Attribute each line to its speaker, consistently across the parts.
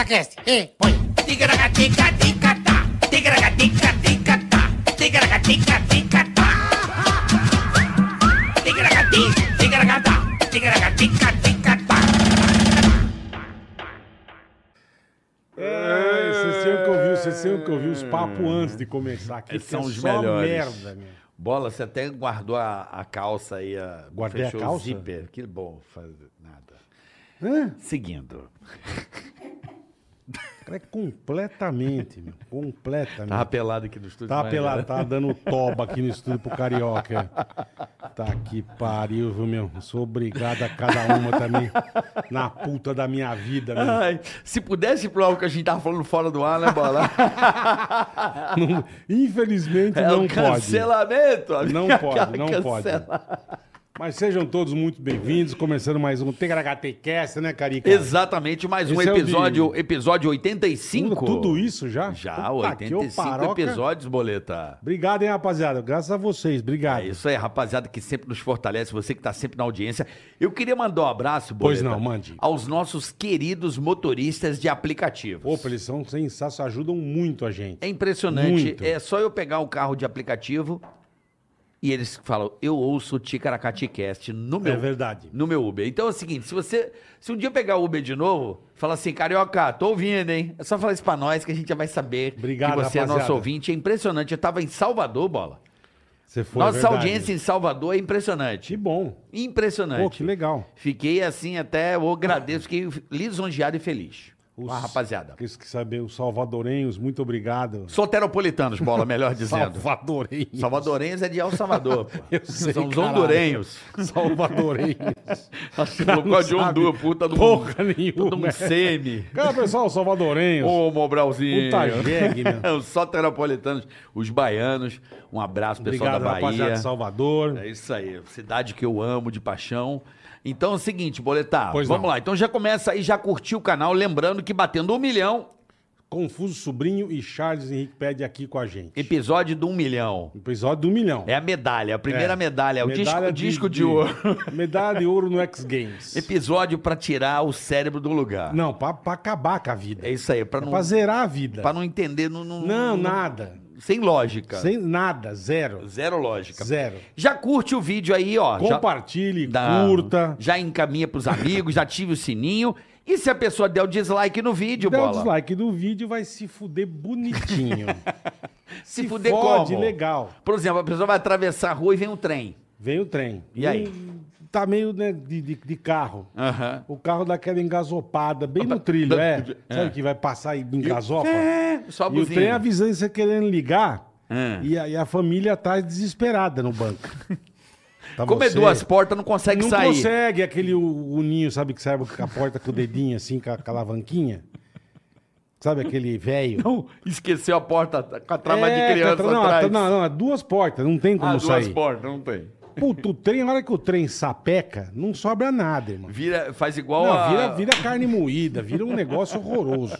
Speaker 1: Aquece. E põe.
Speaker 2: É, vocês tinham que ouvir, vocês tinham que ouvir os papos antes de começar aqui.
Speaker 3: Hum. Eles
Speaker 2: porque
Speaker 3: são
Speaker 2: é
Speaker 3: os
Speaker 2: só
Speaker 3: melhores.
Speaker 2: merda, meu.
Speaker 3: Bola, você até guardou a, a calça aí. A,
Speaker 2: Guardei a
Speaker 3: fechou
Speaker 2: calça?
Speaker 3: o zíper. Que bom, faz nada.
Speaker 2: Hã?
Speaker 3: Seguindo.
Speaker 2: O cara é completamente, meu. Completamente.
Speaker 3: Tava pelado aqui no estúdio.
Speaker 2: Tá
Speaker 3: mas-
Speaker 2: pela, tá dando toba aqui no estúdio pro Carioca. Tá que pariu, viu, meu? Sou obrigado a cada uma também. Na puta da minha vida, meu.
Speaker 3: Ai, se pudesse ir pro algo que a gente tava falando fora do ar, né, Bola?
Speaker 2: Não- infelizmente
Speaker 3: é
Speaker 2: não
Speaker 3: um cancelamento.
Speaker 2: pode.
Speaker 3: amigo.
Speaker 2: Não pode, não pode. Mas sejam todos muito bem-vindos. Começando mais um TKHTCast, né, Carica?
Speaker 3: Exatamente, mais um
Speaker 2: Esse é o de-
Speaker 3: episódio, episódio 85.
Speaker 2: Tudo isso já?
Speaker 3: Já,
Speaker 2: Puta que o
Speaker 3: 85
Speaker 2: paroca.
Speaker 3: episódios, boleta.
Speaker 2: Obrigado, hein, rapaziada. Graças a vocês. Obrigado.
Speaker 3: É isso aí, rapaziada, que sempre nos fortalece, você que tá sempre na audiência. Eu queria mandar um abraço,
Speaker 2: Pois
Speaker 3: Boleta,
Speaker 2: não, mande.
Speaker 3: aos nossos queridos motoristas de aplicativos.
Speaker 2: Opa, eles são sensacionais. Ajudam muito a gente.
Speaker 3: É impressionante.
Speaker 2: Muito.
Speaker 3: É só eu pegar um carro de aplicativo e eles falam: eu ouço o Ticaracati Cast no meu,
Speaker 2: É verdade.
Speaker 3: no meu Uber. Então é o seguinte: se você. Se um dia eu pegar o Uber de novo, fala assim, carioca, tô ouvindo, hein? É só falar isso pra nós que a gente já vai saber
Speaker 2: Obrigado,
Speaker 3: que você é nosso
Speaker 2: rapaziada.
Speaker 3: ouvinte. É impressionante. Eu tava em Salvador, bola.
Speaker 2: Você foi,
Speaker 3: Nossa
Speaker 2: verdade.
Speaker 3: audiência é em Salvador é impressionante.
Speaker 2: Que bom.
Speaker 3: Impressionante.
Speaker 2: Pô, que legal.
Speaker 3: Fiquei assim até, eu agradeço, fiquei lisonjeado e feliz.
Speaker 2: Os-
Speaker 3: Com a rapaziada.
Speaker 2: Quis que saber, os salvadorenhos, muito obrigado.
Speaker 3: Soteropolitanos, bola, melhor dizendo.
Speaker 2: Salvadorenhos.
Speaker 3: Salvadorenhos é de El Salvador. pô.
Speaker 2: Eu sei,
Speaker 3: São os
Speaker 2: caralho.
Speaker 3: hondurenhos.
Speaker 2: Salvadorenhos.
Speaker 3: Nossa,
Speaker 2: Cara,
Speaker 3: colocou
Speaker 2: não
Speaker 3: de Hondu,
Speaker 2: sabe
Speaker 3: puta do
Speaker 2: porra né?
Speaker 3: Todo
Speaker 2: nenhuma.
Speaker 3: um semi.
Speaker 2: Cara, pessoal, salvadorenhos.
Speaker 3: Ô, Mobralzinho.
Speaker 2: Puta jegue, né?
Speaker 3: Os soteropolitanos, os baianos. Um abraço, pessoal
Speaker 2: Obrigado,
Speaker 3: da Bahia.
Speaker 2: rapaziada de Salvador.
Speaker 3: É isso aí, cidade que eu amo de paixão. Então é o seguinte, Boletar,
Speaker 2: Pois
Speaker 3: vamos
Speaker 2: não.
Speaker 3: lá. Então já começa aí, já curtiu o canal, lembrando que batendo um milhão,
Speaker 2: Confuso Sobrinho e Charles Henrique Pede aqui com a gente.
Speaker 3: episódio do um milhão.
Speaker 2: Episódio do milhão.
Speaker 3: É a medalha, a primeira
Speaker 2: É.
Speaker 3: medalha, o
Speaker 2: Medalha
Speaker 3: disco, disco de, ouro.
Speaker 2: Medalha de ouro no X Games.
Speaker 3: Episódio pra tirar o cérebro do lugar.
Speaker 2: Não, pra, pra acabar com a vida.
Speaker 3: É isso aí, pra não,
Speaker 2: Pra zerar a vida.
Speaker 3: pra não entender. Não, não-
Speaker 2: Não,
Speaker 3: não-
Speaker 2: nada.
Speaker 3: Sem lógica.
Speaker 2: Sem nada, zero.
Speaker 3: Zero lógica.
Speaker 2: Zero.
Speaker 3: Já curte o vídeo aí, ó. já-
Speaker 2: Compartilhe,
Speaker 3: da-
Speaker 2: curta.
Speaker 3: Já encaminha pros amigos, já ative o sininho. E se a pessoa der o dislike no vídeo,
Speaker 2: Dá o
Speaker 3: bola?
Speaker 2: dislike do vídeo vai se fuder bonitinho.
Speaker 3: Se, fuder
Speaker 2: fode
Speaker 3: como?
Speaker 2: legal.
Speaker 3: Por exemplo, a pessoa vai atravessar a rua e vem um trem.
Speaker 2: Vem o trem.
Speaker 3: E aí?
Speaker 2: Hum, Tá meio né, de, de- de carro.
Speaker 3: Aham.
Speaker 2: O carro dá aquela engasopada, bem no trilho, é. Sabe que vai passar e engasopa?
Speaker 3: É, só a
Speaker 2: E o
Speaker 3: buzina.
Speaker 2: trem avisando você querendo ligar.
Speaker 3: Ah.
Speaker 2: E a, e a família atrás desesperada no banco. Tá
Speaker 3: Como é
Speaker 2: você-
Speaker 3: duas portas, não consegue
Speaker 2: não
Speaker 3: sair.
Speaker 2: consegue aquele o, o ninho, sabe, que serve com a porta com o dedinho, assim, com a, com a alavanquinha. Sabe aquele velho?
Speaker 3: Não, esqueceu a porta tá com a trava
Speaker 2: É,
Speaker 3: de criança
Speaker 2: não,
Speaker 3: atrás.
Speaker 2: Não, não, é duas portas, não tem como
Speaker 3: ah, duas
Speaker 2: sair.
Speaker 3: portas, não tem.
Speaker 2: Puta, o trem, na hora que o trem sapeca, não sobra nada, irmão.
Speaker 3: Vira, faz igual
Speaker 2: Não,
Speaker 3: a...
Speaker 2: vira, vira carne moída, vira um negócio horroroso.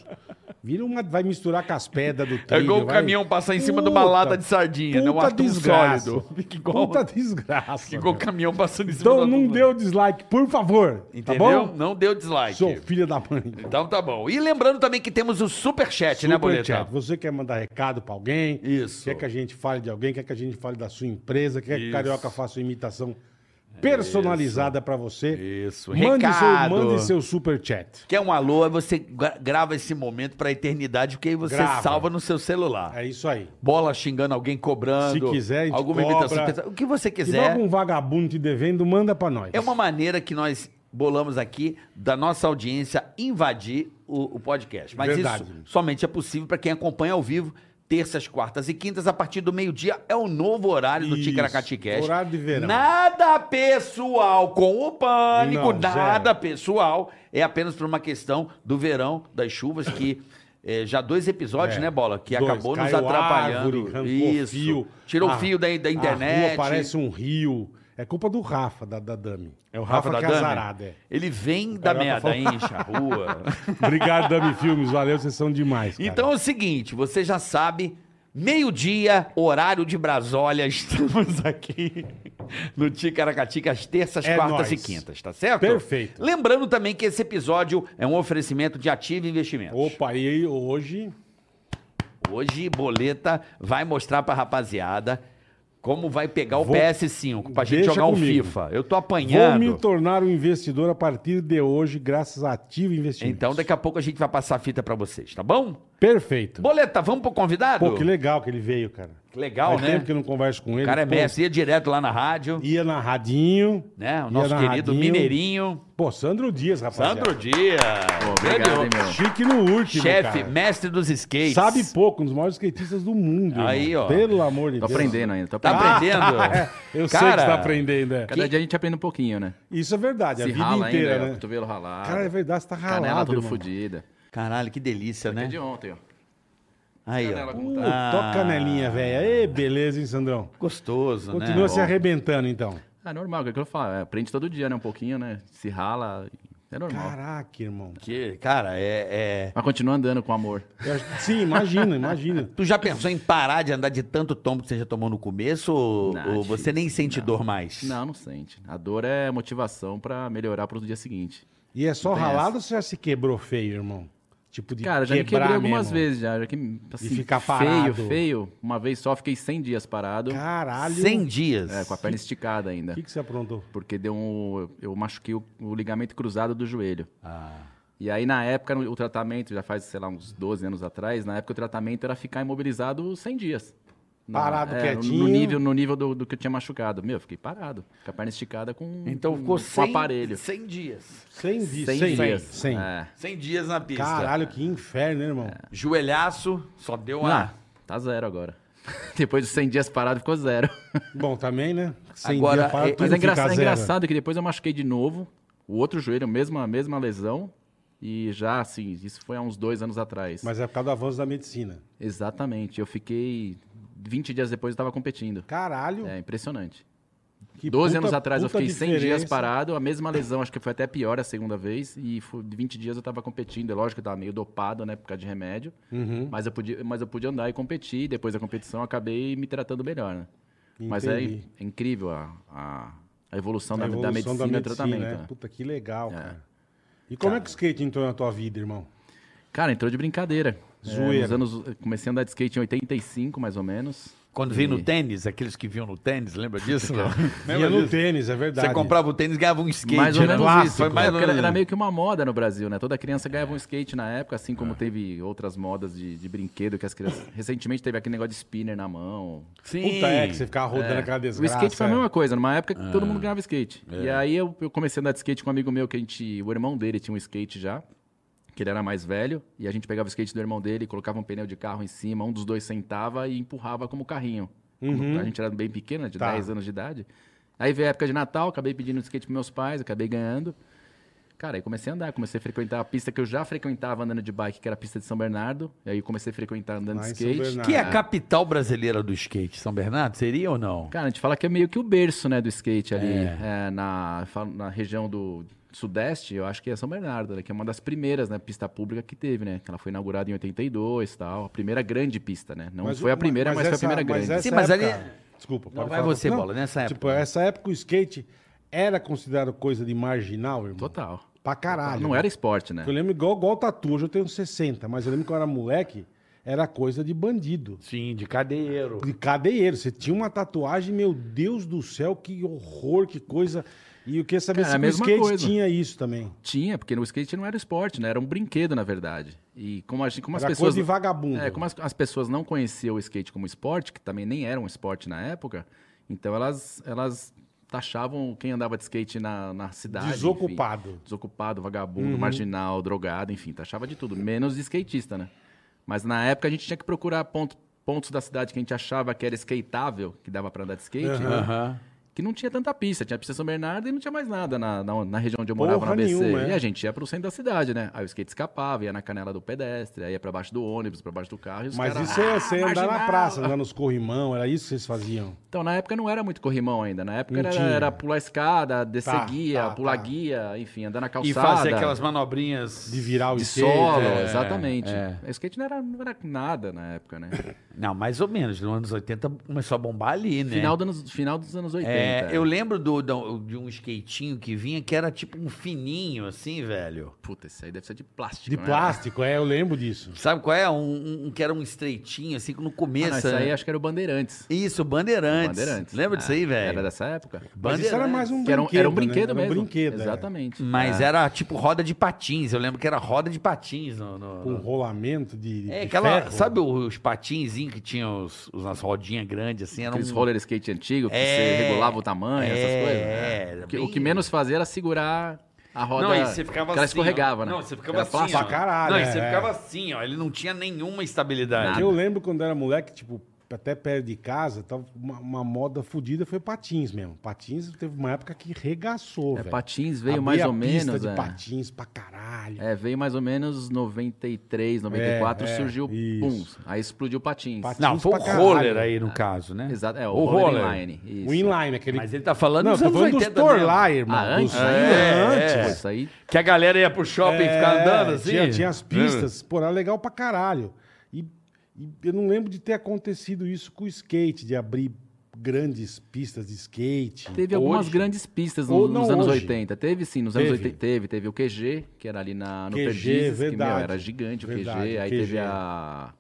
Speaker 2: Vira uma. Vai misturar com as pedras do trilho.
Speaker 3: é igual o
Speaker 2: vai-
Speaker 3: caminhão passar em cima de uma lata de sardinha, né? Um
Speaker 2: puta
Speaker 3: atum
Speaker 2: desgraça.
Speaker 3: sólido. Fica igual-
Speaker 2: Puta desgraça.
Speaker 3: Ficou o
Speaker 2: meu.
Speaker 3: caminhão passando em cima
Speaker 2: Então
Speaker 3: da
Speaker 2: não
Speaker 3: turma.
Speaker 2: deu dislike, por favor.
Speaker 3: Entendeu?
Speaker 2: Tá bom?
Speaker 3: Não deu dislike.
Speaker 2: Sou filha da mãe.
Speaker 3: Então tá bom. E lembrando também que temos o superchat, né, Boleta?
Speaker 2: Superchat. Você quer mandar recado pra alguém?
Speaker 3: Isso.
Speaker 2: Quer que a gente fale de alguém? Quer que a gente fale da sua empresa? Quer que
Speaker 3: Isso.
Speaker 2: o Carioca faça uma imitação personalizada pra você?
Speaker 3: Isso.
Speaker 2: Mande
Speaker 3: Recado.
Speaker 2: seu, mande seu superchat.
Speaker 3: Quer um alô, aí você gra- grava esse momento pra eternidade, porque aí você
Speaker 2: Grava.
Speaker 3: salva no seu celular.
Speaker 2: É isso aí.
Speaker 3: Bola xingando alguém, cobrando.
Speaker 2: Se quiser, a gente
Speaker 3: Alguma
Speaker 2: cobra.
Speaker 3: imitação. O que você
Speaker 2: Se
Speaker 3: quiser.
Speaker 2: logo um vagabundo te devendo, manda pra nós.
Speaker 3: É uma maneira que nós bolamos aqui da nossa audiência invadir o, o podcast. Mas
Speaker 2: Verdade.
Speaker 3: isso somente é possível para quem acompanha ao vivo. Terças, quartas e quintas, a partir do meio-dia, é o novo horário do
Speaker 2: Isso,
Speaker 3: Ticaracati Cast.
Speaker 2: horário de verão.
Speaker 3: Nada pessoal com o pânico,
Speaker 2: Não,
Speaker 3: nada
Speaker 2: zero.
Speaker 3: pessoal. É apenas por uma questão do verão, das chuvas, que eh, já dois episódios,
Speaker 2: É,
Speaker 3: né, Bola? Que
Speaker 2: dois.
Speaker 3: acabou nos
Speaker 2: Caiu
Speaker 3: atrapalhando.
Speaker 2: árvore, arrancou
Speaker 3: Isso.
Speaker 2: fio. Ah,
Speaker 3: Tirou
Speaker 2: A-
Speaker 3: o fio da, da internet.
Speaker 2: A rua parece um rio. É culpa do Rafa, da, da Dami. É o que é
Speaker 3: Dami.
Speaker 2: azarado, é.
Speaker 3: Ele vem da
Speaker 2: Carioca
Speaker 3: merda,
Speaker 2: falou.
Speaker 3: enche a rua.
Speaker 2: Obrigado, Dami Filmes. Valeu, vocês são demais, cara.
Speaker 3: então é o seguinte, você já sabe, Meio-dia, horário de Brasólia, estamos aqui no Ticaracatica às terças,
Speaker 2: É
Speaker 3: quartas
Speaker 2: nóis.
Speaker 3: e quintas, tá certo?
Speaker 2: Perfeito.
Speaker 3: Lembrando também que esse episódio é um oferecimento de Ativa Investimentos.
Speaker 2: Opa, e hoje.
Speaker 3: Hoje, Boleta vai mostrar pra rapaziada como vai pegar o
Speaker 2: Vou-
Speaker 3: PS5 pra gente
Speaker 2: Deixa
Speaker 3: jogar o
Speaker 2: comigo.
Speaker 3: FIFA. Eu tô
Speaker 2: Vou me
Speaker 3: apanhando.
Speaker 2: tornar um investidor a partir de hoje, graças a Ativo Investimentos.
Speaker 3: Então, daqui a pouco a gente vai passar a fita pra vocês, tá bom?
Speaker 2: Perfeito.
Speaker 3: Boleta, vamos pro convidado?
Speaker 2: Pô, que legal que ele veio, cara.
Speaker 3: Que legal,
Speaker 2: Faz
Speaker 3: né?
Speaker 2: tempo que eu não converso com ele.
Speaker 3: O cara é
Speaker 2: Pô,
Speaker 3: mestre, ia direto lá na rádio,
Speaker 2: Ia na Radinho.
Speaker 3: né? O
Speaker 2: ia
Speaker 3: nosso
Speaker 2: na
Speaker 3: querido
Speaker 2: radinho.
Speaker 3: Mineirinho.
Speaker 2: Pô, Sandro Dias, rapaz.
Speaker 3: Sandro Dias.
Speaker 1: Obrigado, hein,
Speaker 3: Grande
Speaker 1: meu.
Speaker 2: Chique no último,
Speaker 3: Chefe,
Speaker 2: cara.
Speaker 3: mestre dos skates.
Speaker 2: Sabe pouco, um dos maiores skatistas do mundo.
Speaker 3: Aí,
Speaker 2: irmão.
Speaker 3: ó.
Speaker 2: Pelo amor de
Speaker 1: Tô
Speaker 2: Deus.
Speaker 1: aprendendo ainda, tô
Speaker 3: Tá
Speaker 1: aprendendo.
Speaker 3: aprendendo?
Speaker 2: Eu sei que
Speaker 3: Cara,
Speaker 2: você tá aprendendo, é.
Speaker 1: Cada dia a gente aprende um pouquinho, né?
Speaker 2: Isso é verdade, a
Speaker 1: Se
Speaker 2: vida
Speaker 1: rala
Speaker 2: inteira,
Speaker 1: ainda, né?
Speaker 2: né?
Speaker 1: cotovelo ralado,
Speaker 2: Cara, é verdade, você tá ralado,
Speaker 1: canela toda
Speaker 2: irmão.
Speaker 1: fodida.
Speaker 3: Caralho, que delícia,
Speaker 1: É
Speaker 3: né?
Speaker 1: de ontem, ó.
Speaker 3: Aí, ó. Ah,
Speaker 1: Canela com
Speaker 2: Pô,
Speaker 1: tá.
Speaker 2: Toca canelinha, velho. Ê, beleza, hein, Sandrão?
Speaker 3: Gostoso, né?
Speaker 2: Continua se arrebentando, então.
Speaker 1: Ah, normal, é o que eu falo, é, aprende todo dia, né? Um pouquinho, né? Se rala, é normal.
Speaker 2: Caraca, irmão.
Speaker 3: Que, cara, é, é-
Speaker 1: Mas continua andando com amor.
Speaker 2: Eu acho- Sim, imagina, imagina.
Speaker 3: Tu já pensou em parar de andar de tanto tombo que você já tomou no começo? Ou,
Speaker 1: Não,
Speaker 3: ou
Speaker 1: difícil.
Speaker 3: você nem sente dor mais?
Speaker 1: Não, não sente. A dor é motivação pra melhorar pro dia seguinte.
Speaker 2: E é só
Speaker 1: Não tem
Speaker 2: ralado
Speaker 1: essa.
Speaker 2: ou você já se quebrou feio, irmão? Tipo de
Speaker 1: Cara, já me
Speaker 2: quebrar
Speaker 1: quebrei
Speaker 2: mesmo.
Speaker 1: algumas vezes já. já que, assim,
Speaker 2: ficar parado.
Speaker 1: Feio, feio. Uma vez só, fiquei 100 dias parado.
Speaker 2: Caralho.
Speaker 3: 100 dias.
Speaker 1: É, com a perna esticada ainda.
Speaker 2: O que, que você aprontou?
Speaker 1: Porque deu um, eu machuquei o, o ligamento cruzado do joelho.
Speaker 3: Ah,
Speaker 1: E aí, na época, no- o tratamento, já faz, sei lá, uns 12 anos atrás, na época o tratamento era ficar imobilizado 100 dias. Na-
Speaker 2: Parado,
Speaker 1: no-
Speaker 2: quietinho.
Speaker 1: No nível, no nível do, do que eu tinha machucado. Meu, eu fiquei parado. Com a perna esticada com,
Speaker 3: então
Speaker 1: com,
Speaker 3: ficou
Speaker 1: Uhum. com
Speaker 3: 100,
Speaker 1: aparelho.
Speaker 3: 100 dias.
Speaker 2: 100 dias.
Speaker 1: 100
Speaker 2: 100
Speaker 1: dias.
Speaker 2: 100.
Speaker 1: É.
Speaker 3: 100 dias na pista.
Speaker 2: Caralho, que inferno, hein, irmão?
Speaker 3: Joelhaço, só deu uma...
Speaker 1: Ah, tá zero agora. Depois de 100 dias parado, ficou zero.
Speaker 2: Bom, também, né? 100
Speaker 3: Agora,
Speaker 2: dias para
Speaker 3: é-
Speaker 2: tudo
Speaker 1: Mas é, engra-
Speaker 2: fica
Speaker 1: é
Speaker 2: zero.
Speaker 1: engraçado que depois eu machuquei de novo o outro joelho, a mesma, a mesma lesão. E já, assim, isso foi há uns dois anos atrás.
Speaker 2: Mas é por causa do avanço da medicina.
Speaker 1: Exatamente. Eu fiquei. 20 dias depois eu estava competindo.
Speaker 2: Caralho.
Speaker 1: É impressionante.
Speaker 2: que
Speaker 1: 12
Speaker 2: puta-
Speaker 1: anos atrás eu
Speaker 2: puta
Speaker 1: fiquei 100 dias
Speaker 2: diferença.
Speaker 1: parado, a mesma lesão, acho que foi até pior a segunda vez. E foi, 20 dias eu estava competindo. É lógico que eu estava meio dopado, né, por causa de remédio.
Speaker 2: Uhum.
Speaker 1: Mas, eu podia, mas eu podia andar e competir. Depois da competição eu acabei me tratando melhor, né? Mas é,
Speaker 2: Entendi.
Speaker 1: é incrível a, a, a evolução,
Speaker 2: A
Speaker 1: da, da medicina e do tratamento.
Speaker 2: né?
Speaker 1: né?
Speaker 2: Puta, que legal, cara. E como é que o skate entrou na tua vida, irmão?
Speaker 1: Cara, entrou de brincadeira. É,
Speaker 2: Zoeira.
Speaker 1: nos anos, comecei a andar de skate em 85, mais ou menos.
Speaker 3: Quando vi no tênis, aqueles que viam no tênis, lembra disso? Não?
Speaker 2: Ia no tênis, é verdade.
Speaker 3: Você comprava o tênis e ganhava um skate,
Speaker 1: mais ou
Speaker 3: né?
Speaker 1: menos
Speaker 2: Clássico.
Speaker 1: isso.
Speaker 3: Foi mais
Speaker 1: É,
Speaker 3: ou
Speaker 1: porque era,
Speaker 3: menos
Speaker 1: era
Speaker 3: isso.
Speaker 1: meio que uma moda no Brasil, né? Toda criança ganhava um skate na época, assim como teve outras modas de, de brinquedo que as crianças. Recentemente teve aquele negócio de spinner na mão.
Speaker 3: Sim.
Speaker 2: Puta, é, que você ficava rodando aquela desgraça.
Speaker 1: o skate foi a
Speaker 2: é. Ah.
Speaker 1: mesma coisa, numa época que todo mundo ganhava skate. E aí eu, eu comecei a andar de skate com um amigo meu, que a gente. O irmão dele tinha um skate já, que ele era mais velho, e a gente pegava o skate do irmão dele, colocava um pneu de carro em cima, um dos dois sentava e empurrava como carrinho. Como
Speaker 2: Uhum.
Speaker 1: A gente era bem pequena, de
Speaker 2: Tá.
Speaker 1: 10 anos de idade. Aí veio a época de Natal, acabei pedindo skate pros meus pais, acabei ganhando. Cara, aí comecei a andar, comecei a frequentar a pista que eu já frequentava andando de bike, que era a pista de São Bernardo. E aí comecei a frequentar andando
Speaker 2: Lá em
Speaker 1: de
Speaker 2: São
Speaker 1: skate.
Speaker 2: Bernardo.
Speaker 3: Que é a capital brasileira do skate, São Bernardo? Seria ou não?
Speaker 1: Cara, a gente fala que é meio que o berço, né, do skate ali é, na, fala- na região do Sudeste, eu acho que é São Bernardo, né, que é uma das primeiras, né, pista pública que teve, né? Que ela foi inaugurada em 82 e tal. A primeira grande pista, né? Não
Speaker 2: Mas
Speaker 1: foi a
Speaker 2: o-
Speaker 1: primeira, mas,
Speaker 2: essa-
Speaker 1: foi a primeira grande.
Speaker 2: essa
Speaker 3: Sim, mas ali-
Speaker 2: época- Desculpa,
Speaker 3: Não,
Speaker 2: pode
Speaker 3: vai
Speaker 2: falar.
Speaker 3: você, Bola, nessa época.
Speaker 2: Tipo, essa época o skate era considerado coisa de marginal, irmão?
Speaker 1: Total.
Speaker 2: Pra caralho.
Speaker 1: Não era esporte, né?
Speaker 2: Eu lembro igual, igual tatu, hoje eu tenho 60, mas eu lembro que eu era moleque, era coisa de bandido.
Speaker 3: Sim, de cadeiro.
Speaker 2: De cadeieiro. Você tinha uma tatuagem, meu Deus do céu, que horror, que coisa. E eu queria saber
Speaker 1: Cara, a
Speaker 2: se o
Speaker 1: mesma
Speaker 2: skate
Speaker 1: coisa.
Speaker 2: tinha isso também.
Speaker 1: Tinha, porque no skate não era esporte, né? Era um brinquedo, na verdade. E como, a gente, como as
Speaker 2: era
Speaker 1: pessoas.
Speaker 2: coisa de vagabundo.
Speaker 1: É, como as, as pessoas não conheciam o skate como esporte, que também nem era um esporte na época, então elas, elas taxavam quem andava de skate na, na cidade. enfim.
Speaker 2: Desocupado.
Speaker 1: Desocupado, vagabundo,
Speaker 2: Uhum.
Speaker 1: marginal, drogado, enfim, taxava de tudo, menos de skatista, né? Mas na época a gente tinha que procurar ponto- pontos da cidade que a gente achava que era skateável, que dava pra andar de skate,
Speaker 2: Aham.
Speaker 1: né? que não tinha tanta pista. Tinha a pista São Bernardo e não tinha mais nada na, na, na região onde eu morava
Speaker 2: Porra
Speaker 1: na BC.
Speaker 2: nenhuma, é.
Speaker 1: E a gente ia pro centro da cidade, né? Aí o skate escapava, ia na canela do pedestre, aí ia pra baixo do ônibus, pra baixo do carro. E os
Speaker 2: Mas
Speaker 1: caras,
Speaker 2: isso é
Speaker 1: "Ah,
Speaker 2: você andar na
Speaker 1: marginal!"
Speaker 2: praça, né? andar nos corrimão, era isso que vocês faziam.
Speaker 1: Então, na época não era muito corrimão ainda. Na época
Speaker 2: Não
Speaker 1: era,
Speaker 2: tinha.
Speaker 1: era pular escada, descer
Speaker 2: Tá,
Speaker 1: guia,
Speaker 2: tá,
Speaker 1: pular
Speaker 2: tá.
Speaker 1: guia, enfim, andar na calçada.
Speaker 3: E fazer aquelas manobrinhas.
Speaker 2: De virar o
Speaker 1: de
Speaker 2: skate.
Speaker 1: solo,
Speaker 2: é.
Speaker 1: exatamente.
Speaker 3: é.
Speaker 1: O skate não era, não era nada na época, né?
Speaker 3: Não, mais ou menos. Nos anos 80 começou a bombar ali, né?
Speaker 1: Final, dos anos- final dos anos 80.
Speaker 3: É, eu lembro do, do- de um skatinho que vinha que era tipo um fininho, assim, velho.
Speaker 1: Puta, esse aí deve ser de plástico.
Speaker 2: De
Speaker 1: né?
Speaker 2: plástico, é, eu lembro disso.
Speaker 3: Sabe qual é? Um, um- um que era um estreitinho, assim, que no
Speaker 1: Ah,
Speaker 3: começo.
Speaker 1: não, esse
Speaker 3: né?
Speaker 1: aí acho que era o Bandeirantes.
Speaker 3: Isso, Bandeirantes.
Speaker 1: Bandeirantes.
Speaker 3: Lembra
Speaker 1: Ah,
Speaker 3: disso aí, velho?
Speaker 1: Era dessa época?
Speaker 2: Mas isso era mais um
Speaker 1: Que era, um,
Speaker 2: brinquedo.
Speaker 1: era um
Speaker 2: né?
Speaker 1: brinquedo
Speaker 2: Era um
Speaker 1: mesmo.
Speaker 2: brinquedo, é.
Speaker 1: Exatamente.
Speaker 3: Mas
Speaker 1: É.
Speaker 3: era tipo roda de patins. Eu lembro que era roda de patins. No, no-
Speaker 2: Com rolamento de. de
Speaker 3: É, aquela.
Speaker 2: ferro.
Speaker 3: Sabe os patinzinhos que tinham os, umas rodinhas grandes, assim? Era
Speaker 1: Aqueles
Speaker 3: um...
Speaker 1: roller skate antigo, que
Speaker 3: É.
Speaker 1: você regulava o tamanho,
Speaker 3: É,
Speaker 1: essas coisas.
Speaker 3: era
Speaker 1: né? O que- O
Speaker 3: bem-
Speaker 1: que menos fazia era segurar a roda.
Speaker 3: Não, e você ficava
Speaker 1: que ela
Speaker 3: assim.
Speaker 1: escorregava,
Speaker 3: ó.
Speaker 1: né?
Speaker 3: Não, você ficava
Speaker 1: Era
Speaker 3: assim.
Speaker 1: plástico.
Speaker 3: ó.
Speaker 2: Pra caralho,
Speaker 3: Não, e
Speaker 2: é,
Speaker 3: você
Speaker 2: é.
Speaker 3: ficava assim, ó. Ele não tinha nenhuma estabilidade.
Speaker 2: Eu lembro quando era moleque, tipo, até perto de casa, tava uma, uma moda fodida foi patins mesmo. Patins teve uma época que regaçou,
Speaker 1: É,
Speaker 2: velho.
Speaker 1: patins veio
Speaker 2: Abria
Speaker 1: mais
Speaker 2: a
Speaker 1: ou
Speaker 2: pista
Speaker 1: menos.
Speaker 2: de
Speaker 1: é.
Speaker 2: patins pra caralho.
Speaker 1: É, veio mais ou menos 93, 94,
Speaker 2: É, é,
Speaker 1: surgiu pum.
Speaker 2: isso.
Speaker 1: Aí explodiu o patins.
Speaker 2: Patins
Speaker 3: Não, foi o
Speaker 2: um pra
Speaker 1: um
Speaker 2: caralho.
Speaker 3: roller aí no caso, né?
Speaker 1: Exato, é o,
Speaker 3: O
Speaker 1: roller,
Speaker 3: roller.
Speaker 1: inline. Isso.
Speaker 2: O inline, aquele.
Speaker 3: Mas ele tá falando
Speaker 2: Não, eu
Speaker 3: dos
Speaker 2: tô
Speaker 3: anos
Speaker 2: falando dos
Speaker 3: 80
Speaker 2: tour
Speaker 3: mesmo.
Speaker 2: lá, irmão.
Speaker 1: Ah, antes?
Speaker 2: Dos-
Speaker 3: É,
Speaker 1: Pô,
Speaker 2: antes.
Speaker 1: Isso aí
Speaker 3: Que a galera ia pro shopping e ficava andando assim.
Speaker 2: É, Tinha, tinha as pistas, pô, era legal pra caralho. E, e eu não lembro de ter acontecido isso com o skate, de abrir grandes pistas de skate.
Speaker 1: Teve algumas
Speaker 3: Hoje?
Speaker 1: grandes pistas no-
Speaker 2: Ou não
Speaker 1: nos anos
Speaker 2: hoje.
Speaker 1: 80. Teve sim, nos anos
Speaker 2: Teve.
Speaker 1: 80 teve. Teve o QG, que era ali na, no
Speaker 2: QG,
Speaker 1: Perdizes, que meu,
Speaker 2: verdade.
Speaker 1: era gigante o
Speaker 2: Verdade,
Speaker 1: QG. Aí
Speaker 2: QG.
Speaker 1: teve a...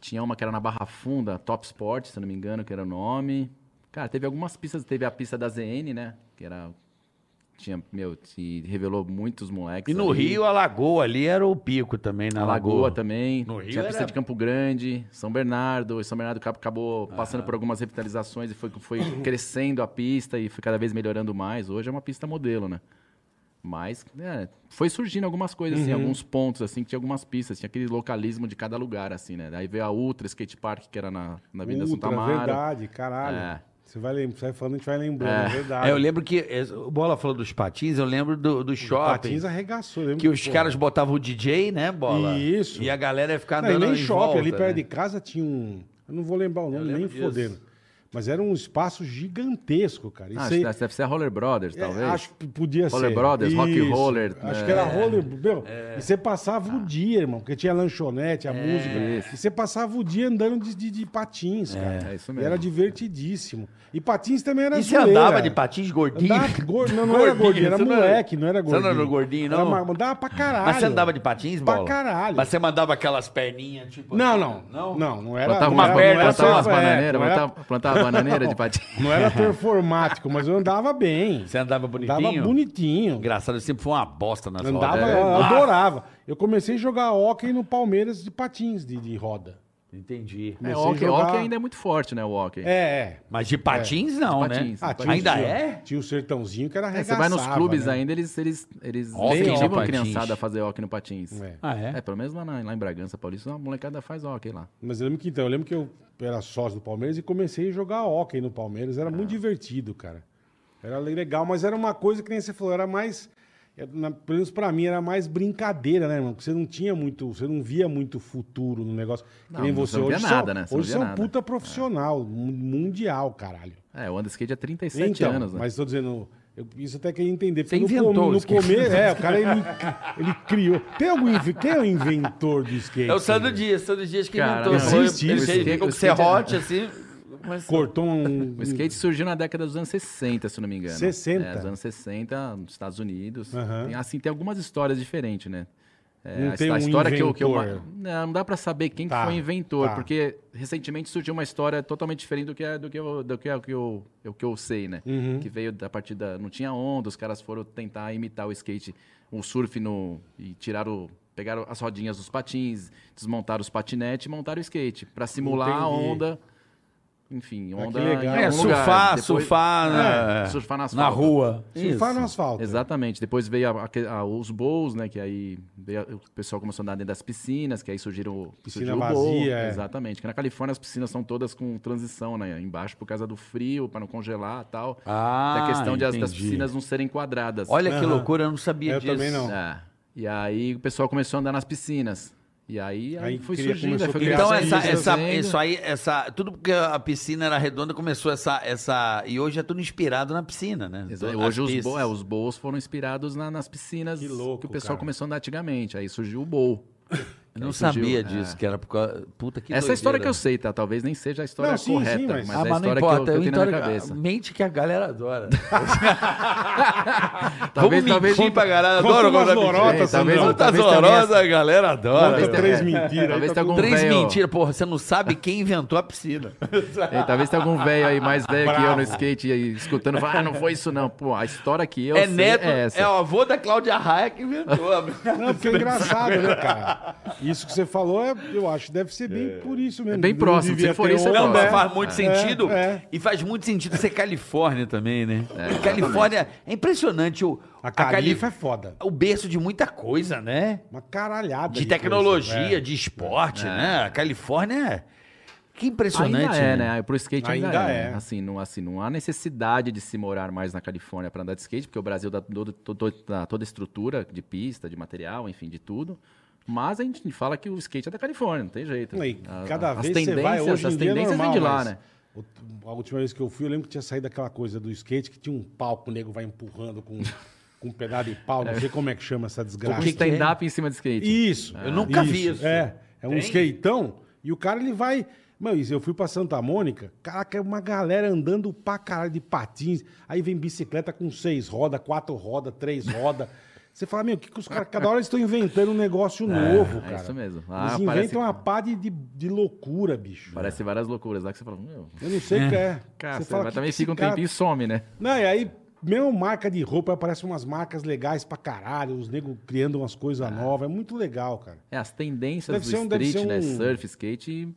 Speaker 1: Tinha uma que era na Barra Funda, Top Sport, se eu não me engano, que era o nome. Cara, teve algumas pistas. Teve a pista da ZN, né? Que era... Tinha, meu, se revelou muitos moleques.
Speaker 3: E no
Speaker 1: aí.
Speaker 3: Rio, a Lagoa ali era o pico também, na
Speaker 1: Hum. A Lagoa,
Speaker 3: Lagoa.
Speaker 1: também.
Speaker 3: No Rio
Speaker 1: tinha a pista
Speaker 3: era-
Speaker 1: de Campo Grande, São Bernardo. E São Bernardo acab- acabou passando por algumas revitalizações e foi, foi crescendo a pista e foi cada vez melhorando mais. Hoje é uma pista modelo, né? Mas é, foi surgindo algumas coisas,
Speaker 2: Uhum.
Speaker 1: assim, alguns pontos, assim, que tinha algumas pistas, tinha aquele localismo de cada lugar, assim, né? Daí veio a Ultra Skate Park, que era na, na Avenida Santa Ah,
Speaker 2: Ultra,
Speaker 1: Mara.
Speaker 2: verdade, caralho.
Speaker 1: É.
Speaker 2: Você vai lembrar, você vai falando, a gente vai lembrando, é, verdade.
Speaker 3: É, eu lembro que. é, O Bola falou dos patins, eu lembro do, do
Speaker 2: O
Speaker 3: shopping.
Speaker 2: patins arregaçou. eu lembro
Speaker 3: Que os
Speaker 2: pô,
Speaker 3: caras botavam o DJ, né, Bola?
Speaker 2: Isso.
Speaker 3: E a galera ia ficar
Speaker 2: Não, e
Speaker 3: andando
Speaker 2: nem
Speaker 3: em
Speaker 2: shopping,
Speaker 3: volta,
Speaker 2: ali perto
Speaker 3: né?
Speaker 2: de casa tinha um. Eu não vou lembrar o nome,
Speaker 3: lembro
Speaker 2: nem
Speaker 3: disso.
Speaker 2: fodendo. Mas era um espaço gigantesco, cara.
Speaker 1: Ah,
Speaker 2: Isso
Speaker 1: acho
Speaker 2: aí,
Speaker 1: que deve ser a Roller Brothers,
Speaker 2: é,
Speaker 1: talvez.
Speaker 2: acho que podia
Speaker 1: Roller
Speaker 2: ser.
Speaker 1: Brothers, Rock Roller,
Speaker 2: Acho
Speaker 1: né?
Speaker 2: que era Roller. Meu,
Speaker 3: É.
Speaker 2: E você passava
Speaker 3: Ah.
Speaker 2: o dia, irmão, porque tinha lanchonete, a música. E você passava o dia andando de, de- de patins, cara.
Speaker 1: é isso
Speaker 2: E
Speaker 1: mesmo.
Speaker 2: Era divertidíssimo. E patins também era
Speaker 3: E você
Speaker 2: zoeira.
Speaker 3: andava de patins gordinho?
Speaker 2: Andava gor- Não, não era gordinho, era
Speaker 3: você não
Speaker 2: moleque, não era
Speaker 3: Você
Speaker 2: gordinho.
Speaker 3: não era gordinho, não?
Speaker 2: Era ma- Andava pra caralho.
Speaker 3: Mas você andava de patins,
Speaker 2: Pra
Speaker 3: Bola?
Speaker 2: caralho.
Speaker 3: Mas você mandava aquelas perninhas, tipo...
Speaker 2: Não,
Speaker 3: assim,
Speaker 2: não. Não,
Speaker 3: Não?
Speaker 2: não, não era.
Speaker 1: Plantava
Speaker 2: não
Speaker 1: uma
Speaker 2: era-
Speaker 1: perna,
Speaker 2: não era
Speaker 1: plantava umas
Speaker 2: perfor- é,
Speaker 1: bananeiras,
Speaker 2: não era-
Speaker 1: plantava, plantava bananeira de patinho.
Speaker 2: Não era performático, mas eu andava bem.
Speaker 3: Você andava bonitinho?
Speaker 2: Andava bonitinho.
Speaker 3: Engraçado, eu sempre fui uma bosta nas
Speaker 2: Andava,
Speaker 1: é.
Speaker 3: rodas. Ah,
Speaker 2: eu
Speaker 3: Nossa!
Speaker 2: adorava. Eu comecei a jogar hóquei no Palmeiras de patins, de, de roda.
Speaker 3: Entendi.
Speaker 1: É,
Speaker 2: Comecei
Speaker 1: o
Speaker 2: a
Speaker 1: hockey,
Speaker 2: jogar-
Speaker 1: hockey ainda é muito forte, né, o hockey.
Speaker 2: É, é.
Speaker 3: Mas de patins, não,
Speaker 1: De patins.
Speaker 3: né?
Speaker 1: Ah,
Speaker 2: tinha
Speaker 3: Ainda
Speaker 2: o-
Speaker 3: é?
Speaker 2: Tinha o sertãozinho que era
Speaker 1: É,
Speaker 2: arregaçava.
Speaker 1: você vai nos clubes
Speaker 2: né?
Speaker 1: ainda, eles, eles, eles
Speaker 3: Hóquei no
Speaker 1: incentivam a
Speaker 3: patins.
Speaker 1: criançada a fazer hockey no patins.
Speaker 2: É.
Speaker 1: É,
Speaker 3: Ah, é?
Speaker 1: pelo menos lá, na- lá em Bragança Paulista, uma molecada faz hockey lá.
Speaker 2: Mas eu lembro que então, eu lembro que eu era sócio do Palmeiras e comecei a jogar hóquei no Palmeiras. Era
Speaker 1: Ah.
Speaker 2: muito divertido, cara. Era le- legal, mas era uma coisa que nem você falou, era mais. é, na- pelo menos pra mim, era mais brincadeira, né, irmão? Porque você não tinha muito, você não via muito futuro no negócio. Que
Speaker 1: Não,
Speaker 2: nem
Speaker 1: não-
Speaker 2: você
Speaker 1: você não
Speaker 2: hoje.
Speaker 1: via
Speaker 2: são,
Speaker 1: nada, né? Você não
Speaker 2: Hoje
Speaker 1: via
Speaker 2: são
Speaker 1: nada.
Speaker 2: puta profissional, mu- mundial, caralho.
Speaker 1: É, o underskate é 37
Speaker 2: então,
Speaker 1: anos, né?
Speaker 2: Mas tô dizendo. eu- isso até queria entender. Porque
Speaker 3: Você
Speaker 2: no,
Speaker 3: inventou
Speaker 2: com-
Speaker 3: o
Speaker 2: no
Speaker 3: skate.
Speaker 2: começo. É, o cara ele, ele criou. Tem algum. inve- Quem é o inventor do skate?
Speaker 3: É o Sandro Dias, Sandro Dias que
Speaker 1: Cara,
Speaker 3: inventou.
Speaker 1: não,
Speaker 3: Foi-
Speaker 2: existe
Speaker 3: ele
Speaker 2: isso.
Speaker 3: ele ficou
Speaker 1: O
Speaker 3: com
Speaker 1: skate-
Speaker 3: serrote, assim... começou.
Speaker 2: Cortou um.
Speaker 1: O skate surgiu na década dos anos 60, se não me engano.
Speaker 2: 60?
Speaker 1: É, os anos 60, nos Estados Unidos.
Speaker 2: Aham.
Speaker 1: Tem, assim, tem algumas histórias diferentes, né? É,
Speaker 2: Não
Speaker 1: a,
Speaker 2: tem
Speaker 1: a
Speaker 2: um
Speaker 1: história que eu, que eu ma-
Speaker 2: inventor.
Speaker 1: Não, não dá pra saber quem
Speaker 2: Tá,
Speaker 1: que foi o inventor,
Speaker 2: tá.
Speaker 1: porque recentemente surgiu uma história totalmente diferente do que, a- do que, eu, do que, a- que eu, eu, que eu sei, né? Que veio da partida. Não tinha onda, os caras foram tentar imitar o skate, o surf no. e tiraram. Pegaram as rodinhas dos patins, desmontaram os patinetes e montaram o skate. Pra simular a
Speaker 2: Entendi.
Speaker 1: onda enfim,
Speaker 2: que
Speaker 1: onda
Speaker 2: legal.
Speaker 1: em algum
Speaker 2: É,
Speaker 1: lugar.
Speaker 3: surfar,
Speaker 1: Depois-
Speaker 3: surfar, na,
Speaker 1: É, surfar no
Speaker 3: na
Speaker 1: asfalto.
Speaker 3: rua.
Speaker 2: Surfar
Speaker 1: Isso.
Speaker 2: no asfalto.
Speaker 1: Exatamente. Depois veio a- aque- a- os bowls, né? Que aí veio a- o pessoal começou a andar dentro das piscinas, que aí surgiram
Speaker 2: Piscina
Speaker 1: surgiu o bowl.
Speaker 2: vazia, é.
Speaker 1: Exatamente. Que na Califórnia as piscinas são todas com transição, né? Embaixo por causa do frio, para não congelar e tal.
Speaker 3: Ah,
Speaker 1: da questão de as, das
Speaker 3: entendi.
Speaker 1: piscinas não serem quadradas.
Speaker 3: Olha que
Speaker 2: Aham.
Speaker 3: loucura, eu não sabia
Speaker 2: Eu
Speaker 3: disso.
Speaker 2: também não.
Speaker 1: É. E aí o pessoal começou a andar nas piscinas. E aí, aí
Speaker 2: Aí
Speaker 1: foi
Speaker 2: cria-
Speaker 1: surgindo.
Speaker 2: começou
Speaker 1: Aí foi
Speaker 2: a criar
Speaker 3: Então
Speaker 1: criando
Speaker 3: essa,
Speaker 2: Criança
Speaker 1: isso,
Speaker 3: essa,
Speaker 1: fazendo.
Speaker 3: isso aí, essa, tudo porque a piscina era redonda começou essa, essa e hoje é tudo inspirado na piscina, né?
Speaker 1: Exa-
Speaker 3: As
Speaker 1: Hoje os,
Speaker 3: pistas.
Speaker 1: bo, é, os bowls foram inspirados na- nas piscinas
Speaker 2: Que
Speaker 1: que,
Speaker 2: louco,
Speaker 1: o pessoal
Speaker 2: cara.
Speaker 1: começou a andar antigamente. Aí surgiu o bowl.
Speaker 3: Eu não
Speaker 1: Aí surgiu,
Speaker 3: sabia
Speaker 1: é.
Speaker 3: disso que era por causa puta que
Speaker 1: Essa é a história que eu
Speaker 3: doideira.
Speaker 1: sei, tá? Talvez nem seja a história
Speaker 2: Não, sim, sim,
Speaker 1: correta,
Speaker 2: mas-
Speaker 1: mas,
Speaker 2: Ah,
Speaker 1: é a
Speaker 3: mas não
Speaker 1: história
Speaker 3: importa,
Speaker 1: que eu, que eu tenho na minha
Speaker 3: entendo-
Speaker 1: cabeça.
Speaker 3: mente que a galera adora.
Speaker 1: Talvez-
Speaker 3: Vamos
Speaker 1: talvez-
Speaker 3: mentir pra galera,
Speaker 2: Conta
Speaker 3: adora
Speaker 2: umas
Speaker 3: quando a mentira.
Speaker 2: lorotas,
Speaker 1: É, talvez-
Speaker 2: Sandrão.
Speaker 3: Conta as
Speaker 1: talvez tenha
Speaker 3: horrorosas,
Speaker 1: essa-
Speaker 3: a galera adora.
Speaker 2: Conta
Speaker 1: Talvez
Speaker 3: velho.
Speaker 2: três
Speaker 1: tenha-
Speaker 2: mentiras.
Speaker 1: talvez
Speaker 2: aí tá
Speaker 1: tenha
Speaker 2: tudo-
Speaker 1: algum-
Speaker 3: Três
Speaker 1: velho.
Speaker 3: mentiras, porra, você não sabe quem inventou a piscina.
Speaker 1: É, talvez tenha algum velho aí mais velho que eu
Speaker 2: Bravo.
Speaker 1: no skate aí, escutando, fala, ah, não foi isso não. Pô, a história que eu
Speaker 3: é
Speaker 1: sei
Speaker 3: neto,
Speaker 1: é
Speaker 3: é,
Speaker 1: essa.
Speaker 3: o avô da Cláudia Raia que inventou. a-
Speaker 2: Não, porque é engraçado, né, cara? Isso que você falou, é, eu acho, deve ser bem por isso mesmo.
Speaker 1: É bem
Speaker 2: Não
Speaker 1: próximo,
Speaker 2: devia
Speaker 1: se for
Speaker 2: ter
Speaker 1: isso, é
Speaker 2: outro,
Speaker 3: Não,
Speaker 1: Nossa,
Speaker 3: mas
Speaker 1: próximo.
Speaker 3: faz muito sentido.
Speaker 2: é.
Speaker 3: E faz muito sentido ser Califórnia também, né? E Califórnia é impressionante. O,
Speaker 2: A
Speaker 3: Cali-
Speaker 2: Califa é foda.
Speaker 3: o berço de muita coisa, né?
Speaker 2: Uma caralhada.
Speaker 3: De
Speaker 2: coisa,
Speaker 3: tecnologia,
Speaker 2: é.
Speaker 3: de esporte, né? A Califórnia é. Que impressionante.
Speaker 1: Ainda é, né? Pro skate ainda,
Speaker 2: Ainda
Speaker 1: é.
Speaker 2: é.
Speaker 1: né? Assim não, assim, não há necessidade de se morar mais na Califórnia para andar de skate, porque o Brasil dá todo- todo- dá toda a estrutura de pista, de material, enfim, de tudo. Mas a gente fala que o skate é da Califórnia, não tem jeito.
Speaker 2: E
Speaker 1: A-
Speaker 2: cada
Speaker 1: a-
Speaker 2: vez que você vai, hoje
Speaker 1: as
Speaker 2: em dia é
Speaker 1: tendências
Speaker 2: normal,
Speaker 1: vêm de lá,
Speaker 2: mas
Speaker 1: né?
Speaker 2: o- A última vez que eu fui, eu lembro que tinha saído aquela coisa do skate que tinha um palco, o nego vai empurrando com, com um pedaço de pau, não sei como é que chama essa desgraça.
Speaker 1: O stand-up em cima de skate.
Speaker 2: Isso.
Speaker 3: Eu nunca vi isso.
Speaker 2: É, é um
Speaker 3: Tem?
Speaker 2: skateão e o cara ele vai. Mano, isso, eu fui pra Santa Mônica, caraca, é uma galera andando pra caralho de patins. Aí vem bicicleta com seis rodas, quatro rodas, três rodas. Você fala, meu, o que, que os caras. Cada hora eles estão inventando um negócio novo, cara.
Speaker 1: É, isso mesmo. Ah,
Speaker 2: Eles inventam
Speaker 1: parece-
Speaker 2: uma pá de, de, de loucura, bicho.
Speaker 1: Parece várias loucuras lá que você fala, meu,
Speaker 2: Eu não sei o que é.
Speaker 1: cara,
Speaker 2: Você
Speaker 1: você
Speaker 2: fala,
Speaker 1: vai
Speaker 2: que
Speaker 1: também
Speaker 2: que esse
Speaker 1: fica um
Speaker 2: cara-
Speaker 1: tempinho e some, né?
Speaker 2: não, e aí, mesmo marca de roupa, aparecem umas marcas legais pra caralho, os negros criando umas coisas novas. É muito legal, cara.
Speaker 1: É, as tendências
Speaker 2: Deve
Speaker 1: do
Speaker 2: ser um- deve ser
Speaker 1: street, né?
Speaker 2: um-
Speaker 1: Surf, skate,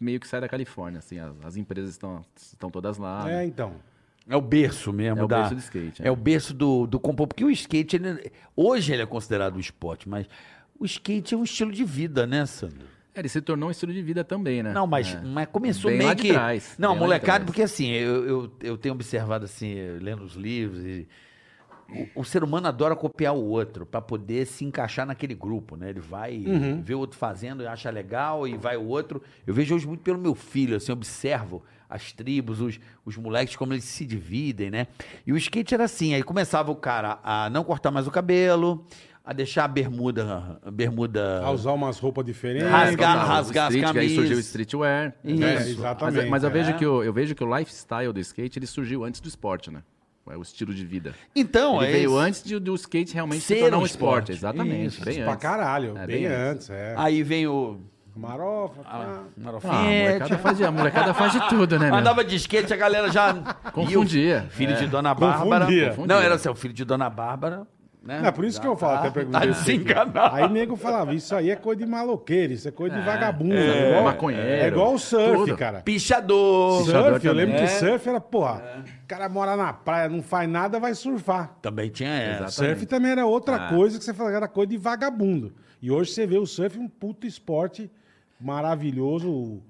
Speaker 1: meio que sai da Califórnia, assim. As, as empresas estão, estão todas lá.
Speaker 2: é,
Speaker 1: né?
Speaker 2: então.
Speaker 3: É o berço mesmo.
Speaker 1: É o
Speaker 3: da-
Speaker 1: berço do skate,
Speaker 3: É,
Speaker 1: é.
Speaker 3: o berço do, do compor. Porque o skate, ele- hoje ele é considerado um esporte, mas o skate é um estilo de vida, né, Sandro?
Speaker 1: É, ele se tornou um estilo de vida também, né?
Speaker 3: Não, mas,
Speaker 1: É.
Speaker 3: mas começou
Speaker 1: Bem
Speaker 3: meio
Speaker 1: lá de
Speaker 3: que.
Speaker 1: trás,
Speaker 3: não,
Speaker 1: bem lá de
Speaker 3: molecada,
Speaker 1: trás.
Speaker 3: porque assim, eu, eu, eu tenho observado assim, lendo os livros e. O, o ser humano adora copiar o outro pra poder se encaixar naquele grupo, né? Ele vai
Speaker 1: Uhum.
Speaker 3: ver o outro fazendo e acha legal e vai o outro. Eu vejo hoje muito pelo meu filho, assim, eu observo as tribos, os, os moleques, como eles se dividem, né? E o skate era assim, aí começava o cara a não cortar mais o cabelo, a deixar a bermuda, a
Speaker 1: É.
Speaker 3: bermuda
Speaker 2: A usar umas roupas diferentes.
Speaker 3: Rasgar,
Speaker 1: Então, tá, o
Speaker 3: rasgar as
Speaker 1: street, que Aí surgiu o
Speaker 3: camisas.
Speaker 1: streetwear.
Speaker 3: Isso.
Speaker 1: né?
Speaker 2: É, exatamente,
Speaker 1: Mas, mas eu,
Speaker 2: é.
Speaker 1: vejo que o, eu vejo que o lifestyle do skate, ele surgiu antes do esporte, né? É o estilo de vida.
Speaker 3: Então,
Speaker 1: ele
Speaker 3: é
Speaker 1: veio
Speaker 3: isso.
Speaker 1: antes de- do skate realmente
Speaker 3: Ser
Speaker 1: se tornar
Speaker 3: um
Speaker 1: um esporte.
Speaker 3: esporte.
Speaker 1: Exatamente,
Speaker 3: Isso,
Speaker 1: bem
Speaker 2: Pra
Speaker 1: antes.
Speaker 2: caralho,
Speaker 1: É,
Speaker 2: bem,
Speaker 1: bem
Speaker 2: antes. é.
Speaker 3: Aí vem o.
Speaker 2: Marofa. pá.
Speaker 1: Ah, a molecada,
Speaker 3: Marofete.
Speaker 1: faz de, a molecada faz de tudo, né, meu?
Speaker 3: Andava de skate, a galera já.
Speaker 1: Confundia.
Speaker 3: E o filho
Speaker 1: É.
Speaker 3: de Dona Bárbara.
Speaker 2: Confundia.
Speaker 1: Confundia.
Speaker 3: Não, era assim, o filho de Dona Bárbara. Né?
Speaker 2: Não, é por isso que eu falo, até perguntei.
Speaker 3: Tá
Speaker 2: o que que-
Speaker 3: desenganado.
Speaker 2: Aí nego falava, isso aí é coisa de maloqueiro, isso é coisa de vagabundo.
Speaker 1: é,
Speaker 2: igual,
Speaker 1: maconheiro,
Speaker 2: É igual o surf,
Speaker 1: tudo.
Speaker 2: cara.
Speaker 3: Pichador.
Speaker 1: Pichador
Speaker 2: Surf, eu
Speaker 1: também.
Speaker 2: lembro que
Speaker 3: É.
Speaker 2: surf era, porra, o cara mora na praia, não faz nada, vai surfar.
Speaker 3: Também tinha essa.
Speaker 1: Exato.
Speaker 2: Surf
Speaker 1: Exatamente.
Speaker 2: também era outra
Speaker 1: Ah.
Speaker 2: coisa que você falava, era coisa de vagabundo. E hoje você vê o surf um puto esporte maravilhoso,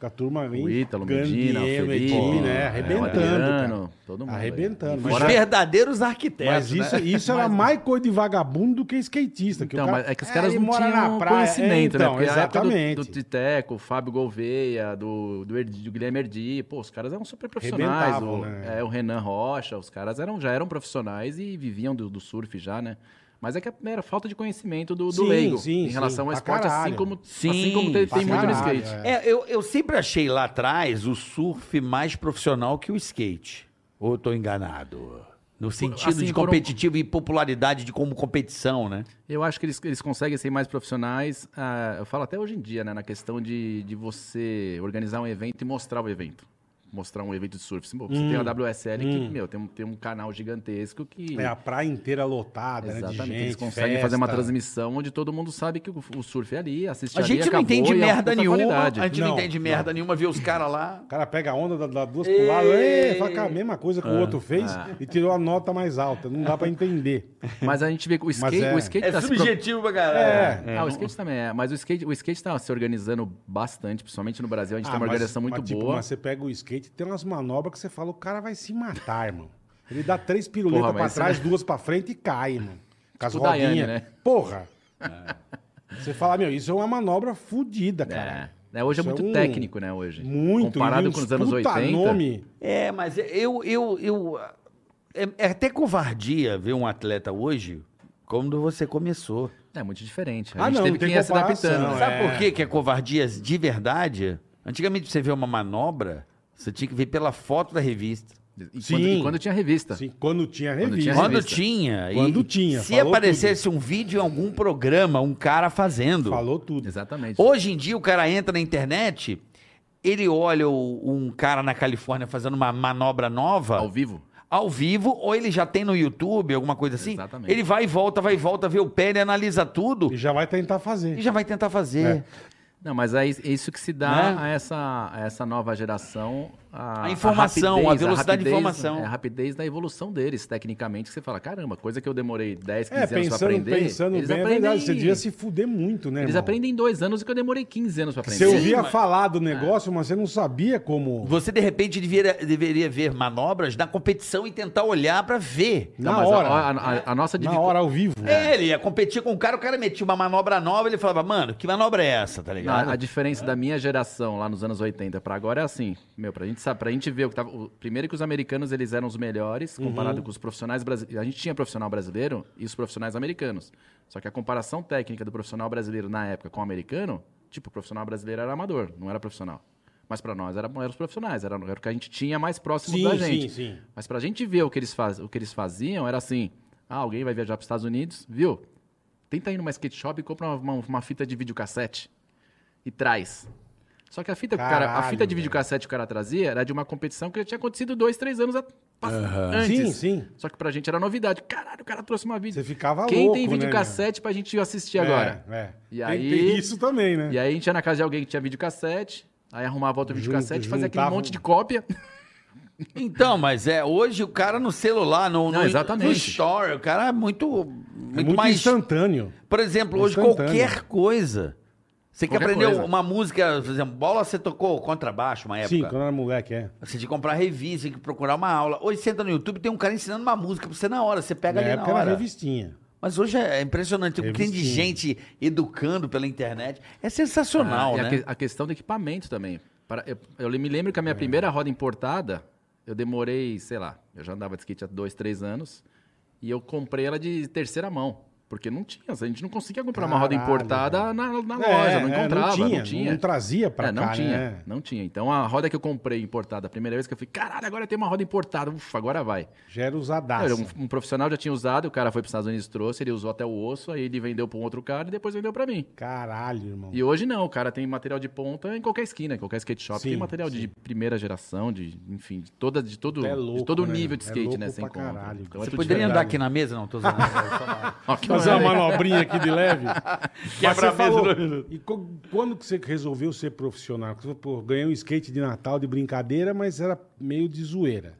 Speaker 2: com a turma aí.
Speaker 1: O Ítalo,
Speaker 2: ganhando
Speaker 1: Medina, o
Speaker 2: dinheiro,
Speaker 1: Felipe,
Speaker 2: equipe,
Speaker 1: é,
Speaker 2: né?
Speaker 1: o
Speaker 2: Arrebentando,
Speaker 1: Adriano,
Speaker 2: cara.
Speaker 1: todo mundo aí.
Speaker 2: Arrebentando.
Speaker 1: E
Speaker 2: Mas-
Speaker 3: Os
Speaker 1: fora-
Speaker 3: verdadeiros arquitetos.
Speaker 2: Mas isso, é-
Speaker 3: né?
Speaker 2: isso era mais coisa de vagabundo do que skatista. Que
Speaker 1: Então,
Speaker 2: o cara,
Speaker 1: mas é que os caras
Speaker 2: ele
Speaker 1: não
Speaker 2: mora
Speaker 1: tinham
Speaker 2: na praia.
Speaker 1: conhecimento,
Speaker 2: É,
Speaker 1: né?
Speaker 2: então,
Speaker 1: Porque a época do-
Speaker 2: exatamente.
Speaker 1: Do, Titeco, Fábio Gouveia, do, do, Erdi- do Guilherme Erdi, pô, os caras eram super profissionais.
Speaker 2: Rebentavam,
Speaker 1: O,
Speaker 2: né?
Speaker 1: é, o Renan Rocha, os caras eram, já eram profissionais e viviam do, do surf já, né? Mas é que era falta de conhecimento do, do
Speaker 2: Sim,
Speaker 1: leigo
Speaker 2: sim,
Speaker 1: em relação
Speaker 2: sim,
Speaker 1: ao
Speaker 2: pra
Speaker 1: esporte, assim
Speaker 2: caralho.
Speaker 1: como,
Speaker 3: Sim,
Speaker 1: assim como tem,
Speaker 2: pra
Speaker 1: tem muito no
Speaker 2: caralho,
Speaker 1: skate.
Speaker 2: é.
Speaker 3: É, eu, eu sempre achei lá atrás o surf mais profissional que o skate. Ou eu tô enganado? No sentido
Speaker 1: assim,
Speaker 3: de
Speaker 1: por um-
Speaker 3: competitivo e popularidade de como competição, né?
Speaker 1: Eu acho que eles, eles conseguem ser mais profissionais. ah, eu falo até hoje em dia, né? Na questão de, de você organizar um evento e mostrar o evento. mostrar um evento de surf. Você tem a WSL que, meu, tem, um- tem um canal gigantesco que.
Speaker 2: É a praia inteira lotada,
Speaker 1: Exatamente,
Speaker 2: né? De gente,
Speaker 1: eles conseguem
Speaker 2: festa.
Speaker 1: fazer uma transmissão onde todo mundo sabe que o, o surf é ali, assiste
Speaker 3: A
Speaker 1: ali,
Speaker 3: gente não
Speaker 1: acabou,
Speaker 3: entende
Speaker 1: e é uma
Speaker 3: merda
Speaker 1: puta
Speaker 3: nenhuma.
Speaker 1: qualidade.
Speaker 3: A gente não,
Speaker 2: Não,
Speaker 3: entende merda nenhuma, vê os caras lá.
Speaker 2: O cara pega a onda, dá, dá duas pro lado, ê, fala, cara, a mesma coisa que
Speaker 1: É,
Speaker 2: o outro fez e tirou a nota mais alta. Não dá pra entender.
Speaker 1: Mas a gente vê que o skate,
Speaker 2: é-
Speaker 1: o skate
Speaker 3: É
Speaker 1: tá se pro-
Speaker 3: subjetivo pra galera.
Speaker 1: Ah, o skate também é. Mas o skate, o skate tá se organizando bastante, principalmente no Brasil. A gente
Speaker 2: Ah,
Speaker 1: tem uma
Speaker 2: mas-
Speaker 1: organização muito
Speaker 2: mas, tipo,
Speaker 1: boa.
Speaker 2: Mas você pega o skate tem umas manobras que você fala, o cara vai se matar, irmão. Ele dá três piruletas
Speaker 1: Porra,
Speaker 2: pra
Speaker 1: mas é-
Speaker 2: trás, duas pra frente e cai, irmão. Com as
Speaker 1: Tipo o Daiane,
Speaker 2: rodinhas.
Speaker 1: né?
Speaker 2: Porra! Você fala, meu, isso é uma manobra fodida,
Speaker 1: É.
Speaker 2: cara.
Speaker 1: Né, hoje é
Speaker 2: Isso é
Speaker 1: muito
Speaker 2: um-
Speaker 1: técnico, né? Hoje.
Speaker 2: Muito,
Speaker 1: Comparado
Speaker 2: e uns
Speaker 1: com os anos
Speaker 2: puta
Speaker 1: 80.
Speaker 2: nome.
Speaker 3: É, mas eu. eu, eu é, é até covardia ver um atleta hoje como você começou.
Speaker 1: É muito diferente. A
Speaker 2: Ah,
Speaker 1: gente
Speaker 2: não,
Speaker 1: teve
Speaker 2: não tem
Speaker 1: que ir se
Speaker 2: comparação,
Speaker 1: adaptando. né?
Speaker 2: é.
Speaker 3: Sabe por que que é covardia de verdade? Antigamente, pra você ver uma manobra, você tinha que ver pela foto da revista.
Speaker 1: E quando-
Speaker 2: Sim.
Speaker 1: e quando tinha revista.
Speaker 2: Assim, quando tinha
Speaker 1: tá. Quando
Speaker 2: revista.
Speaker 1: tinha
Speaker 3: Quando
Speaker 1: revista.
Speaker 3: tinha. e-
Speaker 2: Quando tinha,
Speaker 3: Se
Speaker 2: falou
Speaker 3: aparecesse um vídeo em algum programa, um cara fazendo.
Speaker 2: Falou tudo.
Speaker 1: Exatamente.
Speaker 3: Hoje em dia, o cara entra na internet, ele olha o- um cara na Califórnia fazendo uma manobra nova.
Speaker 1: Ao vivo.
Speaker 3: ao vivo, ou ele já tem no YouTube, alguma coisa assim.
Speaker 1: Exatamente.
Speaker 3: Ele vai e volta, vai e volta, vê o pé, ele analisa tudo
Speaker 2: E já vai tentar
Speaker 3: e
Speaker 2: fazer.
Speaker 3: já vai tentar fazer.
Speaker 2: É.
Speaker 1: Não, mas é is- é isso que se dá
Speaker 3: Né?
Speaker 1: a, essa, a essa nova geração. A,
Speaker 3: A informação, a velocidade de informação.
Speaker 1: é, A rapidez da evolução deles, tecnicamente. Que você fala, caramba, coisa que eu demorei 10, 15
Speaker 2: É,
Speaker 1: anos pra
Speaker 2: pensando,
Speaker 1: aprender.
Speaker 2: pensando
Speaker 1: eles
Speaker 2: bem, é
Speaker 1: aprendem,
Speaker 2: verdade. Você devia se fuder muito, né,
Speaker 1: Eles
Speaker 2: irmão?
Speaker 1: aprendem É. em dois anos o que eu demorei 15 anos pra aprender.
Speaker 2: Você
Speaker 3: Sim,
Speaker 2: ouvia
Speaker 3: mas-
Speaker 2: falar do negócio, mas você não sabia como...
Speaker 3: Você, de repente, deveria, deveria ver manobras na competição e tentar olhar pra ver.
Speaker 1: Não,
Speaker 2: na
Speaker 1: mas a-
Speaker 2: hora.
Speaker 1: A, a- a nossa
Speaker 2: Na
Speaker 1: dificu-
Speaker 2: hora, ao vivo.
Speaker 3: É, ele ia competir com o cara, o cara metia uma manobra nova, ele falava, mano, que manobra é essa, tá ligado?
Speaker 1: Não, a diferença da minha geração lá nos anos 80 pra agora é assim, meu, pra gente saber, pra gente ver o que tava, o- primeiro que os americanos eles eram os melhores comparado com os profissionais brasileiros. A gente tinha profissional brasileiro e os profissionais americanos. Só que a comparação técnica do profissional brasileiro na época com o americano, tipo, o profissional brasileiro era amador, não era profissional. Mas pra nós era, eram os profissionais, era, era o que a gente tinha mais próximo
Speaker 2: Sim,
Speaker 1: da
Speaker 2: sim,
Speaker 1: gente.
Speaker 2: sim.
Speaker 1: Mas pra gente ver o que eles, faz, o que eles faziam era assim: ah, alguém vai viajar pros Estados Unidos, viu? Tenta ir numa skate shop e compra uma, uma- uma fita de videocassete e traz. Só que a fita, que o cara, a
Speaker 2: Caralho,
Speaker 1: fita de
Speaker 2: velho.
Speaker 1: videocassete que o cara trazia era de uma competição que já tinha acontecido dois, três anos a- pas- antes.
Speaker 2: Sim, sim.
Speaker 1: Só que pra gente era novidade. Caralho, o cara trouxe uma vídeo.
Speaker 2: Você ficava
Speaker 1: Quem
Speaker 2: louco,
Speaker 1: tem
Speaker 2: né,
Speaker 1: videocassete pra gente assistir
Speaker 2: meu?
Speaker 1: agora?
Speaker 2: É, é.
Speaker 1: E
Speaker 2: Tem-
Speaker 1: aí-
Speaker 2: tem isso também, né?
Speaker 1: E aí a gente ia na casa de alguém que tinha videocassete, aí arrumava outro
Speaker 2: Junto-
Speaker 1: videocassete, fazia aquele
Speaker 2: juntava
Speaker 1: monte
Speaker 2: um-
Speaker 1: de cópia.
Speaker 3: Então, mas é, hoje o cara no celular, no,
Speaker 1: Não,
Speaker 3: no-
Speaker 1: exatamente.
Speaker 3: no story, o cara é muito, muito,
Speaker 2: É muito
Speaker 3: mais...
Speaker 2: instantâneo.
Speaker 3: Por exemplo, hoje
Speaker 2: Instantâneo.
Speaker 3: qualquer coisa. Você quer
Speaker 1: Qualquer
Speaker 3: aprender
Speaker 1: coisa.
Speaker 3: uma música, por exemplo, bola você tocou contrabaixo uma
Speaker 2: Sim,
Speaker 3: época.
Speaker 2: quando era moleque, é.
Speaker 3: Você tinha que Assim, comprar revista, tinha que procurar uma aula. Hoje você entra no YouTube, tem um cara ensinando uma música pra você na hora, você
Speaker 2: Na
Speaker 3: pega ali
Speaker 2: época
Speaker 3: na
Speaker 2: era
Speaker 3: hora.
Speaker 2: revistinha.
Speaker 3: Mas hoje é impressionante o que tem de
Speaker 2: Revistinha.
Speaker 3: gente educando pela internet. É
Speaker 1: Ah,
Speaker 3: sensacional,
Speaker 1: e a
Speaker 3: né?
Speaker 1: que- A questão do equipamento também. Para- eu, eu me lembro que
Speaker 2: É.
Speaker 1: a minha primeira roda importada, eu demorei, sei lá, eu já andava de skate há dois, três anos, e eu comprei ela de terceira mão. Porque não tinha, a gente não conseguia comprar uma roda
Speaker 2: Caralho,
Speaker 1: importada
Speaker 2: velho.
Speaker 1: na, na
Speaker 2: É,
Speaker 1: loja, não
Speaker 2: é,
Speaker 1: encontrava,
Speaker 2: não tinha. não trazia pra
Speaker 1: É, não
Speaker 2: cá,
Speaker 1: tinha,
Speaker 2: né?
Speaker 1: não tinha. Então a roda que eu comprei importada, a primeira vez que eu falei, caralho, agora tem uma roda importada, ufa, agora vai.
Speaker 2: Já era
Speaker 1: Não,
Speaker 2: usadaço.
Speaker 1: era um, um profissional já tinha usado, o cara foi para os Estados Unidos, trouxe, ele usou até o osso, aí ele vendeu para um outro cara e depois vendeu para mim.
Speaker 2: Caralho, irmão.
Speaker 1: E hoje não, o cara tem material de ponta em qualquer esquina, em qualquer skate shop.
Speaker 2: Sim,
Speaker 1: tem material de primeira geração, de, enfim, de, toda, de todo,
Speaker 2: É louco,
Speaker 1: de todo
Speaker 2: né?
Speaker 1: nível de
Speaker 2: É
Speaker 1: skate,
Speaker 2: louco
Speaker 1: né? Sem
Speaker 2: pra
Speaker 1: conta.
Speaker 2: caralho.
Speaker 1: é
Speaker 3: Você
Speaker 1: tudo
Speaker 3: poderia
Speaker 1: diferente.
Speaker 3: andar aqui na mesa? Não, tô zoando.
Speaker 2: É,
Speaker 1: Ó, que
Speaker 2: Fazer uma
Speaker 1: maneiro.
Speaker 2: manobrinha aqui de leve. Mas
Speaker 3: Quebra a
Speaker 2: você
Speaker 3: mesa
Speaker 2: falou,
Speaker 3: no minuto.
Speaker 2: E co- quando que você resolveu ser profissional? Porque você, pô, ganhei um skate de Natal de brincadeira, mas era meio de zoeira.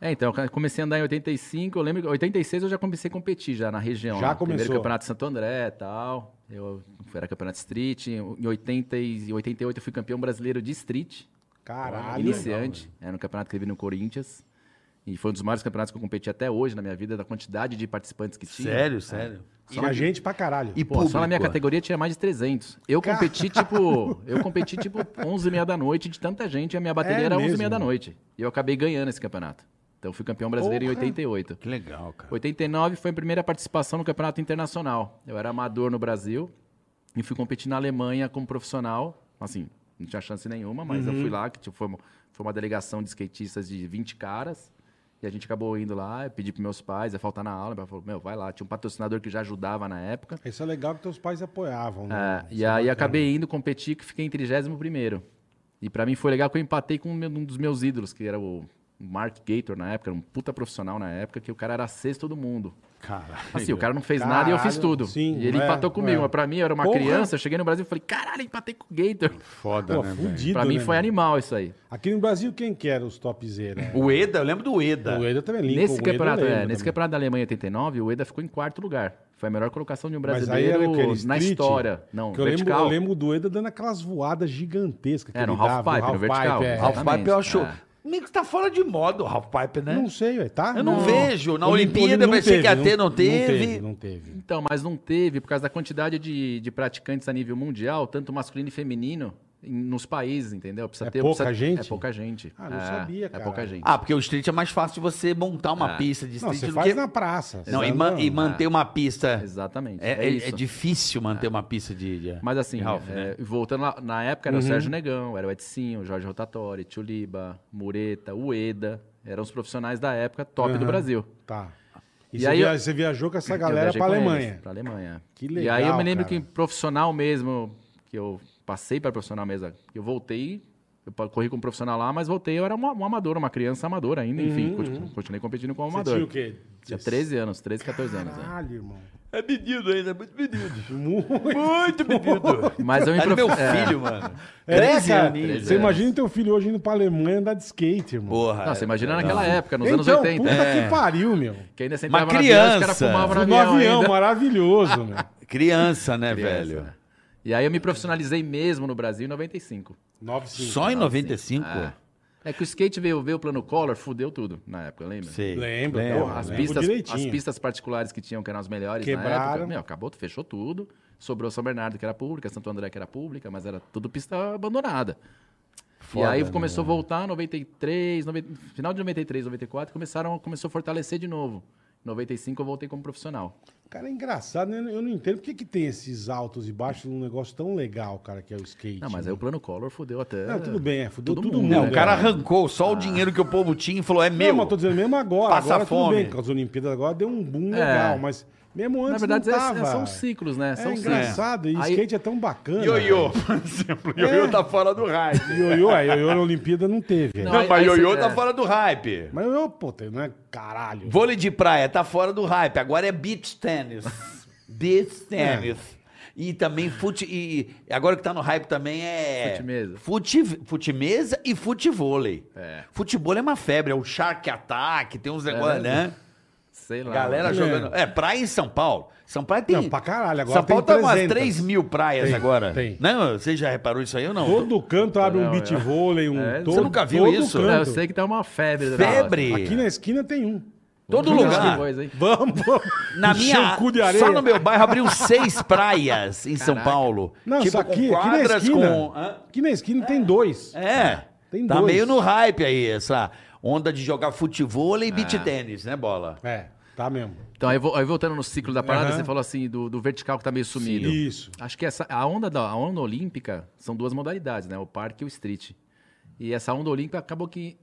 Speaker 1: É, então, eu comecei a andar em 85, eu lembro que em 86 eu já comecei a competir já na região.
Speaker 2: Já
Speaker 1: lá. Primeiro
Speaker 2: começou.
Speaker 1: campeonato de Santo André e tal. Eu era campeonato de street. Em 80 e 88 eu fui campeão brasileiro de street.
Speaker 2: Caralho.
Speaker 1: iniciante. Era um campeonato que teve no Corinthians. E foi um dos maiores campeonatos que eu competi até hoje na minha vida, da quantidade de participantes que tinha.
Speaker 3: sério, sério.
Speaker 2: Tinha gente pra caralho.
Speaker 3: E
Speaker 1: Pô, só na minha
Speaker 3: público.
Speaker 1: categoria tinha mais de 300. Eu
Speaker 2: é. Cara.
Speaker 1: competi, tipo, eu competi, tipo, 11 e meia da noite de tanta gente, e a minha bateria
Speaker 2: É
Speaker 1: era 11 e meia
Speaker 2: mesmo?
Speaker 1: da noite. E eu acabei ganhando esse campeonato. Então eu fui campeão brasileiro em
Speaker 2: Porra.
Speaker 1: 88.
Speaker 3: Que legal, cara.
Speaker 1: 89 foi a primeira participação no campeonato internacional. Eu era amador no Brasil e fui competir na Alemanha como profissional. Assim, não tinha chance nenhuma, mas
Speaker 2: Uhum.
Speaker 1: eu fui lá, que tipo, foi, uma, foi uma delegação de skatistas de 20 caras. E a gente acabou indo lá, eu pedi pros meus pais, ia faltar na aula, meu pai falou, meu, vai lá. Tinha um patrocinador que já ajudava na época.
Speaker 2: Isso é legal que teus pais apoiavam, né?
Speaker 1: É,
Speaker 2: Isso
Speaker 1: e
Speaker 2: é
Speaker 1: aí
Speaker 2: bacana.
Speaker 1: acabei indo competir, que fiquei em 31 primeiro. E pra mim foi legal que eu empatei com um meu- um dos meus ídolos, que era o Mark Gator na época, era um puta profissional na época, que o cara era sexto do mundo.
Speaker 3: Caralho.
Speaker 1: Assim, o cara não fez nada e eu fiz
Speaker 2: Caralho,
Speaker 1: tudo.
Speaker 2: sim,
Speaker 1: e ele
Speaker 2: é,
Speaker 1: empatou comigo.
Speaker 2: é.
Speaker 1: Mas pra mim, eu era uma
Speaker 2: Porra!
Speaker 1: criança, eu cheguei no Brasil e falei, caralho, empatei com o Gator.
Speaker 4: Foda,
Speaker 2: Pô,
Speaker 4: né, velho?
Speaker 2: fudido,
Speaker 1: pra mim
Speaker 2: né,
Speaker 1: foi
Speaker 2: meu?
Speaker 1: animal isso aí.
Speaker 2: Aqui no Brasil, quem que era os topzera?
Speaker 3: O Eda, eu lembro do Eda.
Speaker 2: O Eda também, Lincoln, o
Speaker 1: nesse
Speaker 2: Eda eu
Speaker 1: campeonato, é,
Speaker 2: lembro
Speaker 1: nesse
Speaker 2: também.
Speaker 1: campeonato da Alemanha 89, o Eda ficou em quarto lugar. Foi a melhor colocação de um
Speaker 2: Mas aí era
Speaker 1: brasileiro
Speaker 2: aquele
Speaker 1: na
Speaker 2: street,
Speaker 1: história. Não,
Speaker 2: Que eu, lembro,
Speaker 1: vertical.
Speaker 2: eu lembro do Eda dando aquelas voadas gigantescas que
Speaker 1: É, no
Speaker 2: ele
Speaker 1: half
Speaker 2: dava.
Speaker 1: pipe, no vertical.
Speaker 2: é.
Speaker 1: Half-
Speaker 3: Ralph Pipe eu acho.
Speaker 1: É.
Speaker 3: Amigo, tá fora de moda o Ralph Pipe, né?
Speaker 2: Não sei, ué, tá?
Speaker 3: Eu não vejo. Na
Speaker 2: Olim-
Speaker 3: Olimpíada
Speaker 2: não
Speaker 3: eu pensei que ia
Speaker 2: teve,
Speaker 3: ter, não
Speaker 2: Não
Speaker 3: teve.
Speaker 2: teve, não teve.
Speaker 1: Então, mas não teve, por causa da quantidade de, de praticantes a nível mundial, tanto masculino e feminino, em- nos países, entendeu? Precisa
Speaker 2: É
Speaker 1: ter,
Speaker 2: pouca
Speaker 1: precisa-
Speaker 2: gente?
Speaker 1: É pouca gente.
Speaker 2: Ah, não
Speaker 1: É,
Speaker 2: sabia,
Speaker 1: É
Speaker 2: caralho.
Speaker 1: pouca gente.
Speaker 3: Ah, porque o street é mais fácil de você montar uma
Speaker 1: Ah.
Speaker 3: pista de
Speaker 2: Não,
Speaker 3: street
Speaker 2: você
Speaker 3: do
Speaker 2: faz
Speaker 3: que.
Speaker 2: na praça.
Speaker 3: Não,
Speaker 2: você
Speaker 3: e,
Speaker 2: faz
Speaker 3: ma-
Speaker 2: na-
Speaker 3: e manter uma pista.
Speaker 1: Exatamente.
Speaker 3: É,
Speaker 1: É,
Speaker 3: é-
Speaker 1: isso.
Speaker 3: é difícil manter uma pista de. de-
Speaker 1: Mas assim,
Speaker 3: de Ralph,
Speaker 1: é,
Speaker 3: né?
Speaker 1: voltando lá, na época era o Sérgio Negão, era o Edinho, o Jorge Rotatori, Tuliba, Mureta, Ueda, eram os profissionais da época top do
Speaker 2: Aham.
Speaker 1: Brasil.
Speaker 2: Tá. E,
Speaker 1: E
Speaker 2: você,
Speaker 1: aí
Speaker 2: via-
Speaker 1: eu-
Speaker 2: você viajou com essa
Speaker 1: Eu
Speaker 2: galera
Speaker 1: viajei
Speaker 2: pra
Speaker 1: com eles,
Speaker 2: Alemanha.
Speaker 1: Pra Alemanha.
Speaker 2: Que
Speaker 1: E aí eu
Speaker 2: legal,
Speaker 1: me lembro
Speaker 2: cara.
Speaker 1: que profissional mesmo, que eu passei pra profissional mesmo, eu voltei, eu pa- corri como profissional lá, mas voltei, eu era uma, uma amadora, uma criança amadora ainda, enfim, continu- continuei competindo como
Speaker 2: Uhum, Você
Speaker 1: amador.
Speaker 2: tinha o quê?
Speaker 1: Tinha 13 anos, 13, 14 anos. né?
Speaker 2: Caralho, irmão.
Speaker 3: É menino ainda, muito menino.
Speaker 2: Muito.
Speaker 3: Muito menino.
Speaker 1: Mas eu me
Speaker 3: Era
Speaker 1: prof-
Speaker 3: meu
Speaker 1: é.
Speaker 3: filho, mano.
Speaker 2: É,
Speaker 3: 13
Speaker 2: cara,
Speaker 3: aninhos,
Speaker 2: Você
Speaker 3: é.
Speaker 2: imagina teu filho hoje indo pra Alemanha andar de skate, irmão.
Speaker 3: Porra. é,
Speaker 1: Não, você imagina naquela época, nos
Speaker 2: então,
Speaker 1: anos 80.
Speaker 2: puta
Speaker 1: é,
Speaker 2: que pariu, meu.
Speaker 1: Que ainda você
Speaker 3: Uma
Speaker 1: entrava no avião, os caras
Speaker 3: criança.
Speaker 1: fumavam no
Speaker 2: No
Speaker 1: avião.
Speaker 2: avião,
Speaker 1: ainda.
Speaker 2: maravilhoso, meu.
Speaker 3: Criança, né,
Speaker 1: Criança,
Speaker 3: velho?
Speaker 1: né? E aí eu me profissionalizei mesmo no Brasil em 95.
Speaker 2: 9,5.
Speaker 3: Só em 95?
Speaker 1: Ah. É que o skate veio, veio o plano Collor, fudeu tudo na época, lembra?
Speaker 3: Sei.
Speaker 2: Lembro,
Speaker 3: Lembro.
Speaker 2: porra,
Speaker 1: As
Speaker 2: É, lembro
Speaker 1: pistas,
Speaker 2: direitinho.
Speaker 1: as pistas particulares que tinham, que eram as melhores na
Speaker 2: Quebraram.
Speaker 1: época, meu, acabou, fechou tudo. Sobrou São Bernardo, que era pública, Santo André, que era pública, mas era tudo pista abandonada.
Speaker 3: Foda,
Speaker 1: e aí
Speaker 3: né,
Speaker 1: começou a voltar, 93, 90, final de 93, 94, começaram, começou a fortalecer de novo. Em 95 eu voltei como profissional.
Speaker 2: Cara, é engraçado, né? Eu não entendo por que, que tem esses altos e baixos num negócio tão legal, cara, que é o skate.
Speaker 1: Não, mas
Speaker 2: né?
Speaker 1: aí o plano Collor fudeu até...
Speaker 2: Não, tudo bem, é, fudeu
Speaker 1: todo
Speaker 2: todo
Speaker 1: mundo,
Speaker 2: mundo.
Speaker 3: Não, o cara
Speaker 2: né?
Speaker 3: arrancou só
Speaker 1: Ah.
Speaker 3: o dinheiro que o povo tinha e falou: é
Speaker 2: Não,
Speaker 3: meu.
Speaker 2: mas eu tô dizendo mesmo agora.
Speaker 3: Passa
Speaker 2: agora tudo
Speaker 3: fome.
Speaker 2: bem, com as Olimpíadas agora deu um boom legal, mas mesmo antes
Speaker 1: Na verdade, é-
Speaker 2: não tava.
Speaker 1: são ciclos, né?
Speaker 2: É
Speaker 1: São ciclos.
Speaker 2: engraçado, e
Speaker 1: Aí-
Speaker 2: skate é tão bacana.
Speaker 3: Ioiô, por exemplo. Ioiô tá fora do hype.
Speaker 2: velho. Ioiô, é, ioiô na Olimpíada não teve.
Speaker 1: Não,
Speaker 2: velho.
Speaker 3: Não, mas
Speaker 1: aí- aí
Speaker 3: Ioiô
Speaker 1: cê-
Speaker 3: tá
Speaker 1: é.
Speaker 3: fora do hype.
Speaker 2: Mas ioiô, pô, não é caralho.
Speaker 3: Vôlei de praia tá fora do hype. Agora é beach tennis. beach
Speaker 2: É.
Speaker 3: tennis. E também fute. E agora o que tá no hype também é.
Speaker 1: Fute-mesa.
Speaker 3: Fute, fute-mesa e futevôlei.
Speaker 1: É.
Speaker 3: Futebol é uma febre, é o Shark Attack, tem uns
Speaker 2: É
Speaker 3: negócios, né?
Speaker 1: Sei lá.
Speaker 3: Galera
Speaker 1: mano.
Speaker 3: jogando. É, praia em São Paulo. São Paulo tem.
Speaker 2: Não, pra caralho, agora
Speaker 3: São Paulo
Speaker 2: tem
Speaker 3: tá umas
Speaker 2: 300.
Speaker 3: 3 mil praias
Speaker 2: Tem,
Speaker 3: agora.
Speaker 2: tem.
Speaker 3: Não, você já reparou isso aí ou não?
Speaker 2: Todo canto abre um
Speaker 1: Não,
Speaker 2: beat
Speaker 1: é.
Speaker 2: vôlei, um
Speaker 1: É, você
Speaker 2: todo,
Speaker 3: nunca viu
Speaker 2: todo
Speaker 3: isso?
Speaker 1: Não, eu
Speaker 2: Canto.
Speaker 1: sei que tá uma febre. né?
Speaker 3: Febre.
Speaker 2: Aqui na esquina tem um.
Speaker 3: Todo
Speaker 1: Vamos
Speaker 3: lugar.
Speaker 1: ver coisa, hein?
Speaker 2: Vamos, vamos.
Speaker 3: Na
Speaker 2: Encher
Speaker 3: minha,
Speaker 2: o cu de areia.
Speaker 3: só no meu bairro abriu seis praias em São Paulo.
Speaker 2: Não, só
Speaker 3: tipo, com
Speaker 2: aqui, aqui na
Speaker 3: quadras,
Speaker 2: esquina.
Speaker 3: com- Hã?
Speaker 2: Aqui na esquina tem dois.
Speaker 3: É.
Speaker 2: Tem
Speaker 3: tá
Speaker 2: dois.
Speaker 3: meio no hype aí essa onda de jogar futebol e
Speaker 2: Ah.
Speaker 3: beach tênis, né, bola?
Speaker 2: É, tá mesmo.
Speaker 1: Então, aí, vo- aí voltando no ciclo da parada,
Speaker 2: Aham.
Speaker 1: você falou assim do, do vertical que tá meio sumido.
Speaker 2: Isso.
Speaker 1: Acho que essa, a, onda da, a onda olímpica são duas modalidades, né? O parque e o street. E essa onda olímpica acabou que.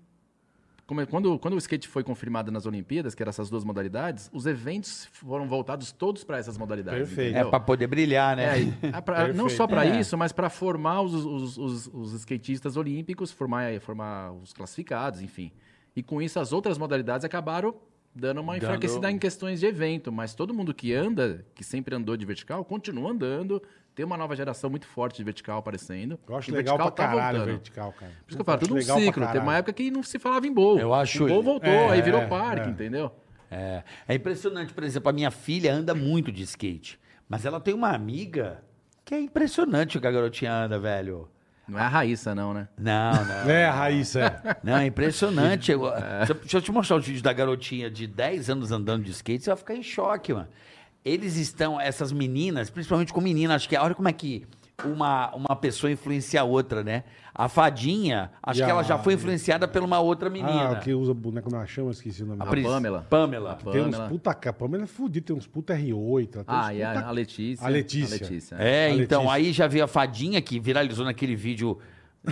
Speaker 1: como é- Quando, quando o skate foi confirmado nas Olimpíadas, que eram essas duas modalidades, os eventos foram voltados todos para essas modalidades.
Speaker 2: Perfeito.
Speaker 3: É
Speaker 1: entendeu?
Speaker 3: pra poder brilhar,
Speaker 1: É,
Speaker 3: né?
Speaker 1: e- ah, pra- não
Speaker 2: Perfeito.
Speaker 1: só para
Speaker 3: É.
Speaker 1: isso, mas para formar os, os, os, os skatistas olímpicos, formar, eh, formar os classificados, enfim. E com isso, as outras modalidades acabaram dando uma
Speaker 3: Dando-
Speaker 1: enfraquecida em questões de evento. Mas todo mundo que anda, que sempre andou de vertical, continua andando. Tem uma nova geração muito forte de vertical aparecendo.
Speaker 2: Eu acho
Speaker 1: e
Speaker 2: legal pra
Speaker 1: vertical tá
Speaker 2: caralho
Speaker 1: voltando.
Speaker 2: vertical, cara.
Speaker 1: Por isso que eu falo,
Speaker 2: acho
Speaker 1: tudo um
Speaker 2: legal pra
Speaker 1: ciclo. Teve
Speaker 2: caralho.
Speaker 1: uma época que não se falava em bowl.
Speaker 3: Eu acho-
Speaker 1: O bowl voltou,
Speaker 2: é,
Speaker 1: aí virou
Speaker 2: é,
Speaker 1: parque,
Speaker 2: é.
Speaker 1: entendeu?
Speaker 3: É. É impressionante, por exemplo, a minha filha anda muito de skate, mas ela tem uma amiga que é impressionante o que a garotinha anda, velho.
Speaker 1: Não é a Raíssa, não, né?
Speaker 3: Não, não.
Speaker 2: É, Raíssa, é.
Speaker 3: Não, é impressionante. Eu-
Speaker 1: É.
Speaker 3: se- Deixa eu te mostrar os vídeos da garotinha de 10 anos andando de skate, você vai ficar em choque, mano. Eles estão, essas meninas, principalmente com menina, acho que olha como é que uma, uma pessoa influencia a outra, né? A fadinha, acho
Speaker 2: E
Speaker 3: que ela
Speaker 2: a-
Speaker 3: já foi influenciada por uma outra
Speaker 2: Ah,
Speaker 3: menina.
Speaker 2: o que usa boneco na chama, esqueci o nome.
Speaker 1: A
Speaker 2: dela.
Speaker 1: Pri- Pamela.
Speaker 3: Pamela.
Speaker 2: Tem uns
Speaker 1: Pamela.
Speaker 2: puta... A Pamela é fudida, tem uns puta R8. ela tem uns
Speaker 1: Ah, e a,
Speaker 2: Então, puta-
Speaker 1: a Letícia.
Speaker 2: A Letícia.
Speaker 3: É,
Speaker 2: A
Speaker 3: então
Speaker 2: Letícia.
Speaker 3: aí já veio a fadinha que viralizou naquele vídeo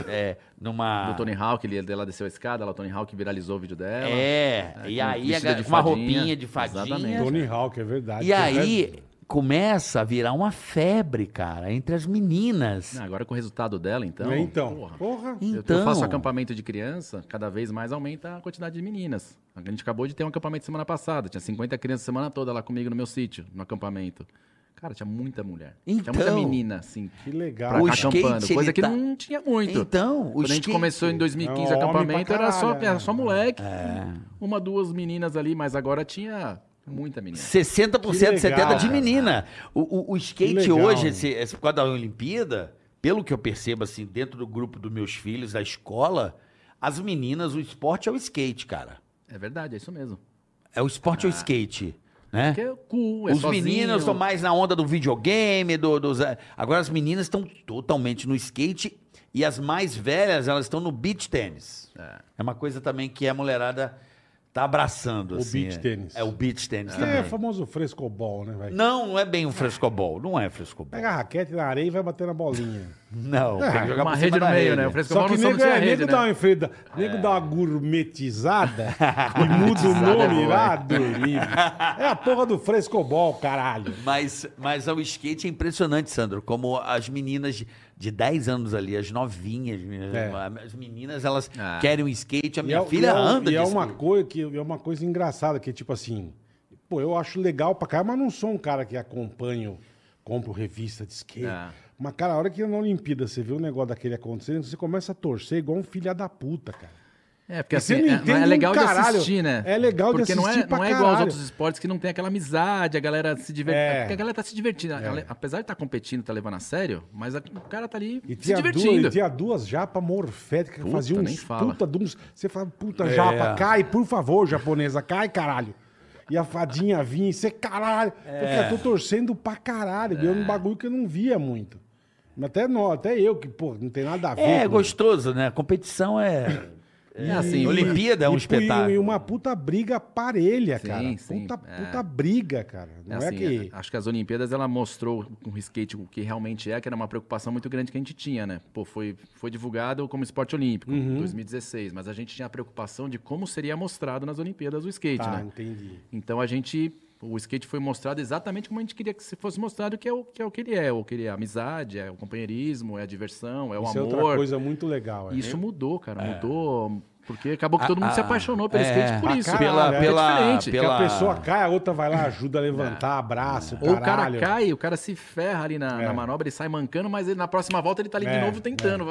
Speaker 3: é, numa.
Speaker 1: do Tony Hawk, ele, ela desceu a escada, ela, o Tony Hawk viralizou o vídeo dela.
Speaker 3: É,
Speaker 1: É,
Speaker 3: e aí
Speaker 1: com-
Speaker 3: a
Speaker 1: vestida
Speaker 3: gar-
Speaker 1: de
Speaker 3: com uma
Speaker 1: fadinha.
Speaker 3: roupinha de fadinha.
Speaker 1: Exatamente.
Speaker 2: Tony Hawk, é verdade.
Speaker 3: E aí,
Speaker 2: É-
Speaker 3: começa a virar uma febre, cara, entre as meninas.
Speaker 1: Ah, Agora com o resultado dela, então.
Speaker 2: É, então.
Speaker 1: porra.
Speaker 2: Porra.
Speaker 1: Eu-
Speaker 3: Então.
Speaker 1: Eu faço acampamento de criança, cada vez mais aumenta a quantidade de meninas. A gente acabou de ter um acampamento semana passada, tinha 50 crianças a semana toda lá comigo no meu sítio, no acampamento. Cara, tinha muita mulher.
Speaker 3: Então.
Speaker 1: tinha muita menina, assim,
Speaker 2: Que
Speaker 1: pra
Speaker 2: legal.
Speaker 3: O
Speaker 1: cá
Speaker 3: skate,
Speaker 1: acampando.
Speaker 3: ele
Speaker 1: Coisa que
Speaker 3: tá-
Speaker 1: não tinha muito.
Speaker 3: Então, o
Speaker 1: Quando a gente
Speaker 3: skate-
Speaker 1: começou em 2015
Speaker 2: É, homem
Speaker 1: acampamento,
Speaker 2: pra
Speaker 1: era só,
Speaker 2: caralho,
Speaker 1: era só
Speaker 2: né?
Speaker 1: moleque.
Speaker 3: É.
Speaker 1: Uma, duas meninas ali, mas agora tinha muita menina.
Speaker 3: 60%,
Speaker 2: Que legal,
Speaker 3: 70% de
Speaker 2: cara.
Speaker 3: menina. O, o- o skate
Speaker 2: Que legal.
Speaker 3: hoje, esse, esse, por causa da Olimpíada, pelo que eu percebo, assim, dentro do grupo dos meus filhos, da escola, as meninas, o esporte é o skate, cara.
Speaker 1: É verdade, é isso mesmo.
Speaker 3: É o esporte é
Speaker 1: Ah.
Speaker 3: o skate, né?
Speaker 1: Porque é cool, é
Speaker 3: Os
Speaker 1: sozinho.
Speaker 3: meninos estão mais na onda do videogame, do, dos... eh, Agora as meninas estão totalmente no skate e as mais velhas, elas estão no beach tênis. É. uma coisa também que a mulherada tá abraçando,
Speaker 2: O
Speaker 3: assim.
Speaker 2: beach
Speaker 3: é.
Speaker 2: tênis.
Speaker 3: É, o beach tênis
Speaker 2: Que
Speaker 3: também.
Speaker 2: é famoso frescobol, né, velho?
Speaker 3: Não, não é bem um frescobol. Não é frescobol.
Speaker 2: Pega a raquete na areia e vai bater na bolinha.
Speaker 3: Não,
Speaker 2: É,
Speaker 3: tem que jogar
Speaker 1: Uma
Speaker 3: por
Speaker 1: rede
Speaker 3: cima
Speaker 1: no
Speaker 3: da
Speaker 1: meio,
Speaker 3: rede.
Speaker 1: né? O frescobol
Speaker 2: Só que
Speaker 1: não, só não
Speaker 2: nego,
Speaker 1: tinha
Speaker 2: é,
Speaker 1: rede,
Speaker 2: nego
Speaker 1: né?
Speaker 2: dá uma enfreda, nego dá uma gourmetizada e muda o
Speaker 1: é
Speaker 2: nome lá do livro. É a porra do frescobol, caralho.
Speaker 3: Mas, mas o skate é impressionante, Sandro. Como as meninas de 10 anos ali, as novinhas,
Speaker 2: É.
Speaker 3: as meninas, elas
Speaker 1: Ah.
Speaker 3: querem o skate. A
Speaker 2: E
Speaker 3: minha
Speaker 2: é-
Speaker 3: filha
Speaker 2: e é,
Speaker 3: anda
Speaker 2: e é
Speaker 3: de
Speaker 2: uma
Speaker 3: skate.
Speaker 2: coisa que é uma coisa engraçada que tipo assim, pô, eu acho legal pra caralho, mas não sou um cara que acompanho, compro revista de skate.
Speaker 3: É.
Speaker 1: Ah.
Speaker 2: Mas cara, a hora que na Olimpíada você vê um negócio daquele acontecendo, você começa a torcer igual um filha da puta, cara.
Speaker 1: É, porque
Speaker 2: E você
Speaker 1: assim,
Speaker 2: não
Speaker 1: é,
Speaker 2: entende
Speaker 1: é
Speaker 2: um
Speaker 1: legal de
Speaker 2: caralho.
Speaker 1: assistir, né?
Speaker 2: É legal de
Speaker 1: porque
Speaker 2: assistir
Speaker 1: não é,
Speaker 2: pra
Speaker 1: não é igual aos
Speaker 2: caralho.
Speaker 1: outros esportes que não tem aquela amizade, a galera se diverte.
Speaker 2: É.
Speaker 1: Porque a galera tá se divertindo. A- a- apesar de estar competindo, tá levando a sério, mas a- o cara tá ali
Speaker 2: E
Speaker 1: se
Speaker 2: tinha, duas,
Speaker 1: divertindo.
Speaker 2: e tinha duas japa morféticas que
Speaker 1: Puta,
Speaker 2: faziam
Speaker 1: nem
Speaker 2: uns
Speaker 1: fala.
Speaker 2: puta de uns. Você fala, puta
Speaker 3: É.
Speaker 2: japa, cai, por favor, japonesa, cai, caralho. E a fadinha vinha e você, caralho.
Speaker 3: É.
Speaker 2: Eu falei, tô torcendo pra caralho. Deu
Speaker 1: É.
Speaker 2: um bagulho que eu não via muito. Mas Até, nó- até eu, que, pô, não tem nada a ver.
Speaker 3: É
Speaker 2: com-
Speaker 3: gostoso, né? Competição é.
Speaker 1: É assim,
Speaker 3: Olimpíada é um
Speaker 2: e, pô, e-
Speaker 3: espetáculo.
Speaker 2: E uma puta briga parelha,
Speaker 1: Sim,
Speaker 2: cara.
Speaker 1: sim,
Speaker 2: puta,
Speaker 1: é.
Speaker 2: puta briga, cara. Não é,
Speaker 1: assim,
Speaker 2: que.
Speaker 1: a- Acho que as Olimpíadas ela mostrou com o skate o que realmente é, que era uma preocupação muito grande que a gente tinha, né? Pô, foi, foi divulgado como esporte olímpico
Speaker 2: Uhum.
Speaker 1: em 2016, mas a gente tinha a preocupação de como seria mostrado nas Olimpíadas o skate,
Speaker 2: Tá,
Speaker 1: né?
Speaker 2: entendi.
Speaker 1: Então a gente. O skate foi mostrado exatamente como a gente queria que se fosse mostrado, que é o que, é o que ele é. O que ele é a amizade, é o companheirismo, é a diversão, é o
Speaker 2: Isso é
Speaker 1: amor.
Speaker 2: outra coisa muito legal. é.
Speaker 1: E Isso mudou, cara. Mudou. Porque acabou que todo mundo
Speaker 3: Ah,
Speaker 1: se apaixonou pelo
Speaker 3: é.
Speaker 1: skate por
Speaker 2: Ah,
Speaker 1: isso.
Speaker 2: caralho,
Speaker 1: Pela-
Speaker 2: é.
Speaker 1: pela-
Speaker 3: É
Speaker 1: diferente.
Speaker 3: diferente.
Speaker 2: Que
Speaker 3: pela-
Speaker 2: a pessoa cai, a outra vai lá, ajuda a levantar, abraça, o
Speaker 1: É. Ou
Speaker 2: caralho.
Speaker 1: o cara cai, o cara se ferra ali na,
Speaker 2: É.
Speaker 1: na manobra e sai mancando, mas ele, na próxima volta ele tá ali
Speaker 2: É,
Speaker 1: de novo tentando.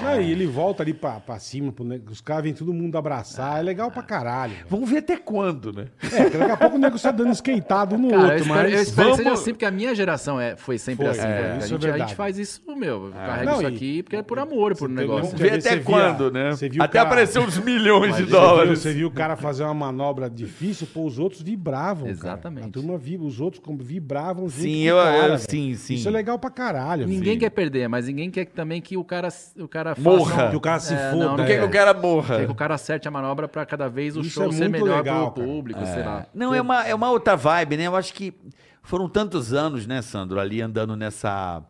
Speaker 2: Não,
Speaker 1: É.
Speaker 2: e ele volta ali pra, pra cima, pro nego- os caras vêm todo mundo abraçar, é legal
Speaker 1: Ah.
Speaker 2: pra caralho. velho.
Speaker 3: Vamos ver até quando, né?
Speaker 2: É, porque daqui a pouco o nego sai dando esquentado um no
Speaker 1: Cara, eu
Speaker 2: outro,
Speaker 1: espero, eu
Speaker 2: mas...
Speaker 1: espero que seja
Speaker 3: vamos-
Speaker 1: assim, porque a minha geração é, foi sempre
Speaker 2: Foi,
Speaker 1: assim.
Speaker 2: é, isso
Speaker 1: cara. a,
Speaker 2: é
Speaker 1: gente, a
Speaker 2: verdade.
Speaker 1: gente faz isso, meu. Carrega
Speaker 2: Não,
Speaker 1: isso
Speaker 2: e-
Speaker 1: aqui porque é por amor, por um
Speaker 2: entendeu?
Speaker 1: negócio.
Speaker 2: Vê
Speaker 3: Ver até
Speaker 2: você via-
Speaker 3: quando, né?
Speaker 2: você viu o
Speaker 3: Até
Speaker 2: cara-
Speaker 3: aparecer uns milhões
Speaker 2: Mas
Speaker 3: de
Speaker 2: você viu-
Speaker 3: dólares.
Speaker 2: Você viu o cara fazer uma manobra difícil, pô, os outros vibravam, cara.
Speaker 1: Exatamente.
Speaker 2: A turma vibra, os outros como vibravam junto
Speaker 3: Sim,
Speaker 2: com
Speaker 3: eu-
Speaker 2: o cara,
Speaker 3: eu-
Speaker 2: velho.
Speaker 3: sim, sim.
Speaker 2: Isso é legal pra caralho.
Speaker 1: Ninguém
Speaker 2: velho.
Speaker 1: quer perder, mas ninguém quer também que o cara, o cara faça
Speaker 3: Morra.
Speaker 1: um-
Speaker 2: Que o cara se
Speaker 1: É,
Speaker 2: foda.
Speaker 1: não,
Speaker 3: Por que,
Speaker 1: não quer.
Speaker 3: que o cara
Speaker 1: Quer que
Speaker 3: morra?
Speaker 1: o cara acerte a manobra pra cada vez o
Speaker 2: Isso é
Speaker 1: show ser
Speaker 2: muito
Speaker 1: melhor
Speaker 2: legal,
Speaker 1: pro
Speaker 2: cara.
Speaker 1: público, sei lá.
Speaker 3: Não, é uma, é uma outra vibe, né? Eu acho que foram tantos anos, né, Sandro, ali andando nessa.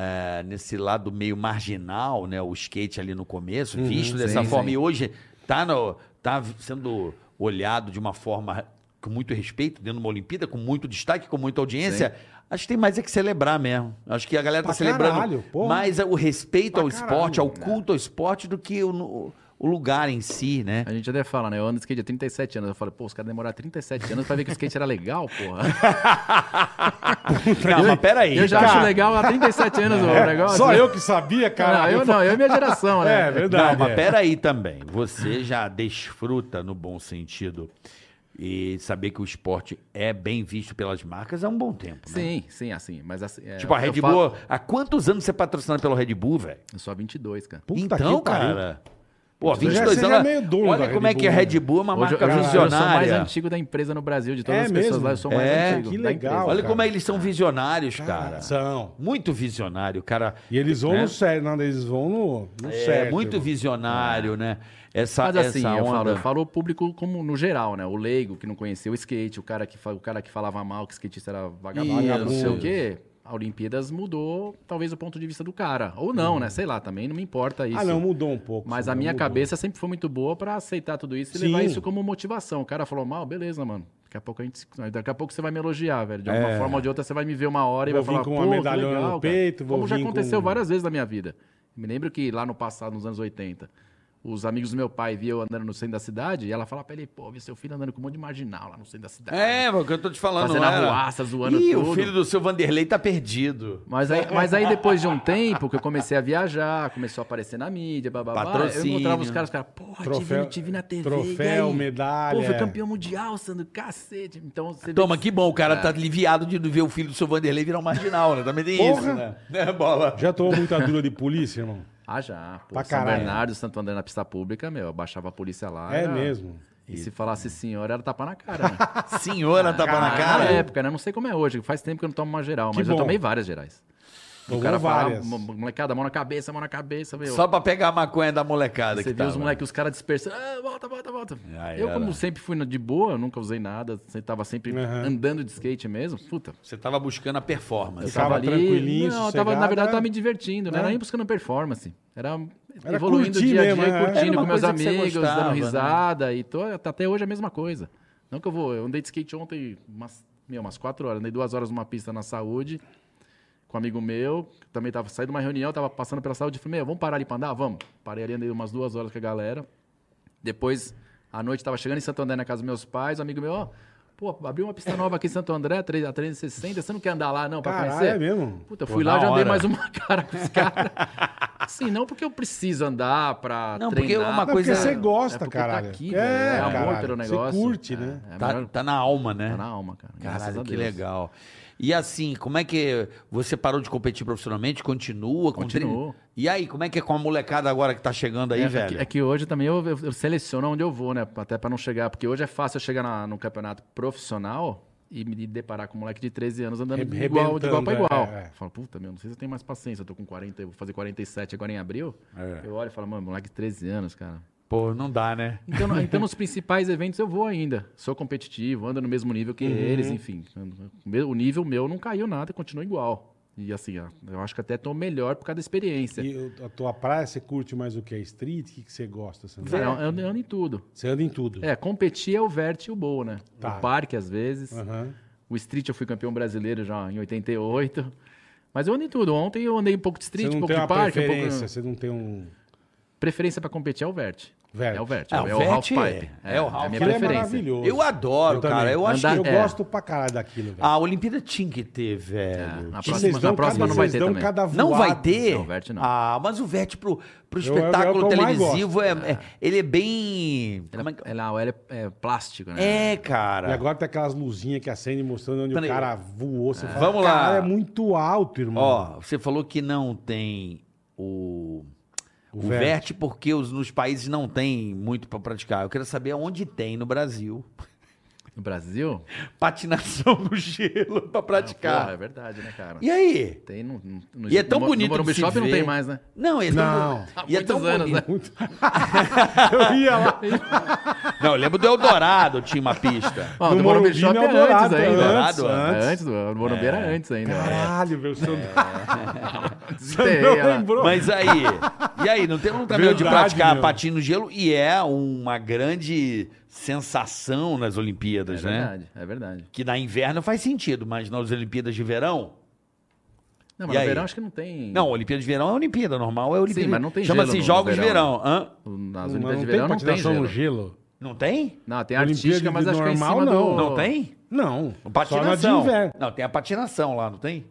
Speaker 3: é, nesse lado meio marginal, né? O skate ali no começo,
Speaker 2: Uhum,
Speaker 3: visto dessa
Speaker 1: sim,
Speaker 3: forma.
Speaker 1: sim.
Speaker 3: E hoje tá, no- tá sendo olhado de uma forma com muito respeito, dentro de uma Olimpíada, com muito destaque, com muita audiência. Acho que tem mais é que celebrar mesmo. Acho que a galera
Speaker 2: Pra
Speaker 3: tá celebrando
Speaker 2: caralho, porra.
Speaker 3: mais o respeito
Speaker 2: Pra
Speaker 3: ao esporte,
Speaker 2: caralho.
Speaker 3: ao culto ao esporte, do que o, o lugar em si, né?
Speaker 1: A gente até fala, né? Eu ando de skate há 37 anos. Eu falo, pô, os caras demoraram 37 anos pra ver que o skate era legal, porra.
Speaker 3: Não, mas peraí. tá.
Speaker 1: Eu já
Speaker 3: cara.
Speaker 1: acho legal há 37 anos o negócio.
Speaker 2: É.
Speaker 1: né?
Speaker 2: Só eu que sabia, cara.
Speaker 1: Não, eu não, eu e minha geração, né?
Speaker 2: É, verdade.
Speaker 3: Não, mas
Speaker 2: é.
Speaker 3: peraí também. Você já desfruta no bom sentido e saber que o esporte é bem visto pelas marcas há um bom tempo, né?
Speaker 1: Sim, sim, assim. Mas assim. é,
Speaker 3: Tipo, a
Speaker 1: eu
Speaker 3: Red
Speaker 1: falo-
Speaker 3: Bull, há quantos anos você é patrocinado pelo Red Bull, velho?
Speaker 1: Eu sou há 22, cara.
Speaker 2: Puta
Speaker 3: Então,
Speaker 2: que pariu.
Speaker 3: cara. Pô,
Speaker 2: Você já-
Speaker 3: 22
Speaker 2: você já
Speaker 3: anos.
Speaker 2: é meio dono da
Speaker 3: olha como
Speaker 2: Red
Speaker 3: é que a
Speaker 2: Bull,
Speaker 3: Red
Speaker 2: né?
Speaker 3: Bull é uma
Speaker 1: Hoje eu-
Speaker 3: marca
Speaker 1: eu, sou- eu sou mais
Speaker 3: visionária.
Speaker 1: antigo da empresa no Brasil, de todas
Speaker 2: É
Speaker 1: as pessoas
Speaker 2: mesmo?
Speaker 1: lá, eu sou mais
Speaker 3: É,
Speaker 1: antigo.
Speaker 2: que
Speaker 1: da
Speaker 2: legal.
Speaker 1: empresa.
Speaker 3: Olha como
Speaker 2: cara.
Speaker 3: eles são visionários, cara.
Speaker 2: São.
Speaker 3: Muito visionário, cara.
Speaker 2: E eles vão
Speaker 3: Né?
Speaker 2: no sério, não, eles vão no, no
Speaker 3: É
Speaker 2: certo,
Speaker 3: muito
Speaker 2: irmão. É.
Speaker 3: visionário, né? Essa,
Speaker 1: Mas assim,
Speaker 3: essa
Speaker 1: eu falo,
Speaker 3: onda.
Speaker 1: eu falo o público como no geral, né? O leigo que não conhecia o skate, o cara que, fa- o cara que falava mal que skatista era vagabundo,
Speaker 3: Isso.
Speaker 1: não sei o quê. A Olimpíadas mudou, talvez, o ponto de vista do cara. Ou não, né? Sei lá, também não me importa isso.
Speaker 2: Uhum. Ah, não, mudou um pouco.
Speaker 1: Mas
Speaker 2: sim,
Speaker 1: a minha
Speaker 2: mudou.
Speaker 1: cabeça sempre foi muito boa pra aceitar tudo isso e
Speaker 2: Sim.
Speaker 1: levar isso como motivação. O cara falou mal, beleza, mano. Daqui a pouco a gente. se- Daqui a pouco você vai me elogiar, velho. De alguma
Speaker 2: É.
Speaker 1: forma ou de outra, você vai me ver uma hora e
Speaker 2: Vou
Speaker 1: vai falar.
Speaker 2: vir com
Speaker 1: Pô,
Speaker 2: uma
Speaker 1: que
Speaker 2: medalhona
Speaker 1: legal,
Speaker 2: no
Speaker 1: cara."
Speaker 2: peito, vou
Speaker 1: Como já
Speaker 2: vir com-
Speaker 1: aconteceu várias vezes na minha vida. Me lembro que lá no passado, nos anos 80, os amigos do meu pai viam eu andando no centro da cidade e ela falava pra ele, pô, vi seu filho andando com um monte de marginal lá no centro da cidade.
Speaker 3: É, o que eu tô te falando.
Speaker 1: Fazendo
Speaker 3: não era?
Speaker 1: arruaça, zoando
Speaker 3: Ih, o
Speaker 1: tudo.
Speaker 3: filho do seu Vanderlei tá perdido.
Speaker 1: Mas aí, mas aí depois de um tempo que eu comecei a viajar, começou a aparecer na mídia, bababá, eu
Speaker 3: Patrocínio.
Speaker 1: encontrava os caras, os caras, porra,
Speaker 2: Troféu-
Speaker 1: te, vi, te vi na TV,
Speaker 2: troféu,
Speaker 1: e aí?
Speaker 2: medalha.
Speaker 1: Pô, foi campeão mundial, Sandro, cacete. Então, você vê
Speaker 3: Toma,
Speaker 1: que-
Speaker 3: que bom, o cara
Speaker 1: É.
Speaker 3: tá aliviado de ver o filho do seu Vanderlei virar um marginal, né? Também tem isso,
Speaker 2: Porra.
Speaker 3: né? É, bola.
Speaker 2: Já tomou muita dura de polícia, irmão?
Speaker 1: Ah, já. Pô,
Speaker 2: Pra
Speaker 1: São
Speaker 2: caralho.
Speaker 1: Bernardo, Santo André na pista pública, meu, eu baixava a polícia lá.
Speaker 2: É
Speaker 1: era-
Speaker 2: mesmo.
Speaker 1: E se falasse senhora, era tapa na cara. né? Ah,
Speaker 3: Senhora tapa na cara.
Speaker 1: Na época, né? Não sei como é hoje, faz tempo que eu não tomo uma geral,
Speaker 2: Que
Speaker 1: mas eu
Speaker 2: bom.
Speaker 1: tomei várias gerais.
Speaker 2: Tomou
Speaker 1: o cara
Speaker 2: várias.
Speaker 1: fala, "Mo- molecada, mão na cabeça, mão na cabeça, meu.
Speaker 3: Só pra pegar a maconha da molecada que
Speaker 1: Você viu
Speaker 3: tava.
Speaker 1: os moleques, os caras dispersando. Ah, volta, volta, volta.
Speaker 3: Já
Speaker 1: eu,
Speaker 3: era.
Speaker 1: como sempre fui na- de boa, nunca usei nada. Você tava sempre
Speaker 2: Aham.
Speaker 1: andando de skate mesmo. Puta.
Speaker 3: Você tava buscando a performance.
Speaker 1: Eu
Speaker 2: Ficava
Speaker 1: tava ali.
Speaker 2: tranquilinho,
Speaker 1: Não, eu tava,
Speaker 2: sossegado,
Speaker 1: na verdade, eu
Speaker 2: é?
Speaker 1: tava me divertindo. Não era
Speaker 2: É.
Speaker 1: nem buscando performance. Era,
Speaker 2: Era
Speaker 1: evoluindo o
Speaker 2: curtir
Speaker 1: dia a
Speaker 2: mesmo,
Speaker 1: dia,
Speaker 2: é.
Speaker 3: Era
Speaker 1: curtindo
Speaker 3: uma
Speaker 1: com meus
Speaker 3: coisa que você
Speaker 1: amigos,
Speaker 3: gostava,
Speaker 1: dando
Speaker 3: né?
Speaker 1: risada. E tô, até hoje é a mesma coisa. Não que eu vou. Eu andei de skate ontem umas, meu, umas quatro horas. Andei duas horas numa pista na saúde. Com um amigo meu, que também tava saindo de uma reunião, tava passando pela saúde. Falei, meu, vamos parar ali pra andar? Vamos. Parei ali, andei umas duas horas com a galera. Depois, à noite, tava chegando em Santo André na casa dos meus pais, um amigo meu, ó, pô, abriu uma pista nova aqui em Santo André, a 3 a 360, você não quer andar lá não pra
Speaker 2: Caralho,
Speaker 1: conhecer?
Speaker 2: é mesmo?
Speaker 1: Puta, eu
Speaker 3: Pô,
Speaker 1: fui
Speaker 3: na
Speaker 1: lá, já dei
Speaker 3: hora.
Speaker 1: mais uma cara pros caras. Assim, não porque eu preciso andar pra
Speaker 3: Não, porque
Speaker 1: treinar.
Speaker 3: é uma
Speaker 2: Não,
Speaker 3: coisa-
Speaker 2: porque você gosta,
Speaker 1: é porque
Speaker 2: caralho.
Speaker 1: Tá
Speaker 2: é,
Speaker 1: aqui, velho, é amor
Speaker 2: caralho.
Speaker 1: pelo negócio.
Speaker 2: Você curte,
Speaker 1: é,
Speaker 2: né?
Speaker 1: É,
Speaker 3: Tá,
Speaker 1: melhor-
Speaker 3: tá na alma, né?
Speaker 1: tá na alma, cara. graças
Speaker 3: Caralho,
Speaker 1: a
Speaker 3: que
Speaker 1: Deus.
Speaker 3: legal. E assim, como é que você parou de competir profissionalmente? Continua? com
Speaker 1: Continuo.
Speaker 3: tri- E aí, como é que é com a molecada agora que tá chegando aí,
Speaker 1: é,
Speaker 3: velho?
Speaker 1: Que, é que hoje também eu, eu- eu seleciono onde eu vou, né? Até pra não chegar. Porque hoje é fácil eu chegar na- no campeonato profissional e me deparar com um moleque de 13 anos andando
Speaker 2: Re-
Speaker 1: de igual, de igual pra
Speaker 2: rebentando,
Speaker 1: igual.
Speaker 2: é, é.
Speaker 1: Falo, puta, meu, não sei se eu tenho mais paciência. Eu tô com 40, eu vou fazer 47 agora em abril.
Speaker 3: É.
Speaker 1: Eu olho e falo, mano, moleque de 13 anos, cara.
Speaker 3: Pô, não dá, né?
Speaker 1: Então, no- então, nos principais eventos eu vou ainda. Sou competitivo, ando no mesmo nível
Speaker 2: Uhum.
Speaker 1: que eles, enfim. O nível meu não caiu nada, continua igual. E assim, ó, eu acho que até tô melhor por causa da experiência.
Speaker 2: E o- a tua praia, você curte mais o que? É street? O que que você gosta? Você anda,
Speaker 1: Cara, eu, ando- eu ando em tudo.
Speaker 2: você anda em tudo.
Speaker 1: É, competir é o vértice e o boa, né?
Speaker 2: Tá. É.
Speaker 1: O parque, às vezes.
Speaker 2: Aham.
Speaker 1: O street eu fui campeão brasileiro já em 88. Mas eu ando em tudo. Ontem eu andei um pouco de
Speaker 2: Você
Speaker 1: street, um
Speaker 2: não tem
Speaker 1: pouco
Speaker 2: uma
Speaker 1: de parque, um pouco.
Speaker 2: preferência, você não tem um...
Speaker 1: Preferência pra competir é o vértice.
Speaker 2: Vértice.
Speaker 1: É o vértice.
Speaker 3: Ah, o
Speaker 1: é, o half
Speaker 3: vértice é-
Speaker 1: pipe.
Speaker 3: é o half
Speaker 1: a minha
Speaker 2: Aquilo é
Speaker 1: preferência.
Speaker 2: maravilhoso.
Speaker 3: Eu adoro, cara.
Speaker 2: também.
Speaker 3: Eu acho
Speaker 1: Andar-
Speaker 2: Eu
Speaker 1: é.
Speaker 2: gosto pra caralho daquilo, velho.
Speaker 3: A Olimpíada tinha que ter, velho.
Speaker 1: na
Speaker 2: Que
Speaker 3: Tinha-
Speaker 1: próxima-
Speaker 2: vocês dão cada-
Speaker 1: próxima É, não vai
Speaker 2: vocês
Speaker 1: ter
Speaker 2: dão
Speaker 1: também.
Speaker 2: cada
Speaker 3: Não
Speaker 2: voada.
Speaker 3: vai ter?
Speaker 1: Não, o Vert não.
Speaker 3: Ah, mas o Vert pro, pro
Speaker 2: Eu- eu- é o
Speaker 3: espetáculo
Speaker 2: que eu mais
Speaker 3: televisivo, é, é- ele é bem...
Speaker 1: Ela,
Speaker 3: como é que-
Speaker 1: ela, ela é, é plástico, né?
Speaker 3: É,
Speaker 2: E
Speaker 3: cara.
Speaker 2: agora tem aquelas luzinhas que acendem mostrando onde
Speaker 3: Peraí. Ah.
Speaker 2: o cara voou. Você fala,
Speaker 3: Vamos lá.
Speaker 2: Cara, é muito alto, irmão.
Speaker 3: Ó, você falou que não tem o...
Speaker 2: O
Speaker 3: O verte,
Speaker 2: vértice.
Speaker 3: porque os, nos países não tem muito pra praticar. Eu quero saber onde tem no Brasil
Speaker 1: No Brasil?
Speaker 3: patinação no gelo pra
Speaker 1: Ah, porra,
Speaker 3: praticar.
Speaker 1: é verdade, né, cara?
Speaker 3: e aí?
Speaker 1: Tem no, no, no-
Speaker 3: E é tão
Speaker 1: no-
Speaker 3: bonito
Speaker 1: No Morumbi
Speaker 3: de se
Speaker 1: Shopping não
Speaker 3: ver.
Speaker 1: tem mais, né?
Speaker 3: Não, é tão
Speaker 2: Não.
Speaker 3: boni-
Speaker 1: Há
Speaker 3: E é tão
Speaker 1: muitos anos,
Speaker 3: bonito.
Speaker 2: Muito- Eu ia lá.
Speaker 1: né?
Speaker 3: Não, eu lembro do Eldorado, tinha uma pista.
Speaker 1: Ó,
Speaker 2: No
Speaker 1: do Morumbi,
Speaker 2: Morumbi,
Speaker 1: Shopping
Speaker 2: no
Speaker 1: é
Speaker 2: Eldorado,
Speaker 1: antes ainda.
Speaker 3: antes,
Speaker 1: É antes do o Morumbi era antes ainda.
Speaker 2: Caralho, meu Sandro.
Speaker 1: Desenterrei
Speaker 2: Não
Speaker 1: ela.
Speaker 2: lembrou.
Speaker 3: É, Mas aí, e aí, não tem um caminho de
Speaker 2: Verdade,
Speaker 3: praticar
Speaker 2: meu.
Speaker 3: patins no gelo e é uma grande sensação nas
Speaker 1: É
Speaker 3: Olimpíadas, né?
Speaker 1: verdade, é verdade.
Speaker 3: Que na inverno faz sentido, mas nas Olimpíadas de verão.
Speaker 1: Não,
Speaker 3: E
Speaker 1: mas no
Speaker 3: aí?
Speaker 1: verão acho que não tem.
Speaker 3: Não, Olimpíada de verão é Olimpíada, normal é Olimpíada.
Speaker 1: Sim, mas não tem
Speaker 3: Chama-se
Speaker 1: gelo no
Speaker 3: Jogos de
Speaker 1: verão,
Speaker 3: Verão. Hã?
Speaker 1: Nas
Speaker 2: Mas
Speaker 1: Olimpíadas de Verão não tem
Speaker 2: patinação
Speaker 1: gelo.
Speaker 2: no gelo?
Speaker 3: Não tem?
Speaker 1: Não, tem
Speaker 2: Olimpíada
Speaker 1: artística,
Speaker 2: de
Speaker 1: mas acho que é em
Speaker 2: normal,
Speaker 1: cima
Speaker 2: não.
Speaker 1: do...
Speaker 3: Não tem?
Speaker 2: Não. Só na de
Speaker 3: Patinação.
Speaker 2: inverno.
Speaker 3: Não, tem a patinação lá, não tem?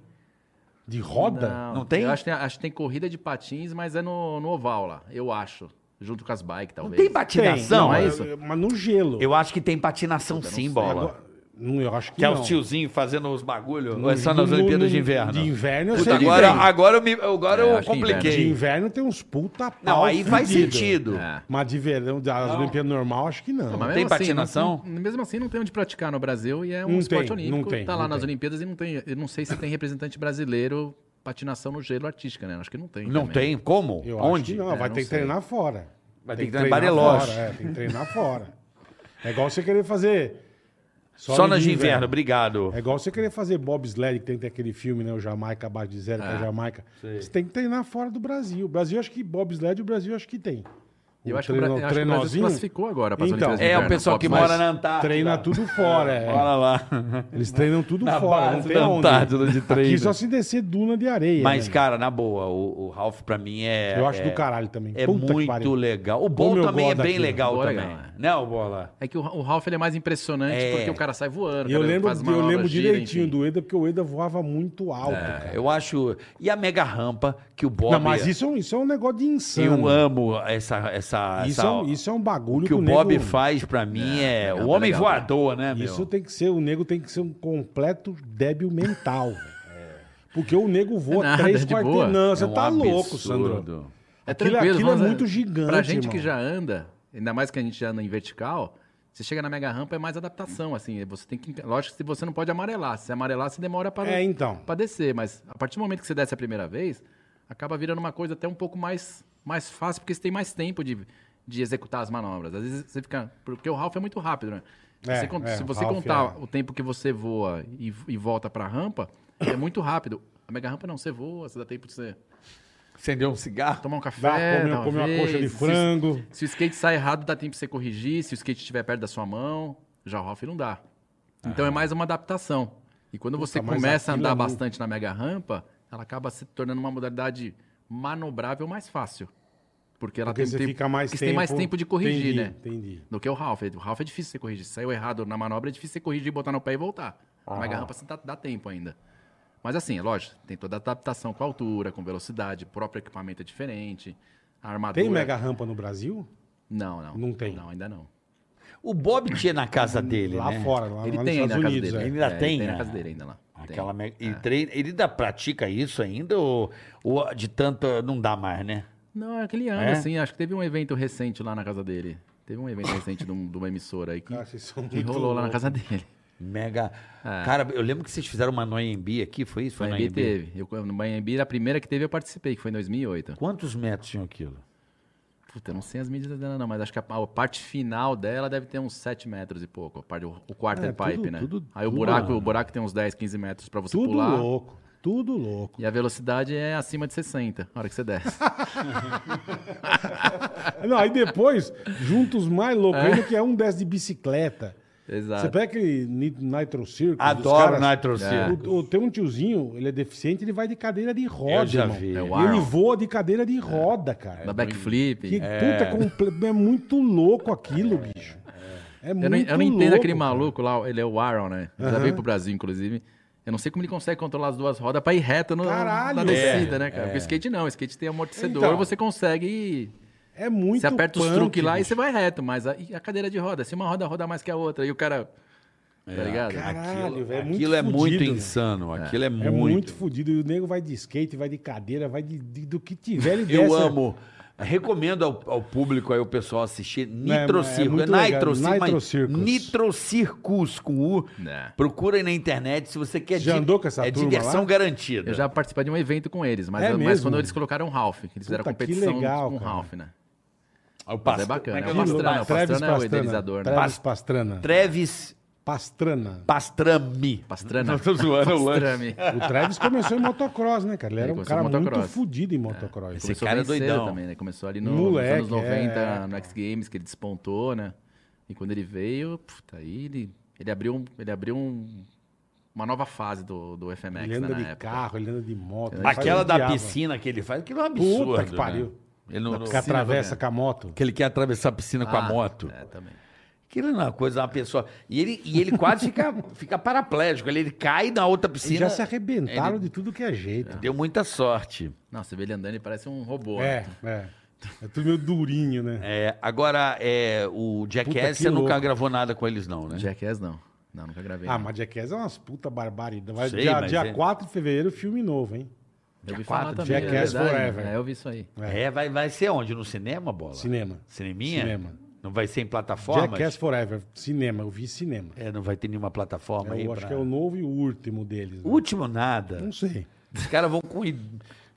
Speaker 2: De roda?
Speaker 1: Não,
Speaker 3: Não tem?
Speaker 1: Eu acho, que tem- acho que tem corrida de patins, mas é no, no oval lá, eu acho. Junto com as bikes,
Speaker 3: Não
Speaker 1: talvez.
Speaker 3: tem patinação?
Speaker 1: Não, é
Speaker 2: mas-
Speaker 1: isso?
Speaker 2: Mas no gelo.
Speaker 3: Eu acho que tem patinação sim, bola.
Speaker 2: Agora- não, eu acho que,
Speaker 3: Que é
Speaker 2: não.
Speaker 3: os tiozinhos fazendo os bagulho. Ou
Speaker 2: No-
Speaker 3: é só nas
Speaker 2: no-
Speaker 3: Olimpíadas
Speaker 2: no-
Speaker 3: de Inverno?
Speaker 2: De inverno, eu
Speaker 3: Puta,
Speaker 2: sei que
Speaker 3: agora,
Speaker 2: tem.
Speaker 3: agora eu, me, agora
Speaker 1: É,
Speaker 3: eu
Speaker 1: acho que
Speaker 3: compliquei.
Speaker 2: De inverno tem uns puta pau
Speaker 3: Não, aí faz
Speaker 2: fudido.
Speaker 3: sentido.
Speaker 1: É.
Speaker 2: Mas de verão, das Olimpíadas normal, acho que não.
Speaker 1: Mas
Speaker 3: tem
Speaker 1: mesmo assim,
Speaker 3: patinação?
Speaker 1: não- mesmo assim, não tem onde praticar no Brasil e é um
Speaker 2: Não
Speaker 1: esporte
Speaker 2: tem,
Speaker 1: olímpico.
Speaker 2: não tem,
Speaker 1: tá lá
Speaker 2: não
Speaker 1: nas
Speaker 2: tem.
Speaker 1: Olimpíadas e não tem. Eu não sei se tem representante brasileiro patinação no gelo artística, né? Acho que não tem.
Speaker 3: Não
Speaker 1: também.
Speaker 3: tem? Como?
Speaker 2: Eu acho
Speaker 3: Onde?
Speaker 2: que não,
Speaker 1: É,
Speaker 2: vai
Speaker 1: não
Speaker 2: ter que
Speaker 1: sei.
Speaker 2: treinar fora.
Speaker 3: Vai ter
Speaker 2: Tem
Speaker 3: que treinar em Bariloche.
Speaker 2: fora. É, tem que treinar fora. É igual você querer fazer.
Speaker 3: Só,
Speaker 2: no
Speaker 3: nas de inverno, obrigado.
Speaker 2: É igual você querer fazer bobsled, que tem, tem aquele filme, né? O Jamaica abaixo de zero, que é a Jamaica. Você tem que treinar fora do Brasil. O Brasil, acho que bobsled, o Brasil acho que tem.
Speaker 1: E eu
Speaker 2: O
Speaker 1: acho que o Bra-
Speaker 2: treino-
Speaker 1: eu acho que o Brasil se
Speaker 2: trenozinho?
Speaker 1: classificou agora para as
Speaker 2: Então.
Speaker 1: Olimpíadas
Speaker 2: É, o
Speaker 1: Inverno,
Speaker 3: pessoal que
Speaker 1: Copa, mas-
Speaker 3: mora na Antártida.
Speaker 2: Treina tudo fora, é.
Speaker 3: Olha lá.
Speaker 2: Eles treinam tudo
Speaker 3: Tá. Na
Speaker 2: fora, não
Speaker 3: base
Speaker 2: tem
Speaker 3: da
Speaker 2: onde.
Speaker 3: Antártida de
Speaker 2: Aqui
Speaker 3: treino.
Speaker 2: só se descer duna de areia.
Speaker 3: Mas,
Speaker 2: né?
Speaker 3: cara, na boa, o, o Ralph pra mim é.
Speaker 2: eu acho
Speaker 3: é,
Speaker 2: do caralho também.
Speaker 3: É
Speaker 2: Puta que
Speaker 3: muito
Speaker 2: pariu.
Speaker 3: legal. O
Speaker 2: Como
Speaker 3: Bol
Speaker 2: eu
Speaker 3: também é
Speaker 2: gosto
Speaker 3: bem
Speaker 2: daquilo.
Speaker 3: legal
Speaker 1: Bola
Speaker 3: também.
Speaker 1: legal, é.
Speaker 3: Né, o Bola?
Speaker 1: É que o, o Ralph ele é mais impressionante
Speaker 3: É.
Speaker 1: porque o cara sai voando.
Speaker 2: E eu
Speaker 1: cara,
Speaker 2: lembro,
Speaker 1: faz
Speaker 2: eu
Speaker 1: manobra,
Speaker 2: lembro
Speaker 1: gira,
Speaker 2: direitinho
Speaker 1: enfim. É,
Speaker 2: do Eda, porque o Eda voava muito alto, cara.
Speaker 3: Eu acho. E a mega rampa que o Bob.
Speaker 2: Não, mas isso, é um- isso é um negócio de insano.
Speaker 3: Eu amo essa. essa,
Speaker 2: Isso,
Speaker 3: essa
Speaker 2: é, um- isso é um
Speaker 3: o
Speaker 2: bagulho
Speaker 3: que o
Speaker 2: nego-
Speaker 3: Bob faz pra mim é.
Speaker 1: É, legal,
Speaker 3: o homem
Speaker 1: legal,
Speaker 3: voador, né, meu?
Speaker 2: Isso tem que ser, o nego tem que ser um completo débil mental, velho. Porque o nego voa
Speaker 1: É nada,
Speaker 2: três
Speaker 1: é de
Speaker 2: quarteirões.
Speaker 1: boa.
Speaker 2: Não,
Speaker 3: É
Speaker 2: você
Speaker 3: um
Speaker 2: tá louco,
Speaker 3: absurdo.
Speaker 2: Sandro.
Speaker 1: É
Speaker 2: Aquilo-
Speaker 1: tranquilo,
Speaker 2: aquilo é
Speaker 1: vamos-
Speaker 2: muito gigante,
Speaker 1: Pra gente que
Speaker 2: irmão.
Speaker 1: já anda, ainda mais que a gente já anda em vertical, você chega na mega rampa é mais adaptação, assim, você tem que, lógico que você não pode amarelar, se amarelar você demora para
Speaker 2: É, então.
Speaker 1: para descer, mas a partir do momento que você desce a primeira vez, acaba virando uma coisa até um pouco mais mais fácil porque você tem mais tempo de, de executar as manobras. Às vezes você fica porque o Ralph é muito rápido, né? Se
Speaker 2: É,
Speaker 1: você con-
Speaker 2: é,
Speaker 1: se
Speaker 2: o
Speaker 1: você
Speaker 2: Ralph
Speaker 1: contar
Speaker 2: é.
Speaker 1: o tempo que você voa e, e volta para a rampa, é muito rápido. A mega rampa não, você voa, você dá tempo de você
Speaker 3: Acendeu um cigarro?
Speaker 1: tomar um café,
Speaker 2: Dá, come,
Speaker 1: talvez.
Speaker 2: come uma coxa de
Speaker 1: Se-
Speaker 2: frango.
Speaker 1: Se, o skate sai errado, dá tempo pra você corrigir. Se o skate estiver perto da sua mão, já o Ralph não dá. Então é mais uma adaptação. E quando você
Speaker 2: Ah. mas
Speaker 1: começa a
Speaker 2: aquilo é
Speaker 1: andar
Speaker 2: muito-
Speaker 1: bastante na mega rampa, ela acaba se tornando uma modalidade manobrável mais fácil. Porque ela
Speaker 2: Porque
Speaker 1: tem, um
Speaker 2: você
Speaker 1: tempo-
Speaker 2: fica mais
Speaker 1: porque
Speaker 2: tempo...
Speaker 1: você tem mais tempo de corrigir,
Speaker 2: Entendi,
Speaker 1: né?
Speaker 2: Entendi.
Speaker 1: Do que o Ralph. O Ralph é difícil você corrigir. Se saiu errado na manobra, é difícil você corrigir, botar no pé e voltar. Na mega rampa você tá, dá, dá tempo ainda. Mas assim, é lógico, tem toda a adaptação com altura, com velocidade, o próprio equipamento é diferente, a armadura...
Speaker 2: Tem mega rampa no Brasil?
Speaker 1: Não, não.
Speaker 2: Não tem.
Speaker 1: Não, ainda não.
Speaker 3: O Bob tinha na casa dele,
Speaker 2: lá
Speaker 3: né?
Speaker 2: fora, lá,
Speaker 1: Ele
Speaker 2: lá nos
Speaker 1: tem aí
Speaker 2: Estados
Speaker 1: na casa
Speaker 2: Unidos.
Speaker 1: dele.
Speaker 2: é.
Speaker 3: Ele ainda
Speaker 1: É,
Speaker 3: tem,
Speaker 1: Ele tem
Speaker 3: né?
Speaker 1: na casa dele ainda lá. Tem.
Speaker 3: Aquela mega- e treina- ele ainda pratica isso ainda ou, ou de tanto não dá mais, né?
Speaker 1: Não, é aquele ano,
Speaker 3: É?
Speaker 1: assim, acho que teve um evento recente lá na casa dele. Teve um evento recente de, um- de uma emissora aí que,
Speaker 2: Cara, vocês são
Speaker 1: que
Speaker 2: muito
Speaker 1: rolou lá na
Speaker 2: loucos.
Speaker 1: casa dele.
Speaker 3: Mega. Cara, eu lembro que vocês fizeram uma Noembi aqui, foi isso? Foi
Speaker 1: Foi
Speaker 3: Noembi?
Speaker 1: teve. Eu, no Miami, a primeira que teve eu participei, que foi em 2008.
Speaker 3: Quantos metros tinha aquilo?
Speaker 1: Puta, eu não sei as medidas dela não, mas acho que a, a parte final dela deve ter uns 7 metros e pouco. a parte- o, o quarter
Speaker 2: É, tudo-
Speaker 1: pipe, né?
Speaker 2: tudo-
Speaker 1: aí o
Speaker 2: tudo,
Speaker 1: buraco,
Speaker 2: mano.
Speaker 1: o buraco tem uns 10, 15 metros pra você
Speaker 2: Tudo
Speaker 1: pular.
Speaker 2: louco, tudo louco.
Speaker 1: E a velocidade é acima de 60, na hora que você desce.
Speaker 2: Não, aí depois, juntos mais loucos ainda, que é um desce de bicicleta. Você
Speaker 1: Exato. É.
Speaker 2: pega aquele ni- Nitro Circus.
Speaker 3: Adoro
Speaker 2: os
Speaker 3: Nitro Circus.
Speaker 2: O, o- tem um tiozinho, ele é deficiente, ele vai de cadeira de roda.
Speaker 3: Eu já
Speaker 2: irmão.
Speaker 3: vi.
Speaker 1: É
Speaker 2: E
Speaker 1: o
Speaker 2: ele
Speaker 1: Iron.
Speaker 2: voa de cadeira de roda, cara.
Speaker 1: Da backflip.
Speaker 2: Que
Speaker 1: É.
Speaker 2: puta, comple- é muito louco aquilo, bicho. É muito
Speaker 1: Eu não, eu não entendo
Speaker 2: louco,
Speaker 1: aquele
Speaker 2: cara.
Speaker 1: maluco lá, ele é o Aaron, né? Já veio pro Brasil, inclusive. Eu não sei como ele consegue controlar as duas rodas pra ir reto no,
Speaker 2: Caralho!
Speaker 1: na descida,
Speaker 3: É,
Speaker 1: né, cara? Porque o skate não, o skate tem amortecedor,
Speaker 2: Então.
Speaker 1: você consegue.
Speaker 2: É muito
Speaker 1: Você aperta os
Speaker 2: punk,
Speaker 1: truques lá e
Speaker 2: bicho.
Speaker 1: você vai reto, mas a, e a cadeira de roda, se uma roda roda mais que a outra, e o cara.
Speaker 3: É,
Speaker 1: Tá ligado?
Speaker 2: Caralho,
Speaker 3: aquilo
Speaker 2: velho, é muito
Speaker 3: aquilo é muito
Speaker 2: fudido, né?
Speaker 3: insano. Aquilo é, muito.
Speaker 2: É muito fudido. E o nego vai de skate, vai de cadeira, vai de, de- do que tiver. Ele
Speaker 3: Eu
Speaker 2: desce. né?
Speaker 3: amo. Recomendo ao, ao público, aí o pessoal assistir
Speaker 2: é- é
Speaker 3: Nitrocircus. É,
Speaker 2: muito legal.
Speaker 3: Nitro Circus, mas
Speaker 2: Nitro Circus.
Speaker 3: Nitro Circus com U.
Speaker 1: Né.
Speaker 3: Procura aí na internet se você quer.
Speaker 2: Já
Speaker 3: di-
Speaker 2: andou com essa
Speaker 3: É
Speaker 2: turma
Speaker 3: diversão
Speaker 2: lá?
Speaker 3: garantida.
Speaker 1: Eu já participei de um evento com eles, mas,
Speaker 2: É
Speaker 1: mas
Speaker 2: mesmo?
Speaker 1: quando eles colocaram o Ralph, que eles fizeram
Speaker 2: Puta, que
Speaker 1: competição
Speaker 2: legal,
Speaker 1: com o
Speaker 2: cara.
Speaker 1: Ralph, né?
Speaker 2: Ah,
Speaker 3: O
Speaker 1: Mas
Speaker 3: pastor-
Speaker 1: é
Speaker 3: como
Speaker 1: bacana. É
Speaker 3: é
Speaker 1: o
Speaker 3: que é o nome do
Speaker 1: Pastrana, o
Speaker 3: pastor?
Speaker 1: Pastrana é o
Speaker 2: Pastrana.
Speaker 1: idealizador, né?
Speaker 2: Travis Pastrana.
Speaker 3: Trevis
Speaker 2: Pastrana.
Speaker 3: Pastrami.
Speaker 1: Pastrana.
Speaker 3: Não tô zoando é o lanche.
Speaker 1: Pastrami.
Speaker 2: O Travis começou em motocross, né, cara? Ele era
Speaker 1: Ele
Speaker 2: um
Speaker 1: começou
Speaker 2: cara
Speaker 1: em
Speaker 2: muito
Speaker 1: motocross.
Speaker 2: fudido em motocross.
Speaker 3: Esse
Speaker 1: Começou
Speaker 3: cara
Speaker 1: bem
Speaker 3: é
Speaker 1: cedo
Speaker 3: doidão.
Speaker 1: também, né? Começou ali no,
Speaker 2: Moleque,
Speaker 1: nos anos 90,
Speaker 2: é.
Speaker 1: no X Games, que ele despontou, né? E quando ele veio, puta, aí ele, ele abriu, um- ele abriu um- uma nova fase do, do FMX,
Speaker 2: Ele anda
Speaker 1: né, na
Speaker 2: de
Speaker 1: época.
Speaker 2: carro, ele anda de moto. ele faz
Speaker 3: Aquela
Speaker 2: o
Speaker 3: da
Speaker 2: diabo.
Speaker 3: piscina que ele faz, aquilo é um absurdo.
Speaker 2: Puta que
Speaker 3: né?
Speaker 2: pariu.
Speaker 3: Ele não,
Speaker 2: Que atravessa com a moto.
Speaker 3: que ele quer atravessar a piscina com a
Speaker 1: Ah,
Speaker 3: moto.
Speaker 1: É, também.
Speaker 3: Aquilo não é uma coisa, uma pessoa. E ele, e ele quase fica, fica paraplégico. Ele, ele cai na outra
Speaker 2: E
Speaker 3: piscina.
Speaker 2: já se arrebentaram de tudo que é jeito.
Speaker 3: Deu muita sorte.
Speaker 1: Não, você vê ele andando, ele parece um robô.
Speaker 2: É,
Speaker 1: né?
Speaker 2: é. É tudo meio durinho, né?
Speaker 3: É, agora, é, o
Speaker 2: Puta, que
Speaker 3: Jackass, você nunca
Speaker 2: louco.
Speaker 3: gravou nada com eles, não, né?
Speaker 1: Jackass, não. Não, nunca gravei.
Speaker 2: Ah,
Speaker 1: não.
Speaker 2: mas Jackass é umas puta barbaridades. Vai
Speaker 3: Sei,
Speaker 2: dia,
Speaker 3: mas
Speaker 2: dia
Speaker 3: é.
Speaker 2: 4 de fevereiro, filme novo, hein?
Speaker 1: eu
Speaker 3: dia
Speaker 1: vi falar
Speaker 3: quatro,
Speaker 1: também. é
Speaker 2: Jackass
Speaker 1: verdade.
Speaker 2: Forever.
Speaker 1: É, eu vi isso aí.
Speaker 2: É.
Speaker 3: É, vai, vai ser onde? No cinema, bola?
Speaker 2: Cinema.
Speaker 3: Cineminha?
Speaker 2: Cinema.
Speaker 3: Não vai ser em plataformas?
Speaker 2: Jackass Forever, cinema, eu vi cinema.
Speaker 3: É, não vai ter nenhuma plataforma aí.
Speaker 2: eu acho
Speaker 3: pra-
Speaker 2: que é o novo e o último deles. né?
Speaker 3: Último nada.
Speaker 1: Tá.
Speaker 2: Não sei.
Speaker 3: Os caras vão com.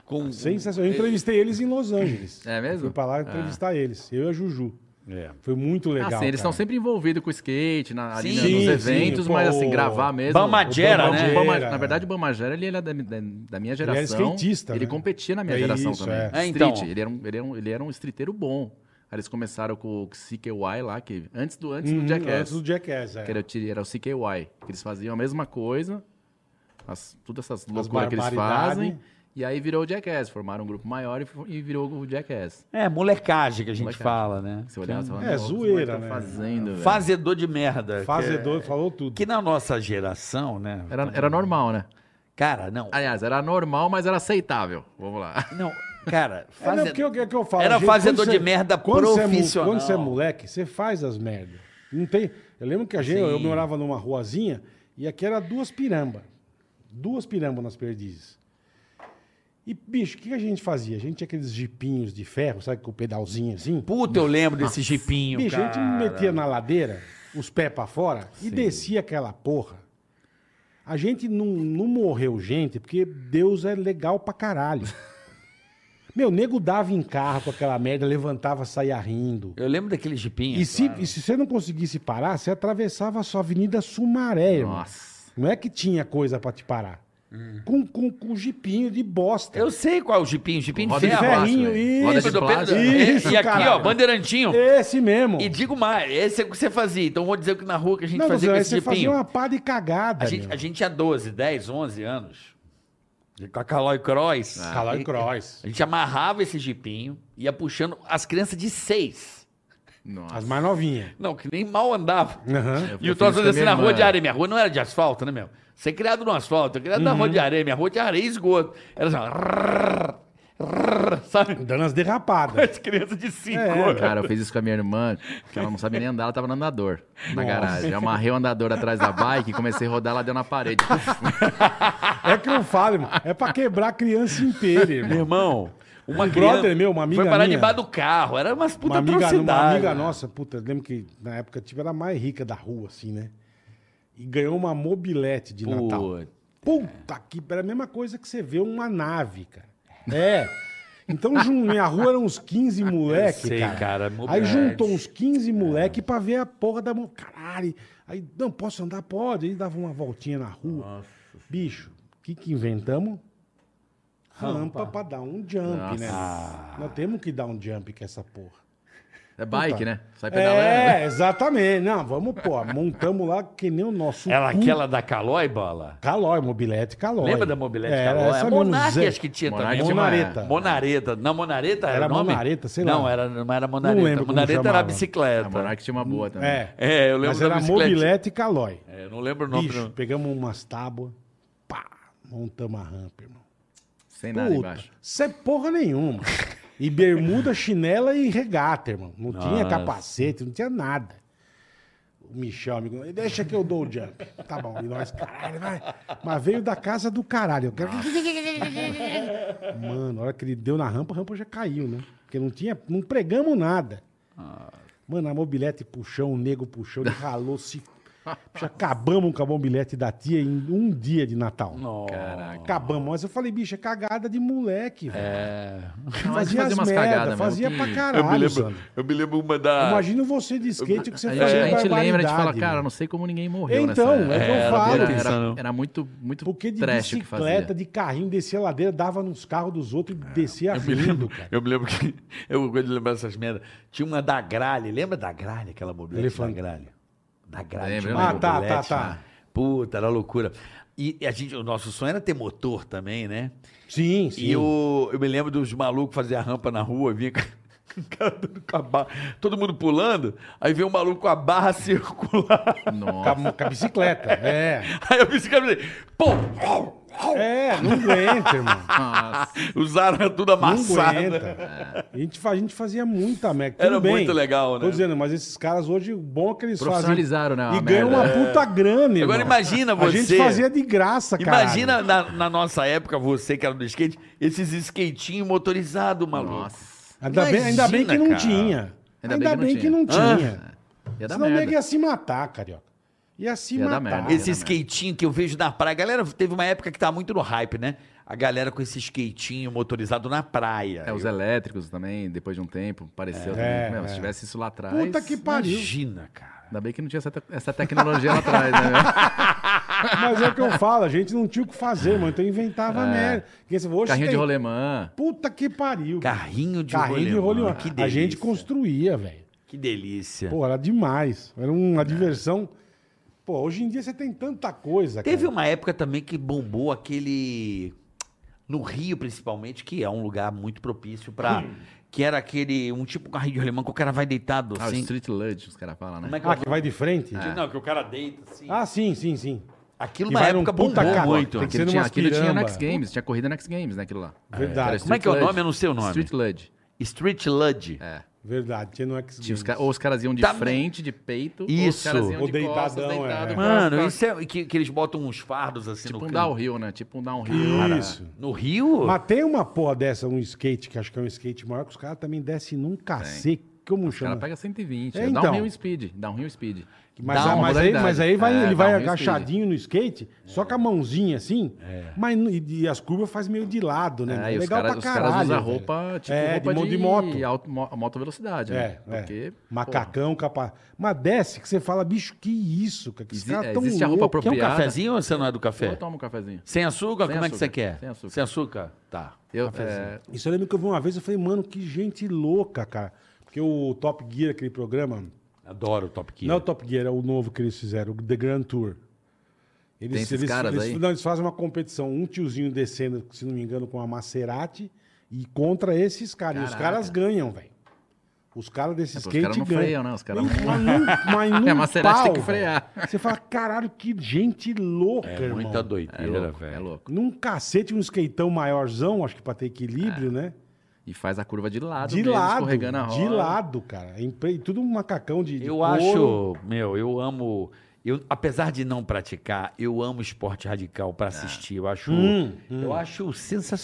Speaker 3: com... um-
Speaker 2: Sensacional. Eu entrevistei eles em Los Angeles.
Speaker 1: É mesmo?
Speaker 2: Fui pra lá entrevistar eles. Eu e a Juju.
Speaker 3: É.
Speaker 2: Foi muito legal.
Speaker 1: assim, eles estão
Speaker 2: cara.
Speaker 1: sempre envolvidos com o skate, na, ali
Speaker 3: Sim,
Speaker 1: na- nos
Speaker 2: sim,
Speaker 1: eventos,
Speaker 2: pô.
Speaker 1: mas assim, gravar mesmo.
Speaker 3: Bamajera,
Speaker 1: O Bama-
Speaker 3: né?
Speaker 1: Bama- na verdade, o Bamajera, ele era da, mi- da- da minha
Speaker 2: era
Speaker 1: geração.
Speaker 2: skatista,
Speaker 1: Ele
Speaker 2: né?
Speaker 1: competia na minha
Speaker 2: É
Speaker 1: geração
Speaker 2: isso,
Speaker 1: também.
Speaker 2: é.
Speaker 3: É,
Speaker 1: Street,
Speaker 3: então.
Speaker 1: ele era um, ele era um, ele era um streeteiro bom. Aí eles começaram com o CKY lá, que antes do, antes
Speaker 2: Uhum,
Speaker 1: do
Speaker 2: Antes
Speaker 1: Jackass.
Speaker 2: do Jackass, é.
Speaker 1: Que era, o T- era o CKY. Que eles faziam a mesma coisa, as, todas essas loucuras que eles
Speaker 2: barbaridade.
Speaker 1: fazem. E aí virou o Jackass. Formaram um grupo maior e, fo- e virou o Jackass.
Speaker 3: É, molecagem que a gente
Speaker 1: Molecagem.
Speaker 3: fala, né?
Speaker 1: Você olhava e falava,
Speaker 2: É,
Speaker 1: "Nossa, os
Speaker 2: zoeira,
Speaker 1: moleques tão
Speaker 2: né?
Speaker 1: tá fazendo, velho."
Speaker 3: Fazedor de merda.
Speaker 2: Fazedor
Speaker 3: Que,
Speaker 2: falou tudo.
Speaker 3: é- que na nossa geração, né?
Speaker 1: Era, era normal, né?
Speaker 3: Cara, não.
Speaker 1: Aliás, era normal, mas era aceitável. Vamos lá.
Speaker 3: Não, cara,
Speaker 2: É, não,
Speaker 3: faze-
Speaker 2: porque o que, é que eu falo?
Speaker 3: Era
Speaker 2: gente,
Speaker 3: fazedor
Speaker 2: quando
Speaker 3: de
Speaker 2: você-
Speaker 3: merda
Speaker 2: quando você é mu-
Speaker 3: profissional.
Speaker 2: quando você é moleque, você faz as merdas. Não tem... Eu lembro que a gente, eu
Speaker 3: Sim.
Speaker 2: morava numa ruazinha e aqui era duas pirambas. Duas pirambas nas perdizes. E, bicho, o que a gente fazia? A gente tinha aqueles jipinhos de ferro, sabe, com o pedalzinho assim.
Speaker 3: Puta, eu lembro desse jipinho,
Speaker 2: Bicho, a gente
Speaker 3: cara.
Speaker 2: metia na ladeira, os pés pra fora, e descia aquela porra. A gente não, não morreu, gente, porque Deus é legal pra caralho. Meu, nego dava em carro com aquela merda, levantava, saía rindo.
Speaker 3: Eu lembro daquele jipinho.
Speaker 2: E se, e se você não conseguisse parar, você atravessava só a Avenida Sumaré, irmão.
Speaker 1: Nossa.
Speaker 2: Não é que tinha coisa pra te parar. Com, com, com jipinho de bosta.
Speaker 3: Eu sei qual é o jipinho, jipinho de
Speaker 1: Roda de
Speaker 3: ferro.
Speaker 1: ferrinho,
Speaker 3: Roda
Speaker 1: Roda
Speaker 3: de
Speaker 1: de
Speaker 3: do
Speaker 1: plástico.
Speaker 3: Pedro.
Speaker 2: Isso,
Speaker 3: e, e aqui,
Speaker 2: caralho.
Speaker 3: ó, bandeirantinho.
Speaker 2: Esse mesmo.
Speaker 3: E digo mais, esse é o que você fazia. Então eu vou dizer o que na rua que a gente
Speaker 2: não,
Speaker 3: fazia
Speaker 2: você,
Speaker 3: com
Speaker 2: você
Speaker 3: esse
Speaker 2: fazia
Speaker 3: jipinho.
Speaker 2: uma pá de cagada.
Speaker 3: A, gente,
Speaker 2: meu.
Speaker 3: a gente tinha 12, 10, 11 anos. E Com a Calói Cross.
Speaker 1: Ah.
Speaker 2: Calói Cross.
Speaker 3: A gente amarrava esse jipinho, ia puxando as crianças de 6.
Speaker 1: Nossa.
Speaker 2: As mais novinhas.
Speaker 3: Não, que nem mal andava.
Speaker 2: Aham.
Speaker 1: Eu-
Speaker 3: E
Speaker 1: eu
Speaker 3: o troço
Speaker 1: fiz isso com a
Speaker 3: assim
Speaker 1: minha
Speaker 3: na rua
Speaker 1: irmã.
Speaker 3: de areia. Minha rua não era de asfalto, né, meu? Você é criado no asfalto, eu criado na
Speaker 2: Uhum.
Speaker 3: rua de areia. Minha rua tinha areia e esgoto. Era assim, ó, rrr, rrr, sabe?
Speaker 2: É, Dando as derrapadas.
Speaker 3: As crianças de 5.
Speaker 2: É,
Speaker 1: Cara, eu fiz isso com a minha irmã, que ela não sabia nem andar, ela tava no andador, na garagem. Eu amarrei o andador atrás da bike e comecei a rodar, ela deu na parede.
Speaker 2: É que eu falo, irmão. É pra quebrar a criança inteira,
Speaker 3: Meu
Speaker 2: irmão.
Speaker 3: irmão, uma
Speaker 2: Um
Speaker 3: criança
Speaker 2: brother meu, uma amiga
Speaker 3: foi parar
Speaker 2: minha.
Speaker 3: debaixo do carro. Era umas puta
Speaker 2: Uma amiga, uma
Speaker 3: atrocidade. né?
Speaker 2: amiga nossa, puta, eu lembro que na época tipo, era a mais rica da rua, assim, né? E ganhou uma mobilete de Natal.
Speaker 3: Pô,
Speaker 2: Puta que era a mesma coisa que você vê uma nave, cara. É. Então, jun- minha rua eram uns 15 moleque,
Speaker 3: Eu sei,
Speaker 2: cara.
Speaker 3: cara,
Speaker 2: Aí
Speaker 3: mobilete. É.
Speaker 2: juntou uns 15 moleque pra ver a porra da mão. Caralho. Aí, não, posso andar? Pode. Aí dava uma voltinha na rua. Bicho, o que que inventamos? Rampa pra dar um jump, né? Nós temos que dar um jump com essa porra.
Speaker 1: É bike, né? Sai pedalando. né?
Speaker 2: É, exatamente. Não, vamos, pô, montamos lá que nem o nosso.
Speaker 3: Ela,
Speaker 2: um cu.
Speaker 3: aquela da Calói, bola?
Speaker 2: Calói, mobilete calói.
Speaker 3: Lembra da mobilete
Speaker 2: Era
Speaker 3: Calói?
Speaker 2: essa
Speaker 3: A
Speaker 2: mesmo,
Speaker 3: Monarque
Speaker 2: Zé.
Speaker 3: acho que tinha
Speaker 1: Monarque
Speaker 3: também.
Speaker 1: tinha uma-
Speaker 2: Monareta.
Speaker 3: Monareta. Não, Monareta era,
Speaker 2: Era
Speaker 3: o nome?
Speaker 2: Monareta, sei lá.
Speaker 3: Não, era, não era Monareta.
Speaker 2: Não lembro como
Speaker 3: Monareta era a
Speaker 2: chamava.
Speaker 1: A
Speaker 3: bicicleta.
Speaker 1: Monark tinha uma boa também.
Speaker 2: É.
Speaker 3: É, eu lembro
Speaker 2: Mas
Speaker 3: da
Speaker 2: era
Speaker 3: bicicleta.
Speaker 2: mobilete e calói.
Speaker 3: É, eu não lembro o nome.
Speaker 2: Bicho,
Speaker 3: não.
Speaker 2: pegamos umas tábuas, pá, montamos a rampa, irmão.
Speaker 1: Sem nada
Speaker 2: Puta,
Speaker 1: embaixo.
Speaker 2: isso é porra nenhuma. E bermuda, chinela e regata, irmão. Não tinha
Speaker 3: Nossa.
Speaker 2: capacete, não tinha nada. O Michel, amigo, meu, deixa que eu dou o jump. Tá bom, e nós, caralho, vai. Mas veio da casa do caralho. Eu quero... Mano, a hora que ele deu na rampa, a rampa já caiu, né? Porque não tinha, não pregamos nada. Mano, a mobilete puxou, o nego puxou, ele ralou, se... Já acabamos com a mobilete da tia em um dia de Natal.
Speaker 3: Nossa.
Speaker 2: Acabamos. Mas eu falei, bicho, é cagada de moleque, velho.
Speaker 3: É. Ah,
Speaker 1: Não, mas
Speaker 2: Fazia as
Speaker 1: fazia umas
Speaker 2: merda,
Speaker 1: cagadas mesmo,
Speaker 2: fazia
Speaker 1: que-
Speaker 2: pra
Speaker 3: Eu me
Speaker 2: caralho,
Speaker 3: lembro,
Speaker 2: Sandro.
Speaker 3: eu me lembro uma da.
Speaker 2: Imagina você de skate que você
Speaker 1: A gente,
Speaker 2: fazia
Speaker 1: a gente
Speaker 2: barbaridade,
Speaker 1: lembra, a gente fala,
Speaker 2: meu.
Speaker 1: cara, não sei como ninguém morreu
Speaker 2: Então,
Speaker 1: nessa
Speaker 2: é
Speaker 3: que eu
Speaker 1: era-
Speaker 3: falo.
Speaker 1: Era,
Speaker 3: Pensando.
Speaker 1: era, era muito, muito
Speaker 2: Porque de
Speaker 1: trash o que fazia.
Speaker 2: bicicleta, de carrinho, descia a ladeira, dava nos carros dos outros e descia
Speaker 3: Eu me lembro,
Speaker 2: rindo, cara.
Speaker 3: eu me lembro que. Eu gosto de lembrar essas merdas. Tinha uma da Gralha, lembra da Gralha, aquela mobilete
Speaker 2: Elefante.
Speaker 3: da Gralha? Da Gralha.
Speaker 1: Lembro,
Speaker 3: tinha
Speaker 1: eu
Speaker 3: uma
Speaker 1: lembro.
Speaker 2: Ah, tá,
Speaker 3: mobilete,
Speaker 2: tá, tá.
Speaker 3: né? Puta, era loucura. E a gente, o nosso sonho era ter motor também, né?
Speaker 2: Sim, sim.
Speaker 3: E eu, eu me lembro dos malucos fazer a rampa na rua, vinha com com o cara dando com a barra, todo mundo pulando, aí vem um maluco com a barra circular.
Speaker 2: Com
Speaker 1: Nossa.
Speaker 2: a, com a bicicleta, é.
Speaker 3: Aí eu bicicleta e pum!
Speaker 2: É, não aguenta, irmão.
Speaker 1: Nossa.
Speaker 3: Usaram tudo
Speaker 2: Não
Speaker 3: amassado.
Speaker 1: É.
Speaker 2: aguenta. A gente, fa- a gente fazia muita merda.
Speaker 3: Era
Speaker 2: Tudo bem.
Speaker 3: muito legal, né?
Speaker 2: Tô dizendo, mas esses caras hoje, o bom é que eles fazem...
Speaker 1: Profissionalizaram, né, a
Speaker 2: E ganham uma
Speaker 1: merda.
Speaker 2: puta grana, irmão.
Speaker 3: Agora imagina
Speaker 2: A gente
Speaker 3: você-
Speaker 2: fazia de graça, cara.
Speaker 3: Imagina na, na nossa época, você que era do skate, esses skatinhos motorizados, maluco.
Speaker 1: Nossa.
Speaker 2: Ainda, bem, ainda bem que não
Speaker 3: Imagina, cara.
Speaker 2: tinha. Ainda, bem que não tinha.
Speaker 1: Ah, Ia dar
Speaker 2: Senão o nego
Speaker 1: merda.
Speaker 2: ia se matar, carioca. Ia se
Speaker 1: Ia dar
Speaker 2: matar.
Speaker 1: merda.
Speaker 3: Esse
Speaker 1: né?
Speaker 3: skatinho que eu vejo na praia. A galera teve uma época que tava muito no hype, né? A galera com esse skatinho motorizado na praia.
Speaker 1: É, os elétricos também, depois de um tempo, pareceu também.
Speaker 2: É,
Speaker 1: Meu,
Speaker 2: é.
Speaker 1: Se tivesse isso lá atrás.
Speaker 2: Puta que pariu.
Speaker 3: Imagina, cara.
Speaker 1: Ainda bem que não tinha essa, te- essa tecnologia lá atrás, né?
Speaker 2: Mas é o que eu falo, a gente não tinha o que fazer, mano. Então inventava merda. Quem você falou, "Oxe,
Speaker 1: É. Carrinho de
Speaker 2: tem-
Speaker 1: rolemã.
Speaker 2: Puta que pariu.
Speaker 3: Carrinho de
Speaker 2: Carrinho de rolemã.
Speaker 3: Que delícia.
Speaker 2: A gente construía, velho.
Speaker 3: Que
Speaker 1: É.
Speaker 3: delícia.
Speaker 2: Pô, era demais. Era uma diversão. Pô, hoje em dia você tem tanta coisa.
Speaker 3: Teve
Speaker 2: cara.
Speaker 3: uma época também que bombou aquele. No Rio, principalmente, que é um lugar muito propício pra. Que era aquele. Um tipo carrinho de rolemã que o cara vai deitado
Speaker 1: Ah, o
Speaker 3: assim.
Speaker 1: Street Lud, os caras falam, né?
Speaker 3: Como é que
Speaker 2: Ah, que vai de frente?
Speaker 3: Não, que o cara deita assim.
Speaker 2: Ah, sim, sim, sim.
Speaker 3: Aquilo
Speaker 2: que
Speaker 3: na
Speaker 2: vai num
Speaker 3: época
Speaker 2: puta
Speaker 3: bombou
Speaker 2: carro.
Speaker 3: muito.
Speaker 2: Tem que
Speaker 1: Aquilo
Speaker 2: sendo
Speaker 1: tinha,
Speaker 2: umas
Speaker 1: aquilo tinha no
Speaker 2: piramba.
Speaker 1: X Games, tinha corrida no X Games, né? Aquilo lá.
Speaker 2: Verdade.
Speaker 1: Era
Speaker 3: Como é que é o
Speaker 1: Street
Speaker 3: nome? Eu não sei o
Speaker 1: Lud.
Speaker 3: nome.
Speaker 1: Street Lud.
Speaker 3: Street Lud.
Speaker 2: Verdade, tinha no X
Speaker 1: Tinha os
Speaker 2: Games.
Speaker 1: ca- Ou os caras iam de
Speaker 3: Tá-
Speaker 1: frente, de peito, ou os
Speaker 3: Isso.
Speaker 1: caras iam
Speaker 2: Ou
Speaker 1: de
Speaker 2: deitadão,
Speaker 1: costas,
Speaker 2: é.
Speaker 1: deitado. com a- com
Speaker 3: Mano,
Speaker 1: a-
Speaker 3: isso é. Que, que eles botam uns fardos assim
Speaker 1: Tipo
Speaker 3: no
Speaker 1: um
Speaker 3: canto.
Speaker 1: downhill, né? Tipo um downhill.
Speaker 2: Isso.
Speaker 3: No Rio?
Speaker 2: Mas tem uma porra dessa, um skate, que acho que é um skate maior, que os caras também descem num cacete. Como
Speaker 1: Os caras
Speaker 2: chama?
Speaker 1: pegam 120.
Speaker 2: É,
Speaker 1: É,
Speaker 2: então.
Speaker 1: Downhill speed. Downhill speed.
Speaker 2: Mas,
Speaker 1: Dá
Speaker 2: ah,
Speaker 1: uma
Speaker 2: mas aí,
Speaker 1: modalidade.
Speaker 2: mas aí vai,
Speaker 1: É,
Speaker 2: ele vai
Speaker 1: downhill
Speaker 2: agachadinho no skate, só com a mãozinha assim, mas, n- e, e as curvas faz meio de lado, né?
Speaker 1: É,
Speaker 2: é
Speaker 1: e os
Speaker 2: legal
Speaker 1: caras
Speaker 2: pra
Speaker 1: os
Speaker 2: caralho.
Speaker 1: caras usam
Speaker 2: velho.
Speaker 1: roupa, tipo,
Speaker 2: É,
Speaker 1: roupa
Speaker 2: de mão
Speaker 1: de,
Speaker 2: de moto.
Speaker 1: alto, mo- moto velocidade,
Speaker 2: É,
Speaker 1: né?
Speaker 2: é.
Speaker 1: Porque,
Speaker 2: Macacão, capa... Mas desce que você fala, bicho, que isso, cara? Que
Speaker 1: Exi-
Speaker 2: esse cara
Speaker 1: é,
Speaker 2: tão
Speaker 1: existe a roupa
Speaker 2: louco.
Speaker 3: Quer um
Speaker 1: Piada.
Speaker 3: cafezinho ou você não é do
Speaker 1: pô, eu
Speaker 3: café?
Speaker 1: tomo um cafezinho.
Speaker 3: Sem açúcar?
Speaker 1: Sem
Speaker 3: Como é que
Speaker 1: açúcar.
Speaker 3: você quer?
Speaker 1: Sem açúcar.
Speaker 3: Sem açúcar? Tá.
Speaker 1: Eu, é,
Speaker 2: Isso eu lembro que eu vi uma vez, eu falei, mano, que gente louca, cara. Porque o Top Gear, aquele programa...
Speaker 3: Adoro o Top Gear.
Speaker 2: Não é o Top Gear, é o novo que eles fizeram, o The Grand Tour. Eles,
Speaker 1: Tem esses caras
Speaker 2: eles-
Speaker 1: aí?
Speaker 2: Não, eles fazem uma competição, um tiozinho descendo, se não me engano, com a Maserati e contra esses caras. E os
Speaker 1: Caraca.
Speaker 2: caras ganham, velho. Os caras desse
Speaker 1: É, pô, os
Speaker 2: skate
Speaker 1: caras não
Speaker 2: ganham.
Speaker 1: freiam, né? Os caras
Speaker 2: Mas
Speaker 1: não-
Speaker 2: num- mas num
Speaker 1: É, Maserati tem
Speaker 2: pau,
Speaker 1: que frear.
Speaker 2: velho. Você fala, caralho, que gente louca,
Speaker 3: É
Speaker 2: irmão.
Speaker 3: muita
Speaker 1: é
Speaker 3: doideira,
Speaker 1: louco,
Speaker 3: velho.
Speaker 1: é louco.
Speaker 2: Num cacete, um skateão maiorzão, acho que pra ter equilíbrio, né?
Speaker 1: E faz a curva de É. lado,
Speaker 2: De
Speaker 1: mesmo,
Speaker 2: lado,
Speaker 1: escorregando a roda.
Speaker 2: de lado, cara. É impre- Tudo um macacão de, de
Speaker 3: Eu
Speaker 2: couro.
Speaker 3: acho, meu, eu amo. Eu, apesar de não praticar, eu amo esporte radical pra assistir. Eu acho,
Speaker 2: Hum,
Speaker 3: eu acho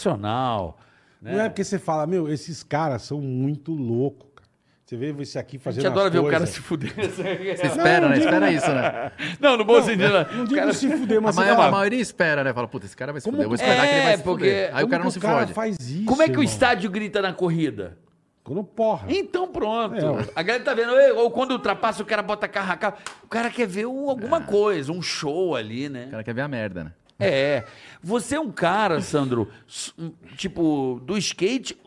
Speaker 3: sensacional. né?
Speaker 2: Não é porque você fala, meu, esses caras são muito loucos, cara. Você vê esse aqui
Speaker 3: A
Speaker 2: fazendo.
Speaker 3: gente adora
Speaker 2: as
Speaker 3: ver o
Speaker 2: coisas.
Speaker 3: cara se fuder.
Speaker 1: Você espera,
Speaker 2: Não,
Speaker 1: né?
Speaker 2: não
Speaker 1: Espera isso, né?
Speaker 3: não, no bom sentido. né?
Speaker 2: Não
Speaker 3: O
Speaker 2: digo
Speaker 3: cara-
Speaker 2: se fuder,
Speaker 1: A,
Speaker 2: mas
Speaker 1: maioria- a
Speaker 2: fala,
Speaker 1: maioria espera, né? Fala, puta, esse cara vai se
Speaker 2: Como
Speaker 1: fuder, eu vou
Speaker 2: que-
Speaker 1: esperar que ele vai
Speaker 3: É,
Speaker 1: se
Speaker 3: porque-
Speaker 1: fuder. Aí
Speaker 2: como
Speaker 1: o cara
Speaker 2: que
Speaker 1: não se
Speaker 2: o cara
Speaker 1: fode.
Speaker 2: faz isso.
Speaker 3: Como é que o
Speaker 2: irmão?
Speaker 3: estádio grita na corrida?
Speaker 2: Quando porra.
Speaker 3: Então pronto.
Speaker 2: É, ó.
Speaker 3: a galera tá vendo, "Ei", ou quando ultrapassa, o cara bota carro a carro. O cara quer ver um-
Speaker 2: É.
Speaker 3: alguma coisa, um show ali, né?
Speaker 1: O cara quer ver a merda, né?
Speaker 3: É. Você é um cara, Sandro, s- um, tipo, do skate.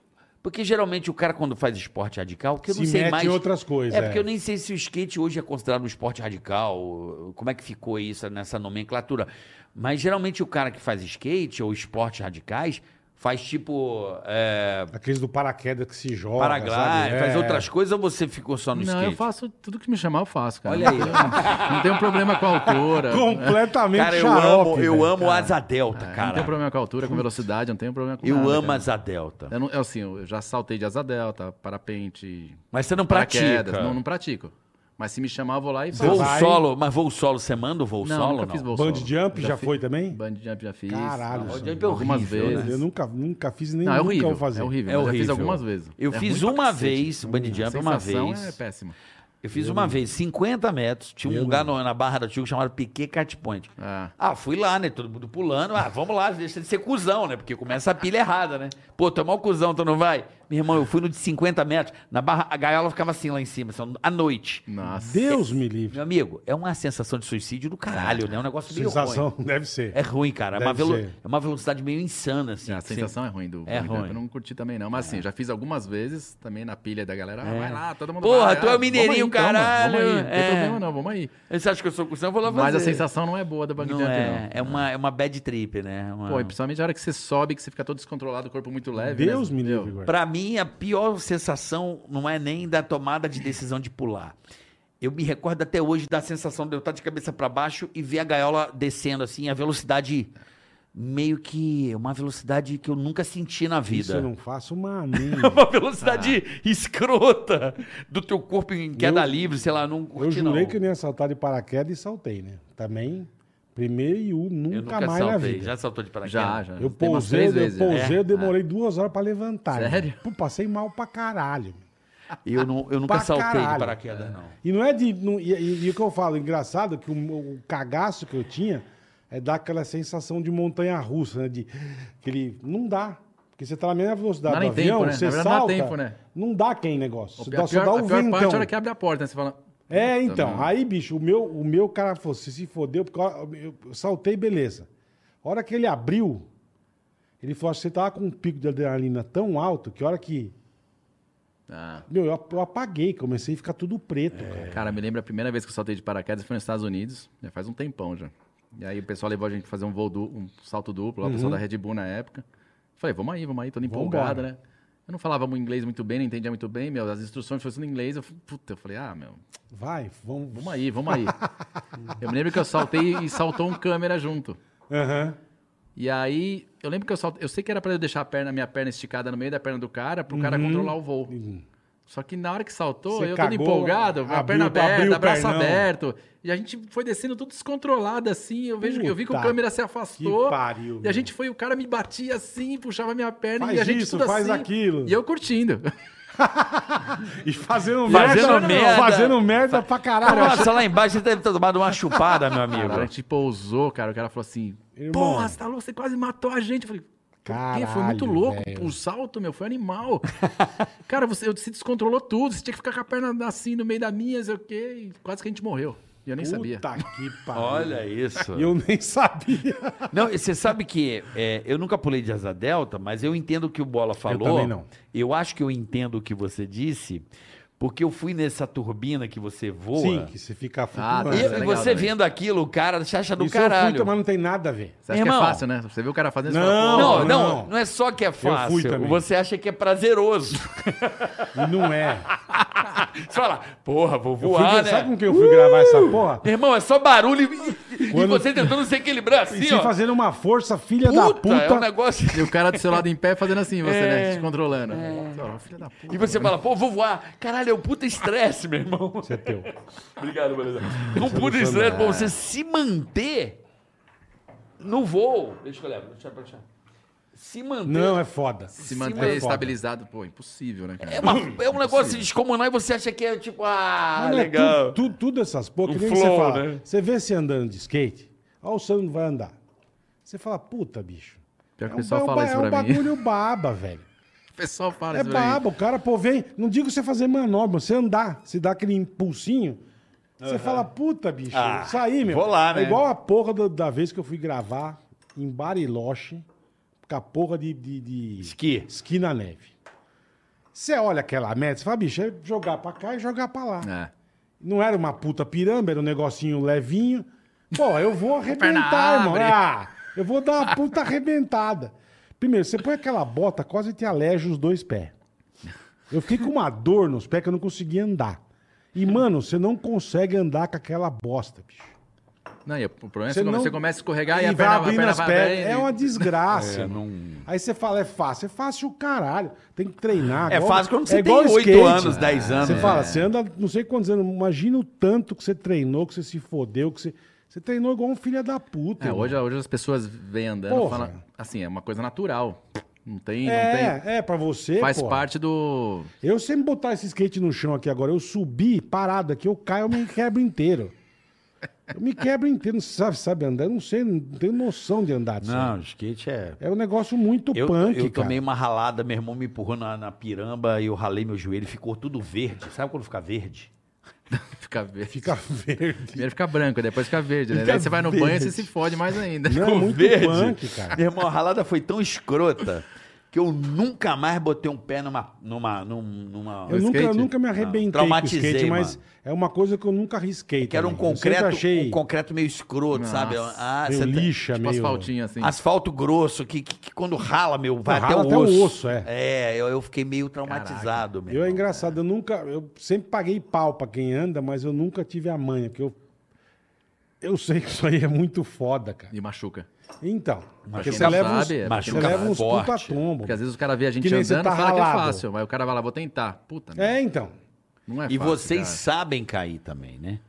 Speaker 3: Porque geralmente o cara, quando faz esporte radical, que eu não
Speaker 2: Se
Speaker 3: sei
Speaker 2: mete
Speaker 3: mais.
Speaker 2: em outras coisas,
Speaker 3: É,
Speaker 2: é.
Speaker 3: porque eu nem sei se o skate hoje é considerado um esporte radical. Como é que ficou isso nessa nomenclatura? Mas geralmente o cara que faz skate ou esportes radicais faz tipo. É,
Speaker 2: Aqueles do paraquedas que se joga.
Speaker 3: paraglide,
Speaker 2: sabe?
Speaker 3: faz
Speaker 2: É.
Speaker 3: outras coisas ou você ficou só no
Speaker 1: não,
Speaker 3: skate?
Speaker 1: eu faço tudo que me chamar, eu faço, cara.
Speaker 3: Olha aí.
Speaker 1: Não tem um problema com a altura.
Speaker 2: Completamente
Speaker 3: Cara, eu
Speaker 2: xarope,
Speaker 3: amo, eu
Speaker 2: velho.
Speaker 3: amo asa delta,
Speaker 1: É, Não
Speaker 3: cara.
Speaker 1: tenho problema com a altura, com velocidade, não tenho problema com
Speaker 3: Eu
Speaker 1: nada,
Speaker 3: amo
Speaker 1: cara.
Speaker 3: asa delta.
Speaker 1: Eu, não, eu, assim, eu já saltei de asa delta, parapente,
Speaker 3: Mas você não
Speaker 1: paraquedas.
Speaker 3: pratica.
Speaker 1: Não, não pratico. Mas se me chamar, eu vou lá e
Speaker 3: Voo
Speaker 1: faço.
Speaker 2: Vai.
Speaker 3: solo, mas voo solo, você manda o voo
Speaker 1: Não,
Speaker 3: solo?
Speaker 1: nunca
Speaker 3: não?
Speaker 1: fiz voo
Speaker 2: Band
Speaker 1: solo.
Speaker 2: jump já,
Speaker 1: fi-
Speaker 2: foi também?
Speaker 1: Band jump já fiz.
Speaker 2: Caralho,
Speaker 1: Não,
Speaker 2: isso
Speaker 3: é
Speaker 1: algumas
Speaker 3: horrível,
Speaker 1: vezes.
Speaker 2: Eu nunca, nunca fiz e nem
Speaker 1: Não, é
Speaker 2: nunca
Speaker 1: horrível.
Speaker 2: vou fazer.
Speaker 1: É horrível.
Speaker 3: É
Speaker 1: mas Eu já
Speaker 3: horrível.
Speaker 1: fiz algumas vezes.
Speaker 3: Eu
Speaker 1: É
Speaker 3: fiz
Speaker 1: ruim pra
Speaker 3: uma
Speaker 1: cacete.
Speaker 3: vez, bungee jump
Speaker 1: A
Speaker 3: uma
Speaker 1: sensação
Speaker 3: vez.
Speaker 1: é péssima.
Speaker 3: Eu fiz uma vez, 50 metros, tinha um lugar no- na Barra da Tijuca chamado Piquet Cat Point.
Speaker 1: Ah.
Speaker 3: Ah, fui lá, né? Todo mundo pulando. Ah, vamos lá, deixa de ser cuzão, né? Porque começa a pilha errada, né? Pô, tu é mó cuzão, tu não vai? Meu irmão, eu fui no de 50 metros. Na barra, a gaiola ficava assim lá em cima, assim, à noite.
Speaker 1: Nossa.
Speaker 2: Deus me livre.
Speaker 3: Meu amigo, é uma sensação de suicídio do caralho, né? É um negócio meio
Speaker 2: Sensação,
Speaker 3: ruim.
Speaker 2: deve ser.
Speaker 3: É ruim, cara. É uma,
Speaker 2: Deve
Speaker 3: velo-
Speaker 2: ser.
Speaker 3: é uma velocidade meio insana, assim.
Speaker 1: É, a sensação é ruim do
Speaker 3: É
Speaker 1: bungee jump,
Speaker 3: ruim. É.
Speaker 1: Eu não curti também, não. Mas assim, já fiz algumas vezes também na pilha da galera. Ah, vai lá, todo mundo
Speaker 3: Porra,
Speaker 1: vai,
Speaker 3: tu é
Speaker 1: ah,
Speaker 3: o mineirinho,
Speaker 1: vamos aí, então, mano,
Speaker 3: caralho,
Speaker 1: Vamos aí, não tem
Speaker 3: é.
Speaker 1: problema não, vamos aí.
Speaker 3: Você acha que eu sou cuzão? Eu vou lá fazer.
Speaker 1: Mas a sensação não é boa da bungee
Speaker 3: não
Speaker 1: jump,
Speaker 3: é.
Speaker 1: não.
Speaker 3: É uma, é uma bad trip, né? Uma-
Speaker 1: Pô, é e principalmente a hora que você sobe, que você fica todo descontrolado, o corpo muito leve.
Speaker 2: Deus
Speaker 1: né?
Speaker 2: me
Speaker 1: Meu,
Speaker 2: livre, guarda.
Speaker 3: Pra mim, a pior sensação não é nem da tomada de decisão de pular. Eu me recordo até hoje da sensação de eu estar de cabeça pra baixo e ver a gaiola descendo assim, a velocidade meio que uma velocidade que eu nunca senti na
Speaker 2: Isso eu
Speaker 3: vida.
Speaker 2: não faço, mano.
Speaker 3: Uma velocidade escrota do teu corpo em queda
Speaker 2: Eu-
Speaker 3: livre, sei lá, não curti
Speaker 2: Eu jurei
Speaker 3: não.
Speaker 2: que eu não ia saltar de paraquedas e saltei, né? Também, primeiro e um, nunca,
Speaker 3: eu nunca
Speaker 2: mais na
Speaker 3: saltei.
Speaker 2: vida.
Speaker 3: Já saltou de paraquedas?
Speaker 1: Já, já.
Speaker 2: Eu
Speaker 1: Tem umas
Speaker 2: pousei,
Speaker 1: três
Speaker 2: eu
Speaker 1: vezes, já.
Speaker 2: pousei,
Speaker 3: É?
Speaker 2: eu demorei duas horas pra levantar.
Speaker 1: Sério?
Speaker 2: né? Pô, passei mal pra caralho.
Speaker 3: Eu, não, eu nunca
Speaker 2: Pra
Speaker 3: saltei de
Speaker 2: caralho.
Speaker 3: paraquedas, não.
Speaker 2: E não é de. não- e, e- e o que eu falo, engraçado, que o, o cagaço que eu tinha é dar aquela sensação de montanha russa, né? De aquele. Não dá. Porque você tá na mesma velocidade
Speaker 1: Não dá
Speaker 2: do
Speaker 1: nem tempo,
Speaker 2: avião,
Speaker 1: né?
Speaker 2: você
Speaker 1: Na verdade, não dá
Speaker 2: salta.
Speaker 1: tempo, né?
Speaker 2: Não dá aquele negócio.
Speaker 1: A
Speaker 2: Você
Speaker 1: pior,
Speaker 2: dá, só dá o
Speaker 1: a pior parte é
Speaker 2: ventão.
Speaker 1: a hora que abre a porta, né? Você fala,
Speaker 2: É, então.
Speaker 1: mano.
Speaker 2: Aí, bicho, o meu, o meu cara falou, se se fodeu, porque a hora- eu eu saltei, beleza. A hora que ele abriu, ele falou assim, você tava com um pico de adrenalina tão alto que a hora que...
Speaker 1: Ah.
Speaker 2: Meu, eu, ap- eu apaguei, comecei a ficar tudo
Speaker 1: É.
Speaker 2: preto, cara.
Speaker 1: Cara, me lembro a primeira vez que eu saltei de paraquedas foi nos Estados Unidos, já faz um tempão já. E aí o pessoal levou a gente pra fazer um voo du- um salto duplo, lá o
Speaker 2: Uhum.
Speaker 1: pessoal da Red Bull na época. Falei, vamos aí, vamos aí, todo empolgado, né? Eu não falava muito inglês muito bem, não entendia muito bem, meu, as instruções fossem em inglês, eu, f- puta, eu falei, ah, meu,
Speaker 2: Vai, vamos...
Speaker 1: vamos aí, vamos aí. eu me lembro que eu saltei e saltou um câmera junto.
Speaker 2: Aham.
Speaker 1: E aí, eu lembro que eu saltei, eu sei que era pra eu deixar a perna, a minha perna esticada no meio da perna do cara, pro cara controlar o voo. Só que na hora que saltou,
Speaker 2: Uhum. Você
Speaker 1: eu todo
Speaker 2: cagou,
Speaker 1: empolgado, a
Speaker 2: abriu-
Speaker 1: perna
Speaker 2: abriu
Speaker 1: aberta,
Speaker 2: o
Speaker 1: braço
Speaker 2: pernão.
Speaker 1: aberto. E a gente foi descendo tudo descontrolado assim. Eu vejo que eu vi que o
Speaker 2: Puta
Speaker 1: câmera se afastou.
Speaker 2: que pariu,
Speaker 1: e
Speaker 2: meu.
Speaker 1: a gente foi, o cara me batia assim, puxava minha perna
Speaker 2: Faz
Speaker 1: e a gente
Speaker 2: isso,
Speaker 1: tudo
Speaker 2: faz
Speaker 1: assim.
Speaker 2: aquilo.
Speaker 1: E eu curtindo.
Speaker 2: E fazendo,
Speaker 3: Fazendo
Speaker 2: merda,
Speaker 3: merda.
Speaker 2: Fazendo merda pra caralho.
Speaker 3: Nossa, lá embaixo você deve ter tomado uma chupada, meu amigo.
Speaker 2: é
Speaker 1: Cara, a gente pousou, cara. O cara falou assim:
Speaker 2: Irmão.
Speaker 1: Porra, você tá louco, você quase matou a gente. Eu falei. "Por quê? foi muito
Speaker 2: Caralho,
Speaker 1: louco.
Speaker 2: velho.
Speaker 1: O salto, meu, foi animal. cara, você eu- se descontrolou tudo. Você tinha que ficar com a perna assim no meio da minha, sei o quê. E quase que a gente morreu. E eu nem sabia.
Speaker 2: Puta que pariu.
Speaker 3: Olha isso.
Speaker 2: E eu nem sabia.
Speaker 3: Não, e você sabe que é, eu nunca pulei de asa delta, mas eu entendo o que o Bola falou.
Speaker 2: também não.
Speaker 3: Eu acho que eu entendo o que você disse, porque eu fui nessa turbina que você voa.
Speaker 2: Sim, que você fica flutuando. né?
Speaker 1: tá,
Speaker 3: E,
Speaker 1: Isso é
Speaker 3: e
Speaker 1: legal
Speaker 3: você
Speaker 1: também.
Speaker 3: vendo aquilo, o cara chacha do
Speaker 2: Isso eu fui,
Speaker 3: caralho.
Speaker 2: mas não tem nada a ver.
Speaker 1: Você acha
Speaker 3: Irmão.
Speaker 1: que é fácil, né? Você vê o cara fazendo isso.
Speaker 2: Não.
Speaker 3: Não, não,
Speaker 2: não.
Speaker 3: não, é só que é
Speaker 2: fui
Speaker 3: fácil.
Speaker 2: também.
Speaker 3: Você acha que é prazeroso.
Speaker 2: E não é.
Speaker 3: Você fala, porra, vou
Speaker 2: Eu fui,
Speaker 3: voar,
Speaker 2: Sabe
Speaker 3: né?
Speaker 2: com quem eu fui gravar essa porra?
Speaker 3: Meu irmão, é só barulho e- e,
Speaker 2: Quando-
Speaker 3: você tentando se equilibrar
Speaker 2: E
Speaker 3: assim,
Speaker 2: se
Speaker 3: ó.
Speaker 2: fazendo uma força, filha da
Speaker 3: Puta,
Speaker 2: puta.
Speaker 3: é um negócio...
Speaker 1: E o cara do seu lado em pé fazendo assim, você,
Speaker 2: É.
Speaker 1: né? Te controlando. Ó, Filha da puta.
Speaker 3: E você fala, pô, vou voar. Caralho, é um puta estresse, meu irmão.
Speaker 2: Isso é teu.
Speaker 3: Obrigado, beleza. Um puto estresse pra você se manter no voo. Deixa que eu levo. Deixa, eu- deixa. eu- Se manter.
Speaker 2: Não, é foda.
Speaker 1: Se
Speaker 3: manter
Speaker 1: manter estabilizado, pô, impossível, né, cara?
Speaker 3: É, uma- é um negócio descomunal e você acha que é tipo, ah,
Speaker 2: Mas não é
Speaker 3: legal.
Speaker 2: tu- tu- tudo essas porra,
Speaker 3: O
Speaker 2: que nem
Speaker 3: flow,
Speaker 2: você fala.
Speaker 3: né?
Speaker 2: Você vê se andando de skate, olha o Sandro não vai andar. Você fala, puta, bicho.
Speaker 1: Pior que o
Speaker 2: um-
Speaker 1: pessoal
Speaker 2: um
Speaker 1: fala
Speaker 2: ba-
Speaker 1: isso
Speaker 2: é um
Speaker 1: pra mim.
Speaker 2: bagulho baba, velho.
Speaker 1: O pessoal fala
Speaker 2: É
Speaker 1: isso pra mim.
Speaker 2: baba, o cara, pô, vem. Não digo você fazer manobra, você andar, se dá aquele impulsinho. Você fala, puta, bicho,
Speaker 3: Ah,
Speaker 2: isso aí, meu.
Speaker 3: vou lá, né?
Speaker 2: É igual a porra do- da vez que eu fui gravar em Bariloche, com a porra de. de, de-
Speaker 3: Esqui.
Speaker 2: Esqui na neve. Você olha aquela meta, você fala, bicho, é jogar pra cá e jogar pra lá.
Speaker 1: É.
Speaker 2: Não era uma puta pirâmide, era um negocinho levinho. Pô, eu vou
Speaker 1: Perna
Speaker 2: arrebentar, irmão.
Speaker 1: abre.
Speaker 2: Ah, eu vou dar uma puta arrebentada. Primeiro, você põe aquela bota, quase te aleja os dois pés. Eu fiquei com uma dor nos pés que eu não conseguia andar. E, mano, você não consegue andar com aquela bosta, bicho.
Speaker 1: Não, e o problema é
Speaker 2: Você
Speaker 1: que
Speaker 2: não-
Speaker 1: você começa a escorregar e, a
Speaker 2: vai
Speaker 1: perna, a
Speaker 2: abrindo
Speaker 1: perna
Speaker 2: as
Speaker 1: vai
Speaker 2: pernas.
Speaker 1: abrindo.
Speaker 2: É uma desgraça. irmão. Aí você fala, é fácil. É fácil o caralho. Tem que treinar.
Speaker 3: É
Speaker 2: igual-
Speaker 3: fácil quando você
Speaker 2: igual
Speaker 3: tem oito
Speaker 2: skate.
Speaker 3: anos, 10 anos,
Speaker 2: Você
Speaker 3: né?
Speaker 2: fala, você anda não sei quantos anos. Imagina o tanto que você treinou, que você se fodeu, que você... Você treinou igual um filho da puta.
Speaker 1: É,
Speaker 2: irmão.
Speaker 1: hoje, hoje as pessoas vêm andando
Speaker 2: Porra.
Speaker 1: e falam. Assim, é uma coisa natural. Não tem. não tem
Speaker 2: é, é, pra você,
Speaker 1: faz
Speaker 2: porra.
Speaker 1: parte do.
Speaker 2: Eu sempre botar esse skate no chão aqui agora, eu subi parado aqui, eu caio, eu me quebro inteiro. Eu me quebro inteiro, não sabe, sabe andar? Eu não sei, não tenho noção de andar disso. aí.
Speaker 3: Não, skate é.
Speaker 2: É um negócio muito
Speaker 3: Eu,
Speaker 2: punk, cara.
Speaker 3: eu tomei uma ralada, meu irmão me empurrou na, na piramba e eu ralei meu joelho, ficou tudo verde. Sabe quando fica verde?
Speaker 1: Fica verde.
Speaker 2: Fica verde.
Speaker 1: Primeiro fica branco, depois fica verde, né?
Speaker 2: Fica
Speaker 1: Daí você vai no banho e
Speaker 2: verde.
Speaker 1: você se fode mais ainda.
Speaker 2: Não, é
Speaker 3: Ficou
Speaker 2: muito
Speaker 3: verde.
Speaker 2: punk, cara.
Speaker 3: Meu irmão, a ralada foi tão escrota que eu nunca mais botei um pé numa. numa, num- numa...
Speaker 2: Eu
Speaker 1: No
Speaker 2: nunca, eu
Speaker 1: skate?
Speaker 2: nunca me arrebentei com o
Speaker 3: Traumatizei,
Speaker 2: skate, mas
Speaker 3: mano.
Speaker 2: é uma coisa que eu nunca arrisquei.
Speaker 3: Que era um
Speaker 2: também. Eu
Speaker 3: concreto,
Speaker 2: sempre achei
Speaker 3: um concreto meio escroto,
Speaker 1: Nossa,
Speaker 3: sabe? Ah,
Speaker 2: meio
Speaker 3: você tem-
Speaker 2: lixa,
Speaker 1: Tipo
Speaker 2: meio...
Speaker 1: asfaltinho assim.
Speaker 3: Asfalto grosso, que, que- que quando rala, meu, vai
Speaker 2: Rala
Speaker 3: até o osso.
Speaker 2: é.
Speaker 3: eu, eu fiquei meio traumatizado, meu.
Speaker 2: Eu é
Speaker 3: irmão.
Speaker 2: engraçado, eu nunca... Eu sempre paguei pau pra quem anda, mas eu nunca tive a manha, porque eu... Eu sei que isso aí é muito foda, cara.
Speaker 1: E machuca.
Speaker 2: Então, porque
Speaker 1: quem
Speaker 2: você
Speaker 1: não
Speaker 2: leva uns,
Speaker 1: sabe, é
Speaker 2: você
Speaker 3: machuca
Speaker 2: leva uns
Speaker 3: forte.
Speaker 2: puta tombo.
Speaker 1: Porque às vezes o cara vê a gente
Speaker 2: Que nem você
Speaker 1: andando e
Speaker 2: tá
Speaker 1: fala que
Speaker 2: ralado.
Speaker 1: é fácil. Mas o cara vai lá, vou tentar. Puta, né?
Speaker 2: É, então.
Speaker 1: não é
Speaker 3: E
Speaker 1: fácil.
Speaker 3: vocês
Speaker 1: cara.
Speaker 3: sabem cair também, né?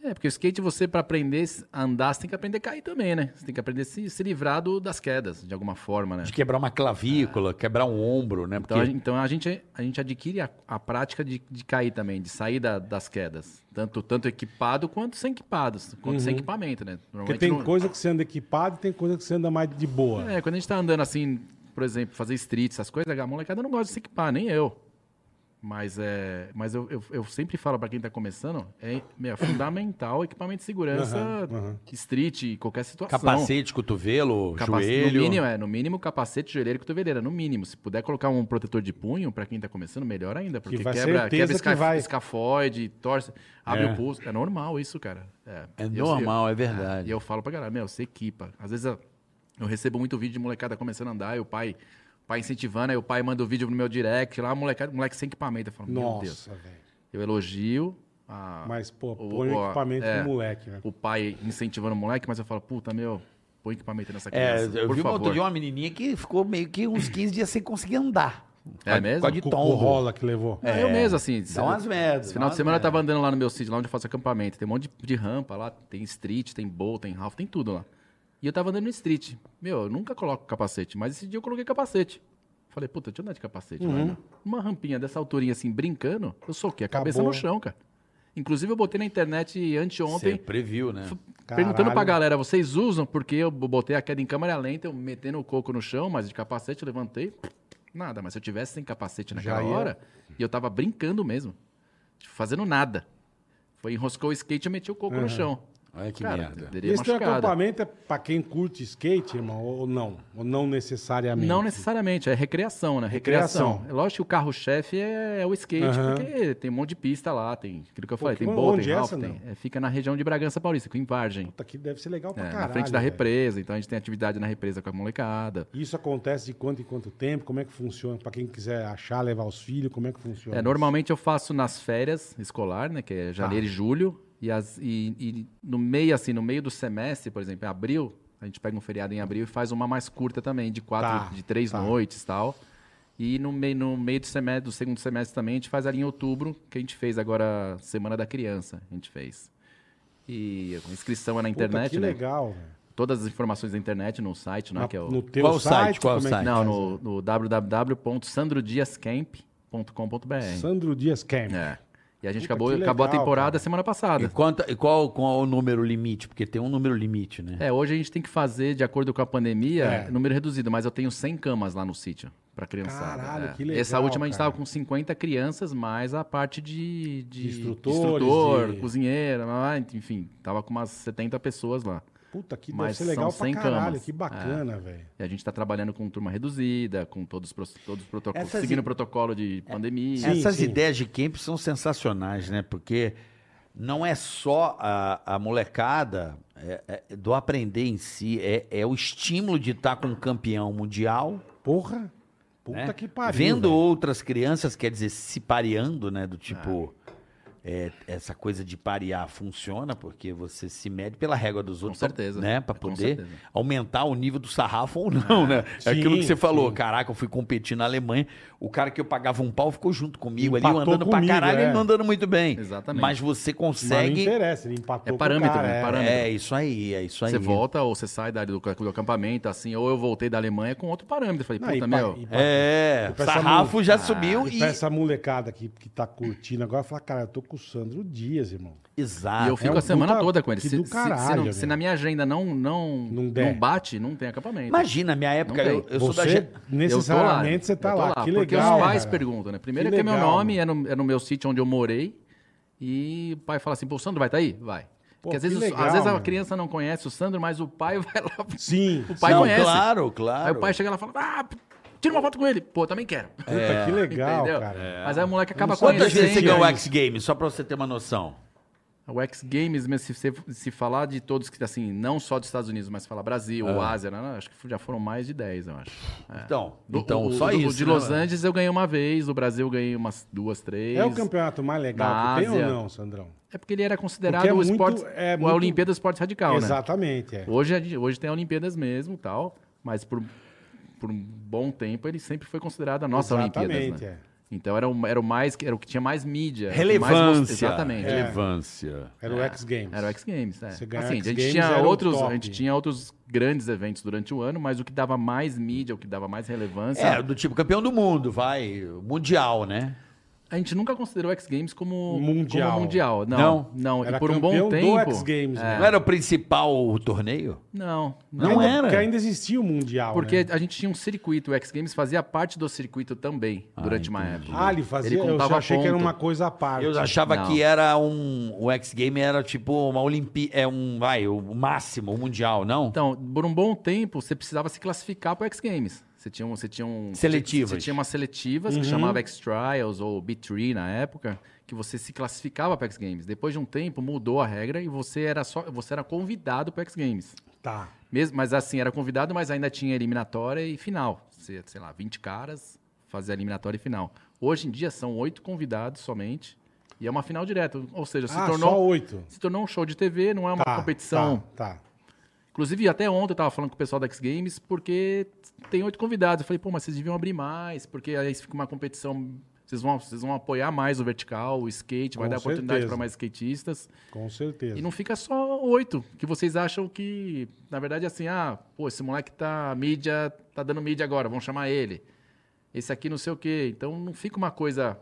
Speaker 1: É, porque o skate, você, pra aprender a andar, você tem que aprender a cair também, né? Você tem que aprender a se, se livrar do- das quedas, de alguma forma, né?
Speaker 3: De quebrar uma clavícula, quebrar um ombro, né? Porque
Speaker 1: Então, a, gen- então a, gente, a gente adquire a, a prática de, de cair também, de sair da- das quedas. Tanto, tanto equipado quanto sem equipados. Quanto sem equipamento, né?
Speaker 2: Uhum. Porque
Speaker 1: Normalmente
Speaker 2: tem
Speaker 1: não-
Speaker 2: coisa que você anda equipado e tem coisa que você anda mais de boa.
Speaker 1: É, quando a gente tá andando assim, por exemplo, fazer street, essas coisas, a molecada não gosta de se equipar, nem eu. Mas, é, mas eu, eu, eu sempre falo para quem está começando, é meu, é fundamental equipamento de segurança,
Speaker 2: Aham, aham.
Speaker 1: street, qualquer situação.
Speaker 3: Capacete, cotovelo,
Speaker 1: Capa-
Speaker 3: joelho.
Speaker 1: No mínimo, é, no mínimo capacete, joelheira e cotoveleira, no mínimo. Se puder colocar um protetor de punho, pra quem tá começando, melhor ainda, porque
Speaker 2: Que vai
Speaker 1: quebra,
Speaker 2: certeza
Speaker 1: quebra
Speaker 2: que vai.
Speaker 1: escafoide, torce, abre
Speaker 2: É.
Speaker 1: o pulso. É normal isso, cara. É,
Speaker 3: É
Speaker 1: Eu-
Speaker 3: normal, é
Speaker 1: eu- E
Speaker 3: verdade.
Speaker 1: eu falo pra galera, meu, você equipa. Às vezes eu, eu recebo muito vídeo de molecada começando a andar, e o pai, pai incentivando, aí o pai manda o vídeo no meu direct, lá, molecada, moleque sem equipamento. Eu falo, meu Deus.
Speaker 2: Nossa, velho.
Speaker 1: Eu elogio a-
Speaker 2: Mas, pô,
Speaker 1: o-
Speaker 2: põe
Speaker 1: o-
Speaker 2: o equipamento
Speaker 1: é,
Speaker 2: do moleque, né?
Speaker 1: o pai incentivando o moleque, mas eu falo, puta, meu, põe equipamento nessa
Speaker 3: É,
Speaker 1: criança,
Speaker 3: eu
Speaker 1: por
Speaker 3: vi uma, outro
Speaker 1: favor.
Speaker 3: dia uma menininha que ficou meio que uns 15 dias sem conseguir andar.
Speaker 1: É mesmo?
Speaker 3: Com a de
Speaker 2: Com
Speaker 3: tombo.
Speaker 2: o rola que levou.
Speaker 1: É, eu mesmo, assim.
Speaker 3: Dá umas é. merdas. dá
Speaker 1: Esse final
Speaker 3: umas
Speaker 1: de semana eu
Speaker 3: merdas.
Speaker 1: tava andando lá no meu sítio, lá onde eu faço acampamento. Tem um monte de, de rampa lá, tem street, tem bowl, tem half, tem tudo lá. E eu tava andando no street. Meu, eu nunca coloco capacete, mas esse dia eu coloquei capacete. Falei, puta, deixa eu andar de capacete. vai, né? Uma rampinha dessa alturinha assim, brincando, eu soquei a cabeça
Speaker 2: Acabou.
Speaker 1: no chão, cara. Inclusive eu botei na internet
Speaker 3: Você
Speaker 1: anteontem,
Speaker 3: previu, né?
Speaker 1: f-
Speaker 2: Caralho.
Speaker 1: perguntando pra galera, vocês usam? Porque eu botei a queda em câmera lenta, eu metendo o coco no chão, mas de capacete eu levantei, nada. Mas se eu tivesse sem capacete naquela
Speaker 2: Já ia.
Speaker 1: hora, e eu tava brincando mesmo, tipo, fazendo nada. Foi, enroscou o skate e meti o coco no chão.
Speaker 3: Olha que merda.
Speaker 1: teria
Speaker 2: Esse teu
Speaker 1: machucado.
Speaker 2: acampamento é pra quem curte skate, irmão, ou não? Ou não necessariamente?
Speaker 1: Não necessariamente, é recreação, né? Recreação.
Speaker 2: Recreação.
Speaker 1: É Lógico que o carro-chefe é, é o skate,
Speaker 2: Aham.
Speaker 1: porque tem um monte de pista lá, tem aquilo que eu falei,
Speaker 2: que-
Speaker 1: tem bowl,
Speaker 2: onde
Speaker 1: tem
Speaker 2: é
Speaker 1: half,
Speaker 2: essa,
Speaker 1: tem.
Speaker 2: não?
Speaker 1: é, fica na região de Bragança Paulista, com Vargem.
Speaker 2: Puta, que deve ser legal pra
Speaker 1: É,
Speaker 2: caralho.
Speaker 1: na frente da
Speaker 2: velho.
Speaker 1: represa, então a gente tem atividade na represa com a molecada.
Speaker 2: Isso acontece de quanto em quanto tempo? Como é que funciona? Pra quem quiser achar, levar os filhos, como é que funciona?
Speaker 1: É, normalmente eu faço nas férias escolar, né? Que
Speaker 2: Tá.
Speaker 1: é janeiro e julho. E, as- e- e no meio, assim, no meio do semestre, por exemplo, em abril, a gente pega um feriado em abril e faz uma mais curta também, de quatro,
Speaker 2: Tá,
Speaker 1: de três
Speaker 2: tá.
Speaker 1: noites e tal. E no, meio no meio do, semestre, do segundo semestre também, a gente faz ali em outubro, que a gente fez agora, Semana da Criança, a gente fez. E a inscrição é na
Speaker 2: Puta,
Speaker 1: internet,
Speaker 2: que
Speaker 1: né?
Speaker 2: legal, velho.
Speaker 1: Todas as informações na internet, no site, né?
Speaker 2: Na-
Speaker 1: que é o...
Speaker 2: No teu
Speaker 3: Qual
Speaker 2: site?
Speaker 3: site? Qual
Speaker 2: como é que
Speaker 3: site?
Speaker 1: Não,
Speaker 2: faz?
Speaker 1: no, no www.sandrodiascamp.com.br.
Speaker 2: É, Sandro Dias Camp.
Speaker 1: É. E a gente
Speaker 2: Puta,
Speaker 1: acabou,
Speaker 2: que legal,
Speaker 1: acabou a temporada
Speaker 2: cara.
Speaker 1: semana
Speaker 3: E,
Speaker 1: passada.
Speaker 3: quanto, e qual, qual é o número limite? Porque tem um número limite, né?
Speaker 1: É, hoje a gente tem que fazer, de acordo com a pandemia,
Speaker 2: É.
Speaker 1: número reduzido, mas eu tenho 100 camas lá no sítio pra criançada.
Speaker 2: Caralho,
Speaker 1: é.
Speaker 2: que legal,
Speaker 1: Essa última a gente
Speaker 2: cara.
Speaker 1: tava com 50 crianças, mais a parte de, de
Speaker 2: De instrutores,
Speaker 1: instrutor,
Speaker 2: de-
Speaker 1: cozinheira, lá, enfim, tava com umas 70 pessoas lá.
Speaker 2: Puta, que
Speaker 1: Mas
Speaker 2: deve ser legal
Speaker 1: são
Speaker 2: pra
Speaker 1: 100
Speaker 2: caralho.
Speaker 1: camas. É.
Speaker 2: Que bacana, velho.
Speaker 1: E a gente tá trabalhando com turma reduzida, com todos, os pro- todos os protocolos,
Speaker 3: Essas
Speaker 1: seguindo
Speaker 3: i-
Speaker 1: o protocolo de
Speaker 2: É.
Speaker 1: pandemia.
Speaker 2: Sim,
Speaker 3: Essas
Speaker 2: sim.
Speaker 3: ideias de camp são sensacionais, né? Porque não é só a, a molecada é- é do aprender em si, é, é o estímulo de estar com um campeão mundial,
Speaker 2: Porra. Puta
Speaker 1: É.
Speaker 3: né?
Speaker 2: que pariu.
Speaker 3: vendo
Speaker 2: velho.
Speaker 3: outras crianças, quer dizer, se pareando, né? Do tipo,
Speaker 2: Ah.
Speaker 3: é, essa coisa de parear funciona porque você se mede pela régua dos
Speaker 1: Com
Speaker 3: outros,
Speaker 1: certeza.
Speaker 3: né? Para
Speaker 1: Com
Speaker 3: poder
Speaker 1: certeza.
Speaker 3: aumentar o nível do sarrafo ou não, né? é
Speaker 2: Ah, sim,
Speaker 3: aquilo que você falou.
Speaker 2: sim.
Speaker 3: Caraca, eu fui competir na Alemanha, o cara que eu pagava um pau ficou junto comigo ali, eu
Speaker 2: Empatou
Speaker 3: andando pra
Speaker 2: comigo,
Speaker 3: caralho
Speaker 2: é.
Speaker 3: e não andando muito bem.
Speaker 1: Exatamente.
Speaker 3: Mas você
Speaker 2: Mas Não
Speaker 3: consegue.
Speaker 2: interessa, ele empatou
Speaker 1: É parâmetro,
Speaker 2: com o cara,
Speaker 1: né?
Speaker 2: é.
Speaker 1: Parâmetro.
Speaker 3: É isso aí, é isso aí.
Speaker 1: Você volta ou você sai da, do, do acampamento, assim, ou eu voltei da Alemanha com outro parâmetro. Falei,
Speaker 2: Não,
Speaker 1: puta,
Speaker 2: e pa-
Speaker 1: meu.
Speaker 2: e pa-
Speaker 3: É,
Speaker 2: E pra essa
Speaker 3: sarrafo
Speaker 2: mu-
Speaker 3: já
Speaker 1: Então,
Speaker 3: subiu
Speaker 2: E
Speaker 3: e.
Speaker 2: pra essa molecada aqui que tá curtindo agora, fala, cara, eu tô com o Sandro Dias, irmão.
Speaker 1: E
Speaker 3: Exato.
Speaker 1: eu fico
Speaker 2: um
Speaker 1: a semana
Speaker 2: puta-
Speaker 1: toda com ele.
Speaker 2: que
Speaker 1: Se,
Speaker 2: do
Speaker 1: se- se
Speaker 2: caralho,
Speaker 1: não- se
Speaker 2: meu.
Speaker 1: na minha agenda não não,
Speaker 2: Não
Speaker 1: não,
Speaker 2: der.
Speaker 1: bate, não tem acampamento.
Speaker 3: Imagina, minha época,
Speaker 1: tem.
Speaker 3: eu, eu sou da.
Speaker 2: você,
Speaker 3: ge-
Speaker 2: necessariamente,
Speaker 1: Eu tô
Speaker 2: você tá
Speaker 1: lá, eu tô
Speaker 2: lá. Que
Speaker 1: porque
Speaker 2: legal.
Speaker 1: os pais
Speaker 2: cara.
Speaker 1: perguntam, né? Primeiro
Speaker 2: Que
Speaker 1: que, é meu
Speaker 2: legal,
Speaker 1: nome, é no, é no meu sítio onde eu morei. E o pai fala assim, pô, o Sandro vai tá aí? Vai.
Speaker 2: Pô,
Speaker 1: Porque às
Speaker 2: que
Speaker 1: vezes, os-
Speaker 2: legal,
Speaker 1: às vezes a
Speaker 2: mano.
Speaker 1: criança não conhece o Sandro, mas o pai vai lá.
Speaker 2: Sim.
Speaker 1: O pai
Speaker 3: Não,
Speaker 1: conhece.
Speaker 3: Claro, claro.
Speaker 1: Aí o pai chega lá e fala, ah, tira uma foto com ele. Pô, eu também quero.
Speaker 2: Puta, que legal,
Speaker 1: é Entendeu?
Speaker 2: cara.
Speaker 1: Mas aí o moleque acaba
Speaker 2: Quantas
Speaker 3: Quantas vezes você
Speaker 1: conhecendo.
Speaker 3: ganhou o
Speaker 2: aí?
Speaker 3: X Games? Só pra você ter uma noção.
Speaker 1: O X Games, mas se, se, se falar de todos que, assim, não só dos Estados Unidos, mas falar Brasil, ou Ásia, né, acho que já foram mais de 10, eu acho. É.
Speaker 3: É. Então,
Speaker 1: Do-
Speaker 3: então
Speaker 1: o-
Speaker 3: só
Speaker 1: do-
Speaker 3: isso.
Speaker 1: O de
Speaker 3: né?
Speaker 1: Los Angeles eu ganhei uma vez, do Brasil eu ganhei umas duas, três.
Speaker 2: É o campeonato mais legal
Speaker 1: Na
Speaker 2: que tem ou
Speaker 1: Ásia.
Speaker 2: não, Sandrão?
Speaker 1: É porque ele era considerado
Speaker 2: Porque é
Speaker 1: o
Speaker 2: muito-
Speaker 1: esporte,
Speaker 2: é
Speaker 1: a
Speaker 2: muito-
Speaker 1: Olimpíada do Esporte Radical, né?
Speaker 2: Exatamente, é.
Speaker 1: Hoje, a gente- hoje tem a Olimpíadas mesmo tal, mas por, por um bom tempo ele sempre foi considerado a nossa Olimpíadas,
Speaker 2: Exatamente, é.
Speaker 1: né? Então era o, era o mais era é o que tinha mais mídia. Mais, mos-
Speaker 3: Relevância.
Speaker 1: exatamente.
Speaker 3: Relevância.
Speaker 2: é. Era o X Games.
Speaker 1: Era o X Games, é.
Speaker 2: Você ganhar
Speaker 1: Assim, a
Speaker 2: X
Speaker 1: gente,
Speaker 2: Games
Speaker 1: tinha
Speaker 2: era o
Speaker 1: outros, a
Speaker 2: top.
Speaker 1: gente tinha outros grandes eventos durante o ano, mas o que dava mais mídia, o que dava mais relevância
Speaker 3: É, do tipo campeão do mundo, vai. Mundial, né?
Speaker 1: a gente nunca considerou X Games como
Speaker 2: Mundial.
Speaker 1: Como mundial. Não,
Speaker 3: Não?
Speaker 1: não. não.
Speaker 2: Era
Speaker 1: e por um
Speaker 2: campeão
Speaker 1: bom
Speaker 2: do
Speaker 1: tempo.
Speaker 2: X Games, né?
Speaker 1: é,
Speaker 3: Não era o principal torneio?
Speaker 1: Não, é.
Speaker 3: Não é.
Speaker 2: ainda,
Speaker 3: era.
Speaker 2: Porque ainda existia o Mundial.
Speaker 1: Porque
Speaker 2: né?
Speaker 1: a gente tinha um circuito, o X Games fazia parte do circuito também
Speaker 3: Ah,
Speaker 1: durante uma
Speaker 3: entendi.
Speaker 1: época.
Speaker 2: Ah, ele fazia.
Speaker 1: Ele
Speaker 2: eu
Speaker 1: contava
Speaker 2: já achei que era
Speaker 1: ponto.
Speaker 2: uma coisa à parte.
Speaker 3: Eu achava
Speaker 1: Não.
Speaker 3: que era um. O X Game era tipo uma Olimpí. É um. Vai, o máximo, o mundial, não?
Speaker 1: Então, por um bom tempo, você precisava se classificar para o X Games. Você tinha, um, você tinha um,
Speaker 3: Seletivas.
Speaker 1: Você tinha umas seletivas
Speaker 2: Uhum.
Speaker 1: que chamava X Trials ou B3 na época, que você se classificava para X Games. Depois de um tempo mudou a regra e você era só você era convidado para X Games.
Speaker 2: Tá.
Speaker 1: Mesmo, mas assim, era convidado, mas ainda tinha eliminatória e final. Você, sei lá, 20 caras, fazer a eliminatória e final. Hoje em dia são oito convidados somente e é uma final direta, ou seja, se
Speaker 2: ah, só
Speaker 1: tornou
Speaker 2: oito.
Speaker 1: se tornou um show de TV, não é uma
Speaker 2: Tá,
Speaker 1: competição.
Speaker 2: Tá, tá.
Speaker 1: Inclusive, até ontem eu tava falando com o pessoal da X Games, porque tem oito convidados. Eu falei, pô, mas vocês deviam abrir mais, porque aí fica uma competição. Vocês vão, vocês vão apoiar mais o vertical, o skate, vai
Speaker 2: Com
Speaker 1: dar oportunidade
Speaker 2: certeza.
Speaker 1: para mais skatistas.
Speaker 2: Com certeza.
Speaker 1: E não fica só oito, que vocês acham que, na verdade, é assim, ah, pô, esse moleque tá mídia, tá dando mídia agora, vamos chamar ele. Esse aqui não sei o quê. Então não fica uma coisa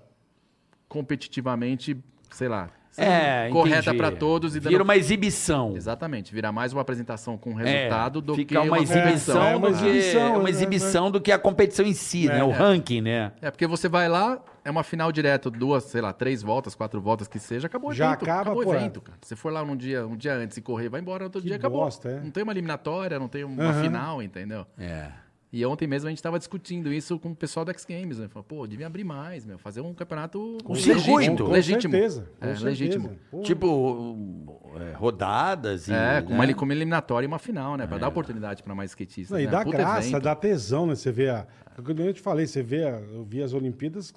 Speaker 1: competitivamente, sei lá,
Speaker 3: É,
Speaker 1: correta
Speaker 3: entendi.
Speaker 1: para todos e
Speaker 3: Vira
Speaker 1: dando
Speaker 3: uma exibição.
Speaker 1: Exatamente, vira mais uma apresentação com resultado do
Speaker 3: É, fica
Speaker 1: que
Speaker 3: uma,
Speaker 1: uma
Speaker 3: exibição,
Speaker 1: competição.
Speaker 2: É, uma
Speaker 3: do que-
Speaker 2: exibição,
Speaker 3: uma
Speaker 2: né?
Speaker 3: exibição do que a competição em si, né? O ranking, né?
Speaker 1: É porque você vai lá, é uma final direto, duas, sei lá, três voltas, quatro voltas que seja, acabou o
Speaker 2: Já
Speaker 1: evento.
Speaker 2: acaba,
Speaker 1: acabou o
Speaker 2: pô, é.
Speaker 1: evento, cara. Você for lá um dia, um dia antes e correr, vai embora, outro
Speaker 2: Que
Speaker 1: dia acabou.
Speaker 2: bosta, é.
Speaker 1: Não tem uma eliminatória, não tem uma
Speaker 2: Aham.
Speaker 1: final, entendeu?
Speaker 3: É.
Speaker 1: E ontem mesmo a gente estava discutindo isso com o pessoal da X Games, né? Falou, pô, devia abrir mais, meu, fazer um campeonato
Speaker 3: Com
Speaker 1: legítimo,
Speaker 3: circuito.
Speaker 2: Com
Speaker 1: legítimo.
Speaker 2: certeza. Com
Speaker 1: é,
Speaker 2: certeza.
Speaker 1: legítimo.
Speaker 2: Pô,
Speaker 3: Tipo, um, é, rodadas e.
Speaker 1: É, com
Speaker 3: né?
Speaker 1: uma, eli- com uma eliminatória e uma final, né? Pra dar oportunidade pra mais skatistas.
Speaker 2: É. Não,
Speaker 1: né?
Speaker 2: e dá
Speaker 1: Puta
Speaker 2: graça,
Speaker 1: evento.
Speaker 2: dá tesão, né? Você vê a. Quando eu te falei, você vê, a- eu vi as Olimpíadas,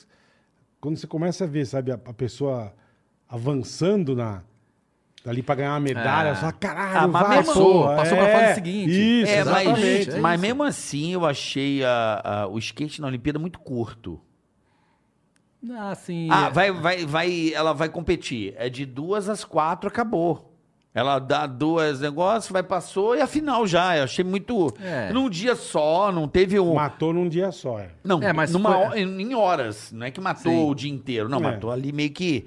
Speaker 2: quando você começa a ver, sabe, a, a pessoa avançando na. Ali pra ganhar uma medalha,
Speaker 1: É.
Speaker 2: só caralho,
Speaker 3: Ah, mas
Speaker 2: vai,
Speaker 3: mesmo-
Speaker 2: pô,
Speaker 1: passou pra fase seguinte.
Speaker 2: Isso,
Speaker 3: É, mas,
Speaker 2: exatamente.
Speaker 1: é isso.
Speaker 3: mas mesmo assim eu achei a- a- o skate na Olimpíada muito curto.
Speaker 1: Ah, sim.
Speaker 3: Ah, vai, vai, vai, ela vai competir. É de duas às quatro, acabou. Ela dá duas negócios, vai, passou e a final já. Eu achei muito.
Speaker 1: É.
Speaker 3: Num dia só, não teve um.
Speaker 2: Matou num dia só. É.
Speaker 3: Não,
Speaker 1: É, mas
Speaker 3: numa
Speaker 1: foi-
Speaker 3: hora- em horas. Não é que matou
Speaker 1: Sim.
Speaker 3: o dia inteiro. Não,
Speaker 2: É.
Speaker 3: matou ali meio que.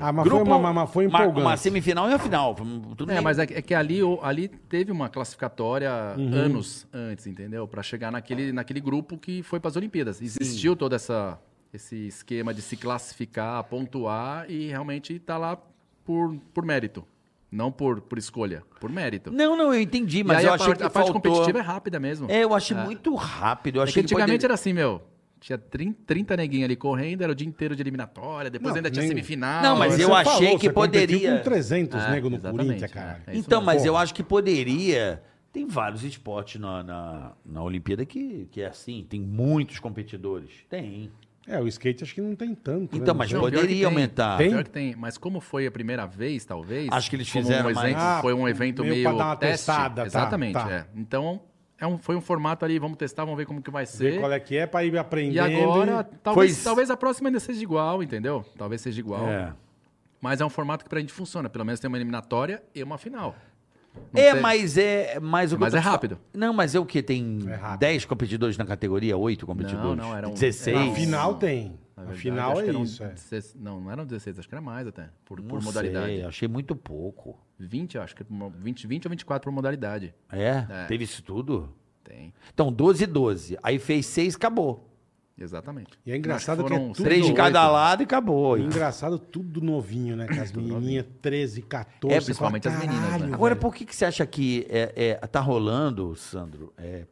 Speaker 2: Ah, mas foi, uma, mas- mas foi
Speaker 3: uma-
Speaker 2: empolgante.
Speaker 3: Uma semifinal e a final. Foi um, Tudo
Speaker 1: É,
Speaker 3: bem.
Speaker 1: mas é que, é que ali, o- ali teve uma classificatória
Speaker 3: Uhum.
Speaker 1: anos antes, entendeu? Pra chegar naquele, naquele grupo que foi pras Olimpíadas. Existiu todo essa, esse esquema de se classificar, pontuar e realmente tá lá por, por mérito. Não por, por escolha, por mérito.
Speaker 3: Não, não, eu entendi, mas
Speaker 1: e aí
Speaker 3: eu
Speaker 1: a
Speaker 3: achei
Speaker 1: parte,
Speaker 3: que
Speaker 1: a parte
Speaker 3: faltou...
Speaker 1: competitiva é rápida mesmo.
Speaker 3: É, eu achei muito rápido. Eu
Speaker 1: É
Speaker 3: achei
Speaker 1: que antigamente
Speaker 3: que poderia-
Speaker 1: era assim, meu. Tinha 30, 30 neguinhos ali correndo, era o dia inteiro de eliminatória, depois
Speaker 2: Não,
Speaker 1: ainda tinha
Speaker 2: nem-
Speaker 1: semifinal. assim,
Speaker 3: Não, mas
Speaker 2: Você
Speaker 3: eu achei
Speaker 2: você
Speaker 3: que
Speaker 2: competiu
Speaker 3: poderia-
Speaker 2: Com 300
Speaker 1: É,
Speaker 2: nego no
Speaker 1: exatamente,
Speaker 2: Corinthians, cara.
Speaker 1: é. isso
Speaker 3: então,
Speaker 1: mesmo.
Speaker 3: mas
Speaker 2: Porra.
Speaker 3: eu acho que poderia. Tem vários esportes na, na, na Olimpíada que, que é assim, tem muitos competidores. Tem.
Speaker 2: É, o skate acho que não tem tanto. né?
Speaker 3: Então, mas
Speaker 1: Não, pior que
Speaker 3: poderia
Speaker 1: tem.
Speaker 3: aumentar.
Speaker 2: Tem?
Speaker 1: Pior que tem, mas como foi a primeira vez, talvez.
Speaker 3: Acho que eles
Speaker 1: como
Speaker 3: fizeram
Speaker 1: um
Speaker 3: mais-
Speaker 1: exemplo,
Speaker 2: Ah,
Speaker 1: Foi um evento
Speaker 2: meio
Speaker 1: meio,
Speaker 2: pra dar uma
Speaker 1: teste.
Speaker 2: testada, tá,
Speaker 1: Exatamente,
Speaker 2: tá.
Speaker 1: é. Então, é um, foi um formato ali, vamos testar, vamos ver como que vai
Speaker 2: Ver
Speaker 1: ser.
Speaker 2: qual é que é pra ir aprendendo.
Speaker 1: E agora, talvez,
Speaker 3: Foi-
Speaker 1: talvez a próxima ainda seja igual, entendeu? Talvez seja igual.
Speaker 3: É,
Speaker 1: Mas é um formato que pra gente funciona. Pelo menos tem uma eliminatória e uma final. Não
Speaker 3: é
Speaker 1: tem-
Speaker 3: mas é. Mas, o que
Speaker 1: Mas
Speaker 3: eu
Speaker 1: é
Speaker 3: tô te fal-
Speaker 1: rápido.
Speaker 3: Não, mas é o que? Tem
Speaker 2: É rápido.
Speaker 3: 10 competidores na categoria? 8 competidores?
Speaker 1: não, um- eram-
Speaker 3: 16.
Speaker 2: A
Speaker 1: eram-
Speaker 2: final tem.
Speaker 1: Na
Speaker 2: a
Speaker 1: verdade,
Speaker 2: final
Speaker 1: acho que um
Speaker 2: é
Speaker 1: eram
Speaker 2: isso. É.
Speaker 1: 16 não, não eram 16, acho que era mais até. Por,
Speaker 3: Não
Speaker 1: por modalidade.
Speaker 3: sei, é. achei muito pouco.
Speaker 1: 20, eu acho que é por mo- 20, 20 ou 24 por modalidade.
Speaker 3: É?
Speaker 1: É.
Speaker 3: Teve isso tudo?
Speaker 1: Tem.
Speaker 3: Então, 12 e 12. Aí fez 6, acabou.
Speaker 1: Exatamente.
Speaker 2: E é engraçado
Speaker 1: Acho
Speaker 2: que é
Speaker 1: foram
Speaker 2: tudo
Speaker 3: 3 de
Speaker 1: oito.
Speaker 3: cada lado e
Speaker 1: Hum.
Speaker 3: acabou.
Speaker 2: Engraçado, tudo novinho, né? Com as menininhas 13, 14.
Speaker 3: É,
Speaker 1: principalmente as meninas, né?
Speaker 2: caralho,
Speaker 3: Agora, é
Speaker 2: velho.
Speaker 3: por que, que você acha que é, é, tá rolando, Sandro? é,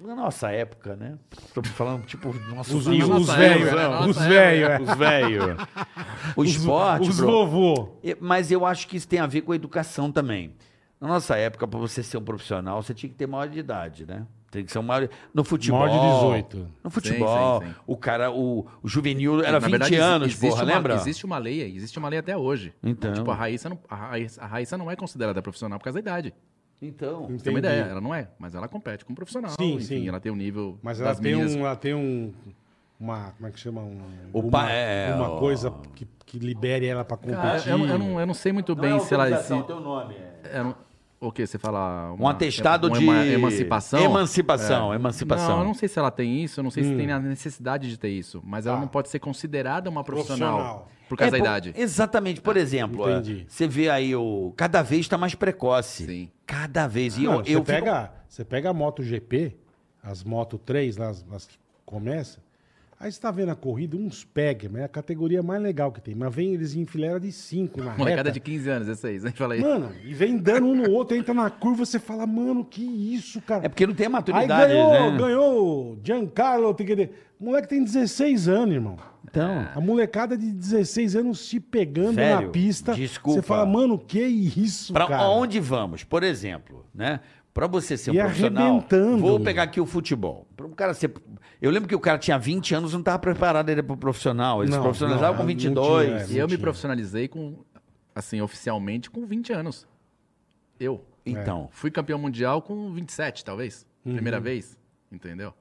Speaker 3: na nossa época, né? Tô falando, tipo, nossa,
Speaker 2: Os,
Speaker 3: na
Speaker 2: os,
Speaker 3: nossa
Speaker 2: os
Speaker 1: época,
Speaker 2: velhos,
Speaker 1: né?
Speaker 2: os
Speaker 1: Nossa
Speaker 2: velhos, é.
Speaker 3: época, os velhos. O esporte,
Speaker 2: Os
Speaker 3: bro,
Speaker 2: vovô.
Speaker 3: é, Mas eu acho que isso tem a ver com a educação também. Na nossa época, pra você ser um profissional, você tinha que ter maior de idade, né? Tem que ser um maior... No futebol...
Speaker 2: Maior de 18.
Speaker 3: No futebol,
Speaker 1: Sim, sim, sim.
Speaker 3: o cara, o, o juvenil era
Speaker 1: Na
Speaker 3: 20
Speaker 1: verdade, exi-
Speaker 3: anos,
Speaker 1: existe
Speaker 3: porra,
Speaker 1: uma-
Speaker 3: lembra?
Speaker 1: Existe uma lei aí, existe uma lei até hoje.
Speaker 3: Então.
Speaker 1: Tipo, a Raíssa, não, a, Raíssa, a Raíssa não é considerada profissional por causa da idade. Pra
Speaker 3: Então...
Speaker 1: Você tem
Speaker 2: Entendi.
Speaker 1: uma ideia, ela não é, mas ela compete como profissional.
Speaker 2: Sim,
Speaker 1: enfim,
Speaker 2: sim.
Speaker 1: ela tem um nível
Speaker 2: Mas ela
Speaker 1: das
Speaker 2: tem,
Speaker 1: meninas.
Speaker 2: um, ela tem um. Uma. Como é que chama? Um,
Speaker 3: O
Speaker 2: uma,
Speaker 3: pa- é,
Speaker 2: uma
Speaker 3: ó.
Speaker 2: coisa que, que libere ela pra competir.
Speaker 1: é, um,
Speaker 3: é
Speaker 1: Cara, eu, eu não, eu não sei muito bem se ela... Se,
Speaker 3: teu nome é...
Speaker 1: eu não- O que você fala?
Speaker 3: Um atestado
Speaker 1: uma
Speaker 3: de.
Speaker 1: ema- emancipação? É.
Speaker 3: Emancipação,
Speaker 1: Não,
Speaker 3: emancipação.
Speaker 1: eu não sei se ela tem isso, eu não sei se
Speaker 2: Hum.
Speaker 1: tem a necessidade de ter isso, mas ela
Speaker 2: Tá.
Speaker 1: não pode ser considerada uma profissional,
Speaker 2: Profissional.
Speaker 1: por causa
Speaker 3: É,
Speaker 1: da idade.
Speaker 3: Exatamente.
Speaker 2: Ah,
Speaker 3: Por exemplo,
Speaker 2: entendi.
Speaker 3: é, você vê aí o. Cada vez está mais precoce.
Speaker 1: Sim.
Speaker 3: Cada vez. E
Speaker 2: Não,
Speaker 3: eu,
Speaker 2: você,
Speaker 3: eu fico-
Speaker 2: pega, você pega a moto GP, as moto 3 lá, as, as que começa. Aí você tá vendo a corrida, uns pega, mas é a categoria mais legal que tem. Mas vem eles em fileira de 5 na
Speaker 1: Molecada
Speaker 2: reta.
Speaker 1: de 15 anos, 16, a gente fala aí.
Speaker 2: Mano, e vem dando um no outro, entra na curva, você fala, mano, que isso, cara.
Speaker 3: É porque não tem a
Speaker 2: Aí
Speaker 3: maturidade,
Speaker 2: ganhou,
Speaker 3: né?
Speaker 2: ganhou o Giancarlo, tem que dizer. O moleque tem 16 anos, irmão.
Speaker 3: Então.
Speaker 2: A molecada de 16 anos se pegando
Speaker 3: Sério?
Speaker 2: na pista.
Speaker 3: Desculpa.
Speaker 2: Você fala, mano, que isso,
Speaker 3: Pra
Speaker 2: cara?
Speaker 3: onde vamos? Por exemplo, né? Pra você ser um
Speaker 2: E
Speaker 3: profissional,
Speaker 2: arrebentando.
Speaker 3: vou pegar aqui o futebol. Pra um cara ser, eu lembro que o cara tinha 20 anos, não estava preparado ainda para profissional. Ele se
Speaker 2: Não,
Speaker 3: profissionalizava
Speaker 2: não,
Speaker 3: com
Speaker 2: não
Speaker 3: 22.
Speaker 2: tinha, é.
Speaker 1: E eu me
Speaker 2: mentira.
Speaker 1: profissionalizei com, assim, oficialmente com 20 anos. Eu
Speaker 2: é,
Speaker 3: Então,
Speaker 1: fui campeão mundial com 27, talvez.
Speaker 3: Uhum.
Speaker 1: Primeira vez, entendeu?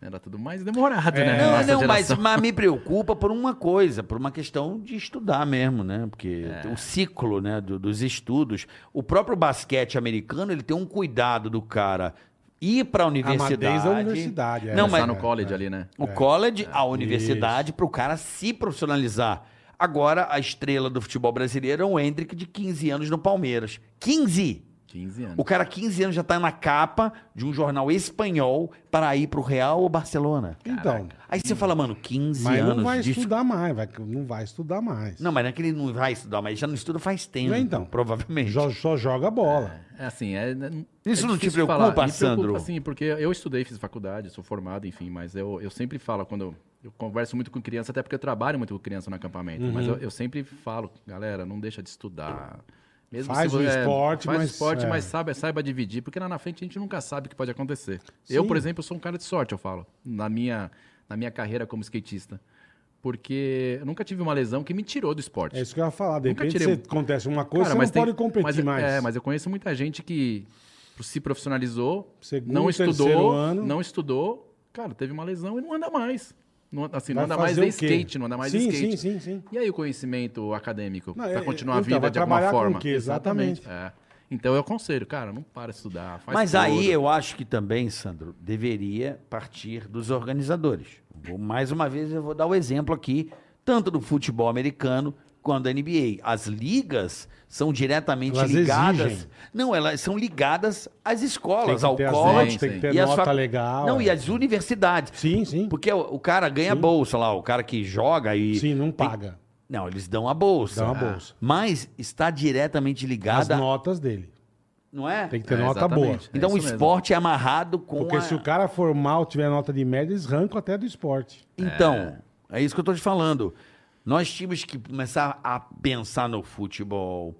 Speaker 1: Era tudo mais demorado, né?
Speaker 3: É. Não,
Speaker 1: Nossa
Speaker 3: não, mas,
Speaker 1: geração.
Speaker 3: mas me preocupa por uma coisa, por uma questão de estudar mesmo, né? Porque
Speaker 1: É.
Speaker 3: o ciclo né, do- dos estudos. O próprio basquete americano, ele tem um cuidado do cara ir para a
Speaker 2: A Madeira
Speaker 3: universidade.
Speaker 2: é a universidade. é.
Speaker 3: Não,
Speaker 1: Começar
Speaker 3: mas-
Speaker 1: no college ali, né?
Speaker 3: O college, a universidade, para o cara se profissionalizar. Agora, a estrela do futebol brasileiro é o Hendrick, de 15 anos no Palmeiras. 15!
Speaker 1: 15 anos.
Speaker 3: O cara, 15 anos, já tá na capa de um jornal espanhol para ir pro Real ou Barcelona.
Speaker 2: Então,
Speaker 3: Aí você fala, mano, 15
Speaker 2: mas
Speaker 3: anos
Speaker 2: não vai
Speaker 3: de
Speaker 2: estudar mais, vai, não vai estudar mais.
Speaker 3: Não, mas não é que ele não vai estudar, mas ele já não estuda faz tempo,
Speaker 2: É, então.
Speaker 3: provavelmente.
Speaker 2: Só, só joga bola.
Speaker 1: É assim, é. n-
Speaker 3: Isso
Speaker 1: é
Speaker 3: não te
Speaker 1: difícil de
Speaker 3: preocupa,
Speaker 1: falar. Me
Speaker 3: Sandro?
Speaker 1: Preocupa, sim, porque eu estudei, fiz faculdade, sou formado, enfim, mas eu, eu sempre falo quando eu, eu converso muito com criança, até porque eu trabalho muito com criança no acampamento,
Speaker 2: Uhum.
Speaker 1: mas eu, eu sempre falo, galera, não deixa de estudar. Mesmo
Speaker 2: Faz
Speaker 1: vo- é,
Speaker 2: o esporte,
Speaker 1: faz
Speaker 2: mas-
Speaker 1: esporte,
Speaker 2: é.
Speaker 1: mas saiba, saiba dividir, porque lá na frente a gente nunca sabe o que pode acontecer. Eu,
Speaker 2: Sim.
Speaker 1: por exemplo, sou um cara de sorte, eu falo, na minha, na minha carreira como skatista. Porque eu nunca tive uma lesão que me tirou do esporte.
Speaker 2: É isso que eu ia falar. De
Speaker 1: Nunca
Speaker 2: repente
Speaker 1: tirei
Speaker 2: você acontece uma coisa, você não
Speaker 1: tem-
Speaker 2: pode competir
Speaker 1: mas-
Speaker 2: mais.
Speaker 1: É, mas eu conheço muita gente que se profissionalizou,
Speaker 2: Segundo,
Speaker 1: não
Speaker 2: terceiro
Speaker 1: estudou,
Speaker 2: ano.
Speaker 1: não estudou, cara, teve uma lesão e não anda mais. Não, anda- assim, não
Speaker 2: Vai
Speaker 1: anda mais
Speaker 2: fazer
Speaker 1: de
Speaker 2: o quê?
Speaker 1: skate, não anda mais de
Speaker 2: Sim,
Speaker 1: skate.
Speaker 2: sim, sim, sim.
Speaker 1: E aí o conhecimento acadêmico
Speaker 2: Não, é-
Speaker 1: para continuar a
Speaker 2: então,
Speaker 1: vida
Speaker 2: vai
Speaker 1: de alguma
Speaker 2: trabalhar com o
Speaker 1: forma.
Speaker 2: quê? Exatamente.
Speaker 1: É. Então eu aconselho, cara, não para de estudar. Faz
Speaker 3: Mas
Speaker 1: tudo.
Speaker 3: aí eu acho que também, Sandro, deveria partir dos organizadores. Vou- mais uma vez eu vou dar o exemplo aqui, tanto do futebol americano quanto da NBA. As ligas são diretamente
Speaker 2: Elas
Speaker 3: ligadas.
Speaker 2: exigem.
Speaker 3: Não, elas são ligadas às
Speaker 2: tem
Speaker 3: escolas,
Speaker 2: que
Speaker 3: ao
Speaker 2: ter as
Speaker 3: college.
Speaker 2: notas, tem que ter
Speaker 3: e as
Speaker 2: nota
Speaker 3: fac-
Speaker 2: legal.
Speaker 3: Não, e às universidades.
Speaker 2: Sim, sim.
Speaker 3: Porque o, o cara ganha bolsa lá, o cara que joga e.
Speaker 2: Sim, não
Speaker 3: tem-
Speaker 2: paga.
Speaker 3: Não, eles dão a bolsa.
Speaker 2: Dá uma bolsa.
Speaker 3: Mas está diretamente
Speaker 2: As
Speaker 3: ligada,
Speaker 2: notas dele.
Speaker 3: não é?
Speaker 2: Tem que ter
Speaker 1: É,
Speaker 2: nota boa.
Speaker 1: exatamente. Então,
Speaker 3: Então
Speaker 1: É
Speaker 3: o
Speaker 1: isso mesmo.
Speaker 3: esporte é amarrado com
Speaker 2: Porque
Speaker 3: a-
Speaker 2: se o cara for mal, tiver nota de média, eles arrancam até do esporte.
Speaker 3: Então, é. isso que eu tô te falando. Nós tínhamos que começar a pensar no futebol,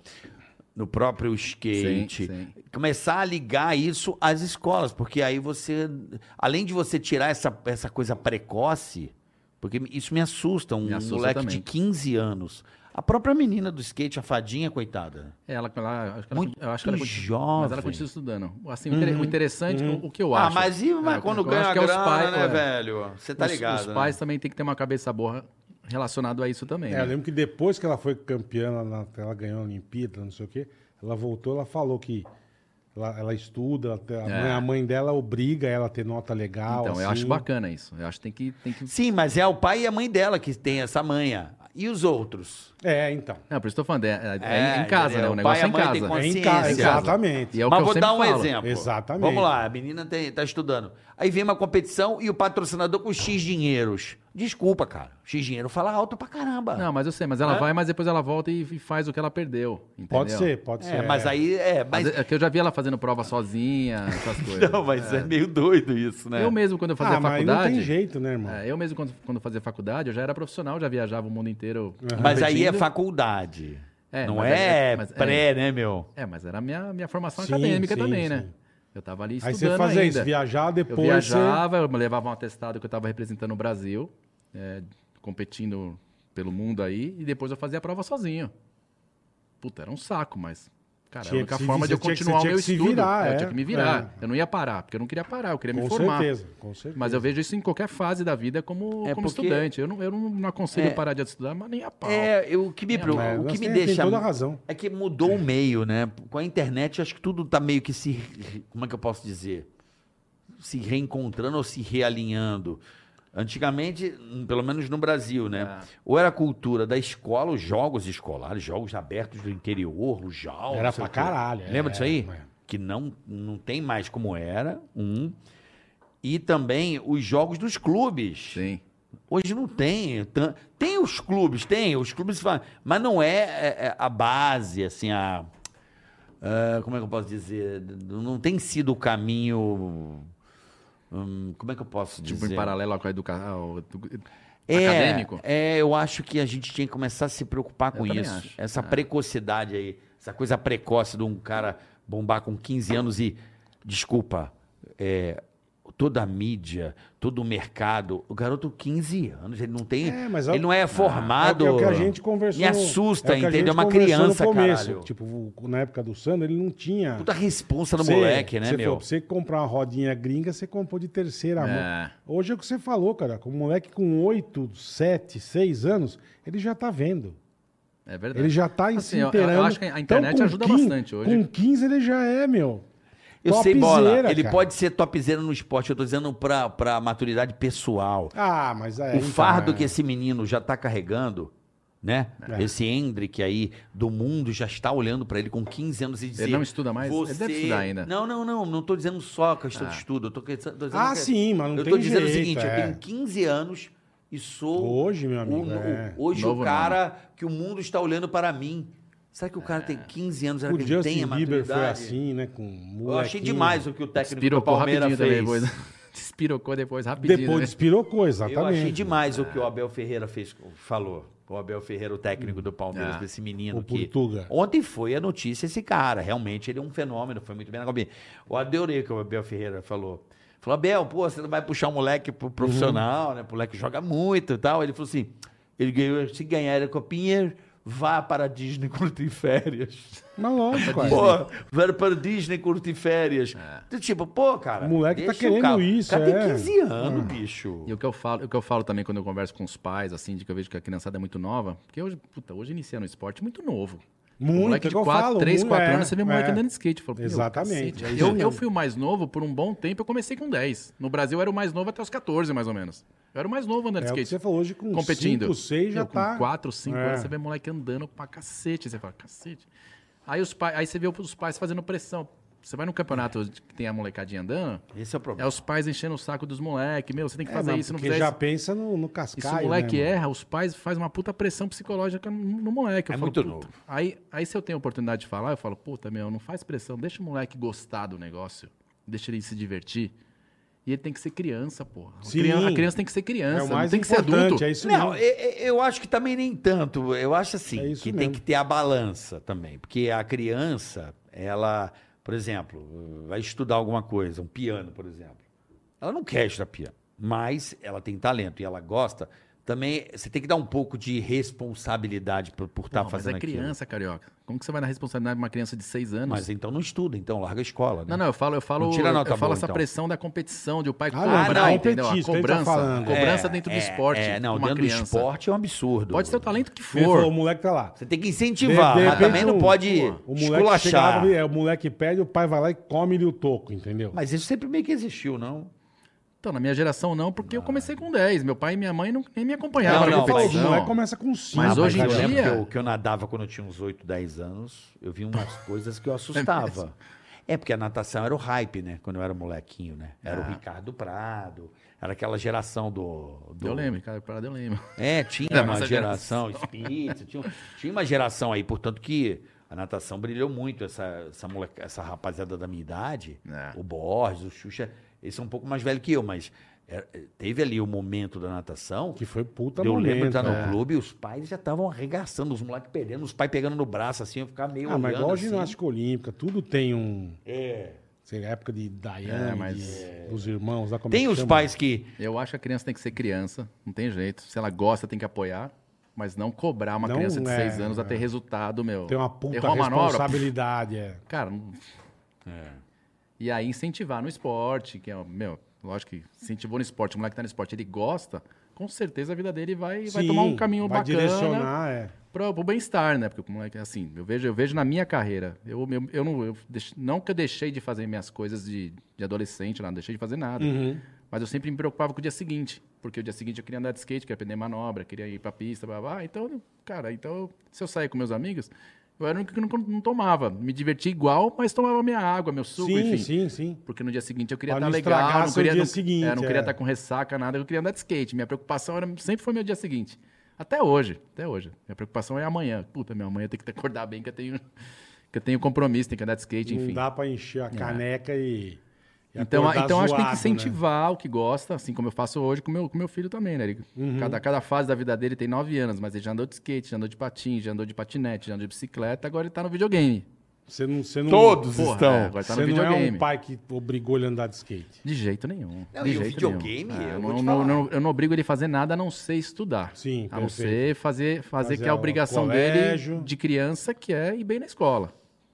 Speaker 3: no próprio skate,
Speaker 1: Sim,
Speaker 3: começar a ligar isso às escolas, porque aí você, além de você tirar essa, essa coisa precoce, porque isso me assusta, um
Speaker 1: Me assusta
Speaker 3: moleque
Speaker 1: também.
Speaker 3: de 15 anos. A própria menina do skate, a fadinha, coitada.
Speaker 1: É, ela, ela, acho que ela,
Speaker 3: Muito
Speaker 1: eu acho que ela continua-
Speaker 3: jovem.
Speaker 1: Mas ela continua estudando. Assim, o inter-
Speaker 2: Uhum,
Speaker 1: o interessante, o, o que eu acho.
Speaker 3: ah, mas e mas
Speaker 1: é,
Speaker 3: quando
Speaker 1: eu
Speaker 3: ganha
Speaker 1: acho
Speaker 3: a
Speaker 1: que é os
Speaker 3: grana,
Speaker 1: pais-
Speaker 3: né,
Speaker 1: é.
Speaker 3: velho? Você tá
Speaker 1: os,
Speaker 3: ligado,
Speaker 1: Os
Speaker 3: né?
Speaker 1: pais também têm que ter uma cabeça boa relacionado a isso também.
Speaker 2: É,
Speaker 1: né?
Speaker 2: eu lembro que depois que ela foi campeã, ela, na- ela ganhou a Olimpíada, não sei o quê, ela voltou, ela falou que ela, ela estuda, ela tem- a,
Speaker 1: É.
Speaker 2: mãe, a mãe dela obriga ela a ter nota legal.
Speaker 1: Então, eu
Speaker 2: assim.
Speaker 1: acho bacana isso. Eu acho que tem que. Tem que...
Speaker 3: Sim, mas é o pai e a mãe dela que tem essa manha. E os outros?
Speaker 2: É, então.
Speaker 1: Não, por isso que eu tô falando. É, é-
Speaker 3: É,
Speaker 1: é em casa, né?
Speaker 3: entendeu?
Speaker 1: O
Speaker 3: O
Speaker 1: negócio
Speaker 3: pai
Speaker 1: é em
Speaker 3: e a mãe têm
Speaker 2: É
Speaker 3: consciência.
Speaker 1: casa.
Speaker 2: em
Speaker 3: Consciência.
Speaker 2: casa, exatamente.
Speaker 1: E é o
Speaker 3: mas
Speaker 1: que eu
Speaker 3: vou
Speaker 1: sempre
Speaker 3: dar um
Speaker 1: falo.
Speaker 3: exemplo.
Speaker 2: Exatamente.
Speaker 3: Vamos lá, a menina está estudando. Aí vem uma competição e o patrocinador com X dinheiros. Desculpa, cara. X dinheiro fala alto pra caramba.
Speaker 1: Não, mas eu sei, mas ela
Speaker 3: É?
Speaker 1: vai, mas depois ela volta e, e faz o que ela perdeu. Entendeu?
Speaker 2: Pode ser, pode
Speaker 3: é,
Speaker 2: ser.
Speaker 3: mas aí é.
Speaker 1: Mas...
Speaker 3: Mas,
Speaker 1: É que eu já vi ela fazendo prova sozinha, essas coisas.
Speaker 3: não, mas é. meio doido isso, né?
Speaker 1: Eu mesmo, quando eu fazia
Speaker 2: ah, mas aí não
Speaker 1: faculdade.
Speaker 2: tem jeito, né, irmão?
Speaker 1: é, eu mesmo, quando, quando eu fazia faculdade, eu já era profissional, já viajava o mundo inteiro.
Speaker 3: Mas aí é
Speaker 1: competindo.
Speaker 3: faculdade.
Speaker 1: É,
Speaker 3: não
Speaker 1: mas
Speaker 3: é,
Speaker 1: é- mas é-
Speaker 3: pré, né, meu?
Speaker 1: É, mas era a minha, minha formação
Speaker 2: Sim,
Speaker 1: acadêmica
Speaker 2: sim,
Speaker 1: também, né?
Speaker 2: sim.
Speaker 1: Eu tava ali
Speaker 2: aí
Speaker 1: estudando
Speaker 2: você fazia
Speaker 1: ainda.
Speaker 2: isso, viajar,
Speaker 1: Eu
Speaker 2: depois
Speaker 1: viajava, eu levava um atestado que eu estava representando o Brasil, é, competindo pelo mundo aí, e depois eu fazia a prova sozinho. Puta, era um saco, mas Cara,
Speaker 2: Tinha
Speaker 1: a única
Speaker 2: que se-
Speaker 1: forma de eu
Speaker 2: você tinha que-
Speaker 1: continuar
Speaker 2: você
Speaker 1: o meu
Speaker 2: tinha que se
Speaker 1: estudo.
Speaker 2: virar,
Speaker 1: É,
Speaker 2: é.
Speaker 1: Eu tinha que me virar.
Speaker 2: É.
Speaker 1: Eu não ia parar, porque eu não queria parar, eu queria me
Speaker 2: Com
Speaker 1: formar.
Speaker 2: certeza, com certeza.
Speaker 1: Mas eu vejo isso em qualquer fase da vida como,
Speaker 3: É
Speaker 1: como
Speaker 3: porque-
Speaker 1: estudante. Eu não, eu não, não aconselho
Speaker 3: É.
Speaker 1: parar de estudar, mas nem a pau.
Speaker 3: É, eu, o que me, preo-
Speaker 2: É,
Speaker 3: o que
Speaker 2: você
Speaker 3: me
Speaker 2: tem-
Speaker 3: deixa.
Speaker 2: Tem toda a razão.
Speaker 3: É que mudou o meio, né? Com a internet, acho que tudo tá meio que se. Como é que eu posso dizer? Se reencontrando ou se realinhando. Antigamente, hum, pelo menos no Brasil,
Speaker 2: É.
Speaker 1: É.
Speaker 3: né? Ou era a cultura da escola, os jogos escolares, jogos abertos do interior, o JAL.
Speaker 2: Era
Speaker 3: não
Speaker 2: pra
Speaker 3: sei o quê.
Speaker 2: caralho. é,
Speaker 3: Lembra disso aí?
Speaker 2: é.
Speaker 3: Que não, não tem mais como era, um. E também os jogos dos clubes.
Speaker 1: Sim.
Speaker 3: Hoje não tem. tan- Tem os clubes, tem. Os clubes falam. Mas não é, é, é, a base, assim, a. ah, como é que eu posso dizer? Não tem sido o caminho. hum, como é que eu posso dizer?
Speaker 1: Tipo, em paralelo com a educação
Speaker 3: é,
Speaker 1: acadêmico.
Speaker 3: É, eu acho que a gente tinha que começar a se preocupar
Speaker 1: Eu
Speaker 3: com
Speaker 1: também
Speaker 3: isso.
Speaker 1: acho. é.
Speaker 3: Essa precocidade aí, essa coisa precoce de um cara bombar com 15 anos e. Desculpa, é, toda a mídia, todo o mercado. O garoto, 15 anos, ele não tem.
Speaker 2: É, mas é o-
Speaker 3: ele não é formado.
Speaker 2: É o que a gente conversou.
Speaker 3: Me
Speaker 2: o
Speaker 3: assusta,
Speaker 2: que a
Speaker 3: entendeu?
Speaker 2: gente
Speaker 3: É uma
Speaker 2: conversou
Speaker 3: criança,
Speaker 2: no começo.
Speaker 3: caralho.
Speaker 2: Tipo, o- na época do Sandro, ele não tinha.
Speaker 3: Puta responsa no
Speaker 2: Você-
Speaker 3: moleque, né,
Speaker 2: você
Speaker 3: meu?
Speaker 2: falou, assim, pra você comprar uma rodinha gringa, você comprou de terceira mão.
Speaker 1: É.
Speaker 2: Hoje é o que você falou, cara. Com um moleque com 8, 7, 6 anos, ele já tá vendo.
Speaker 1: É verdade.
Speaker 2: Ele já tá
Speaker 1: Assim,
Speaker 2: se
Speaker 1: eu- eu
Speaker 2: inteirando.
Speaker 1: acho que a internet
Speaker 2: com
Speaker 1: ajuda bastante hoje.
Speaker 2: Com 15 ele já é, meu.
Speaker 3: Eu sei, bola.
Speaker 2: topzera,
Speaker 3: Ele
Speaker 2: cara.
Speaker 3: pode ser topzera no esporte, eu tô dizendo pra, pra maturidade pessoal.
Speaker 2: Ah, mas é.
Speaker 3: o
Speaker 2: então,
Speaker 3: fardo
Speaker 2: é.
Speaker 3: que esse menino já está carregando, né?
Speaker 2: É.
Speaker 3: Esse Hendrick aí do mundo já está olhando para ele com 15 anos e dizendo.
Speaker 1: Ele não estuda mais? Ele
Speaker 3: Você...
Speaker 1: deve estudar ainda.
Speaker 3: Não, não, não. Não estou dizendo só a questão de estudo. Eu tô, que- tô dizendo
Speaker 2: Ah,
Speaker 3: que-
Speaker 2: sim, mas não
Speaker 3: Eu
Speaker 2: tem
Speaker 3: tô dizendo
Speaker 2: jeito,
Speaker 3: o
Speaker 2: é.
Speaker 3: seguinte: eu tenho 15 anos e sou.
Speaker 2: Hoje, meu amigo.
Speaker 3: o-
Speaker 2: é.
Speaker 3: o- hoje
Speaker 1: Novo
Speaker 3: o cara que o mundo está olhando para mim. Será que o cara
Speaker 1: É.
Speaker 3: tem 15 anos? Será
Speaker 2: O
Speaker 3: que ele tem
Speaker 2: Justin
Speaker 3: a
Speaker 2: Bieber
Speaker 3: maturidade?
Speaker 2: foi assim, né? Com molequinho.
Speaker 3: Eu achei demais o que o técnico do
Speaker 1: Espirocou
Speaker 3: Palmeiras
Speaker 1: rapidinho
Speaker 3: é fez.
Speaker 1: também né? depois. Espirocou depois rapidinho.
Speaker 2: Depois
Speaker 1: né?
Speaker 2: despirocou, exatamente.
Speaker 3: Eu achei demais o que o
Speaker 1: É.
Speaker 3: Abel Ferreira fez, falou. O Abel Ferreira, o técnico do Palmeiras,
Speaker 1: Ah.
Speaker 3: desse menino
Speaker 2: O
Speaker 3: que...
Speaker 2: Portuga.
Speaker 3: Ontem foi a notícia esse cara. Realmente ele é um fenômeno, foi muito bem na Copinha. Eu adorei o que o Abel Ferreira falou. Falou, Abel, pô, você não vai puxar um moleque
Speaker 2: Uhum.
Speaker 3: pro profissional, né? O moleque joga muito e tal. Ele falou assim, ele ganhou, se ganhar a Copinha, vá para a Disney curtir férias.
Speaker 2: Mas lógico, é.
Speaker 3: Pô, vai para a Disney curtir férias. Tipo, pô, cara.
Speaker 2: O moleque tá
Speaker 3: deixa
Speaker 2: querendo
Speaker 3: cara.
Speaker 2: isso,
Speaker 3: O cara
Speaker 2: é.
Speaker 3: tem 15 anos, bicho.
Speaker 1: E o que, eu falo, o que eu falo também quando eu converso com os pais, assim, de que eu vejo que a criançada é muito nova, porque hoje, puta, hoje inicia no esporte muito novo. Um
Speaker 2: Muito,
Speaker 1: moleque
Speaker 2: é
Speaker 1: de
Speaker 2: que eu
Speaker 1: 4,
Speaker 2: falo,
Speaker 1: 3,
Speaker 2: muito,
Speaker 1: 4
Speaker 2: é,
Speaker 1: anos, você vê um moleque
Speaker 2: é.
Speaker 1: andando de skate. Fala, meu,
Speaker 2: Exatamente,
Speaker 1: cacete.
Speaker 2: é isso
Speaker 1: Eu,
Speaker 2: mesmo.
Speaker 1: eu fui o mais novo por um bom tempo, eu comecei com 10. No Brasil eu era o mais novo até os 14, mais ou menos. Eu era o mais novo andando de
Speaker 2: É o que
Speaker 1: skate.
Speaker 2: você falou hoje com
Speaker 1: competindo.
Speaker 2: 5, 6 já
Speaker 1: Meu,
Speaker 2: tá.
Speaker 1: Com 4, 5
Speaker 2: É.
Speaker 1: anos, você vê moleque andando pra cacete. Você fala, cacete. Aí, os pai, aí você vê os pais fazendo pressão. Você vai num campeonato que tem a molecadinha andando,
Speaker 3: Esse é o
Speaker 1: é
Speaker 3: problema.
Speaker 1: os pais enchendo o saco dos moleques. Meu, você tem que
Speaker 2: É,
Speaker 1: fazer
Speaker 2: mas
Speaker 1: isso, não
Speaker 2: porque
Speaker 1: fizer
Speaker 2: já
Speaker 1: isso.
Speaker 2: pensa no, no
Speaker 1: E se o
Speaker 2: cascaio.
Speaker 1: moleque é
Speaker 2: né, mano?
Speaker 1: erra, os pais fazem uma puta pressão psicológica no, no moleque. Eu
Speaker 3: É
Speaker 1: falo,
Speaker 3: muito
Speaker 1: puta.
Speaker 3: novo.
Speaker 1: Aí, aí se eu tenho a oportunidade de falar, eu falo, puta, meu, não faz pressão, deixa o moleque gostar do negócio, deixa ele se divertir. E ele tem que ser criança, porra. A
Speaker 2: Sim.
Speaker 1: criança- a criança tem que ser
Speaker 2: É
Speaker 1: criança,
Speaker 2: o mais
Speaker 1: não tem que ser adulto.
Speaker 2: importante, é isso
Speaker 3: Não,
Speaker 2: mesmo.
Speaker 3: e- e- eu acho que também nem tanto. Eu acho assim,
Speaker 2: É isso
Speaker 3: que tem
Speaker 2: mesmo.
Speaker 3: que ter a balança também. Porque a criança, ela, por exemplo, vai estudar alguma coisa, um piano, por exemplo. Ela não quer estudar piano, mas ela tem talento e ela gosta. Também você tem que dar um pouco de responsabilidade por estar
Speaker 1: Não,
Speaker 3: Tá fazendo
Speaker 1: mas é criança, carioca. Como que você vai dar responsabilidade de uma criança de 6
Speaker 3: aquilo.
Speaker 1: anos?
Speaker 3: Mas então não estuda, então larga a escola. Né?
Speaker 1: Não, não, eu falo, eu falo,
Speaker 3: Não tira a nota
Speaker 1: eu falo
Speaker 3: boa,
Speaker 1: essa
Speaker 3: então.
Speaker 1: pressão da competição, de o pai
Speaker 2: Ah,
Speaker 1: cobrar,
Speaker 3: não, não,
Speaker 1: entendeu?
Speaker 2: competi-
Speaker 1: A
Speaker 2: isso que a gente tá
Speaker 1: cobrança,
Speaker 2: falando.
Speaker 1: a cobrança dentro do
Speaker 3: é,
Speaker 1: esporte.
Speaker 3: É, não,
Speaker 1: pra uma
Speaker 3: dentro
Speaker 1: criança.
Speaker 3: do esporte é um absurdo.
Speaker 1: Pode ser o talento que for.
Speaker 2: Ele falou, o moleque tá lá.
Speaker 3: Você tem que incentivar,
Speaker 2: De- de
Speaker 3: mas
Speaker 2: repente,
Speaker 3: também não
Speaker 2: o-
Speaker 3: pode
Speaker 2: O moleque,
Speaker 3: esculachar.
Speaker 2: chega, é, o moleque perde, o pai vai lá e come-lhe o toco, entendeu?
Speaker 3: Mas isso sempre meio que existiu, não?
Speaker 1: Então, na minha geração não, porque eu comecei com 10. Meu pai e minha mãe não, nem me
Speaker 3: Não,
Speaker 1: acompanhavam na
Speaker 3: não, é
Speaker 2: Ele falou, o
Speaker 3: mas
Speaker 1: é competição.
Speaker 2: moleque começa com 5.
Speaker 3: Ah,
Speaker 1: Mas hoje em
Speaker 3: eu lembro
Speaker 1: dia-
Speaker 3: que eu, que eu nadava quando eu tinha uns 8, 10 anos, eu vi umas coisas que eu assustava. É, porque a natação era o hype, né? Quando eu era molequinho, né? Era
Speaker 1: Ah.
Speaker 3: o Ricardo Prado, era aquela geração do... do-
Speaker 1: Eu lembro, cara, parada eu lembro.
Speaker 3: É, tinha
Speaker 1: Da
Speaker 3: uma
Speaker 1: nossa
Speaker 3: geração, Spitz, tinha, um, tinha uma geração aí, portanto que a natação brilhou muito, essa, essa, moleca, essa rapaziada da minha idade,
Speaker 1: É.
Speaker 3: o Borges, o Xuxa, eles são um pouco mais velhos que eu, mas é, teve ali o momento da natação
Speaker 2: Que foi puta
Speaker 3: eu
Speaker 2: momento.
Speaker 3: lembro de estar no
Speaker 2: é.
Speaker 3: clube e os pais já estavam arregaçando, os moleques perdendo, os pais pegando no braço, assim, eu ficava meio
Speaker 2: Ah, mas
Speaker 3: olhando,
Speaker 2: igual a
Speaker 3: assim.
Speaker 2: ginástica olímpica, tudo tem um...
Speaker 3: É.
Speaker 2: Sei lá, época de Daiane,
Speaker 1: É, mas-
Speaker 2: de- dos irmãos lá, como é
Speaker 3: Tem
Speaker 2: que
Speaker 3: os
Speaker 2: chama?
Speaker 3: pais que...
Speaker 1: Eu acho que a criança tem que ser criança, não tem jeito. Se ela gosta, tem que apoiar. Mas não cobrar uma
Speaker 2: Não
Speaker 1: criança de
Speaker 2: é,
Speaker 1: 6 anos
Speaker 2: é.
Speaker 1: a ter resultado, meu.
Speaker 2: Tem uma puta
Speaker 1: Errou a manobra,
Speaker 2: responsabilidade, é.
Speaker 1: Cara, não- e aí incentivar no esporte, que é, meu, lógico que incentivou no esporte, o moleque tá no esporte, ele gosta, com certeza a vida dele vai, vai
Speaker 2: Sim,
Speaker 1: tomar um caminho
Speaker 2: vai
Speaker 1: bacana né?
Speaker 2: direcionar, é.
Speaker 1: pro, pro bem-estar, né? Porque o moleque, assim, eu vejo, eu vejo na minha carreira. Eu, eu, eu não, eu deix- não que eu deixei de fazer minhas coisas de, de adolescente, lá, não deixei de fazer nada.
Speaker 2: Uhum.
Speaker 3: Uhum.
Speaker 1: Mas eu sempre me preocupava com o dia seguinte. Porque o dia seguinte eu queria andar de skate, queria aprender manobra, queria ir pra pista, blá, blá, blá. Então, cara, então, se eu sair com meus amigos, eu era o único que não, não tomava. Me divertia igual, mas tomava minha água, meu suco,
Speaker 2: Sim,
Speaker 1: enfim.
Speaker 2: sim, sim.
Speaker 1: Porque no dia seguinte eu queria
Speaker 2: Pra
Speaker 1: estar
Speaker 2: não
Speaker 1: legal,
Speaker 2: estragar
Speaker 1: não
Speaker 2: seu
Speaker 1: queria,
Speaker 2: dia
Speaker 1: não-
Speaker 2: seguinte,
Speaker 1: é, não queria
Speaker 2: é.
Speaker 1: estar com ressaca, nada, eu queria andar de skate. Minha preocupação era, sempre foi meu dia seguinte. Até hoje, até hoje. Minha preocupação é amanhã. Puta, minha amanhã tem que acordar bem, que eu tenho, que eu tenho compromisso, tem que andar de skate,
Speaker 2: Não
Speaker 1: enfim. É.
Speaker 2: dá pra encher a caneca e. e
Speaker 1: Então,
Speaker 2: acordar
Speaker 1: então acho que tem que
Speaker 2: zoado, né?
Speaker 1: incentivar o que gosta, assim como eu faço hoje com meu, com meu filho também, né? Ele-
Speaker 2: Uhum.
Speaker 1: cada, cada fase da vida dele tem nove anos, mas ele já andou de skate, já andou de patins, já andou de patinete, já andou de bicicleta, agora ele tá no videogame.
Speaker 2: Você não, você não,
Speaker 3: Todos
Speaker 1: Porra,
Speaker 3: estão.
Speaker 1: é, agora tá no
Speaker 2: Você não é
Speaker 1: videogame.
Speaker 2: um pai que obrigou ele a andar de skate.
Speaker 1: De jeito nenhum.
Speaker 5: Não,
Speaker 1: de
Speaker 5: e o
Speaker 1: jeito
Speaker 5: videogame,
Speaker 1: nenhum. Ah,
Speaker 5: eu
Speaker 1: eu,
Speaker 5: vou te
Speaker 1: não, não-
Speaker 5: falar.
Speaker 1: não- eu não obrigo ele a fazer nada a não ser estudar.
Speaker 2: Sim,
Speaker 1: A não
Speaker 2: perfeito.
Speaker 1: ser fazer, fazer,
Speaker 2: Fazer
Speaker 1: que é a
Speaker 2: o
Speaker 1: obrigação
Speaker 2: colégio.
Speaker 1: dele de criança, que é ir bem na escola.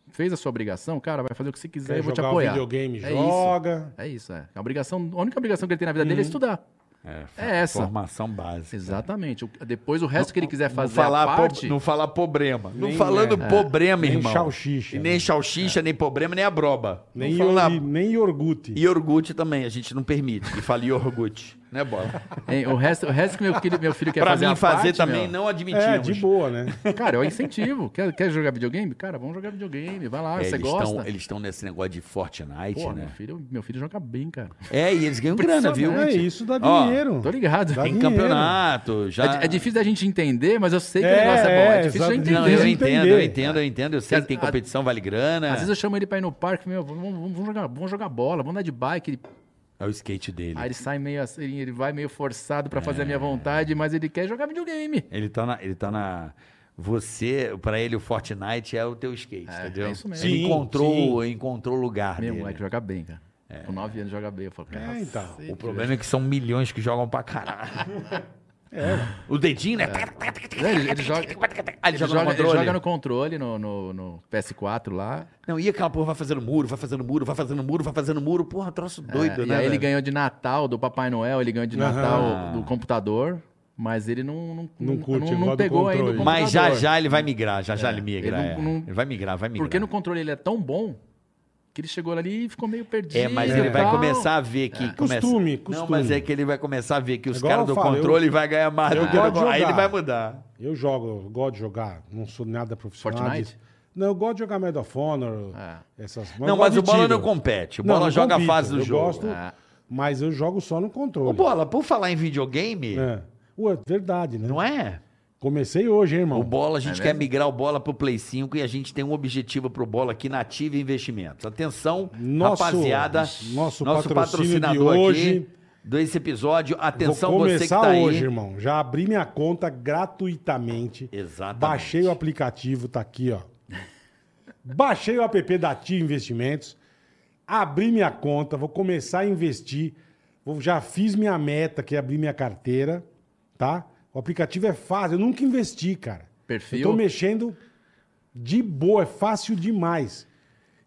Speaker 1: Fez a sua obrigação, cara, vai fazer o que você quiser,
Speaker 2: Quer
Speaker 1: eu vou te
Speaker 2: jogar um
Speaker 1: apoiar.
Speaker 2: videogame,
Speaker 1: é
Speaker 2: joga.
Speaker 1: Isso. É isso, é. A, obrigação, a única obrigação que ele tem na vida
Speaker 2: Uhum.
Speaker 1: dele é estudar.
Speaker 3: É, fa-
Speaker 1: É essa.
Speaker 3: Formação básica.
Speaker 1: Exatamente. O- depois o resto que ele quiser fazer
Speaker 3: não falar,
Speaker 1: a
Speaker 3: po-
Speaker 1: parte... é.
Speaker 3: não falar problema. Não
Speaker 2: Nem- É.
Speaker 3: falando problema,
Speaker 2: Nem
Speaker 3: irmão.
Speaker 2: chalchicha,
Speaker 3: E
Speaker 2: né?
Speaker 3: nem chalchicha, nem problema, nem abroba.
Speaker 2: Nem,
Speaker 3: Não fala
Speaker 2: ior-
Speaker 3: na-
Speaker 2: nem iogurte.
Speaker 3: E iogurte também, a gente não permite. E fala iogurte, né, Bola?
Speaker 1: Hein, o, resto, o resto que meu, filho- meu filho quer
Speaker 3: pra
Speaker 1: fazer
Speaker 3: mim
Speaker 1: a
Speaker 3: fazer
Speaker 1: parte,
Speaker 3: também
Speaker 1: meu,
Speaker 3: não admitimos.
Speaker 2: É, de boa, né?
Speaker 1: Cara, eu incentivo. Quer, quer jogar videogame? Cara, vamos jogar videogame. Vai
Speaker 3: É,
Speaker 1: lá, Ah, você
Speaker 3: eles
Speaker 1: gosta.
Speaker 3: tão- eles estão nesse negócio de Fortnite,
Speaker 1: Pô, meu
Speaker 3: né?
Speaker 1: filho, meu filho joga bem, cara.
Speaker 3: É, e eles ganham grana, viu?
Speaker 2: É, isso dá
Speaker 3: Ó,
Speaker 2: dinheiro.
Speaker 1: Tô ligado.
Speaker 2: Dá
Speaker 3: Tem
Speaker 2: dinheiro.
Speaker 3: campeonato, já...
Speaker 1: É, é difícil da gente entender, mas eu sei que
Speaker 2: É,
Speaker 1: o negócio é bom. É
Speaker 2: é,
Speaker 1: difícil de eu
Speaker 2: exato.
Speaker 1: entender.
Speaker 3: Não, eu
Speaker 2: Eles
Speaker 3: entendo, é. eu
Speaker 2: entenderem.
Speaker 3: entendo, eu entendo. Eu sei que tem
Speaker 1: Às-
Speaker 3: competição, vale grana.
Speaker 1: Às vezes eu chamo ele pra ir no parque, meu, vamos, vamos- vamos jogar, vamos jogar bola, vamos andar de bike. Ele-
Speaker 3: É o skate dele.
Speaker 1: Aí ele sai meio assim, ele vai meio forçado pra
Speaker 3: É.
Speaker 1: fazer a minha vontade, mas ele quer jogar videogame.
Speaker 3: Ele tá na. Ele tá na... Você, pra ele, o Fortnite é o teu skate,
Speaker 1: É,
Speaker 3: entendeu?
Speaker 1: é isso mesmo.
Speaker 3: Ele
Speaker 2: Sim,
Speaker 3: encontrou, encontrou o lugar
Speaker 1: Meu
Speaker 3: dele. né? É.
Speaker 1: moleque joga bem, cara. Com 9 anos joga bem. Eu falo, cara,
Speaker 2: É, então.
Speaker 3: O problema é que são milhões que jogam pra caralho.
Speaker 2: É,
Speaker 3: O dedinho, né?
Speaker 1: É. ele, ele joga,
Speaker 3: Ah,
Speaker 1: ele joga- ele joga no controle, no, no- no PS4 lá.
Speaker 3: Não, e aquela porra vai fazendo muro, vai fazendo muro, vai fazendo muro, vai fazendo muro. Porra, troço doido,
Speaker 1: É,
Speaker 3: né?
Speaker 1: e aí ele
Speaker 3: velho?
Speaker 1: ganhou de Natal do Papai Noel, ele ganhou de Natal
Speaker 3: Aham.
Speaker 1: do computador, mas ele não não,
Speaker 2: Não curte,
Speaker 1: não,
Speaker 2: gosta do
Speaker 1: pegou ainda o
Speaker 2: controle.
Speaker 1: computador.
Speaker 3: Mas já já ele vai migrar, já já ele
Speaker 1: ele
Speaker 3: migra. é. Ele,
Speaker 1: não- não-
Speaker 3: vai migrar, vai migrar.
Speaker 1: Porque no controle ele é tão bom que ele chegou ali e ficou meio perdido.
Speaker 3: É, mas
Speaker 1: e
Speaker 3: ele vai
Speaker 1: tal.
Speaker 3: começar a ver que.
Speaker 1: É.
Speaker 3: começa-
Speaker 2: Costume,
Speaker 3: Não,
Speaker 2: costume.
Speaker 3: mas é que ele vai começar a ver que os
Speaker 2: Igual
Speaker 3: caras
Speaker 2: eu
Speaker 3: do
Speaker 2: falo,
Speaker 3: controle vai ganhar mais.
Speaker 2: Eu
Speaker 3: do que
Speaker 2: gosto
Speaker 3: do-
Speaker 2: de
Speaker 3: Aí ele
Speaker 2: jogar.
Speaker 3: vai mudar.
Speaker 2: Eu jogo, eu gosto de jogar. Não sou nada profissional.
Speaker 1: Fortnite?
Speaker 2: disso. Não, eu gosto de jogar Medal of Honor.
Speaker 1: Ah.
Speaker 2: Essas,
Speaker 3: É. não,
Speaker 2: eu
Speaker 3: mas
Speaker 2: gosto
Speaker 3: o
Speaker 2: de
Speaker 3: Bola
Speaker 2: tiro.
Speaker 3: não compete. O
Speaker 2: Não,
Speaker 3: Bola
Speaker 2: não
Speaker 3: joga
Speaker 2: compito.
Speaker 3: a fase do
Speaker 2: eu
Speaker 3: jogo. É.
Speaker 2: Gosto,
Speaker 1: Ah.
Speaker 2: Mas eu jogo só no
Speaker 3: Ô,
Speaker 2: controle.
Speaker 3: Bola, por falar em videogame,
Speaker 2: É. Ué, verdade, né?
Speaker 3: não é?
Speaker 2: Comecei hoje, hein, irmão.
Speaker 3: O Bola, a gente
Speaker 1: É
Speaker 3: quer
Speaker 1: mesmo?
Speaker 3: migrar o Bola pro Play 5 e a gente tem um objetivo pro Bola aqui na Ativa Investimentos. Atenção,
Speaker 2: Nosso-
Speaker 3: rapaziada.
Speaker 2: nosso patrocínio de hoje.
Speaker 3: aqui desse episódio. é Atenção,
Speaker 2: Vou
Speaker 3: você que
Speaker 2: começar
Speaker 3: tá
Speaker 2: hoje,
Speaker 3: aí.
Speaker 2: irmão. Já abri minha conta gratuitamente.
Speaker 3: Exatamente.
Speaker 2: Baixei o aplicativo, tá aqui, ó. Baixei o app da Tia Investimentos. Abri minha conta, vou começar a investir. Vou- já fiz minha meta, que é abrir minha carteira, tá? O aplicativo é fácil, eu nunca investi, cara.
Speaker 1: Perfil?
Speaker 2: Eu tô mexendo de boa, é fácil demais.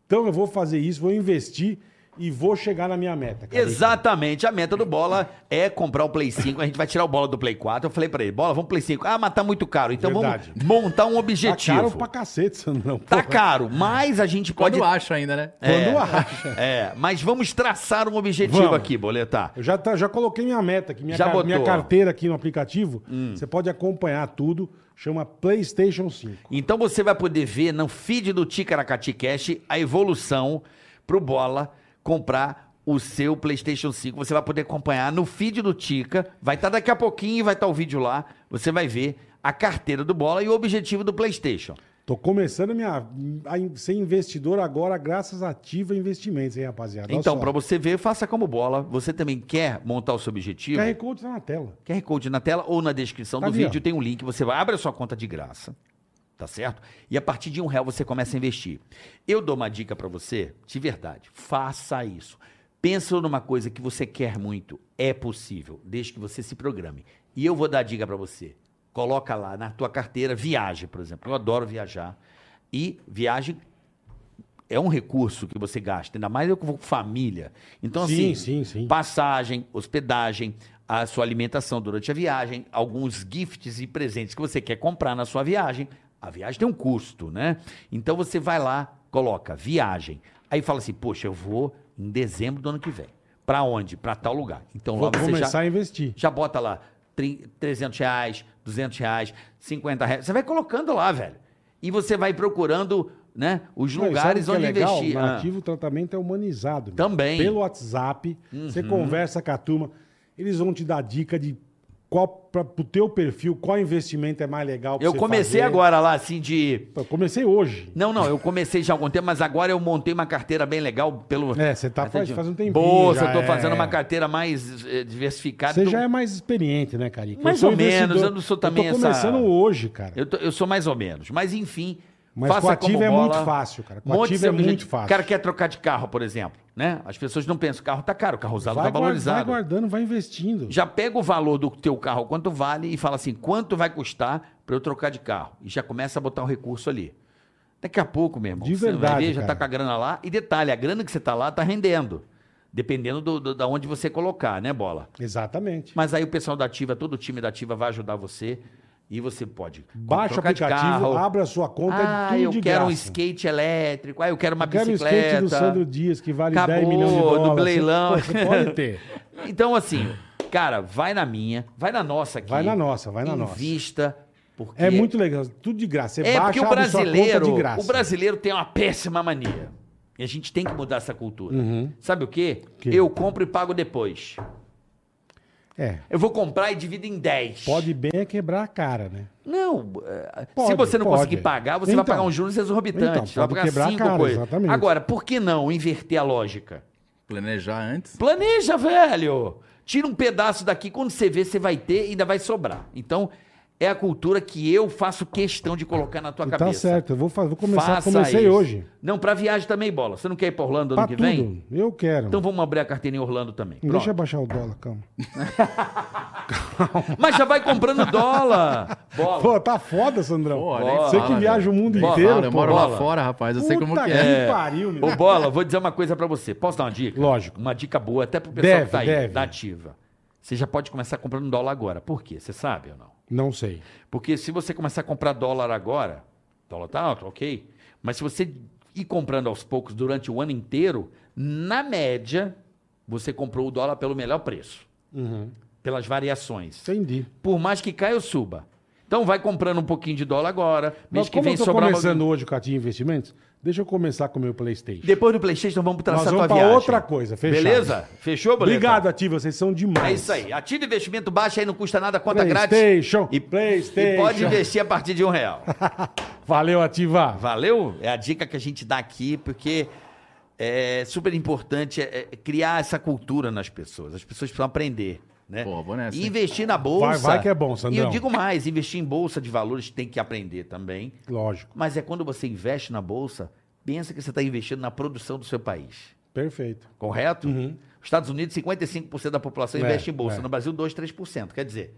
Speaker 2: Então eu vou fazer isso, vou investir e vou chegar na minha meta. cara.
Speaker 3: Exatamente, a meta do Bola é comprar o Play 5, a gente vai tirar o Bola do Play 4. Eu falei pra ele, Bola, vamos Play 5. Ah, mas tá muito caro. Então
Speaker 2: Verdade.
Speaker 3: vamos montar
Speaker 2: Tá
Speaker 3: um
Speaker 2: caro
Speaker 3: objetivo.
Speaker 2: pra cacete, Sandrão.
Speaker 3: Tá
Speaker 2: porra.
Speaker 3: caro, mas a gente
Speaker 1: Quando
Speaker 3: pode...
Speaker 1: acha ainda, né?
Speaker 3: É,
Speaker 2: Quando acha.
Speaker 3: É, mas vamos traçar um objetivo
Speaker 2: Vamos.
Speaker 3: aqui, Boletar.
Speaker 2: Eu já, tá- já coloquei minha meta aqui, minha,
Speaker 3: Já
Speaker 2: ca-
Speaker 3: botou. Hum.
Speaker 2: minha carteira aqui no aplicativo. Você pode acompanhar tudo. Chama PlayStation 5.
Speaker 3: Então você vai poder ver no feed do Ticaracati Cash a evolução pro Bola comprar o seu PlayStation 5. Você vai poder acompanhar no feed do Tica. Vai estar daqui a pouquinho, vai estar o vídeo lá. Você vai ver a carteira do Bola e o objetivo do PlayStation.
Speaker 2: Tô começando minha, a in- ser investidor agora, graças a Ativa Investimentos, hein, rapaziada? Olha
Speaker 3: Então,
Speaker 2: só.
Speaker 3: para você ver, faça como Bola. Você também quer montar o seu objetivo?
Speaker 2: QR Code tá na tela.
Speaker 3: QR Code na tela ou na descrição
Speaker 2: Tá
Speaker 3: do
Speaker 2: ali,
Speaker 3: vídeo
Speaker 2: ó.
Speaker 3: tem um link. Você vai abre a sua conta de graça, tá certo? E a partir de um real você começa a investir. Eu dou uma dica pra você, de verdade, faça isso. Pensa numa coisa que você quer muito, é possível, desde que você se programe. E eu vou dar a dica pra você. Coloca lá na tua carteira, viagem, por exemplo. Eu adoro viajar. E viagem é um recurso que você gasta, ainda mais eu que vou com família. Então,
Speaker 2: sim, sim,
Speaker 3: assim,
Speaker 2: sim.
Speaker 3: passagem, hospedagem, a sua alimentação durante a viagem, alguns gifts e presentes que você quer comprar na sua viagem. A viagem tem um custo, né? Então você vai lá, coloca viagem. Aí fala assim: "Poxa, eu vou em dezembro do ano que vem. Para onde? Para tal lugar". Então
Speaker 2: Vou
Speaker 3: lá você
Speaker 2: começar
Speaker 3: já
Speaker 2: a investir.
Speaker 3: já bota lá tri- 300 reais, 200 reais, 50 reais. Você vai colocando lá, velho. E você vai procurando, né, os
Speaker 2: Não, e sabe o
Speaker 3: lugares
Speaker 2: que
Speaker 3: onde
Speaker 2: é legal?
Speaker 3: investir.
Speaker 2: Na
Speaker 3: Ah.
Speaker 2: Nativa o tratamento é humanizado. meu.
Speaker 3: Também. Uhum.
Speaker 2: Pelo WhatsApp, você conversa com a turma, eles vão te dar dica de qual para o teu perfil, qual investimento é mais legal pra
Speaker 3: Eu
Speaker 2: você
Speaker 3: comecei
Speaker 2: fazer.
Speaker 3: agora lá, assim, de.
Speaker 2: Eu comecei hoje.
Speaker 3: Não, não, eu comecei já há algum tempo, mas agora eu montei uma carteira bem legal pelo.
Speaker 2: É, você tá
Speaker 3: Até
Speaker 2: faz,
Speaker 3: de-
Speaker 2: faz um tempinho.
Speaker 3: Bolsa,
Speaker 2: já,
Speaker 3: eu tô
Speaker 2: é.
Speaker 3: fazendo uma carteira mais eh, diversificada.
Speaker 2: Você
Speaker 3: Tô-
Speaker 2: já é mais experiente, né, Carica? Eu
Speaker 3: Mais
Speaker 2: sou
Speaker 3: ou menos,
Speaker 2: investidor.
Speaker 3: eu não sou também
Speaker 2: Eu tô
Speaker 3: essa-
Speaker 2: começando hoje, cara.
Speaker 3: eu, tô- eu sou mais ou menos. Mas enfim.
Speaker 2: Mas com
Speaker 3: faça
Speaker 2: ativo
Speaker 3: como
Speaker 2: é
Speaker 3: bola.
Speaker 2: muito fácil, cara. Com
Speaker 3: Monte de
Speaker 2: ativo é
Speaker 3: objetivo.
Speaker 2: muito fácil.
Speaker 3: O cara quer trocar de carro, por exemplo. Né? As pessoas não pensam, o carro tá caro, o carro usado
Speaker 2: vai,
Speaker 3: tá
Speaker 2: guar- vai
Speaker 3: valorizado.
Speaker 2: guardando, vai investindo.
Speaker 3: já pega o valor do teu carro, quanto vale, e fala assim, quanto vai custar para eu trocar de carro? E já começa a botar o recurso ali. Daqui a pouco, meu irmão,
Speaker 2: De
Speaker 3: você vai
Speaker 2: verdade,
Speaker 3: ver, já está
Speaker 2: cara.
Speaker 3: com a grana lá. E detalhe, a grana que você está lá está rendendo. Dependendo do, do- da onde você colocar, né, bola?
Speaker 2: Exatamente.
Speaker 3: Mas aí o pessoal da Ativa, todo o time da Ativa vai ajudar você e você pode
Speaker 2: Baixa o
Speaker 3: trocar de
Speaker 2: aplicativo,
Speaker 3: carro.
Speaker 2: abra a sua conta, é
Speaker 3: ah,
Speaker 2: tudo
Speaker 3: eu
Speaker 2: de
Speaker 3: quero um
Speaker 2: graça.
Speaker 3: skate elétrico, ah, eu quero uma
Speaker 2: Eu quero o
Speaker 3: bicicleta.
Speaker 2: skate do Sandro Dias, que vale
Speaker 3: Acabou,
Speaker 2: 10 milhões de
Speaker 3: do
Speaker 2: dólares.
Speaker 3: leilão.
Speaker 2: Você, pô, você pode ter.
Speaker 3: Então, assim, cara, vai na minha, vai na nossa aqui.
Speaker 2: Vai na nossa, vai na nossa.
Speaker 3: Invista, porque...
Speaker 2: É muito legal, tudo de graça. Você
Speaker 3: É porque
Speaker 2: baixa,
Speaker 3: o
Speaker 2: abre sua
Speaker 3: brasileiro,
Speaker 2: conta de graça.
Speaker 3: o brasileiro tem uma péssima mania. E a gente tem que mudar essa cultura.
Speaker 2: Uhum.
Speaker 3: Sabe o quê?
Speaker 2: Que?
Speaker 3: Eu compro e pago depois.
Speaker 2: É,
Speaker 3: Eu vou comprar e divido em 10.
Speaker 2: pode bem é quebrar a cara, né?
Speaker 3: Não, é,
Speaker 2: Pode,
Speaker 3: se você não
Speaker 2: pode.
Speaker 3: conseguir pagar, você
Speaker 2: Então.
Speaker 3: vai pagar um juros exorbitante.
Speaker 2: Então,
Speaker 3: você vai
Speaker 2: pode
Speaker 3: pagar
Speaker 2: quebrar a
Speaker 3: cinco
Speaker 2: cara,
Speaker 3: coisas.
Speaker 2: exatamente.
Speaker 3: Agora, por que não inverter a lógica?
Speaker 1: Planejar antes.
Speaker 3: Planeja, velho! Tira um pedaço daqui, quando você vê, você vai ter e ainda vai sobrar. Então, é a cultura que eu faço questão de colocar na tua
Speaker 2: E
Speaker 3: cabeça.
Speaker 2: tá certo, eu vou, fa- vou começar,
Speaker 3: Faça
Speaker 2: comecei
Speaker 3: isso.
Speaker 2: hoje.
Speaker 3: Não, pra viagem também, bola. Você não quer ir pra Orlando ano
Speaker 2: Pra
Speaker 3: que
Speaker 2: tudo,
Speaker 3: vem?
Speaker 2: eu quero.
Speaker 3: Então vamos abrir a carteira em Orlando também.
Speaker 2: Não
Speaker 3: Pronto.
Speaker 2: Deixa eu baixar o dólar, calma.
Speaker 3: Mas já vai comprando dólar. Bola.
Speaker 2: Pô, tá foda, Sandrão.
Speaker 1: Pô,
Speaker 3: nem né?
Speaker 2: você
Speaker 1: fala,
Speaker 2: que viaja
Speaker 1: velho.
Speaker 2: o mundo
Speaker 3: Bora,
Speaker 2: inteiro,
Speaker 1: eu
Speaker 2: pô.
Speaker 1: moro lá
Speaker 3: bola.
Speaker 1: fora, rapaz. Eu sei como
Speaker 2: Puta
Speaker 1: que
Speaker 2: que
Speaker 1: é.
Speaker 2: pariu, meu.
Speaker 3: Ô, Bola, vou dizer uma coisa pra você. Posso dar uma dica?
Speaker 2: Lógico.
Speaker 3: Uma dica boa até pro pessoal
Speaker 2: Deve,
Speaker 3: que tá aí,
Speaker 2: deve.
Speaker 3: da ativa. Você já pode começar comprando dólar agora. Por quê? Você sabe ou não?
Speaker 2: Não sei.
Speaker 3: Porque se você começar a comprar dólar agora, dólar tá alto, ok. Mas se você ir comprando aos poucos durante o ano inteiro, na média, você comprou o dólar pelo melhor preço. Pelas variações.
Speaker 2: Uhum. Entendi.
Speaker 3: Por mais que caia ou suba. Então vai comprando um pouquinho de dólar agora. Mês
Speaker 2: Mas
Speaker 3: que
Speaker 2: como
Speaker 3: vem
Speaker 2: eu tô
Speaker 3: sobrar um. uma-
Speaker 2: começando hoje com a Tia Investimentos, deixa eu começar com o meu Playstation.
Speaker 3: Depois do Playstation vamos traçar
Speaker 2: Nós vamos
Speaker 3: tua
Speaker 2: pra
Speaker 3: viagem.
Speaker 2: outra coisa, fechado.
Speaker 3: Beleza? Fechou, Boleta?
Speaker 2: Obrigado, Ativa, vocês são demais.
Speaker 3: É isso aí. Ativa investimento baixa aí, não custa nada, conta grátis.
Speaker 2: PlayStation,
Speaker 3: E,
Speaker 2: PlayStation.
Speaker 3: e pode investir a partir de um real.
Speaker 2: Valeu, Ativa.
Speaker 3: Valeu? É a dica que a gente dá aqui, porque é super importante é, é, criar essa cultura nas pessoas. As pessoas precisam aprender. Né?
Speaker 1: Pô, vou nessa,
Speaker 3: e
Speaker 1: hein?
Speaker 3: investir na bolsa.
Speaker 2: vai que é bom,
Speaker 3: E
Speaker 2: Sandrão.
Speaker 3: eu digo mais: investir em bolsa de valores tem que aprender também.
Speaker 2: Lógico,
Speaker 3: Mas é quando você investe na bolsa, pensa que você está investindo na produção do seu país.
Speaker 2: perfeito.
Speaker 3: Correto?
Speaker 2: Uhum.
Speaker 3: Os Estados Unidos, 55% da população
Speaker 2: É,
Speaker 3: investe em bolsa.
Speaker 2: é.
Speaker 3: No Brasil, 2, 3%. Quer dizer,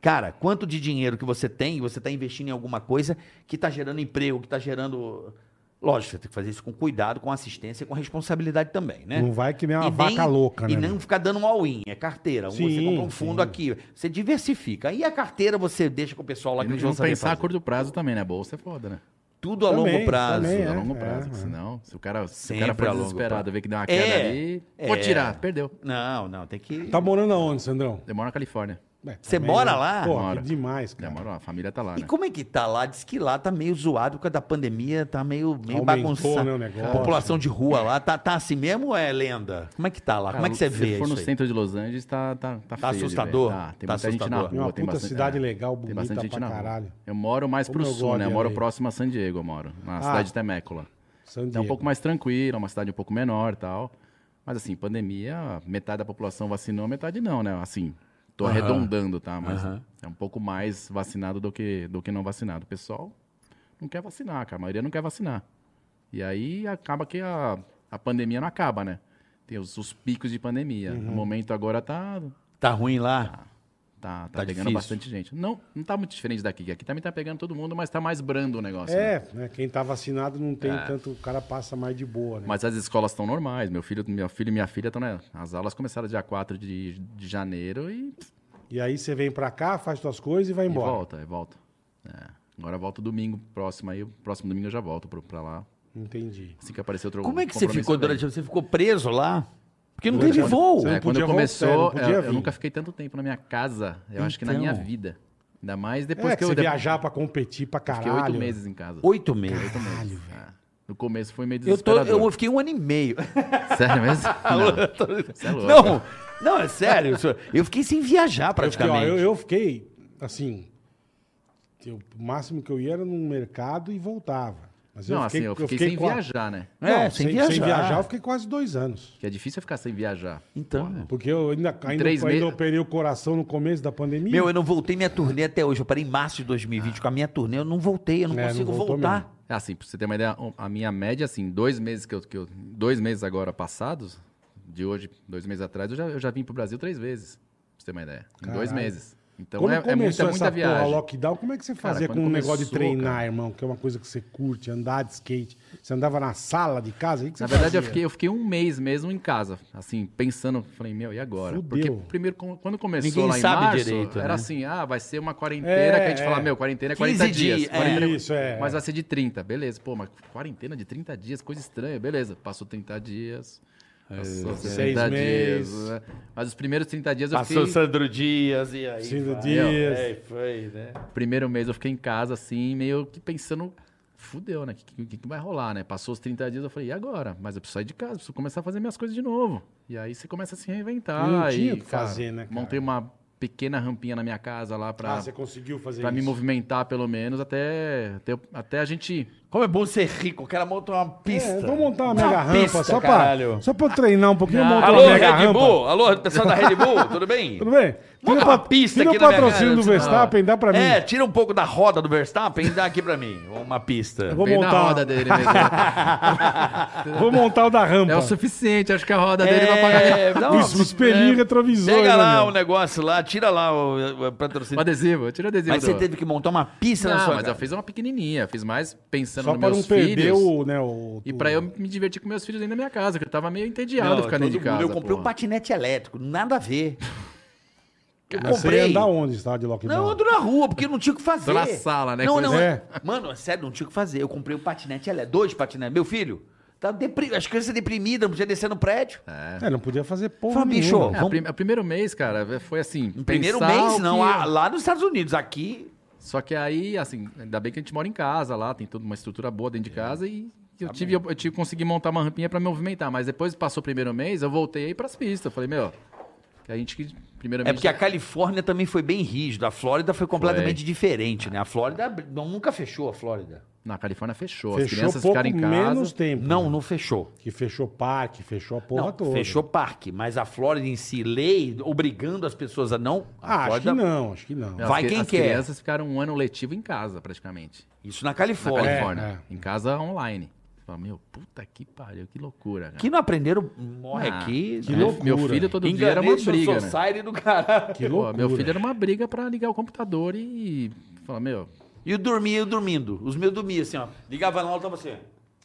Speaker 3: cara, quanto de dinheiro que você tem, você está investindo em alguma coisa que está gerando emprego, que está gerando. Lógico, você tem que fazer isso com cuidado, com assistência e com responsabilidade também, né?
Speaker 2: Não vai que nem uma
Speaker 3: E
Speaker 2: vaca
Speaker 3: nem-
Speaker 2: louca, né?
Speaker 3: E não
Speaker 2: meu?
Speaker 3: ficar dando um all-in, é carteira. Um você
Speaker 2: Sim,
Speaker 3: compra um fundo
Speaker 2: sim.
Speaker 3: aqui, você diversifica. Aí a carteira você deixa com o pessoal lá
Speaker 1: E
Speaker 3: que eles
Speaker 1: não
Speaker 3: vão saber
Speaker 1: pensar a
Speaker 3: fazer.
Speaker 1: curto prazo também, né? Bolsa é foda, né?
Speaker 3: Tudo a
Speaker 2: Também,
Speaker 3: longo prazo.
Speaker 2: também, É,
Speaker 1: a longo
Speaker 2: é,
Speaker 1: prazo, porque
Speaker 2: é.
Speaker 1: senão, se o cara, se o
Speaker 3: Sempre
Speaker 1: cara
Speaker 3: a
Speaker 1: for
Speaker 3: longo
Speaker 1: desesperado,
Speaker 3: prazo.
Speaker 1: ver que deu uma queda
Speaker 3: É,
Speaker 1: ali,
Speaker 3: é.
Speaker 1: vou tirar, perdeu.
Speaker 3: Não, não, tem que.
Speaker 2: Tá morando aonde, Sandrão?
Speaker 1: Demora na Califórnia.
Speaker 2: Ué,
Speaker 3: Você
Speaker 2: também,
Speaker 3: mora
Speaker 2: né?
Speaker 3: lá?
Speaker 2: Pô,
Speaker 1: Moro.
Speaker 2: que demais, cara.
Speaker 1: Demora, a família tá lá,
Speaker 3: E
Speaker 1: né?
Speaker 3: como é que tá lá? Diz que lá tá meio zoado por causa da pandemia, tá meio, meio
Speaker 2: Aumentou, né, o
Speaker 3: bagunçado.
Speaker 2: negócio.
Speaker 3: a população de
Speaker 1: É.
Speaker 3: rua lá tá, tá assim mesmo ou é lenda? Como é que tá lá? Como é que você
Speaker 1: se
Speaker 3: vê
Speaker 1: for
Speaker 3: isso
Speaker 1: no
Speaker 3: aí?
Speaker 1: centro de Los Angeles, tá Tá, tá, feio de ver.
Speaker 3: assustador?
Speaker 1: Tá, tem
Speaker 3: Tá
Speaker 1: muita gente na
Speaker 3: assustador.
Speaker 1: rua.
Speaker 2: É uma
Speaker 1: tem
Speaker 2: puta cidade legal,
Speaker 1: tem
Speaker 2: bonita
Speaker 1: bastante gente
Speaker 2: pra
Speaker 1: na rua.
Speaker 2: caralho.
Speaker 1: Eu moro mais
Speaker 2: Como
Speaker 1: pro
Speaker 2: eu
Speaker 1: sul,
Speaker 2: gosto
Speaker 1: né? Eu
Speaker 2: de
Speaker 1: moro
Speaker 2: LA.
Speaker 1: próximo a San Diego, eu moro. Na
Speaker 2: Ah.
Speaker 1: cidade de Temecula.
Speaker 2: San
Speaker 1: É um
Speaker 2: Diego.
Speaker 1: pouco mais tranquila, uma cidade um pouco menor e tal. Mas assim, pandemia, metade da população vacinou, metade não, né? Assim, tô arredondando, tá? Mas é um pouco mais vacinado do que, do que não vacinado. O pessoal não quer vacinar, cara. A maioria não quer vacinar. E aí acaba que a, a pandemia não acaba, né? Tem os, os picos de pandemia. No momento agora tá
Speaker 3: Tá ruim lá?
Speaker 1: Tá, tá,
Speaker 3: Tá
Speaker 1: pegando
Speaker 3: difícil.
Speaker 1: bastante gente. Não, não tá muito diferente daqui. que Aqui também tá pegando todo mundo, mas tá mais brando o negócio. né?
Speaker 2: É, né? Quem tá vacinado não tem tanto. O cara passa mais de boa, né?
Speaker 1: É. Mas as escolas estão normais. Meu filho, meu filho e minha filha estão. Né? As aulas começaram dia 4 de, de janeiro e,
Speaker 2: E aí você vem pra cá, faz suas coisas e vai
Speaker 1: e
Speaker 2: embora.
Speaker 1: volta, e volta. É. Agora volta domingo próximo aí. Próximo domingo eu já volto pro- pra lá.
Speaker 2: Entendi.
Speaker 1: Assim que aparecer outro.
Speaker 3: Como é que você
Speaker 1: compromisso,
Speaker 3: ficou
Speaker 1: eu venho.
Speaker 3: durante. Você ficou preso lá? Porque não
Speaker 2: Durante
Speaker 3: teve
Speaker 2: a-
Speaker 3: voo.
Speaker 2: Você não
Speaker 1: É, quando
Speaker 2: podia
Speaker 1: eu começou,
Speaker 2: voltar, não podia
Speaker 1: eu, eu
Speaker 2: vir.
Speaker 1: nunca fiquei tanto tempo na minha casa. Eu acho que na
Speaker 3: Então.
Speaker 1: minha vida. Ainda mais depois
Speaker 2: é,
Speaker 1: que
Speaker 2: que
Speaker 1: eu.
Speaker 2: você
Speaker 1: de-
Speaker 2: viajar pra competir pra
Speaker 1: eu Fiquei
Speaker 2: caralho.
Speaker 1: oito meses em casa.
Speaker 3: Oito meses.
Speaker 1: Oito meses. É. No começo foi meio
Speaker 3: Eu, tô,
Speaker 1: desesperador.
Speaker 3: eu fiquei um ano e meio.
Speaker 1: Sério mesmo? Não. Você é louco.
Speaker 3: Não, não, é sério. isso- Eu fiquei sem viajar
Speaker 2: Eu fiquei, ó,
Speaker 3: praticamente.
Speaker 2: Eu, eu fiquei, assim. eu- o máximo que eu ia era num mercado e voltava. Mas
Speaker 1: Não, assim, eu fiquei, sem
Speaker 2: qua-
Speaker 1: viajar, né?
Speaker 2: Não,
Speaker 3: É,
Speaker 2: sem,
Speaker 3: sem
Speaker 2: sem viajar.
Speaker 3: viajar.
Speaker 2: eu fiquei quase dois anos.
Speaker 1: Que é difícil ficar sem viajar.
Speaker 3: Então.
Speaker 2: Porque eu ainda, ainda,
Speaker 1: três
Speaker 2: ainda
Speaker 1: meses-
Speaker 2: operei o coração no começo da pandemia.
Speaker 3: Meu, eu não voltei minha turnê até hoje. Eu parei em março de 2020 com a minha turnê. Eu não voltei, eu não
Speaker 2: É, não
Speaker 3: consigo
Speaker 2: voltou
Speaker 3: voltar.
Speaker 2: mesmo.
Speaker 1: É Assim, pra você ter uma ideia, a minha média, assim, dois meses que eu. que eu- dois meses agora passados, de hoje, dois meses atrás, eu já, eu já vim pro Brasil três vezes. Pra você ter uma ideia. Em dois
Speaker 2: Caralho.
Speaker 1: meses. Então
Speaker 2: Como
Speaker 1: é, é muita,
Speaker 2: começou
Speaker 1: muita
Speaker 2: essa porra
Speaker 1: viagem.
Speaker 2: lockdown, como é que você
Speaker 1: Cara,
Speaker 2: fazia
Speaker 1: quando
Speaker 2: com um negócio de
Speaker 1: começou,
Speaker 2: treinar,
Speaker 1: cara.
Speaker 2: irmão? Que é uma coisa que você curte, andar de skate. Você andava na sala de casa? o que que
Speaker 1: Na
Speaker 2: você
Speaker 1: verdade, eu
Speaker 2: fazia?
Speaker 1: fiquei, eu fiquei um mês mesmo em casa, assim, pensando. Falei, meu, e agora?
Speaker 2: Fudeu.
Speaker 1: Porque primeiro, com- quando começou
Speaker 3: Ninguém
Speaker 1: lá em
Speaker 3: sabe
Speaker 1: março,
Speaker 3: direito,
Speaker 1: era
Speaker 3: né?
Speaker 1: assim, ah, vai ser uma quarentena,
Speaker 2: É,
Speaker 1: que a gente
Speaker 2: é.
Speaker 1: fala, meu, quarentena é
Speaker 3: 15
Speaker 1: 40 dias.
Speaker 3: dias, é.
Speaker 1: quarentena-
Speaker 2: Isso, é.
Speaker 1: Mas vai ser de 30, beleza. Pô, mas quarentena de 30 dias, coisa estranha, beleza. Passou 30 dias... Passou
Speaker 2: É, Seis
Speaker 1: 60 dias.
Speaker 2: meses.
Speaker 1: né? Mas os primeiros 30 dias eu
Speaker 3: Passou
Speaker 1: fiquei.
Speaker 3: Sandro Dias e
Speaker 1: assim,
Speaker 3: aí.
Speaker 2: Cinco
Speaker 3: vai.
Speaker 2: dias.
Speaker 3: É, foi, né?
Speaker 1: Primeiro mês eu fiquei em casa, assim, meio que pensando. Fudeu, né? O que, que- que vai rolar, né? Passou os 30 dias, eu falei, e agora? Mas eu preciso sair de casa, preciso começar a fazer minhas coisas de novo. E aí você começa a se reinventar.
Speaker 2: Não tinha
Speaker 1: e,
Speaker 2: o que fazer, né, cara?
Speaker 1: Montei uma pequena rampinha na minha casa lá pra,
Speaker 2: Ah, você conseguiu fazer
Speaker 1: pra me
Speaker 2: isso?
Speaker 1: movimentar, pelo menos, até, até, até a gente.
Speaker 3: Como é bom ser rico, o cara monta uma
Speaker 2: É,
Speaker 3: pista.
Speaker 2: eu vou montar uma mega rampa
Speaker 3: pista,
Speaker 2: só, pra,
Speaker 3: caralho.
Speaker 2: só pra eu treinar um
Speaker 1: Ah,
Speaker 2: pouquinho. eu monto
Speaker 3: Alô,
Speaker 2: uma mega
Speaker 3: Red
Speaker 2: rampa.
Speaker 3: Bull? Alô, pessoal da Red Bull, tudo bem?
Speaker 2: Tudo bem?
Speaker 3: Monta
Speaker 2: Tira
Speaker 3: uma
Speaker 2: pa-
Speaker 3: pista
Speaker 2: tira
Speaker 3: aqui
Speaker 2: o
Speaker 3: na minha
Speaker 2: patrocínio
Speaker 3: casa,
Speaker 2: do
Speaker 3: senão-
Speaker 2: Verstappen, dá pra mim.
Speaker 3: É, tira um pouco da roda do Verstappen e dá aqui pra mim. Uma pista.
Speaker 2: Vou
Speaker 1: Bem na
Speaker 2: montar uma-
Speaker 1: roda dele mesmo.
Speaker 2: Vou montar o da rampa.
Speaker 1: é o suficiente, acho que a roda dele vai pagar. minha-
Speaker 3: dá
Speaker 2: O es- o espelhinho retrovisor.
Speaker 3: É, Pega
Speaker 2: né,
Speaker 3: lá
Speaker 2: meu?
Speaker 3: o negócio lá, tira lá o, o
Speaker 1: O
Speaker 3: patrocínio.
Speaker 1: adesivo, tira o adesivo.
Speaker 3: Mas você
Speaker 1: do-
Speaker 3: teve que montar uma pista
Speaker 1: Não,
Speaker 3: na sua
Speaker 1: mas eu
Speaker 3: casa.
Speaker 1: fiz uma pequenininha, fiz mais pensando
Speaker 2: Só
Speaker 1: nos
Speaker 2: pra não
Speaker 1: meus
Speaker 2: perder
Speaker 1: filhos.
Speaker 2: o, né, o...
Speaker 1: E
Speaker 2: o-
Speaker 1: pra eu me divertir com meus filhos dentro da minha casa, que eu tava meio entediado
Speaker 3: Não,
Speaker 1: ficando dentro de
Speaker 3: todo mundo,
Speaker 1: casa.
Speaker 3: Eu comprei um
Speaker 1: porra.
Speaker 3: patinete elétrico, nada a ver. Eu
Speaker 2: Mas você ia
Speaker 3: comprei.
Speaker 2: andar onde, você tava de lockdown?
Speaker 3: Não, eu ando na rua, porque não tinha o que fazer.
Speaker 1: Tô na sala, né,
Speaker 3: Não,
Speaker 1: coisa-
Speaker 3: não.
Speaker 2: É.
Speaker 3: Mano, é sério, não tinha o que fazer. Eu comprei um patinete elétrico, dois patinetes. Meu filho, tá depri... as crianças deprimidas, não podia descer no prédio.
Speaker 2: É, não podia fazer porra
Speaker 3: Fala, bicho,
Speaker 2: nenhuma.
Speaker 1: É,
Speaker 3: Vamos-
Speaker 1: a prim- O primeiro mês, cara, foi assim.
Speaker 3: No primeiro
Speaker 1: pensar
Speaker 3: mês,
Speaker 1: o
Speaker 3: não.
Speaker 1: que- é.
Speaker 3: ah, Lá nos Estados Unidos, aqui.
Speaker 1: Só que aí, assim, ainda bem que a gente mora em casa lá, tem toda uma estrutura boa dentro de
Speaker 3: É.
Speaker 1: casa e eu
Speaker 3: Tá
Speaker 1: tive, eu, tive consegui montar uma rampinha pra me movimentar. Mas depois passou o primeiro mês, eu voltei aí pras pistas. Eu falei, meu, que a gente que. Primeiramente.
Speaker 3: É porque a Califórnia também foi bem rígida. A Flórida foi completamente diferente, né? A Flórida abri- não, nunca fechou a Flórida.
Speaker 1: Na Califórnia fechou. as
Speaker 2: Fechou
Speaker 1: crianças
Speaker 2: pouco
Speaker 1: ficaram em casa.
Speaker 2: menos tempo.
Speaker 3: Não,
Speaker 2: né?
Speaker 3: não fechou.
Speaker 2: Que fechou parque, fechou a porra
Speaker 3: não,
Speaker 2: toda.
Speaker 3: fechou parque, mas a Flórida em si, lei, obrigando as pessoas a não. A
Speaker 2: Ah, acho
Speaker 3: Flórida,
Speaker 2: que não, acho que não.
Speaker 1: As
Speaker 3: Vai
Speaker 1: cri-
Speaker 3: quem
Speaker 1: as
Speaker 3: quer.
Speaker 1: crianças ficaram um ano letivo em casa, praticamente.
Speaker 3: Isso na
Speaker 1: na
Speaker 3: Califórnia.
Speaker 1: Califórnia.
Speaker 2: é.
Speaker 1: Em casa online. Você fala, meu, puta que pariu, que loucura, cara.
Speaker 3: Que não aprenderam, morre
Speaker 1: Ah,
Speaker 3: aqui.
Speaker 2: que
Speaker 1: Meu-
Speaker 3: né?
Speaker 2: loucura.
Speaker 1: Meu filho todo dia era uma
Speaker 3: Enganation
Speaker 1: briga, né?
Speaker 3: Society do caralho.
Speaker 2: Que
Speaker 1: Pô,
Speaker 2: loucura.
Speaker 1: meu
Speaker 3: é-
Speaker 1: filho era uma briga pra ligar o computador e falar, meu,
Speaker 3: E eu dormia, eu dormindo. Os meus dormiam assim, ó. Ligava na aula, tava assim. ó.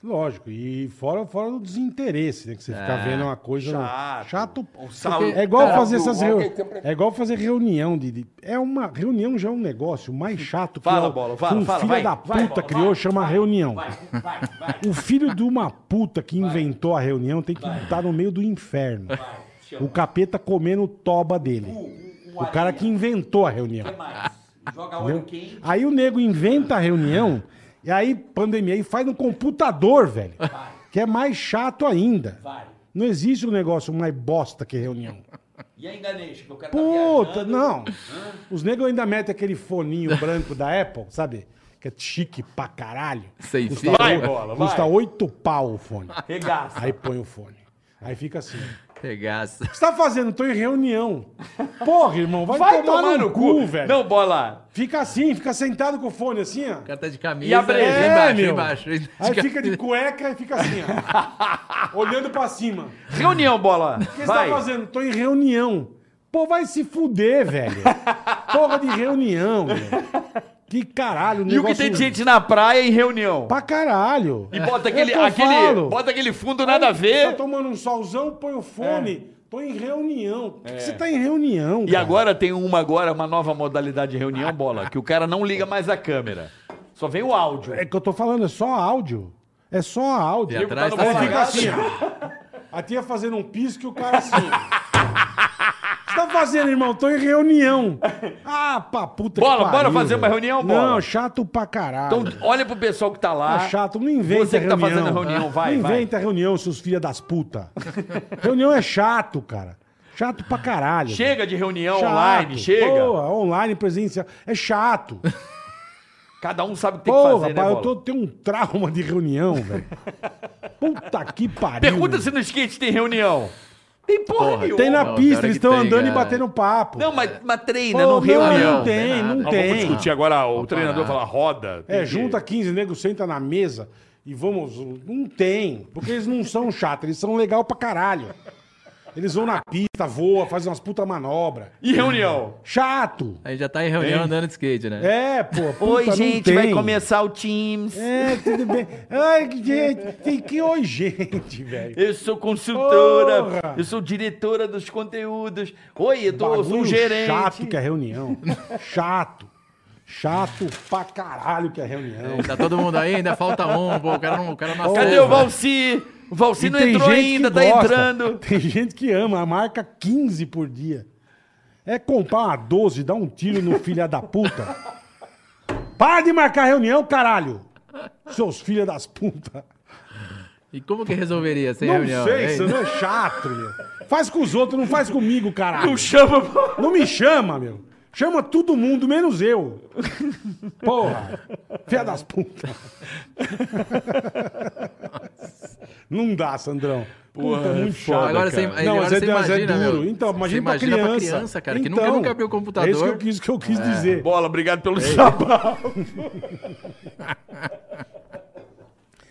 Speaker 2: Lógico, e fora, fora do desinteresse, né? Que você fica vendo uma coisa
Speaker 3: É, Chato. Um
Speaker 2: chato.
Speaker 3: O saúde.
Speaker 2: É igual
Speaker 3: Cara,
Speaker 2: fazer
Speaker 3: o- um
Speaker 2: essas
Speaker 3: o-
Speaker 2: reu... É igual fazer reunião de, de- É uma. Reunião já é um negócio mais chato que
Speaker 3: Fala,
Speaker 2: o-
Speaker 3: bola,
Speaker 2: que
Speaker 3: fala,
Speaker 2: um
Speaker 3: fala,
Speaker 2: filho
Speaker 3: vai,
Speaker 2: da
Speaker 3: vai,
Speaker 2: puta
Speaker 3: bola,
Speaker 2: criou
Speaker 3: vai,
Speaker 2: chama
Speaker 3: vai,
Speaker 2: reunião.
Speaker 3: Vai, vai, vai.
Speaker 2: O filho de uma puta que inventou a reunião tem que estar no meio do inferno. O capeta comendo o toba dele.
Speaker 3: Um, Uh, O,
Speaker 2: O cara que inventou a reunião.
Speaker 3: mais? Joga
Speaker 2: Entendeu?
Speaker 3: óleo quente.
Speaker 2: Aí o nego inventa a reunião, e aí pandemia, e faz no computador, velho. Que é mais chato ainda.
Speaker 3: Vai.
Speaker 2: Não existe um negócio mais bosta que reunião.
Speaker 3: E aí, Ganesh, que eu quero tá
Speaker 2: Puta, não. Os negros ainda metem aquele foninho branco da Apple, sabe? Que é chique pra caralho.
Speaker 1: Sem
Speaker 2: custa
Speaker 1: fio.
Speaker 2: oi-
Speaker 3: Vai, bola, vai.
Speaker 2: Custa oito pau o fone.
Speaker 3: Regaça.
Speaker 2: Aí põe o fone. Aí fica assim.
Speaker 1: pegaça.
Speaker 2: O que você tá fazendo? Tô em reunião. Porra, irmão, vai,
Speaker 3: Vai
Speaker 2: tomar, no cu, velho.
Speaker 3: Não, bola.
Speaker 2: Fica assim, fica sentado com o fone assim, ó.
Speaker 1: O cara tá de camisa.
Speaker 3: E a breja?
Speaker 1: aí embaixo, aí embaixo.
Speaker 2: É, Aí fica de cueca e fica assim, ó. olhando pra cima.
Speaker 3: Reunião, bola.
Speaker 2: O que você
Speaker 3: Vai.
Speaker 2: tá fazendo? Tô em reunião. Pô, vai se fuder, velho. Porra de reunião, velho. Que caralho,
Speaker 3: E o que
Speaker 2: negócio-
Speaker 3: tem de gente na praia em reunião?
Speaker 2: Pra caralho.
Speaker 3: E bota
Speaker 2: É
Speaker 3: aquele,
Speaker 2: que eu
Speaker 3: aquele,
Speaker 2: falo.
Speaker 3: bota aquele fundo nada a
Speaker 2: Tá
Speaker 3: ver. É.
Speaker 2: tomando um solzão, põe o fone. Tô em reunião. Por que, que você tá em reunião,
Speaker 3: E agora tem uma agora, uma nova modalidade de
Speaker 2: Ah.
Speaker 3: reunião, bola, que o cara não liga mais a câmera. Só vem o áudio.
Speaker 2: É que eu tô falando, é só áudio. É só áudio.
Speaker 1: E
Speaker 2: Eu-
Speaker 1: atrás
Speaker 3: tá
Speaker 1: tá
Speaker 3: no
Speaker 2: Aí
Speaker 1: assim,
Speaker 2: fica
Speaker 1: ó.
Speaker 2: assim, ó. A tia fazendo um pisco e o cara assim. O que você tá fazendo, irmão? Tô em reunião. Ah, pra puta
Speaker 3: Bola,
Speaker 2: que pariu,
Speaker 3: bora fazer
Speaker 2: velho.
Speaker 3: uma reunião, bola?
Speaker 2: Não, chato pra caralho.
Speaker 3: Então, olha pro pessoal que tá lá.
Speaker 2: É chato, não inventa
Speaker 3: Você que tá
Speaker 2: reunião.
Speaker 3: fazendo a reunião, vai,
Speaker 2: Não
Speaker 3: vai.
Speaker 2: inventa reunião, seus filha das puta. reunião é chato, cara. Chato pra caralho.
Speaker 3: Chega de reunião
Speaker 2: Chato.
Speaker 3: online, chega.
Speaker 2: Porra, online, presencial. É chato.
Speaker 3: Cada um sabe o que tem que
Speaker 2: Porra,
Speaker 3: fazer, né,
Speaker 2: pai, eu
Speaker 3: bola?
Speaker 2: tô, tenho um trauma de reunião, velho. Puta que pariu.
Speaker 3: Pergunta
Speaker 2: velho.
Speaker 3: se no skate tem reunião. Tem porra,
Speaker 1: Porra,
Speaker 3: nenhuma.
Speaker 2: Tem na
Speaker 1: Não,
Speaker 2: pista,
Speaker 1: cara,
Speaker 2: eles
Speaker 1: que
Speaker 2: estão
Speaker 1: tem,
Speaker 2: andando e
Speaker 1: cara.
Speaker 2: batendo papo.
Speaker 3: Não, mas, mas treina,
Speaker 2: Pô,
Speaker 3: não reunião.
Speaker 2: é.
Speaker 3: Ah,
Speaker 2: Não é tem, não
Speaker 1: Não,
Speaker 2: tem.
Speaker 6: Vamos discutir agora o treinador
Speaker 1: parar.
Speaker 6: falar roda. tem
Speaker 2: É,
Speaker 6: que-
Speaker 2: junta 15 negros, senta na mesa e vamos. Não tem. Porque eles não são chatos, eles são legal pra caralho. Eles vão na pista, voa, fazem umas puta manobra.
Speaker 3: E reunião?
Speaker 2: Chato!
Speaker 1: Aí já tá em reunião andando de skate, né?
Speaker 2: É, pô. Puta,
Speaker 3: Oi,
Speaker 2: não
Speaker 3: gente,
Speaker 2: tem.
Speaker 3: vai começar o Teams.
Speaker 2: É, tudo bem. Ai, que gente, tem que oi, gente, velho.
Speaker 3: Eu sou consultora,
Speaker 2: Porra!
Speaker 3: eu sou diretora dos conteúdos. Oi, eu, tô, eu sou um
Speaker 2: Bagulho
Speaker 3: gerente.
Speaker 2: Chato que é reunião. Chato. Chato pra caralho que é reunião.
Speaker 1: Tá todo mundo aí, ainda falta um, pô, o cara não, o cara não
Speaker 3: Cadê
Speaker 1: acerta.
Speaker 3: o Valci? O Valci
Speaker 2: E
Speaker 3: não
Speaker 2: tem
Speaker 3: entrou
Speaker 2: gente
Speaker 3: ainda,
Speaker 2: que
Speaker 3: tá
Speaker 2: gosta.
Speaker 3: entrando.
Speaker 2: Tem gente que ama, a marca 15 por dia. É comprar uma 12, dar um tiro no filha da puta. Para de marcar reunião, caralho! Seus filha das putas.
Speaker 1: E como que resolveria sem
Speaker 2: Não
Speaker 1: reunião?
Speaker 2: sei,
Speaker 1: hein?
Speaker 2: você não é chato, meu. Faz com os outros, não faz comigo, caralho.
Speaker 3: Não chama.
Speaker 2: Não me chama, meu. Chama todo mundo, menos eu. Porra. Fia das putas. Não dá, Sandrão. Porra, é muito chato.
Speaker 1: Agora
Speaker 2: cara.
Speaker 1: você, aí
Speaker 2: não,
Speaker 1: agora
Speaker 2: mas é,
Speaker 1: você
Speaker 2: mas é
Speaker 1: imagina,
Speaker 2: duro.
Speaker 1: meu.
Speaker 2: Então,
Speaker 1: Você
Speaker 2: imagina, pra
Speaker 1: imagina
Speaker 2: criança.
Speaker 1: pra criança, cara, que nunca-
Speaker 2: Então,
Speaker 1: nunca abriu o computador.
Speaker 2: É isso que eu quis, que eu quis dizer.
Speaker 3: Bola, obrigado pelo sabão.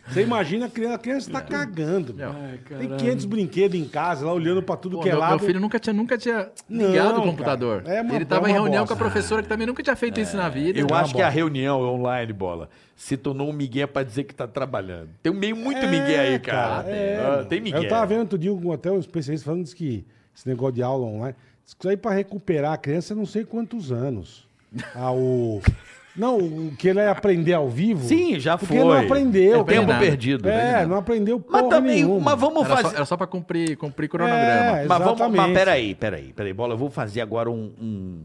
Speaker 2: Você imagina a criança, a criança tá cagando. meu. Tem 500 brinquedos em casa, lá olhando pra tudo
Speaker 1: Pô,
Speaker 2: que é
Speaker 1: meu, meu
Speaker 2: lado.
Speaker 1: filho nunca tinha, nunca tinha
Speaker 2: Não,
Speaker 1: ligado o
Speaker 2: cara.
Speaker 1: computador.
Speaker 2: É uma-
Speaker 1: Ele tava
Speaker 2: é
Speaker 1: em
Speaker 2: uma
Speaker 1: reunião
Speaker 2: bosta.
Speaker 1: com a professora que também nunca tinha feito isso na vida.
Speaker 3: Eu
Speaker 2: Tá
Speaker 3: acho
Speaker 2: bom.
Speaker 3: que a reunião é online, bola, se tornou um migué pra dizer que tá trabalhando. Tem um meio muito
Speaker 2: É,
Speaker 3: migué aí, cara.
Speaker 2: cara, é,
Speaker 3: Ah,
Speaker 2: mano.
Speaker 3: tem migué.
Speaker 2: Eu tava vendo outro dia um- até um especialista falando disso que esse negócio de aula online. Diz que isso aí pra recuperar a criança é não sei quantos anos. Ah, o. Não, o que ele ia aprender ao vivo.
Speaker 3: Sim, já
Speaker 2: Porque ele não
Speaker 3: foi.
Speaker 2: aprendeu.
Speaker 1: É
Speaker 3: Tempo
Speaker 1: Não.
Speaker 3: perdido. né,
Speaker 2: É, não aprendeu porra
Speaker 3: Mas também,
Speaker 2: nenhuma.
Speaker 3: mas vamos
Speaker 1: Era,
Speaker 3: fazer...
Speaker 1: só, era só pra cumprir, cumprir cronograma.
Speaker 2: É,
Speaker 3: Mas vamos. Mas
Speaker 2: Exatamente.
Speaker 3: peraí, peraí, peraí, bola. Eu vou fazer agora um. um-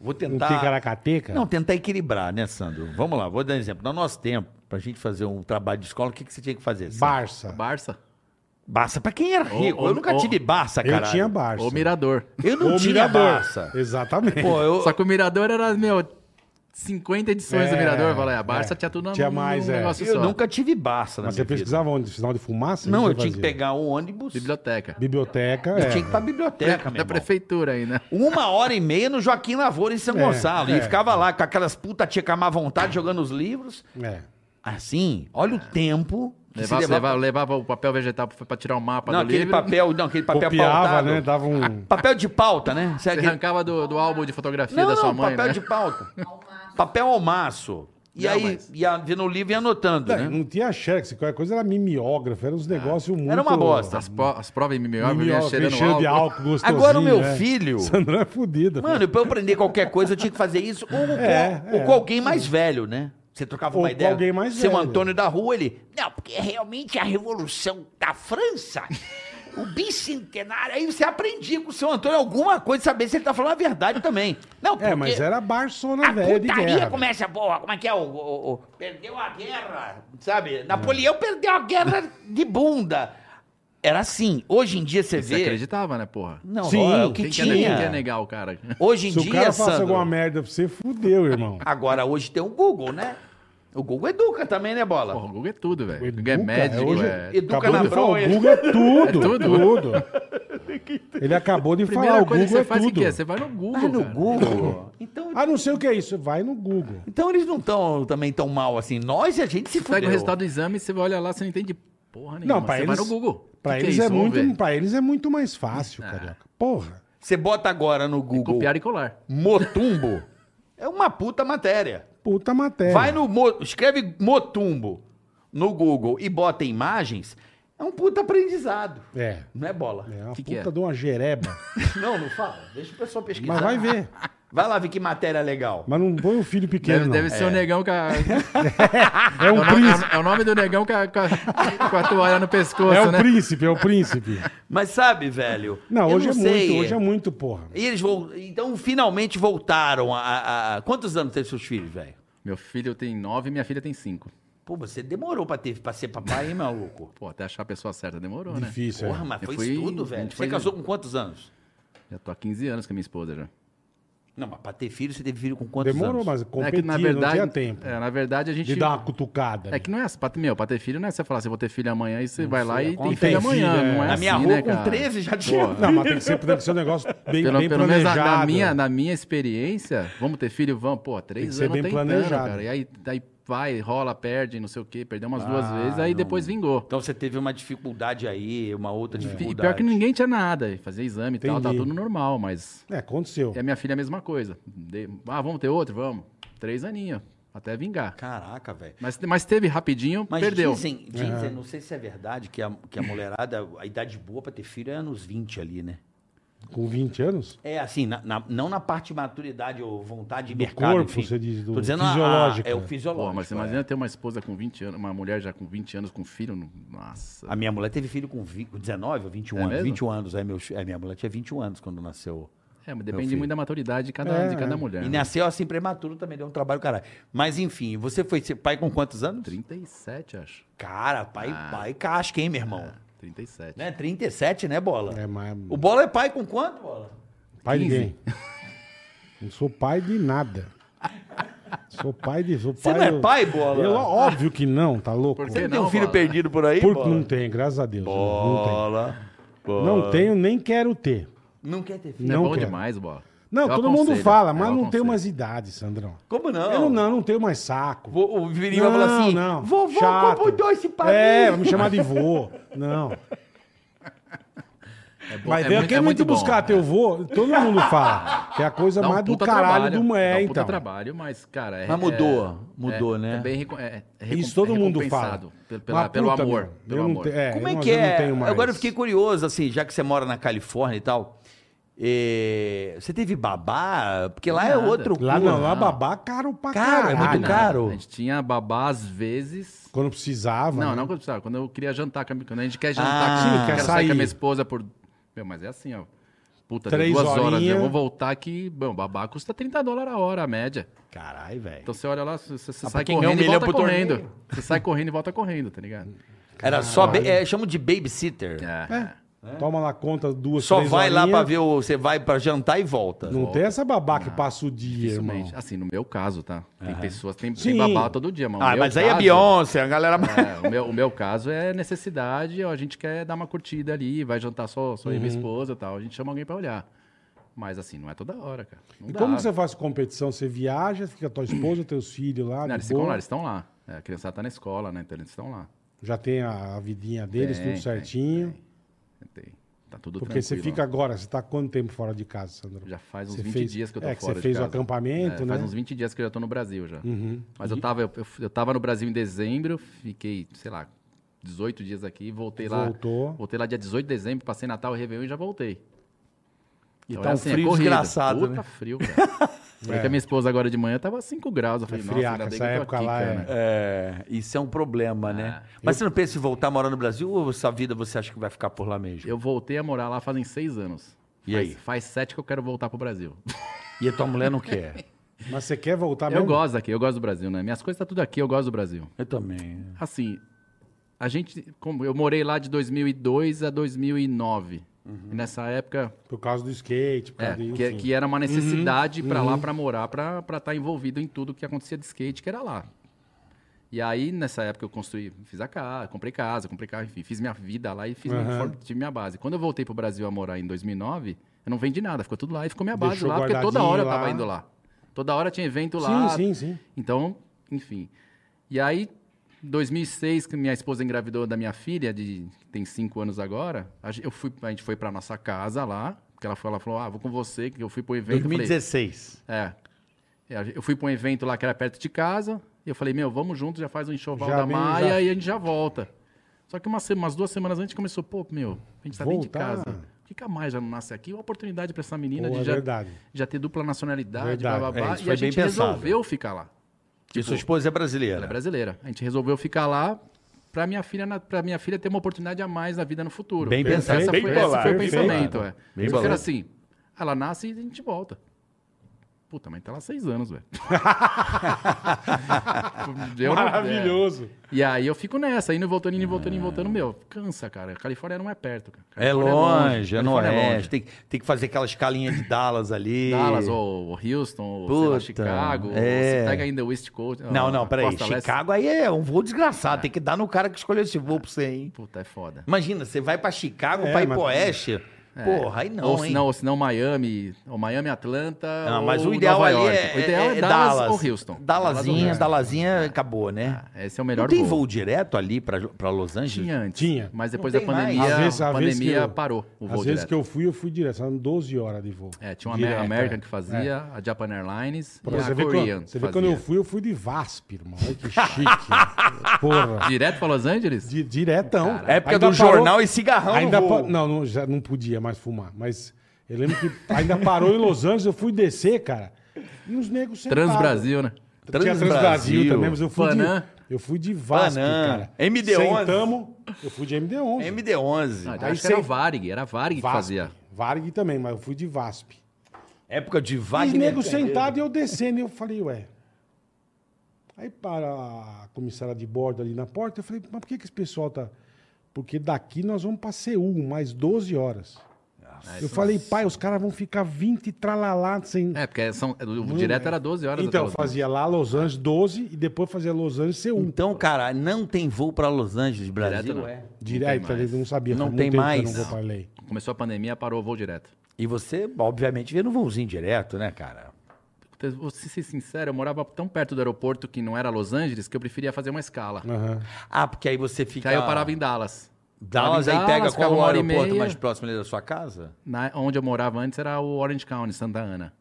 Speaker 3: Vou
Speaker 2: Não
Speaker 1: tá.
Speaker 3: tentar.
Speaker 2: tem caracateca?
Speaker 3: Não, tentar equilibrar, né, Sandro? Vamos lá, vou dar um exemplo. No nosso tempo, pra gente fazer um trabalho de escola, o que, que você tinha que fazer? Sandro?
Speaker 2: Barça.
Speaker 1: Barça
Speaker 3: Barça pra quem era rico.
Speaker 1: Ô, ô,
Speaker 3: eu nunca
Speaker 1: ô,
Speaker 3: tive Barça, cara.
Speaker 2: Eu tinha Barça.
Speaker 1: ou Mirador.
Speaker 3: Eu não
Speaker 2: Ou
Speaker 3: tinha
Speaker 2: Mirador.
Speaker 3: Barça.
Speaker 2: Exatamente.
Speaker 3: Pô, eu-
Speaker 1: Só que o Mirador era, meu, 50 edições do
Speaker 2: É,
Speaker 1: Mirador. Eu falei, a Barça
Speaker 2: é.
Speaker 1: tinha tudo na
Speaker 2: Tinha mais,
Speaker 1: num
Speaker 2: é.
Speaker 1: negócio
Speaker 3: eu
Speaker 1: só.
Speaker 3: nunca tive Barça na
Speaker 2: Mas você
Speaker 3: minha vida.
Speaker 2: pesquisava onde? Sinal de fumaça? O
Speaker 3: Não,
Speaker 2: você
Speaker 3: eu tinha que
Speaker 2: fazia?
Speaker 3: pegar um ônibus.
Speaker 1: Biblioteca.
Speaker 2: Biblioteca.
Speaker 3: Eu
Speaker 2: é.
Speaker 3: tinha que ir pra biblioteca, meu
Speaker 1: da
Speaker 3: irmão.
Speaker 1: prefeitura ainda.
Speaker 3: Uma hora e meia no Joaquim Lavoura, em São
Speaker 2: É,
Speaker 3: Gonçalo. E
Speaker 2: é.
Speaker 3: ficava lá com aquelas putas tia que amava à vontade, jogando os livros.
Speaker 2: É.
Speaker 3: Assim, olha o tempo. que se
Speaker 1: Levava,
Speaker 3: levava-
Speaker 1: levava, levava o papel vegetal pra, pra tirar o mapa
Speaker 3: Não,
Speaker 1: do
Speaker 3: aquele
Speaker 1: livro.
Speaker 3: papel, não, aquele papel
Speaker 2: Copiava,
Speaker 3: pautado. Ah,
Speaker 2: né? Dava um.
Speaker 3: Papel de pauta, né? Você
Speaker 1: Você
Speaker 3: aquele-
Speaker 1: arrancava do, do álbum de fotografia
Speaker 3: Não,
Speaker 1: da sua
Speaker 3: não,
Speaker 1: mãe,
Speaker 3: papel
Speaker 1: né?
Speaker 3: de pauta. papel ao maço. E
Speaker 1: Não,
Speaker 3: aí,
Speaker 1: mas-
Speaker 3: ia vendo o livro e anotando,
Speaker 2: Não,
Speaker 3: né? É.
Speaker 2: Não tinha xerox, qualquer coisa era mimeógrafo, eram uns negócios muito...
Speaker 3: uma bosta. né?
Speaker 1: As, po- as provas em mimeógrafo, vinha
Speaker 2: Mimeógrafo,
Speaker 1: cheirando
Speaker 2: cheiro de
Speaker 1: álcool.
Speaker 2: álcool gostosinho.
Speaker 3: Agora o meu
Speaker 2: é.
Speaker 3: filho...
Speaker 2: Sandrão é fudido.
Speaker 3: Mano, pra eu aprender qualquer coisa, eu tinha que fazer isso ou, com-
Speaker 2: É,
Speaker 3: ou
Speaker 2: é.
Speaker 3: com alguém mais velho, né? Você trocava
Speaker 2: Ou
Speaker 3: uma
Speaker 2: com
Speaker 3: ideia.
Speaker 2: alguém mais
Speaker 3: Seu
Speaker 2: velho.
Speaker 3: Antônio da Rua, ele. Não, porque é realmente a Revolução da França, o bicentenário. Aí você aprendia com o seu Antônio alguma coisa, saber se ele tá falando a verdade também. Não, porque
Speaker 2: É, mas era Barcelona
Speaker 3: a
Speaker 2: velha é de
Speaker 3: putaria
Speaker 2: guerra.
Speaker 3: começa boa. Como é que é? O, o- o- perdeu a guerra, sabe? Napoleão perdeu a guerra de bunda. Era assim. Hoje em dia você
Speaker 1: Você
Speaker 3: vê.
Speaker 1: acreditava, né, porra?
Speaker 3: Não,
Speaker 2: Sim.
Speaker 3: ó, é o que
Speaker 1: Quem quer,
Speaker 3: tinha.
Speaker 1: quem quer negar o cara?
Speaker 3: Hoje em
Speaker 2: Se
Speaker 3: dia,
Speaker 2: o cara faz
Speaker 3: Sandro,
Speaker 2: alguma merda pra você, fudeu, irmão.
Speaker 3: Agora, hoje tem o Google, né? O Google educa também, né, Bola?
Speaker 1: Porra, o Google é tudo, velho. O Google
Speaker 2: Educa,
Speaker 1: é médico,
Speaker 2: hoje-
Speaker 1: é...
Speaker 3: Educa
Speaker 2: Acabou
Speaker 3: na
Speaker 2: de falar,
Speaker 3: bronha.
Speaker 2: o Google é tudo,
Speaker 1: É tudo.
Speaker 2: tudo. Ele acabou de
Speaker 1: Primeira
Speaker 2: falar, o
Speaker 1: coisa
Speaker 2: Google
Speaker 1: que você
Speaker 2: é
Speaker 1: faz, o
Speaker 2: tudo.
Speaker 1: que é? Você vai no Google,
Speaker 3: ah, no
Speaker 1: cara.
Speaker 3: Google. então,
Speaker 2: Ah, não sei o que é isso. Vai no Google.
Speaker 3: então eles não estão também tão mal assim. Nós e a gente se
Speaker 1: Você pega
Speaker 3: fudeu.
Speaker 1: o resultado do exame e você olha lá, você não entende porra nenhuma.
Speaker 2: Não, pra
Speaker 1: você
Speaker 2: eles...
Speaker 1: vai no Google.
Speaker 2: Pra
Speaker 1: Que que
Speaker 2: eles, é
Speaker 1: isso? Vamos ver. Ah.
Speaker 2: muito, pra eles é muito mais fácil, carioca. Porra.
Speaker 3: Você bota agora no Google
Speaker 1: Copiar e colar.
Speaker 3: Motumbo, é uma puta matéria.
Speaker 2: Puta matéria.
Speaker 3: Vai no. mo- Escreve Motumbo no Google e bota imagens, é um puta aprendizado.
Speaker 2: É.
Speaker 3: Não é bola.
Speaker 2: É uma
Speaker 1: Que que
Speaker 2: puta
Speaker 1: é?
Speaker 2: de uma jereba.
Speaker 3: Não, não fala. Deixa o pessoal pesquisar.
Speaker 2: Mas vai ver.
Speaker 3: Vai lá ver que matéria legal.
Speaker 2: Mas não põe o filho
Speaker 1: Deve,
Speaker 2: pequeno, não.
Speaker 1: deve ser um o negão com a.
Speaker 2: É
Speaker 1: É o,
Speaker 2: um
Speaker 1: nome,
Speaker 2: príncipe.
Speaker 1: é o nome do negão com a, com a- com a toalha no pescoço,
Speaker 2: É o
Speaker 1: né?
Speaker 2: príncipe, é o príncipe.
Speaker 3: Mas sabe, velho?
Speaker 2: Não,
Speaker 3: eu
Speaker 2: hoje é
Speaker 3: sei.
Speaker 2: muito, hoje é muito, porra.
Speaker 3: E eles vão. Então, finalmente voltaram a. a- a- Quantos anos teve seus filhos, velho?
Speaker 1: Meu filho tem nove e minha filha tem cinco.
Speaker 3: Pô, você demorou pra, ter, pra ser papai, hein, maluco?
Speaker 1: Pô, até achar a pessoa certa demorou, né?
Speaker 2: Difícil,
Speaker 3: Porra,
Speaker 2: é.
Speaker 3: mas
Speaker 1: Eu
Speaker 3: foi
Speaker 1: fui-
Speaker 3: isso tudo,
Speaker 1: a
Speaker 3: velho.
Speaker 1: gente
Speaker 3: Você
Speaker 1: foi-
Speaker 3: casou com quantos anos?
Speaker 1: Já tô há 15 anos com a minha esposa já. É
Speaker 3: Não, mas pra ter filho, você teve filho com quantos
Speaker 2: Demorou,
Speaker 3: anos?
Speaker 2: mas
Speaker 1: É
Speaker 2: competia,
Speaker 1: que, na verdade,
Speaker 2: não tinha tempo
Speaker 1: É, na verdade, a gente.
Speaker 2: de dar uma cutucada. né?
Speaker 1: É que não é assim, pra, meu, pra ter filho não é você falar assim, vou ter filho amanhã e você vai lá e tem
Speaker 2: acontece.
Speaker 1: filho amanhã.
Speaker 2: Filho, é.
Speaker 1: Não é
Speaker 3: Na minha
Speaker 1: assim,
Speaker 3: rua,
Speaker 1: né,
Speaker 3: com
Speaker 1: cara?
Speaker 3: 13, já tinha.
Speaker 1: Pô,
Speaker 2: Não, mas tem que ser, tem que ser um negócio bem,
Speaker 1: Pelo,
Speaker 2: bem
Speaker 1: pelo menos na,
Speaker 2: planejado.
Speaker 1: na minha, na minha experiência, vamos ter filho? Vamos, pô,
Speaker 2: que
Speaker 1: três
Speaker 2: ser
Speaker 1: anos
Speaker 2: bem
Speaker 1: tem tentando,
Speaker 2: planejado.
Speaker 1: cara. E aí, aí vai, rola, perde, não sei o quê, perdeu umas duas
Speaker 2: Ah,
Speaker 1: vezes, aí depois vingou.
Speaker 3: Então você teve uma dificuldade aí, uma outra
Speaker 1: É. E
Speaker 3: dificuldade.
Speaker 1: pior que ninguém tinha nada, fazia exame e tal, tá
Speaker 2: Entendi.
Speaker 1: tudo normal, mas.
Speaker 2: É, aconteceu.
Speaker 1: E a minha filha é a mesma coisa. De- Ah, vamos ter outro? Vamos. Três aninhos, até vingar.
Speaker 3: Caraca, velho.
Speaker 1: Mas, mas teve rapidinho,
Speaker 3: Mas
Speaker 1: perdeu.
Speaker 3: dizem, dizem não sei se é verdade, que a, que a mulherada, a idade boa pra ter filho é anos 20 ali, né?
Speaker 2: Com 20 anos?
Speaker 3: É assim, na- na- não na parte de maturidade ou vontade de
Speaker 2: Do
Speaker 3: mercado,
Speaker 2: corpo,
Speaker 3: enfim.
Speaker 2: você diz, do
Speaker 3: Tô dizendo a- a-
Speaker 2: fisiológico,
Speaker 3: é o
Speaker 2: né?
Speaker 3: fisiológico.
Speaker 1: Pô, mas você
Speaker 3: é.
Speaker 1: imagina ter uma esposa com 20 anos, uma mulher já com 20 anos com filho. não- Nossa.
Speaker 3: A minha mulher teve filho com, vi- com 19 ou 21
Speaker 1: É
Speaker 3: anos.
Speaker 1: mesmo?
Speaker 3: 21 anos. Aí meus, a é, minha mulher tinha 21 anos quando nasceu.
Speaker 1: É, mas
Speaker 3: Meu
Speaker 1: depende
Speaker 3: filho.
Speaker 1: muito da maturidade de cada,
Speaker 2: É,
Speaker 1: de cada
Speaker 2: é.
Speaker 1: mulher.
Speaker 3: E
Speaker 1: né?
Speaker 3: nasceu assim prematuro também, deu um trabalho, caralho. Mas enfim, você foi ser pai com quantos anos?
Speaker 1: 37, acho. É,
Speaker 3: Cara, pai,
Speaker 1: Ah.
Speaker 3: pai casca, hein, meu irmão?
Speaker 1: 37.
Speaker 3: Né? 37, né, Bola?
Speaker 2: É, mas.
Speaker 3: O Bola é pai com quanto, Bola?
Speaker 2: Pai de
Speaker 1: 15.
Speaker 2: quem? Não sou pai de nada. Sou pai de. Sou
Speaker 3: Você
Speaker 2: pai
Speaker 3: não é
Speaker 2: do-
Speaker 3: pai, Bola?
Speaker 2: Eu, óbvio que não, tá louco?
Speaker 1: Por
Speaker 2: Porque
Speaker 1: quê?
Speaker 3: Você tem
Speaker 1: Não,
Speaker 3: um filho
Speaker 1: Bola.
Speaker 3: perdido por aí, Bola?
Speaker 2: não tem, graças a Deus. Não tenho.
Speaker 3: Bola. Bola.
Speaker 2: Não tenho, nem quero ter.
Speaker 3: Não quer ter filho?
Speaker 1: Não
Speaker 2: não
Speaker 1: é bom
Speaker 2: quero.
Speaker 1: demais, bola.
Speaker 2: Não,
Speaker 1: Eu
Speaker 2: todo
Speaker 1: aconselho,
Speaker 2: mundo fala, mas
Speaker 1: eu
Speaker 2: não tenho
Speaker 1: aconselho.
Speaker 2: mais idade, Sandrão.
Speaker 3: Como não?
Speaker 2: Eu não, não, não tenho mais saco.
Speaker 3: Vou- O Virinho vai falar assim, vovô,
Speaker 2: Chato.
Speaker 3: como deu esse pai?
Speaker 2: É, vai me chamar de vô. Não.
Speaker 1: É bom-
Speaker 2: Mas
Speaker 1: é
Speaker 2: vem
Speaker 1: muito-
Speaker 2: aqui
Speaker 1: é
Speaker 2: muito
Speaker 1: muito bom,
Speaker 2: buscar
Speaker 1: é.
Speaker 2: teu vô, todo mundo fala. Que é a coisa
Speaker 1: Dá um
Speaker 2: mais do
Speaker 1: puta
Speaker 2: caralho
Speaker 1: trabalho,
Speaker 2: do
Speaker 1: dá
Speaker 2: é,
Speaker 1: um puta
Speaker 2: então.
Speaker 1: trabalho, mas, cara... É,
Speaker 3: Mas mudou, mudou,
Speaker 1: é-
Speaker 3: né?
Speaker 1: É bem reco- é- é recom-
Speaker 2: Isso todo
Speaker 1: é
Speaker 2: mundo fala.
Speaker 1: recompensado Pelo, pela-
Speaker 2: Mas
Speaker 1: pelo
Speaker 2: puta,
Speaker 1: amor.
Speaker 2: meu,
Speaker 1: Pelo
Speaker 2: eu não
Speaker 1: amor.
Speaker 2: te-
Speaker 3: Como é
Speaker 2: mas
Speaker 3: que
Speaker 2: eu não
Speaker 3: é?
Speaker 2: tenho mais.
Speaker 3: Agora eu fiquei curioso, assim, já que você mora na Califórnia e tal. eh, Você teve babá? Porque lá é
Speaker 1: Nada.
Speaker 3: outro
Speaker 2: Lá
Speaker 3: cu,
Speaker 2: não,
Speaker 3: né?
Speaker 1: Ah.
Speaker 2: lá babá é caro pra
Speaker 3: Caro, é
Speaker 2: caralho.
Speaker 3: muito
Speaker 1: Nada.
Speaker 3: caro.
Speaker 1: A gente tinha babá às vezes...
Speaker 2: Quando precisava.
Speaker 1: Não,
Speaker 2: né?
Speaker 1: não quando precisava. Quando eu queria jantar, com a minha- quando a gente quer
Speaker 3: Ah.
Speaker 1: jantar, com-
Speaker 3: Sim,
Speaker 1: quero
Speaker 2: quer
Speaker 1: sair. com
Speaker 2: sair.
Speaker 1: a minha esposa por. Meu, mas é assim, ó. Puta,
Speaker 2: Três
Speaker 1: Três duas horas.
Speaker 2: horinha.
Speaker 1: Eu vou voltar que. Bom, babá custa 30 dólares a hora, a média.
Speaker 3: Caralho, velho.
Speaker 1: Então você olha lá, você, você
Speaker 3: Ah,
Speaker 1: sai
Speaker 3: pra correr um
Speaker 1: correndo e
Speaker 3: milhão
Speaker 1: volta
Speaker 3: pro
Speaker 1: correndo.
Speaker 3: torneio.
Speaker 1: Você sai correndo e volta correndo, tá ligado?
Speaker 3: Era só. ba- É, chama de babysitter.
Speaker 1: É.
Speaker 2: Toma lá conta duas,
Speaker 3: Só
Speaker 2: três
Speaker 3: vai lá
Speaker 2: horinhas.
Speaker 3: pra ver o. Você vai pra jantar e volta.
Speaker 2: Não tem essa babá que passa o dia, irmão.
Speaker 1: Ah, Dificilmente. Assim, no meu caso, tá? Tem pessoas, tem, tem
Speaker 2: Sim.
Speaker 1: babá todo dia, mas. o
Speaker 3: Ah,
Speaker 1: meu
Speaker 3: mas aí é
Speaker 1: caso-
Speaker 3: Beyoncé, a galera.
Speaker 1: É, o, meu, o meu caso é necessidade, ó, a gente quer dar uma curtida ali, vai jantar só, só eu e minha esposa e tal. A gente chama alguém pra olhar. Mas assim, não é toda hora, cara. Não
Speaker 2: E
Speaker 1: dá.
Speaker 2: como que você faz competição? Você viaja, fica tua esposa, teus filhos lá,
Speaker 1: Não,
Speaker 2: Ah, de
Speaker 1: eles ficam
Speaker 2: boa?
Speaker 1: lá, eles estão lá. É, a criançada tá na escola, né? Então eles estão lá.
Speaker 2: já tem a a vidinha deles,
Speaker 1: Tem,
Speaker 2: tudo
Speaker 1: tem,
Speaker 2: certinho.
Speaker 1: Tem- Tá tudo
Speaker 2: Porque você
Speaker 1: tranquilo
Speaker 2: fica
Speaker 1: lá.
Speaker 2: agora, você tá quanto tempo fora de casa, Sandro?
Speaker 1: Já faz uns
Speaker 2: Você
Speaker 1: 20
Speaker 2: fez-
Speaker 1: dias que eu tô
Speaker 2: é, que
Speaker 1: fora
Speaker 2: você
Speaker 1: de
Speaker 2: fez o
Speaker 1: casa.
Speaker 2: acampamento,
Speaker 1: É,
Speaker 2: né?
Speaker 1: Faz uns 20 dias que eu já tô no Brasil já.
Speaker 2: Uhum.
Speaker 1: Mas eu tava, eu, eu- eu tava no Brasil em dezembro, fiquei, sei lá, 18 dias aqui, voltei lá.
Speaker 2: Voltou.
Speaker 1: Voltei lá dia 18 de dezembro, passei Natal, Réveillon e já voltei.
Speaker 3: E
Speaker 1: Então
Speaker 3: tá
Speaker 1: é
Speaker 3: um
Speaker 1: assim, é
Speaker 3: frio
Speaker 1: corrido.
Speaker 3: desgraçado,
Speaker 1: Puta
Speaker 3: né?
Speaker 1: frio, cara. Por isso que a minha esposa agora de manhã tava 5 graus. Eu falei,
Speaker 2: É
Speaker 1: nossa,
Speaker 2: friaca,
Speaker 1: ainda bem
Speaker 2: essa
Speaker 1: que eu tô
Speaker 2: época
Speaker 1: aqui,
Speaker 2: lá é-
Speaker 1: cara.
Speaker 3: É, isso é um problema, né? Mas você não pensa em voltar a morar no Brasil ou sua vida você acha que vai ficar por lá mesmo?
Speaker 1: Eu voltei a morar lá fazem 6 anos.
Speaker 3: E
Speaker 1: faz,
Speaker 3: aí?
Speaker 1: Faz 7 que eu quero voltar pro Brasil.
Speaker 3: E a tua mulher não quer?
Speaker 2: Mas você quer voltar
Speaker 1: eu gosto daqui, eu gosto do Brasil, né? Minhas coisas tá tudo aqui, eu gosto do Brasil.
Speaker 3: Eu também.
Speaker 1: Assim, a gente. Como, eu morei lá de 2002 a 2009.
Speaker 2: Uhum.
Speaker 1: E nessa época,
Speaker 2: Por causa do skate, por causa
Speaker 1: é,
Speaker 2: do...
Speaker 1: que,
Speaker 2: enfim.
Speaker 1: que era uma necessidade pra
Speaker 2: Uhum,
Speaker 1: lá, pra morar, pra estar envolvido em tudo que acontecia de skate, que era lá. E aí, nessa época, eu construí, fiz a casa, comprei casa, comprei carro, enfim, fiz minha vida lá e fiz minha,
Speaker 2: Aham.
Speaker 1: forma- tive minha base. Quando eu voltei pro Brasil a morar em 2009, eu não vendi nada, ficou tudo lá e ficou minha base
Speaker 2: Deixou
Speaker 1: lá, porque toda
Speaker 2: guardadinho
Speaker 1: hora eu
Speaker 2: lá.
Speaker 1: tava indo lá. Toda hora tinha evento
Speaker 2: Sim,
Speaker 1: lá,
Speaker 2: sim, sim.
Speaker 1: então, enfim. E aí, 2006, que minha esposa engravidou da minha filha, de que tem cinco anos agora, a gen- eu fui, a gente foi para nossa casa lá, Porque ela falou, ela falou, ah, vou com você, que eu fui pro evento. eu falei,
Speaker 4: 2016.
Speaker 1: É. É, Eu fui para um evento lá que era perto de casa. E eu falei, meu, vamos junto, já faz o enxoval
Speaker 2: Já
Speaker 1: da
Speaker 2: vem,
Speaker 1: Maia
Speaker 2: já.
Speaker 1: e a gente já volta. Só que uma se- umas duas semanas antes começou, pô, meu, a gente tá dentro de
Speaker 2: Voltar.
Speaker 1: casa. Por que, que a Maia já não nasce aqui? Uma oportunidade para essa menina
Speaker 2: Pô, é
Speaker 1: de já,
Speaker 2: verdade.
Speaker 1: já ter dupla nacionalidade,
Speaker 2: Verdade.
Speaker 1: blá, blá,
Speaker 4: É,
Speaker 1: blá.
Speaker 4: isso
Speaker 1: e
Speaker 4: foi
Speaker 1: a
Speaker 4: bem
Speaker 1: gente
Speaker 4: pensado.
Speaker 1: resolveu ficar lá.
Speaker 3: Tipo,
Speaker 4: e sua esposa é brasileira.
Speaker 1: Ela é brasileira. A gente resolveu ficar lá para minha filha, na- pra minha filha ter uma oportunidade a mais na vida no futuro.
Speaker 4: Bem pensado,
Speaker 1: Essa
Speaker 4: bem
Speaker 1: foi,
Speaker 4: bolado,
Speaker 1: esse foi o
Speaker 2: bem
Speaker 1: pensamento,
Speaker 4: bolado.
Speaker 1: é.
Speaker 4: Bem
Speaker 1: Só que
Speaker 4: bolado.
Speaker 1: era assim, ela nasce e a gente volta. Puta, mas tá lá seis anos, velho. Deu na-
Speaker 2: Maravilhoso.
Speaker 1: é. E aí eu fico nessa, indo e voltando, indo e voltando, indo e voltando. Meu, cansa, cara. Califórnia não é perto, cara.
Speaker 4: É
Speaker 1: Califórnia
Speaker 4: longe, é no
Speaker 1: Califórnia
Speaker 4: oeste. Tem, tem que fazer aquela escalinha de Dallas ali.
Speaker 1: Dallas, ou Houston, ou sei lá,
Speaker 4: Puta,
Speaker 1: Chicago.
Speaker 4: é.
Speaker 1: Ou você pega ainda West Coast.
Speaker 4: Não,
Speaker 1: a
Speaker 4: não, peraí.
Speaker 1: Costa Leste.
Speaker 4: Chicago aí é um voo desgraçado. Tem que dar no cara que escolheu esse voo pra você, hein?
Speaker 1: Puta, é foda.
Speaker 4: Imagina, você vai pra Chicago,
Speaker 2: É,
Speaker 4: pra ir
Speaker 2: mas- É.
Speaker 4: pro Oeste. Porra, aí não,
Speaker 1: ou se
Speaker 4: hein?
Speaker 1: não, ou se não Miami, ou Miami Atlanta,
Speaker 4: Não, mas
Speaker 1: ou
Speaker 4: o ideal
Speaker 1: Nova
Speaker 4: ali
Speaker 1: York.
Speaker 4: é,
Speaker 1: o ideal é, Dallas, ou Houston.
Speaker 4: Dallasinha, Dallasinha acabou, né?
Speaker 1: Esse é o melhor
Speaker 4: não tem voo, direto ali pra, pra Los Angeles?
Speaker 1: Tinha antes.
Speaker 2: Tinha.
Speaker 1: Mas depois
Speaker 4: Não
Speaker 1: da
Speaker 4: tem mais.
Speaker 1: pandemia,
Speaker 2: Às vezes-
Speaker 1: a
Speaker 2: às vezes que
Speaker 1: pandemia
Speaker 2: eu-
Speaker 1: parou o
Speaker 2: Às
Speaker 1: voo
Speaker 2: vezes
Speaker 1: direto.
Speaker 2: que eu fui, eu fui direto. Eram 12 horas de voo.
Speaker 1: É, tinha uma
Speaker 2: Direto,
Speaker 1: American
Speaker 2: é.
Speaker 1: que fazia, a Japan Airlines
Speaker 2: Pô,
Speaker 1: e
Speaker 2: você
Speaker 1: a
Speaker 2: vê,
Speaker 1: Korean
Speaker 2: quando, você vê quando eu
Speaker 1: fazia.
Speaker 2: fui, eu fui de VASP, irmão. Olha que chique. Porra.
Speaker 1: Direto para Los Angeles?
Speaker 2: Di- diretão.
Speaker 1: Cara,
Speaker 4: Época
Speaker 2: Ainda
Speaker 4: É do
Speaker 2: parou-
Speaker 4: jornal e cigarrão
Speaker 2: Ainda
Speaker 4: no voo.
Speaker 2: pa- Não, não, já não podia mais fumar. Mas eu lembro que ainda parou em Los Angeles, eu fui descer, cara. E uns negros sentados.
Speaker 1: Transbrasil, né?
Speaker 2: Tinha Transbrasil também, mas eu fui
Speaker 1: Panam.
Speaker 2: de... Eu fui de VASP,
Speaker 4: Panam.
Speaker 2: cara.
Speaker 4: MD-11.
Speaker 2: Sentamos, eu fui de MD-11.
Speaker 1: Ah,
Speaker 4: MD-11.
Speaker 1: acho que
Speaker 2: sem-
Speaker 1: era o Varig, era a Varig que
Speaker 2: VASP.
Speaker 1: fazia.
Speaker 2: Varg também, mas eu fui de VASP.
Speaker 4: Época de
Speaker 2: E
Speaker 4: Wagner.
Speaker 2: nego sentado e eu descendo. E eu falei, ué. Aí para a comissária de bordo ali na porta, eu falei, mas por que, que esse pessoal tá. Porque daqui nós vamos pra Seul, mais 12 horas. eu falei, pai, um os caras vão ficar 20 tralalá sem.
Speaker 1: É, porque são, o direto era 12 horas. até
Speaker 2: então,
Speaker 1: Los
Speaker 2: fazia lá Los Angeles 12 e depois fazia Los Angeles um. Seul.
Speaker 4: Então, cara, não tem voo pra Los Angeles, Brasil. é.
Speaker 1: Angeles. Direto não. é.
Speaker 2: Direto,
Speaker 1: tem mais.
Speaker 2: ele não sabia.
Speaker 4: Não
Speaker 2: faz muito
Speaker 4: tem
Speaker 2: tempo que eu
Speaker 4: mais.
Speaker 2: Não vou pra lei.
Speaker 1: Começou a pandemia, parou o voo direto.
Speaker 4: E você, obviamente, vê no voozinho direto, né, cara?
Speaker 1: Puta, Vou ser sincero, eu morava tão perto do aeroporto que não era Los Angeles que eu preferia fazer uma escala.
Speaker 2: Aham.
Speaker 4: Ah, porque aí você
Speaker 1: Que
Speaker 4: fica.
Speaker 1: aí eu parava em Dallas.
Speaker 4: Dallas, aí
Speaker 1: Parava em
Speaker 4: pega
Speaker 1: Dallas,
Speaker 4: qual
Speaker 1: ficava
Speaker 4: o
Speaker 1: uma hora e
Speaker 4: aeroporto
Speaker 1: meia.
Speaker 4: mais próximo ali da sua casa?
Speaker 1: Na- onde eu morava antes era o Orange County, Santa Ana.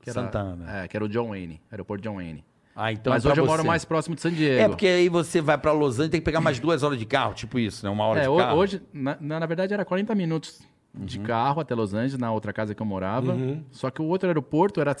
Speaker 1: Que era-
Speaker 4: Santa Ana.
Speaker 1: É, que era o John Wayne, aeroporto John Wayne.
Speaker 4: Ah, então. é
Speaker 1: Mas
Speaker 4: pra
Speaker 1: hoje eu moro
Speaker 4: você.
Speaker 1: mais próximo de San Diego.
Speaker 4: É, porque aí você vai pra Los Angeles tem que pegar mais duas horas de carro, tipo isso, né? Uma hora
Speaker 1: É,
Speaker 4: de
Speaker 1: ho-
Speaker 4: carro. Uhum.
Speaker 1: hoje, na, na na verdade, era 40 minutos de carro até Los Angeles, na outra casa que eu morava. Só que o outro aeroporto era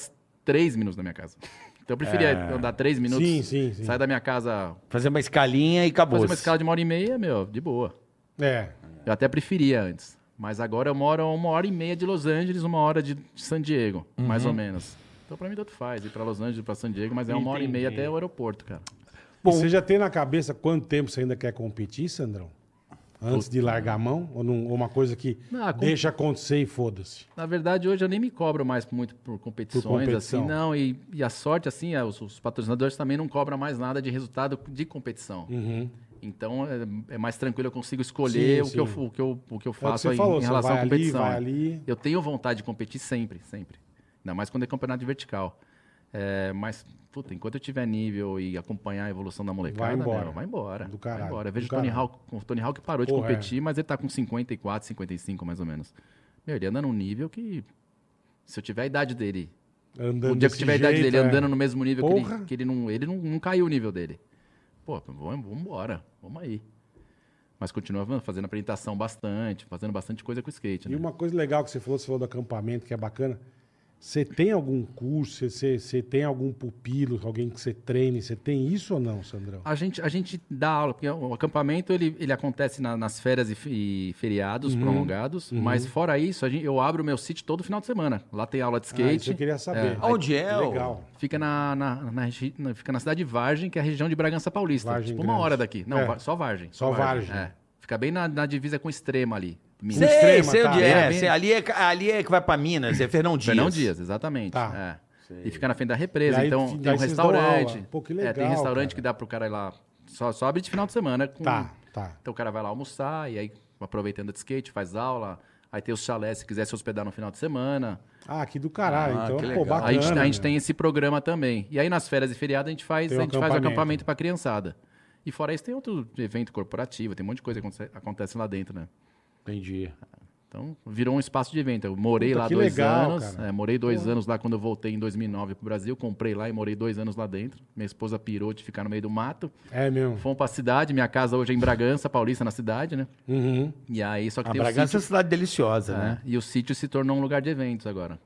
Speaker 1: 3 minutos da minha casa. Então eu preferia
Speaker 4: É.
Speaker 1: andar 3 minutos,
Speaker 2: Sim, sim, sim.
Speaker 1: sair da minha casa,
Speaker 4: Fazer uma escalinha e acabou.
Speaker 1: fazer uma escala de uma hora e meia, meu, de boa.
Speaker 2: É.
Speaker 1: Eu até preferia antes. Mas agora eu moro a uma hora e meia de Los Angeles, uma hora de San Diego, mais
Speaker 2: Uhum.
Speaker 1: ou menos. Então pra mim tanto faz, ir pra Los Angeles, pra San Diego, mas é uma hora e meia até o aeroporto, cara.
Speaker 2: E você já tem na cabeça quanto tempo você ainda quer competir, Sandrão? Antes de largar a mão? Ou, não- ou uma coisa que
Speaker 1: Ah, com-
Speaker 2: deixa acontecer e foda-se?
Speaker 1: Na verdade, hoje eu nem me cobro mais muito por competições,
Speaker 2: Por competição.
Speaker 1: assim, não. E, e a sorte, assim, é, os, os patrocinadores também não cobram mais nada de resultado de competição.
Speaker 2: Uhum.
Speaker 1: Então, é, é mais tranquilo, eu consigo escolher
Speaker 2: Sim,
Speaker 1: o, que eu,
Speaker 2: sim.
Speaker 1: o, que eu, o que
Speaker 2: É
Speaker 1: eu
Speaker 2: o que
Speaker 1: faço
Speaker 2: você
Speaker 1: em,
Speaker 2: falou,
Speaker 1: em
Speaker 2: você
Speaker 1: relação
Speaker 2: vai
Speaker 1: à competição.
Speaker 2: ali, vai
Speaker 1: né?
Speaker 2: ali.
Speaker 1: Eu tenho vontade de competir sempre, sempre. Ainda mais quando é campeonato de vertical. É, mas, puta, enquanto eu tiver nível e acompanhar a evolução da molecada,
Speaker 2: Vai embora.
Speaker 1: meu, vai embora.
Speaker 2: Do caralho,
Speaker 1: Vai embora. Eu
Speaker 2: do
Speaker 1: vejo o Tony
Speaker 2: caralho.
Speaker 1: Hawk, o Tony Hawk parou de
Speaker 2: Porra, é.
Speaker 1: competir, mas ele tá com 54, 55 mais ou menos. Meu, ele anda num nível que. Se eu tiver a idade dele,
Speaker 2: Andando
Speaker 1: o dia que eu
Speaker 2: desse
Speaker 1: tiver a idade
Speaker 2: jeito,
Speaker 1: dele
Speaker 2: é.
Speaker 1: andando no mesmo nível que
Speaker 2: Porra.
Speaker 1: ele, que ele não. Ele não, não caiu o nível dele. Pô, vamos vamos embora, vamos aí. Mas continua fazendo apresentação bastante, fazendo bastante coisa com o skate.
Speaker 2: E
Speaker 1: Né?
Speaker 2: uma coisa legal que você falou, você falou do acampamento, que é bacana. Você tem algum curso? Você, você tem algum pupilo? Alguém que você treine? Você tem isso ou não, Sandrão?
Speaker 1: A gente, a gente dá aula, porque o acampamento ele, ele acontece na- nas férias e, fe- e feriados
Speaker 2: Uhum.
Speaker 1: prolongados, mas fora isso, a gente- eu abro o meu sítio todo final de semana. Lá tem aula
Speaker 2: Ah,
Speaker 1: de
Speaker 2: isso
Speaker 1: skate.
Speaker 2: eu queria saber.
Speaker 4: Onde é? ô?
Speaker 2: Legal.
Speaker 1: Fica na, na, na regi- na- fica na cidade de Vargem, que é a região de Bragança Paulista.
Speaker 2: Vargem
Speaker 1: tipo, uma
Speaker 2: Grande.
Speaker 1: hora daqui. Não,
Speaker 2: É.
Speaker 1: Va- só Vargem.
Speaker 2: Só Vargem.
Speaker 1: É. Fica bem na, na divisa com Extrema ali.
Speaker 4: Sei,
Speaker 1: Minas.
Speaker 2: extrema,
Speaker 4: sei
Speaker 2: tá.
Speaker 4: onde é.
Speaker 1: Bem-
Speaker 4: sei, ali, é ali é que vai pra Minas, é Fernão Dias.
Speaker 1: Fernão Dias, exatamente.
Speaker 2: Tá.
Speaker 1: É. E fica na frente da represa.
Speaker 2: E aí,
Speaker 1: então
Speaker 2: daí
Speaker 1: tem um
Speaker 2: vocês dão
Speaker 1: restaurante.
Speaker 2: aula. Pô, que
Speaker 1: é, tem
Speaker 2: legal,
Speaker 1: restaurante
Speaker 2: cara.
Speaker 1: que dá pro cara ir lá. Só, só abre de final de semana com
Speaker 2: Tá, tá.
Speaker 1: Então o cara vai lá almoçar, e aí aproveitando de skate, faz aula. Aí tem os chalés se quiser se hospedar no final de semana.
Speaker 2: Ah, que do caralho.
Speaker 4: Ah,
Speaker 2: então,
Speaker 4: que
Speaker 2: pô,
Speaker 4: legal.
Speaker 2: bacana.
Speaker 1: a gente, tá- a gente
Speaker 2: né?
Speaker 1: tem esse programa também. E aí nas férias e feriados a gente faz,
Speaker 2: Tem
Speaker 1: a
Speaker 2: o
Speaker 1: gente faz o
Speaker 2: acampamento.
Speaker 1: acampamento pra criançada. E fora isso, tem outro evento corporativo, tem um monte de coisa que aconte- acontece lá dentro, né?
Speaker 4: Entendi.
Speaker 1: Então, virou um espaço de venda. Eu morei
Speaker 2: Puta,
Speaker 1: lá
Speaker 2: que
Speaker 1: dois
Speaker 2: legal,
Speaker 1: anos.
Speaker 2: cara.
Speaker 1: é, morei dois anos lá quando eu voltei em 2009 pro Brasil. Comprei lá e morei dois anos lá dentro. Minha esposa pirou de ficar no meio do mato.
Speaker 2: É mesmo.
Speaker 1: Fomos pra cidade. Minha casa hoje é em Bragança, Paulista, na cidade, né?
Speaker 2: Uhum.
Speaker 1: E aí,
Speaker 4: Ah,
Speaker 1: só que
Speaker 3: A
Speaker 1: tem o
Speaker 3: Bragança é uma cidade deliciosa,
Speaker 1: um
Speaker 2: Tá.
Speaker 1: é,
Speaker 3: né?
Speaker 1: E o sítio se tornou um lugar de eventos agora.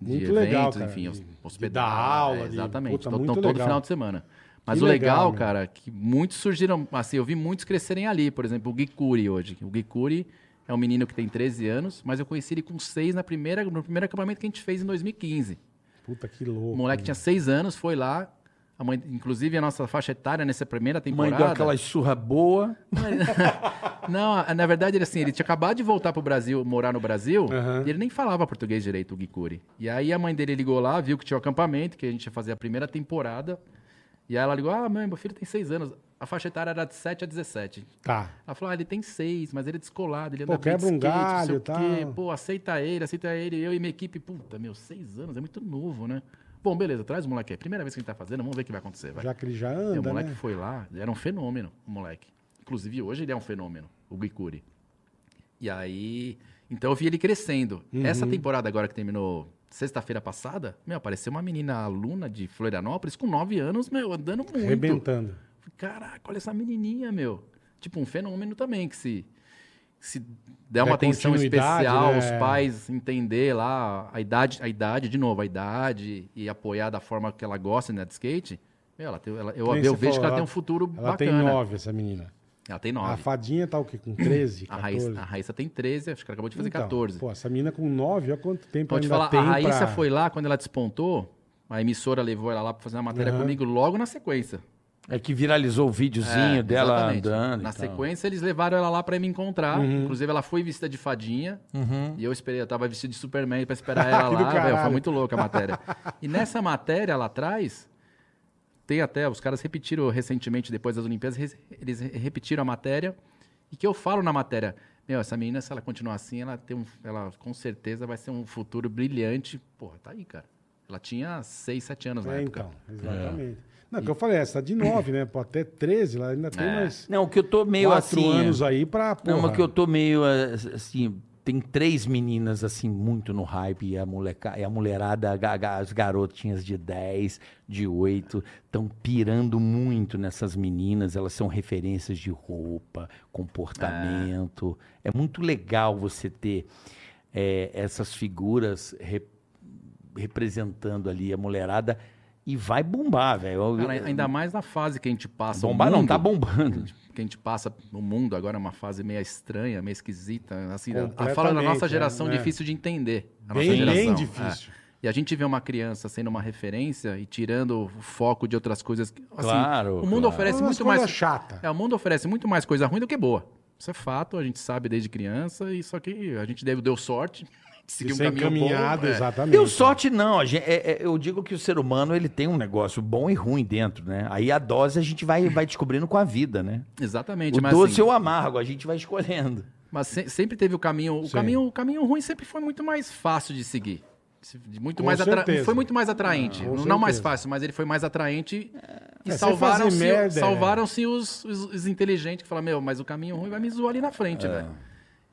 Speaker 1: De
Speaker 2: Muito
Speaker 1: eventos,
Speaker 2: legal, cara,
Speaker 1: enfim,
Speaker 2: de-
Speaker 1: os
Speaker 2: de
Speaker 1: hospedar,
Speaker 2: dar aula, de-
Speaker 1: Exatamente.
Speaker 2: puta,
Speaker 1: Então,
Speaker 2: muito
Speaker 1: todo
Speaker 2: legal.
Speaker 1: final de semana. Mas
Speaker 2: Que
Speaker 1: o legal,
Speaker 2: legal, meu.
Speaker 1: cara, é que muitos surgiram. Assim, eu vi muitos crescerem ali. Por exemplo, o Gikuri hoje. O Gikuri é um menino que tem 13 anos, mas eu conheci ele com 6 na primeira, no primeiro acampamento que a gente fez em 2015.
Speaker 2: Puta que
Speaker 1: O
Speaker 2: louco.
Speaker 1: moleque tinha 6 anos, foi lá. A mãe, inclusive, a nossa faixa etária nessa primeira
Speaker 3: Mãe
Speaker 1: temporada.
Speaker 3: deu aquela surra boa.
Speaker 1: Não, a- na verdade, ele assim, ele tinha acabado de voltar pro Brasil, morar no Brasil,
Speaker 2: Aham.
Speaker 1: e ele nem falava português direito, o Gikuri. E aí a mãe dele ligou lá, viu que tinha o acampamento, que a gente ia fazer a primeira temporada. E aí ela ligou: Ah, mãe, meu filho tem seis anos. A faixa etária era de 7 a 17.
Speaker 2: Tá.
Speaker 1: Ela falou: ah, ele tem seis, mas ele é descolado, ele
Speaker 2: Pô,
Speaker 1: anda bem de
Speaker 2: quebra um
Speaker 1: skate, não sei
Speaker 2: galho
Speaker 1: o
Speaker 2: e tal.
Speaker 1: quê. Pô, aceita ele, aceita ele. Eu e minha equipe, puta, meu, seis anos, é muito novo, né? Bom, beleza, traz o moleque aí. Primeira vez que a gente tá fazendo, vamos ver o que vai acontecer. Vai.
Speaker 2: Já que ele já
Speaker 1: E o
Speaker 2: anda,
Speaker 1: moleque
Speaker 2: né?
Speaker 1: foi lá, ele era um fenômeno, o moleque. Inclusive, hoje ele é um fenômeno, o Guicuri. E aí. Então eu vi ele crescendo. Essa temporada agora que terminou sexta-feira passada, meu, apareceu uma menina aluna de Florianópolis com 9 anos, meu, andando muito.
Speaker 2: Arrebentando.
Speaker 1: Falei, Caraca, olha essa menininha, meu. Tipo, um fenômeno também que se. Se der uma
Speaker 2: Der
Speaker 1: atenção
Speaker 2: continuidade,
Speaker 1: especial,
Speaker 2: né?
Speaker 1: os pais entender lá a idade, a idade, de novo, a idade e apoiar da forma que ela gosta né, de skate, meu, ela tem- ela- eu,
Speaker 2: Nem
Speaker 1: eu
Speaker 2: você
Speaker 1: vejo
Speaker 2: falou,
Speaker 1: que ela,
Speaker 2: ela-
Speaker 1: tem um futuro
Speaker 2: Ela
Speaker 1: bacana.
Speaker 2: tem nove, essa menina.
Speaker 1: Ela tem
Speaker 2: A
Speaker 1: nove. Ah,
Speaker 2: fadinha tá o quê? Com 13,
Speaker 1: A
Speaker 2: 14?
Speaker 1: Raíssa, a Raíssa tem 13, acho que ela acabou de fazer
Speaker 2: Então,
Speaker 1: 14.
Speaker 2: Pô, essa menina com 9, olha quanto tempo
Speaker 1: Pode
Speaker 2: ainda
Speaker 1: falar,
Speaker 2: tem
Speaker 1: a Raíssa
Speaker 2: pra...
Speaker 1: foi lá quando ela despontou, a emissora levou ela lá pra fazer uma matéria
Speaker 2: Aham.
Speaker 1: comigo logo na sequência.
Speaker 3: É que viralizou o videozinho
Speaker 1: É,
Speaker 3: dela
Speaker 1: exatamente.
Speaker 3: andando. e
Speaker 1: Na
Speaker 3: tal.
Speaker 1: sequência, eles levaram ela lá pra me encontrar.
Speaker 2: Uhum.
Speaker 1: Inclusive, ela foi vestida de fadinha.
Speaker 3: Uhum.
Speaker 1: E eu esperei, eu tava vestido de Superman pra esperar ela
Speaker 2: Que do
Speaker 1: lá. velho,
Speaker 2: caralho.
Speaker 1: foi muito louca a matéria. e nessa matéria lá atrás, tem até, os caras repetiram recentemente, depois das Olimpíadas, res- eles re- repetiram a matéria. E que eu falo na matéria, meu, essa menina, se ela continuar assim, ela tem um, ela com certeza vai ser um futuro brilhante. Porra, tá aí, cara. Ela tinha 6, 7 anos na
Speaker 2: É,
Speaker 1: época.
Speaker 2: então, exatamente. Não, que eu falei, essa de 9, né? Pô, até 13, ela ainda tem
Speaker 1: É.
Speaker 2: mais
Speaker 3: Não, o que eu tô meio
Speaker 2: 4
Speaker 3: assim. é-
Speaker 2: anos aí pra... Porra.
Speaker 3: Não, mas que eu tô meio eh, assim. Tem três meninas, assim, muito no hype, e a, moleca, e a mulherada, a ga- ga- as garotinhas de 10, de 8, estão pirando muito nessas meninas. Elas são referências de roupa, comportamento.
Speaker 1: Ah.
Speaker 3: É muito legal você ter eh, essas figuras re- representando ali a mulherada e vai bombar, velho. Eu-
Speaker 1: Cara, ainda mais na fase que a gente passa. o
Speaker 3: Bombar não,
Speaker 1: mundo.
Speaker 3: tá bombando.
Speaker 1: que a gente passa no mundo agora é uma fase meio estranha, meio esquisita. Assim, a- a
Speaker 2: Completamente,
Speaker 1: fala da nossa geração
Speaker 2: é, é.
Speaker 1: difícil de entender. A nossa
Speaker 2: Bem, bem
Speaker 1: geração,
Speaker 2: difícil.
Speaker 1: é. E a gente vê uma criança sendo uma referência e tirando o foco de outras coisas. que- Assim,
Speaker 3: Claro,
Speaker 1: O mundo
Speaker 3: claro.
Speaker 1: oferece
Speaker 2: Umas
Speaker 1: muito
Speaker 2: coisas
Speaker 1: mais.
Speaker 2: chata.
Speaker 1: É, o mundo oferece muito mais coisa ruim do que boa. Isso é fato, a gente sabe desde criança, e só que a gente deu, deu sorte,
Speaker 2: De
Speaker 1: seguiu um
Speaker 2: ser
Speaker 1: caminho
Speaker 2: encaminhado,
Speaker 1: bom. é.
Speaker 2: exatamente.
Speaker 3: Deu sorte não, a gen- é- é- eu digo que o ser humano ele tem um negócio bom e ruim dentro, né? Aí a dose a gente vai, vai descobrindo com a vida, né?
Speaker 1: Exatamente.
Speaker 3: O
Speaker 1: mas,
Speaker 3: doce
Speaker 1: assim, Ah,
Speaker 3: ou amargo, a gente vai escolhendo.
Speaker 1: Mas se- sempre teve o caminho. O
Speaker 2: Sim.
Speaker 1: caminho, o caminho ruim sempre foi muito mais fácil de seguir. Se- de Muito
Speaker 2: Com
Speaker 1: mais atra-
Speaker 2: certeza.
Speaker 1: Foi muito mais atraente.
Speaker 2: Ah, com
Speaker 1: não
Speaker 2: certeza.
Speaker 1: mais fácil, mas ele foi mais atraente. E
Speaker 2: É, sem
Speaker 1: salvaram-se
Speaker 2: fazer merda,
Speaker 1: salvaram os, os- os inteligentes que falaram: Meu, mas o caminho ruim vai me zoar ali na
Speaker 2: É.
Speaker 1: frente, velho.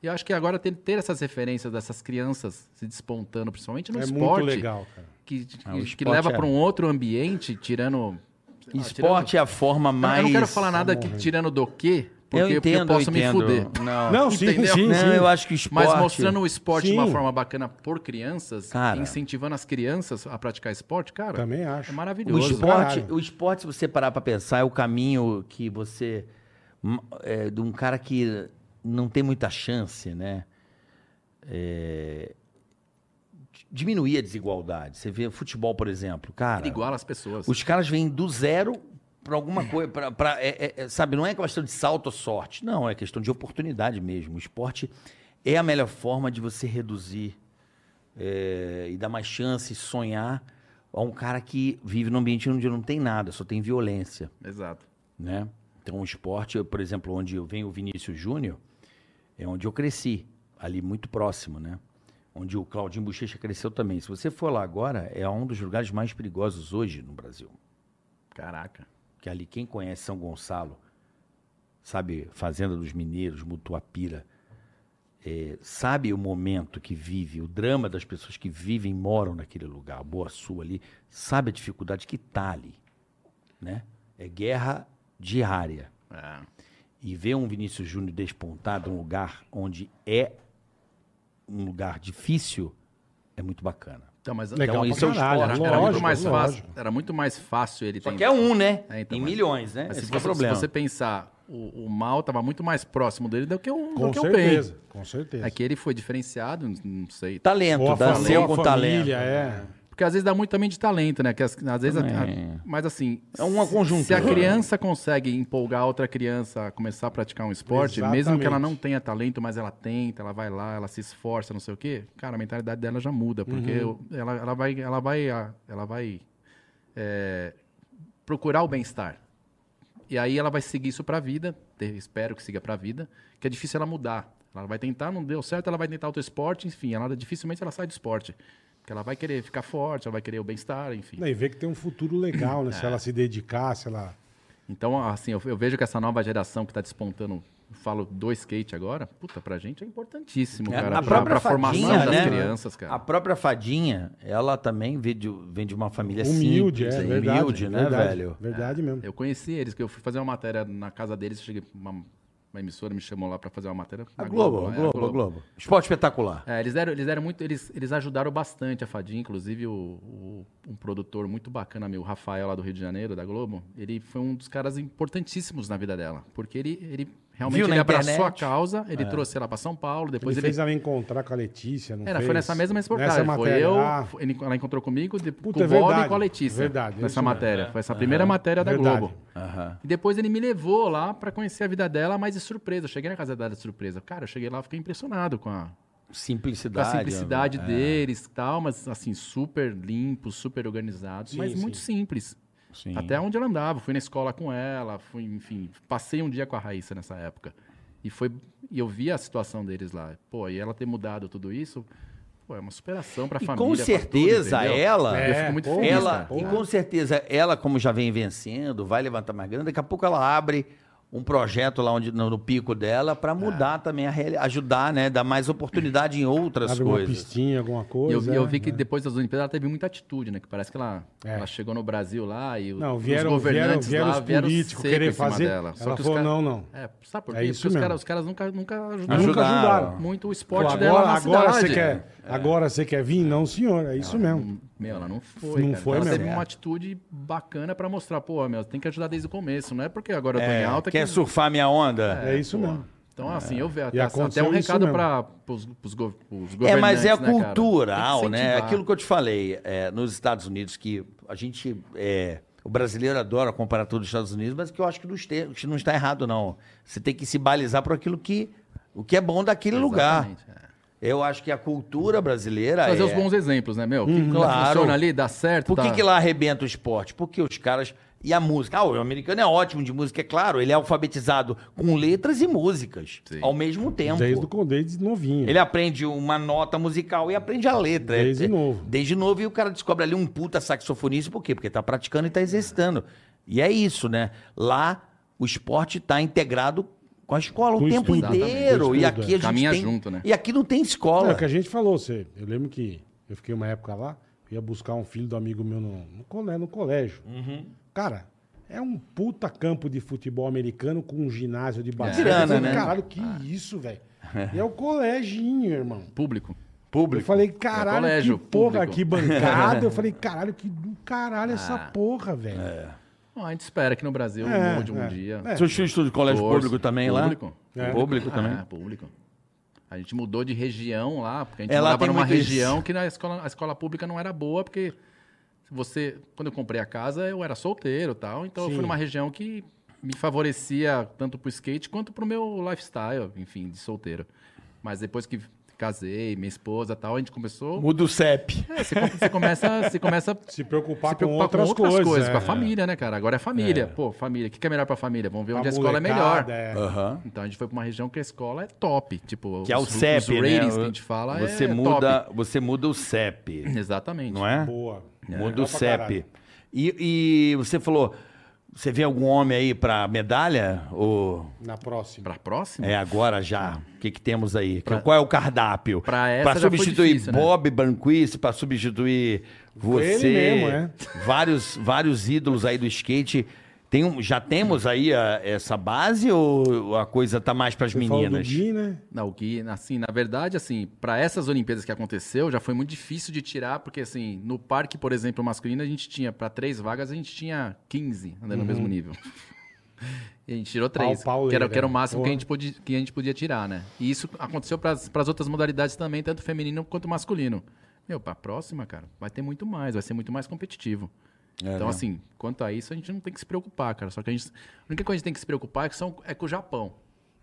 Speaker 1: E eu acho que agora ter, ter essas referências dessas crianças se despontando, principalmente no
Speaker 2: É
Speaker 1: esporte,
Speaker 2: muito legal, cara.
Speaker 1: que,
Speaker 3: Ah, o
Speaker 1: que
Speaker 3: esporte
Speaker 1: leva
Speaker 3: é-
Speaker 1: para um outro ambiente, tirando. sei lá,
Speaker 3: Esporte é a forma
Speaker 1: tirando-
Speaker 3: mais...
Speaker 1: Eu não quero falar nada que, tirando do quê, porque
Speaker 3: eu
Speaker 1: porque
Speaker 3: entendo,
Speaker 1: eu posso
Speaker 3: eu
Speaker 1: me
Speaker 3: entendo.
Speaker 1: fuder.
Speaker 3: Não,
Speaker 2: Não, sim,
Speaker 1: Entendeu?
Speaker 2: sim,
Speaker 3: Não,
Speaker 2: sim.
Speaker 3: eu acho que o esporte...
Speaker 1: Mas mostrando o esporte de uma
Speaker 2: Sim.
Speaker 1: forma bacana por crianças,
Speaker 3: Cara.
Speaker 1: incentivando as crianças a praticar esporte, cara,
Speaker 2: Também acho. Um
Speaker 1: é
Speaker 3: O
Speaker 1: maravilhoso.
Speaker 3: esporte,
Speaker 2: Caralho.
Speaker 3: o esporte, se você parar pra pensar, é o caminho que você. hum, é, de um cara que não tem muita chance, né? É, di- diminuir a desigualdade. Você vê futebol, por exemplo, cara.
Speaker 1: Ele iguala as pessoas.
Speaker 3: Os caras vêm do zero pra alguma coisa. Pra, pra- é- é- é, sabe, não é questão de salto ou sorte. Não, é questão de oportunidade mesmo. O esporte é a melhor forma de você reduzir é, e dar mais chance, sonhar a um cara que vive num ambiente onde não tem nada, só tem violência
Speaker 1: Exato.
Speaker 3: né? Então, o esporte, eu, por exemplo, onde eu venho o Vinícius Júnior, é onde eu cresci, ali muito próximo, né? Onde o Claudinho Bochecha cresceu também. Se você for lá agora, é um dos lugares mais perigosos hoje no Brasil.
Speaker 1: Caraca.
Speaker 3: Que ali, quem conhece São Gonçalo, sabe, Fazenda dos Mineiros, Mutuapira, é, sabe o momento que vive, o drama das pessoas que vivem e moram naquele lugar, Boa Sua ali, sabe a dificuldade que tá ali, né? É guerra diária.
Speaker 1: Ah,
Speaker 3: E ver um Vinícius Júnior despontado num lugar onde é um lugar difícil é muito bacana.
Speaker 1: Então, mas
Speaker 2: Legal
Speaker 1: então,
Speaker 2: pra
Speaker 1: isso é o
Speaker 2: caralho,
Speaker 1: esporte.
Speaker 2: lógico,
Speaker 1: era, muito mais
Speaker 2: lógico.
Speaker 1: fácil, era muito mais fácil ele
Speaker 3: Só
Speaker 1: ter-
Speaker 3: que é um, né?
Speaker 1: É, então,
Speaker 3: em
Speaker 1: mas-
Speaker 3: milhões, né?
Speaker 1: Mas se
Speaker 3: Esse que é o
Speaker 1: você, se
Speaker 3: problema.
Speaker 1: você pensar, o, o mal estava muito mais próximo dele do que o,
Speaker 2: Com
Speaker 1: do que um o bem.
Speaker 2: certeza, com certeza.
Speaker 1: Aqui ele foi diferenciado, não- não sei.
Speaker 3: Talento,
Speaker 2: Boa
Speaker 3: dá
Speaker 2: família,
Speaker 3: seu
Speaker 2: boa
Speaker 3: com
Speaker 2: família,
Speaker 3: talento.
Speaker 2: é.
Speaker 1: Porque às vezes dá muito também de talento, né? Que as- às vezes a-
Speaker 3: Também.
Speaker 1: a- mas assim,
Speaker 3: É uma
Speaker 1: se-
Speaker 3: conjuntura,
Speaker 1: se a criança consegue empolgar outra criança a começar a praticar um esporte, mesmo que ela
Speaker 2: Exatamente.
Speaker 1: não tenha talento, mas ela tenta, ela vai lá, ela se esforça, não sei o quê, cara, a mentalidade dela já muda, porque
Speaker 3: Uhum.
Speaker 1: eu- ela, ela vai, ela vai, a- ela vai é, procurar o bem-estar. E aí ela vai seguir isso pra vida, te- espero que siga pra vida, que é difícil ela mudar. Ela vai tentar, não deu certo, ela vai tentar outro esporte, enfim, ela dificilmente ela sai do esporte. Porque ela vai querer ficar forte, ela vai querer o bem-estar, enfim.
Speaker 2: E ver que tem um futuro legal, né?
Speaker 1: É.
Speaker 2: Se ela se dedicar, se ela.
Speaker 1: Então, assim, eu, eu vejo que essa nova geração que tá despontando, eu falo do skate agora, puta, pra gente é importantíssimo,
Speaker 3: É,
Speaker 1: cara.
Speaker 3: a
Speaker 1: pra-
Speaker 3: própria
Speaker 1: pra formação
Speaker 3: fadinha,
Speaker 1: das
Speaker 3: né?
Speaker 1: crianças, cara.
Speaker 3: A própria Fadinha, ela também vem de, vem de uma família
Speaker 2: Humilde,
Speaker 3: simples,
Speaker 2: é,
Speaker 3: né?
Speaker 2: verdade.
Speaker 3: humilde, né,
Speaker 2: verdade,
Speaker 3: velho?
Speaker 2: Verdade mesmo.
Speaker 1: Eu conheci eles, que eu fui fazer uma matéria na casa deles, eu cheguei, uma, uma emissora me chamou lá pra fazer uma matéria.
Speaker 3: A
Speaker 1: na
Speaker 3: Globo, a
Speaker 1: né?
Speaker 3: Globo, a Globo. Esporte espetacular.
Speaker 1: É, eles deram, eles deram muito, eles, eles ajudaram bastante a Fadinha, inclusive o, o- um produtor muito bacana meu, o Rafael lá do Rio de Janeiro, da Globo, ele foi um dos caras importantíssimos na vida dela, porque ele, ele realmente
Speaker 3: Viu na
Speaker 1: ele abraçou a
Speaker 3: internet?
Speaker 1: causa, ele trouxe ela para São Paulo, depois
Speaker 2: É. ele
Speaker 1: ele,
Speaker 2: fez ela encontrar com a Letícia, não
Speaker 1: era,
Speaker 2: fez?
Speaker 1: foi nessa mesma
Speaker 2: Nessa
Speaker 1: reportagem, foi
Speaker 2: matéria.
Speaker 1: eu,
Speaker 2: Ah,
Speaker 1: foi- ele- ela encontrou comigo, de,
Speaker 2: Puta,
Speaker 1: com
Speaker 2: é
Speaker 1: o Bob
Speaker 2: verdade,
Speaker 1: e com a Letícia,
Speaker 2: verdade, isso
Speaker 1: nessa
Speaker 2: mesmo, É.
Speaker 1: matéria, foi essa primeira matéria da
Speaker 2: verdade.
Speaker 1: Globo.
Speaker 3: Aham.
Speaker 1: E depois ele me levou lá para conhecer a vida dela, mas de surpresa, eu cheguei na casa dela de surpresa, cara, eu cheguei lá, eu fiquei impressionado com a da
Speaker 3: Simplicidade.
Speaker 1: simplicidade
Speaker 3: né?
Speaker 1: deles e tal, mas assim, super limpos, super organizados,
Speaker 2: Sim,
Speaker 1: mas
Speaker 2: sim.
Speaker 1: muito simples.
Speaker 3: Sim.
Speaker 1: Até onde ela andava, fui na escola com ela, fui, enfim, passei um dia com a Raíssa nessa época. E foi e eu vi a situação deles lá. Pô, e ela ter mudado tudo isso, pô, é uma superação pra
Speaker 3: E
Speaker 1: família.
Speaker 3: com
Speaker 1: pra
Speaker 3: certeza
Speaker 1: tudo, entendeu?
Speaker 3: ela,
Speaker 1: Eu fico muito
Speaker 2: pô,
Speaker 1: feliz,
Speaker 3: ela
Speaker 1: cara.
Speaker 3: e com certeza ela como já vem vencendo, vai levantar mais grana, daqui a pouco ela abre um projeto lá onde no, no pico dela
Speaker 1: É.
Speaker 3: pra mudar também a reali- ajudar, né, dar mais oportunidade em outras
Speaker 2: Abre uma
Speaker 3: coisas.
Speaker 2: pistinha, alguma
Speaker 1: E eu,
Speaker 2: coisa.
Speaker 1: vi- eu vi que
Speaker 2: né?
Speaker 1: depois das Olimpíadas ela teve muita atitude, né? Que parece que ela,
Speaker 2: É.
Speaker 1: ela chegou no Brasil lá e o-
Speaker 2: Não, vieram,
Speaker 1: os governantes
Speaker 2: vieram,
Speaker 1: lá
Speaker 2: vieram os políticos
Speaker 1: seco
Speaker 2: querer
Speaker 1: em cima
Speaker 2: fazer.
Speaker 1: dela.
Speaker 2: Ela
Speaker 1: "É, Só que os
Speaker 2: falou,
Speaker 1: caras-
Speaker 2: não, não.
Speaker 1: É, sabe por
Speaker 2: É
Speaker 1: quê?
Speaker 2: isso
Speaker 1: Porque os
Speaker 2: mesmo.
Speaker 1: caras, os caras nunca, nunca ajudaram
Speaker 3: Ajudaram.
Speaker 2: Nunca ajudaram.
Speaker 1: muito o
Speaker 2: Pô,
Speaker 1: esporte
Speaker 2: agora,
Speaker 1: dela na
Speaker 2: agora
Speaker 1: cidade. É.
Speaker 2: você quer, agora você quer vir? Não, senhor, é isso mesmo.
Speaker 1: Meu, ela não foi.
Speaker 2: Não
Speaker 1: cara.
Speaker 2: foi
Speaker 1: ela
Speaker 2: mesmo.
Speaker 1: teve
Speaker 2: É.
Speaker 1: uma atitude bacana pra mostrar, pô, meu, tem que ajudar desde o começo, não é porque agora eu tô em alta que.
Speaker 3: Quer surfar minha onda?
Speaker 2: É isso mesmo.
Speaker 1: Então, assim, eu vejo até,
Speaker 2: aconteceu
Speaker 1: até um
Speaker 2: isso
Speaker 1: recado
Speaker 2: mesmo.
Speaker 1: para os governantes.
Speaker 3: É, mas é
Speaker 1: né, cara?
Speaker 3: cultural,
Speaker 1: Tem que
Speaker 3: né?
Speaker 1: incentivar.
Speaker 3: Aquilo que eu te falei, é, nos Estados Unidos, que a gente. é, o brasileiro adora comparar tudo os Estados Unidos, mas que eu acho que não este- que não está errado, não. Você tem que se balizar por aquilo que. O que é bom daquele lugar.
Speaker 1: Exatamente, é.
Speaker 3: Eu acho que a cultura brasileira.
Speaker 1: Trazer
Speaker 3: é...
Speaker 1: os bons exemplos, né,
Speaker 2: Uhum.
Speaker 1: meu? que
Speaker 3: Claro.
Speaker 1: funciona ali, dá certo.
Speaker 3: Por que,
Speaker 1: tá-
Speaker 3: que lá arrebenta o esporte? Porque os caras. E a música. Ah, o americano é ótimo de música, é claro. Ele é alfabetizado com letras e músicas
Speaker 1: Sim.
Speaker 3: ao mesmo tempo.
Speaker 2: Desde, o- desde novinho.
Speaker 3: Ele aprende uma nota musical e aprende a letra.
Speaker 2: Desde
Speaker 3: É-
Speaker 2: novo.
Speaker 3: Desde novo. E o cara descobre ali um puta saxofonista. Por quê? Porque tá praticando e tá exercitando. E é isso, né? Lá, o esporte tá integrado com a escola
Speaker 2: Com
Speaker 3: o
Speaker 2: o
Speaker 3: tempo
Speaker 2: estudo,
Speaker 3: inteiro.
Speaker 2: com o
Speaker 3: e
Speaker 2: estudo, é.
Speaker 3: aqui a gente
Speaker 1: Caminha
Speaker 3: tem...
Speaker 1: junto, né?
Speaker 3: E aqui não tem
Speaker 2: É
Speaker 3: escola.
Speaker 2: o que a gente falou, você. Eu lembro que eu fiquei uma época lá, eu ia buscar um filho do amigo meu no, no, colé- no colégio.
Speaker 1: Uhum.
Speaker 2: Cara, é um puta campo de futebol americano com um ginásio de
Speaker 1: É.
Speaker 2: basquete.
Speaker 3: Grana,
Speaker 2: Eu falei,
Speaker 3: né?
Speaker 2: Caralho, que
Speaker 1: Ah."
Speaker 2: isso, velho. E é o coleginho, irmão.
Speaker 1: Público. É
Speaker 2: Eu falei, caralho,
Speaker 1: colégio,
Speaker 2: que porra,
Speaker 1: público.
Speaker 2: que bancada. Eu falei, caralho, que do caralho essa
Speaker 1: Ah.
Speaker 2: porra, velho.
Speaker 1: Ah, a gente espera que no Brasil
Speaker 2: É,
Speaker 1: mude um
Speaker 2: é.
Speaker 1: dia.
Speaker 2: É.
Speaker 3: Seu filho estuda de colégio
Speaker 1: Torce.
Speaker 3: público também
Speaker 1: Público.
Speaker 3: lá?
Speaker 2: É.
Speaker 3: Público também.
Speaker 1: Ah, público. A gente mudou de região lá, porque a gente
Speaker 3: É, lá
Speaker 1: morava
Speaker 3: tem
Speaker 1: numa
Speaker 3: muito isso.
Speaker 1: região que na escola, a escola pública não era boa, porque você, quando eu comprei a casa, eu era solteiro e tal, então eu
Speaker 2: Sim.
Speaker 1: fui numa região que me favorecia tanto pro skate quanto pro meu lifestyle, enfim, de solteiro. Mas depois que casei, minha esposa e tal, a gente começou...
Speaker 3: Muda o CEP.
Speaker 1: É, você, come- você começa, você começa
Speaker 2: Se preocupar,
Speaker 1: se preocupar
Speaker 2: com outras, coisas.
Speaker 1: com
Speaker 2: é.
Speaker 1: a família, né, cara? Agora é família. Pô, família. O que, que é melhor pra família? Vamos ver onde a escola é melhor.
Speaker 2: molecada, é.
Speaker 1: Então a gente foi pra uma região que a escola é top. Tipo,
Speaker 3: Que é o
Speaker 1: os,
Speaker 3: CEP,
Speaker 1: os
Speaker 3: né?
Speaker 1: ratings que a gente fala
Speaker 3: você
Speaker 1: é
Speaker 3: muda, Você muda o
Speaker 1: top.
Speaker 3: CEP,
Speaker 1: Exatamente.
Speaker 3: não é?
Speaker 2: Boa.
Speaker 3: Muda o
Speaker 2: Legal pra
Speaker 3: CEP. E, e você falou, Você vê algum homem aí pra medalha? Ou
Speaker 2: Na próxima.
Speaker 1: Pra próxima?
Speaker 3: é agora já? O que, que temos aí? Qual é o cardápio?
Speaker 1: Pra essa já foi
Speaker 3: substituir
Speaker 1: difícil, né?
Speaker 3: Bob Banquist, pra substituir você.
Speaker 2: Ele mesmo, é.
Speaker 3: Vários, vários ídolos aí do skate. Tem um- já temos aí a- essa base ou a coisa tá mais pras
Speaker 2: Você falou do
Speaker 3: meninas?
Speaker 2: Gui, né?
Speaker 1: Não, o Gui, assim, na verdade, assim, para essas Olimpíadas que aconteceu, já foi muito difícil de tirar, porque, assim, no parque, por exemplo, masculino, a gente tinha, para três vagas, a gente tinha 15 andando no mesmo nível. E a gente tirou
Speaker 2: Uhum. Pau,
Speaker 1: três,
Speaker 2: pauleira,
Speaker 1: que, era, que era o máximo que a,
Speaker 2: porra.
Speaker 1: gente podia, que a gente podia tirar, né? E isso aconteceu para as outras modalidades também, tanto feminino quanto masculino. Meu, para a próxima, cara, vai ter muito mais, vai ser muito mais competitivo.
Speaker 3: É, né?
Speaker 2: É
Speaker 1: então, assim, quanto a isso, a gente não tem que se preocupar, cara. Só que a gente. A única coisa que a gente tem que se preocupar é, que são, é com o Japão.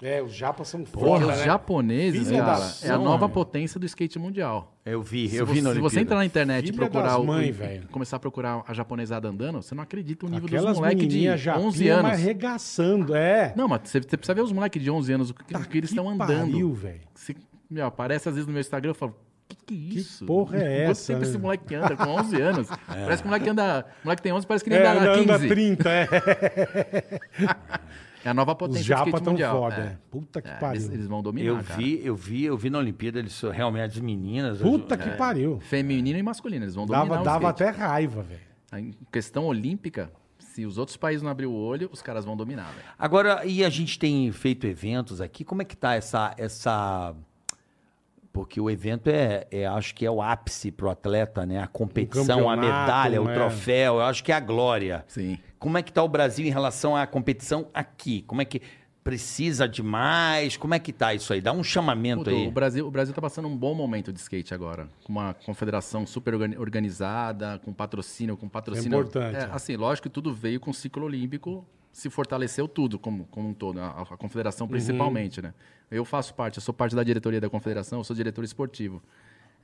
Speaker 2: É, os japas são
Speaker 1: Porque
Speaker 2: foda,
Speaker 1: os
Speaker 2: né?
Speaker 1: japoneses,
Speaker 2: Filha
Speaker 1: cara,
Speaker 2: da
Speaker 1: é a
Speaker 2: mãe.
Speaker 1: nova potência do skate mundial.
Speaker 3: Eu vi,
Speaker 1: Se
Speaker 3: eu
Speaker 1: você-
Speaker 3: vi na
Speaker 1: Se você entrar
Speaker 3: Olimpíada.
Speaker 1: na internet e
Speaker 2: Filha
Speaker 1: procurar
Speaker 2: das
Speaker 1: o,
Speaker 2: mãe,
Speaker 1: e
Speaker 2: velho.
Speaker 1: começar a procurar a japonesada andando, você não acredita o é nível
Speaker 2: Aquelas
Speaker 1: dos moleques de
Speaker 2: menininhas japinha,
Speaker 1: 11 anos.
Speaker 2: mas arregaçando, é.
Speaker 1: Não, mas você, você precisa ver os moleques de 11 anos, o que, o que eles
Speaker 2: Tá Que
Speaker 1: estão
Speaker 2: pariu,
Speaker 1: andando.
Speaker 2: velho.
Speaker 1: Se, meu, aparece às vezes no meu Instagram, eu falo, que que é isso?
Speaker 2: porra é
Speaker 1: Quanto
Speaker 2: essa,
Speaker 1: tempo
Speaker 2: né?
Speaker 1: esse moleque que anda com 11 anos? Parece que o moleque anda... O moleque tem 11, parece que ele
Speaker 2: É,
Speaker 1: anda,
Speaker 2: anda, anda
Speaker 1: 15.
Speaker 2: 30, é.
Speaker 1: É a nova
Speaker 2: Os
Speaker 1: potência do
Speaker 2: japas
Speaker 1: skate
Speaker 2: tão
Speaker 1: mundial.
Speaker 2: foda.
Speaker 1: é.
Speaker 2: é. Puta que
Speaker 1: É,
Speaker 2: pariu.
Speaker 1: eles, eles vão dominar,
Speaker 3: Eu
Speaker 1: cara.
Speaker 3: vi, eu vi, eu vi na Olimpíada, eles são realmente as meninas. as-
Speaker 2: Puta que pariu.
Speaker 1: Feminino e masculino, eles vão é. dominar
Speaker 2: Dava,
Speaker 1: o
Speaker 2: dava
Speaker 1: skate.
Speaker 2: até raiva, velho.
Speaker 1: Em questão olímpica, se os outros países não abrir o olho, os caras vão dominar, velho.
Speaker 3: Agora, e a gente tem feito eventos aqui, como é que tá essa. essa... Porque o evento é, é, acho que é o ápice pro atleta, né? A competição, a
Speaker 2: campeonato,
Speaker 3: medalha, o
Speaker 2: né?
Speaker 3: troféu, eu acho que é a glória.
Speaker 1: Sim.
Speaker 3: Como é que tá o Brasil em relação à competição aqui? Como é que precisa de mais? Como é que tá isso aí? Dá um chamamento
Speaker 1: Puta,
Speaker 3: aí.
Speaker 1: o Brasil o Brasil tá passando um bom momento de skate agora, com uma confederação super organi- organizada, com patrocínio, com patrocínio.
Speaker 2: É importante,
Speaker 1: É,
Speaker 2: é.
Speaker 1: assim, lógico que tudo veio com o ciclo olímpico, se fortaleceu tudo como, como um todo, a, a confederação
Speaker 2: Uhum.
Speaker 1: principalmente, né? Eu faço parte, eu sou parte da diretoria da confederação, eu sou diretor esportivo.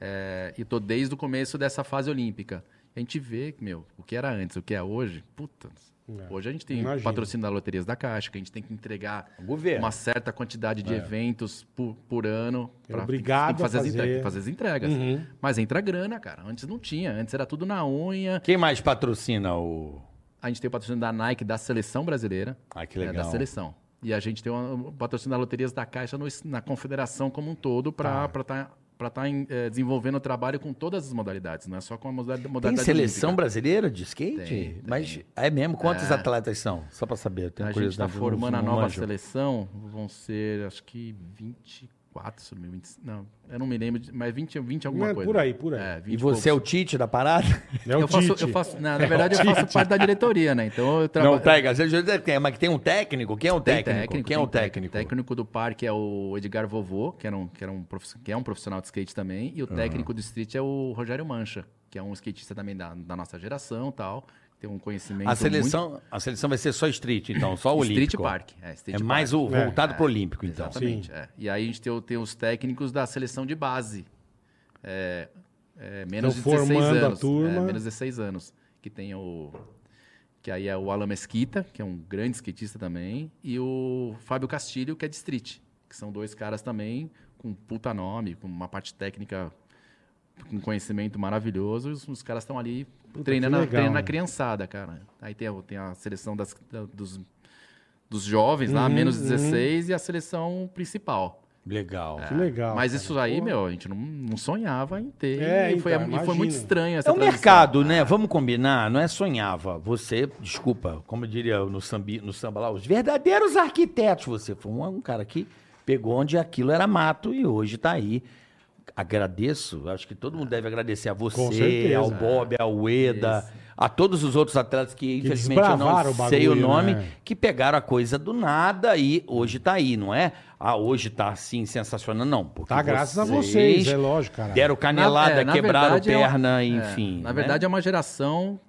Speaker 1: É, e tô desde o começo dessa fase olímpica. A gente vê, meu, o que era antes, o que é hoje, puta.
Speaker 2: É,
Speaker 1: Hoje a gente tem
Speaker 2: imagino.
Speaker 1: patrocínio da Loterias da Caixa, que a gente tem que entregar
Speaker 3: O governo.
Speaker 1: uma certa quantidade de eventos por, por ano.
Speaker 2: É
Speaker 1: pra-
Speaker 2: obrigado
Speaker 1: tem que fazer,
Speaker 2: a
Speaker 1: as entre-
Speaker 2: fazer.
Speaker 1: tem que fazer as entregas.
Speaker 2: Uhum.
Speaker 1: Mas entra grana, cara. Antes não tinha. Antes era tudo na unha.
Speaker 3: Quem mais patrocina o.
Speaker 1: A gente tem o patrocínio da Nike, da seleção brasileira.
Speaker 3: Ah, que
Speaker 1: né,
Speaker 3: legal.
Speaker 1: da seleção. E a gente tem o o patrocínio da Loterias da Caixa no es- na confederação como um todo tá, para estar eh, desenvolvendo o trabalho com todas as modalidades, não é só com a modalidade,
Speaker 3: Tem
Speaker 1: modalidade
Speaker 3: seleção
Speaker 1: olímpica.
Speaker 3: brasileira de skate?
Speaker 1: Tem, Ah.
Speaker 3: Mas é mesmo? Quantos atletas são? Só pra saber, eu tenho
Speaker 1: A gente está
Speaker 3: curiosidade. eu não-
Speaker 1: formando a
Speaker 3: não
Speaker 1: nova
Speaker 3: manjo.
Speaker 1: seleção, vão ser acho que 24, se não me engano, 20, não, eu não me lembro, de- mas 20, 20 alguma
Speaker 2: É,
Speaker 1: coisa.
Speaker 2: por aí, por aí.
Speaker 1: É, 20
Speaker 3: E você é o Tite da parada?
Speaker 2: É o
Speaker 1: eu
Speaker 2: Tite.
Speaker 1: faço, eu faço, na, na verdade, eu faço parte da diretoria, né? Então eu
Speaker 3: Não,
Speaker 1: trabalho.
Speaker 3: técnico. Às vezes tem, mas tem um técnico. Quem é o
Speaker 1: Tem
Speaker 3: técnico? Quem é
Speaker 1: tem
Speaker 3: o técnico?
Speaker 1: técnico do parque é o Edgar Vovô, que, era um, que, era um profiss- que é um profissional de skate também. E o técnico do street é o Rogério Mancha, que é um skatista também da, da nossa geração e tal. Tem um conhecimento
Speaker 3: A seleção, a seleção vai ser só street, então, só o
Speaker 1: muito... Street
Speaker 3: olímpico.
Speaker 1: Park. É, street
Speaker 3: é
Speaker 1: park.
Speaker 3: mais o,
Speaker 2: É.
Speaker 3: voltado pro olímpico, então.
Speaker 1: Exatamente. é. E aí a gente tem, o- tem os técnicos da seleção de base. É, é, menos
Speaker 2: Então,
Speaker 1: de 16
Speaker 2: formando a
Speaker 1: anos.
Speaker 2: turma.
Speaker 1: É, menos de 16 anos. Que tem o. Que aí é o Alan Mesquita, que é um grande skatista também, e o Fábio Castilho, que é de street. Que são dois caras também com puta nome, com uma parte técnica, com conhecimento maravilhoso. E os, os caras estão ali treinando, a-
Speaker 2: legal,
Speaker 1: treinando a
Speaker 2: né?
Speaker 1: criançada, cara. Aí tem, a- tem a seleção das, da- dos dos jovens lá,
Speaker 2: Uhum.
Speaker 1: menos 16, e a seleção principal.
Speaker 3: Legal.
Speaker 2: Que legal.
Speaker 1: Mas
Speaker 2: cara.
Speaker 1: isso aí,
Speaker 2: Porra.
Speaker 1: meu, a gente não, não sonhava em ter.
Speaker 2: É,
Speaker 1: e, foi,
Speaker 2: então,
Speaker 1: e foi
Speaker 2: imagino.
Speaker 1: muito estranho essa
Speaker 3: É o
Speaker 1: transição.
Speaker 3: mercado, né? Vamos combinar, não é sonhava. Você, desculpa, como eu diria no, sambi, no samba lá, os verdadeiros arquitetos. Você foi um, um cara que pegou onde aquilo era mato e hoje tá aí. Agradeço, acho que todo mundo deve agradecer a
Speaker 2: Com
Speaker 3: você,
Speaker 2: certeza.
Speaker 3: ao Bob, ao Eda, a todos os outros atletas que, infelizmente eu
Speaker 2: desbravaram
Speaker 3: não
Speaker 2: o bagulho,
Speaker 3: sei o nome,
Speaker 2: né?
Speaker 3: que pegaram a coisa do nada e hoje tá aí, não é? Ah, hoje tá assim, sensacional. Não, porque
Speaker 2: Tá graças a vocês, é lógico, cara.
Speaker 3: Deram canelada,
Speaker 1: é, na
Speaker 3: quebraram
Speaker 1: verdade, é uma-
Speaker 3: perna,
Speaker 1: é,
Speaker 3: enfim. né?
Speaker 1: na verdade, é uma geração.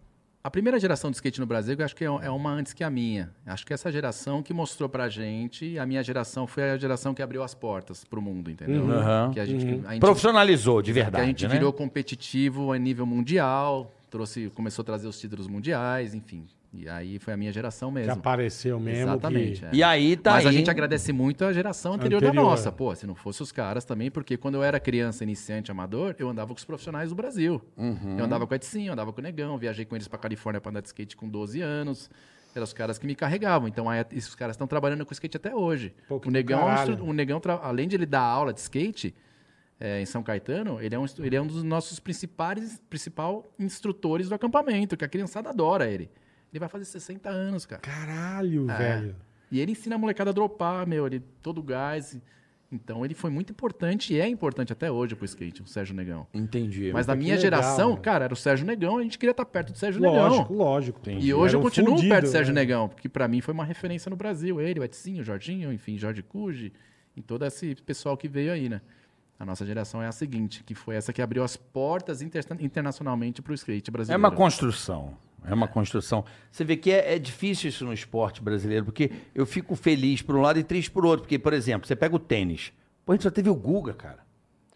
Speaker 1: A primeira geração de skate no Brasil, eu acho que é é uma antes que a minha. Acho que é essa geração que mostrou pra gente, a minha geração foi a geração que abriu as portas pro mundo, entendeu?
Speaker 3: Uhum.
Speaker 1: Que a gente, a
Speaker 3: né?
Speaker 1: gente- é
Speaker 3: profissionalizou de
Speaker 1: que
Speaker 3: verdade.
Speaker 1: a gente
Speaker 3: né?
Speaker 1: virou competitivo a nível mundial, trouxe, começou a trazer os títulos mundiais, enfim. E aí foi a minha geração
Speaker 2: Que
Speaker 1: mesmo.
Speaker 2: apareceu mesmo.
Speaker 1: Exatamente.
Speaker 2: Que...
Speaker 1: é.
Speaker 3: E aí tá
Speaker 1: Mas
Speaker 3: aí.
Speaker 1: a gente agradece muito a geração anterior,
Speaker 2: Anterior.
Speaker 1: da nossa. Pô, se não fosse os caras também, porque quando eu era criança, iniciante, amador, eu andava com os profissionais do
Speaker 3: Uhum.
Speaker 1: Brasil. Eu andava com o Edson, eu andava com o Negão, viajei com eles pra Califórnia pra andar de skate com 12 anos. eram os caras que me carregavam. Então, aí, esses caras estão trabalhando com skate até hoje.
Speaker 2: Pô, que
Speaker 1: o Negão, é um
Speaker 2: caralho.
Speaker 1: instru- o Negão tra- além de ele dar aula de skate é, em São Caetano, ele é, um, instru- ele é um dos nossos principais principal instrutores do acampamento, que a criançada adora ele. Ele vai fazer 60 anos, cara.
Speaker 2: Caralho,
Speaker 1: É.
Speaker 2: velho.
Speaker 1: E ele ensina a molecada a dropar, meu, ele todo gás. Então ele foi muito importante e é importante até hoje pro skate, o Sérgio Negão.
Speaker 7: Entendi.
Speaker 1: Mas na
Speaker 2: que
Speaker 1: minha
Speaker 2: legal,
Speaker 1: geração,
Speaker 2: mano.
Speaker 1: cara, era o Sérgio Negão, a gente queria estar perto do Sérgio
Speaker 2: Lógico,
Speaker 1: Negão.
Speaker 2: lógico.
Speaker 1: E hoje
Speaker 2: Era
Speaker 1: eu
Speaker 2: um
Speaker 1: continuo
Speaker 2: fudido,
Speaker 1: perto do Sérgio
Speaker 2: né?
Speaker 1: Negão, porque pra mim foi uma referência no Brasil. Ele, o Etzinho, o Jorginho, enfim, Jorge Cuji e todo esse pessoal que veio aí, né? A nossa geração é a seguinte, que foi essa que abriu as portas interna- internacionalmente pro
Speaker 7: É
Speaker 1: skate brasileiro.
Speaker 7: uma construção. É uma construção.
Speaker 3: Você vê que é, é difícil isso no esporte brasileiro, porque eu fico feliz por um lado e triste por outro. Porque, por exemplo, você pega o tênis. Pô, a gente só teve o Guga, cara.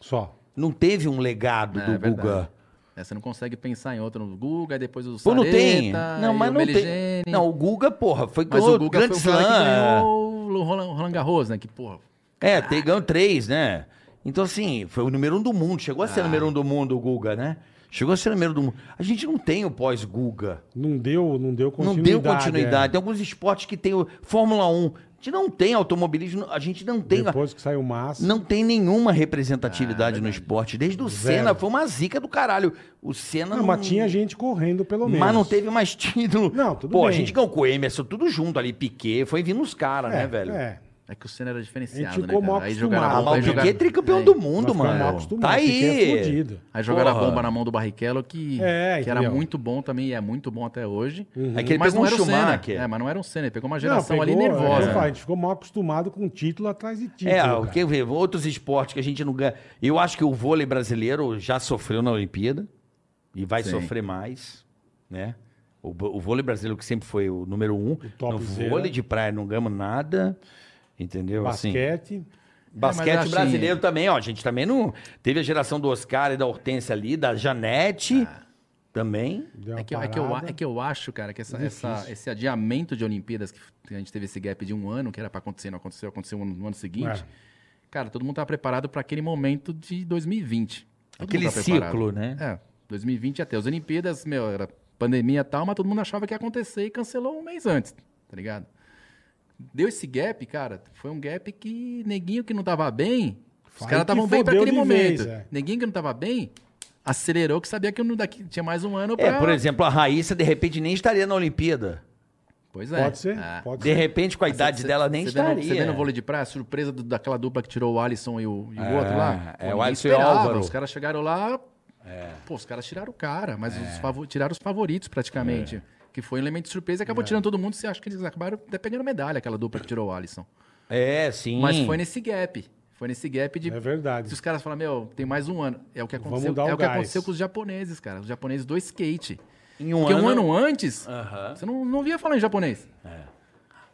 Speaker 2: Só.
Speaker 3: Não teve um legado
Speaker 1: É,
Speaker 3: do
Speaker 1: verdade.
Speaker 3: Guga.
Speaker 1: É, você não consegue pensar em outro no Guga, depois o
Speaker 3: Pô, não
Speaker 1: Sareta,
Speaker 3: tem.
Speaker 1: e
Speaker 3: Não, mas
Speaker 1: o
Speaker 3: não tem.
Speaker 1: Meligeni.
Speaker 3: Não, o Guga, porra, foi um é.
Speaker 1: Mas
Speaker 3: ganhou
Speaker 1: o Guga
Speaker 3: Grand
Speaker 1: foi o cara que
Speaker 3: Slam.
Speaker 1: ganhou o Roland, Roland Garros, né? Que, porra,
Speaker 3: É, tem ganho três, né? Então, assim, foi o número um do mundo. Chegou a
Speaker 2: Ah.
Speaker 3: ser o número um do mundo, o Guga, né? Chegou a ser o número um do mundo. A gente não tem o pós-Guga.
Speaker 2: Não deu, não deu
Speaker 3: Não
Speaker 2: continuidade.
Speaker 3: deu
Speaker 2: é.
Speaker 3: continuidade. Tem alguns esportes que tem o Fórmula 1. A gente não tem automobilismo, a gente não tem.
Speaker 2: Depois que saiu massa.
Speaker 3: Não tem nenhuma representatividade no esporte. Desde o
Speaker 2: Zero.
Speaker 3: Senna, foi uma zica do caralho. O Senna.
Speaker 2: Não, mas tinha gente correndo, pelo menos.
Speaker 3: Mas não teve mais título.
Speaker 2: Não, tudo
Speaker 3: Pô, a
Speaker 2: bem.
Speaker 3: gente ganhou com o Emerson, tudo junto ali, Piquet, foi vindo os caras,
Speaker 2: é,
Speaker 3: né, velho?
Speaker 2: É.
Speaker 1: é que o Senna era
Speaker 2: A
Speaker 1: diferenciado,
Speaker 2: gente
Speaker 1: né,
Speaker 2: ficou mal
Speaker 1: cara? Aí jogaram a
Speaker 2: acostumado,
Speaker 3: Ah,
Speaker 1: bomba,
Speaker 3: mas
Speaker 2: Piquet
Speaker 3: o
Speaker 1: aí jogaram...
Speaker 3: Piquet é tricampeão
Speaker 1: É.
Speaker 3: do mundo,
Speaker 2: Nós ficamos mal
Speaker 3: mano.
Speaker 2: acostumados,
Speaker 3: Tá
Speaker 2: fiquei
Speaker 3: aí.
Speaker 2: fudido.
Speaker 1: Aí jogaram
Speaker 3: Porra.
Speaker 1: a bomba na mão do Barrichello, que,
Speaker 2: É,
Speaker 1: que era
Speaker 2: entendeu? Hum.
Speaker 1: muito bom também e é muito bom até hoje.
Speaker 3: É que ele pegou
Speaker 1: mas não
Speaker 3: um
Speaker 1: era o Senna.
Speaker 3: Schumacher.
Speaker 1: É, mas não era um Senna. Ele pegou uma
Speaker 2: Uhum. Não,
Speaker 1: geração ali
Speaker 2: pegou, é, eu
Speaker 1: nervosa.
Speaker 2: falo, A gente ficou mal acostumado com título atrás de título.
Speaker 3: né? É,
Speaker 2: cara.
Speaker 3: o que ver, outros esportes que a gente não ganha. Eu acho que o vôlei brasileiro já sofreu na Olimpíada e vai
Speaker 1: Sim.
Speaker 3: sofrer mais, né? O, bo- o vôlei brasileiro que sempre foi o número um.
Speaker 2: top
Speaker 3: no
Speaker 2: zero.
Speaker 3: vôlei de praia não ganhamos nada, entendeu? Assim,
Speaker 2: Basquete.
Speaker 1: É,
Speaker 3: Basquete
Speaker 1: mas assim-
Speaker 3: brasileiro também, ó. A gente também não. Teve a geração do Oscar e da Hortência ali, da Janete.
Speaker 1: Ah.
Speaker 3: Também.
Speaker 2: deu uma
Speaker 1: É que, eu- é, que eu, a-
Speaker 2: parada.
Speaker 1: é que eu acho, cara, que essa,
Speaker 2: Difícil.
Speaker 1: essa- esse adiamento de Olimpíadas, que f- que a gente teve esse gap de um ano, que era pra acontecer, não aconteceu, aconteceu no, no ano seguinte.
Speaker 2: É.
Speaker 1: Cara, todo mundo tá preparado pra aquele momento de 2020. Todo
Speaker 3: Aquele
Speaker 1: mundo tá preparado.
Speaker 3: ciclo, né?
Speaker 1: É, 2020 até. As Olimpíadas, meu, era pandemia e tal, mas todo mundo achava que ia acontecer e cancelou um mês antes, tá ligado? Deu esse gap, cara, foi um gap que neguinho que não tava bem, os
Speaker 2: Aí
Speaker 1: caras
Speaker 2: que
Speaker 1: estavam bem pra
Speaker 2: fodeu
Speaker 1: aquele
Speaker 2: de vez,
Speaker 1: momento.
Speaker 2: é.
Speaker 1: Neguinho que não tava bem, acelerou que sabia que não- daqui tinha mais um ano pra...
Speaker 3: É, por exemplo, a Raíssa, de repente, nem estaria na Olimpíada.
Speaker 1: Pois é.
Speaker 2: Pode ser,
Speaker 1: Ah.
Speaker 2: pode
Speaker 3: De
Speaker 2: ser.
Speaker 3: repente, com a idade
Speaker 1: Cê-
Speaker 3: dela, nem
Speaker 1: cê vê no-
Speaker 3: estaria.
Speaker 1: Você vê no vôlei de praia, a surpresa do- daquela dupla que tirou o Alisson e o, e o outro lá?
Speaker 3: é, o
Speaker 1: ninguém
Speaker 3: Alisson e o
Speaker 1: esperava,
Speaker 3: Álvaro. É.
Speaker 1: Os caras chegaram lá, pô, os caras tiraram o cara, mas os favo- tiraram os favoritos praticamente.
Speaker 3: É.
Speaker 1: Que foi um elemento de surpresa e acabou tirando todo mundo. Você acha que eles acabaram até pegando medalha, aquela dupla que tirou o Alisson.
Speaker 3: É, sim.
Speaker 1: Mas foi nesse gap. Foi nesse gap de.
Speaker 2: É verdade.
Speaker 1: Se os caras falam, meu, tem mais um ano. É o que
Speaker 2: Vamos
Speaker 1: aconteceu,
Speaker 2: dar
Speaker 1: é
Speaker 2: o
Speaker 1: o que
Speaker 2: gás.
Speaker 1: aconteceu com os japoneses, cara. Os japoneses do skate.
Speaker 3: Em um
Speaker 1: Porque
Speaker 3: ano.
Speaker 1: um ano antes, você não, não via falar em japonês.
Speaker 3: É.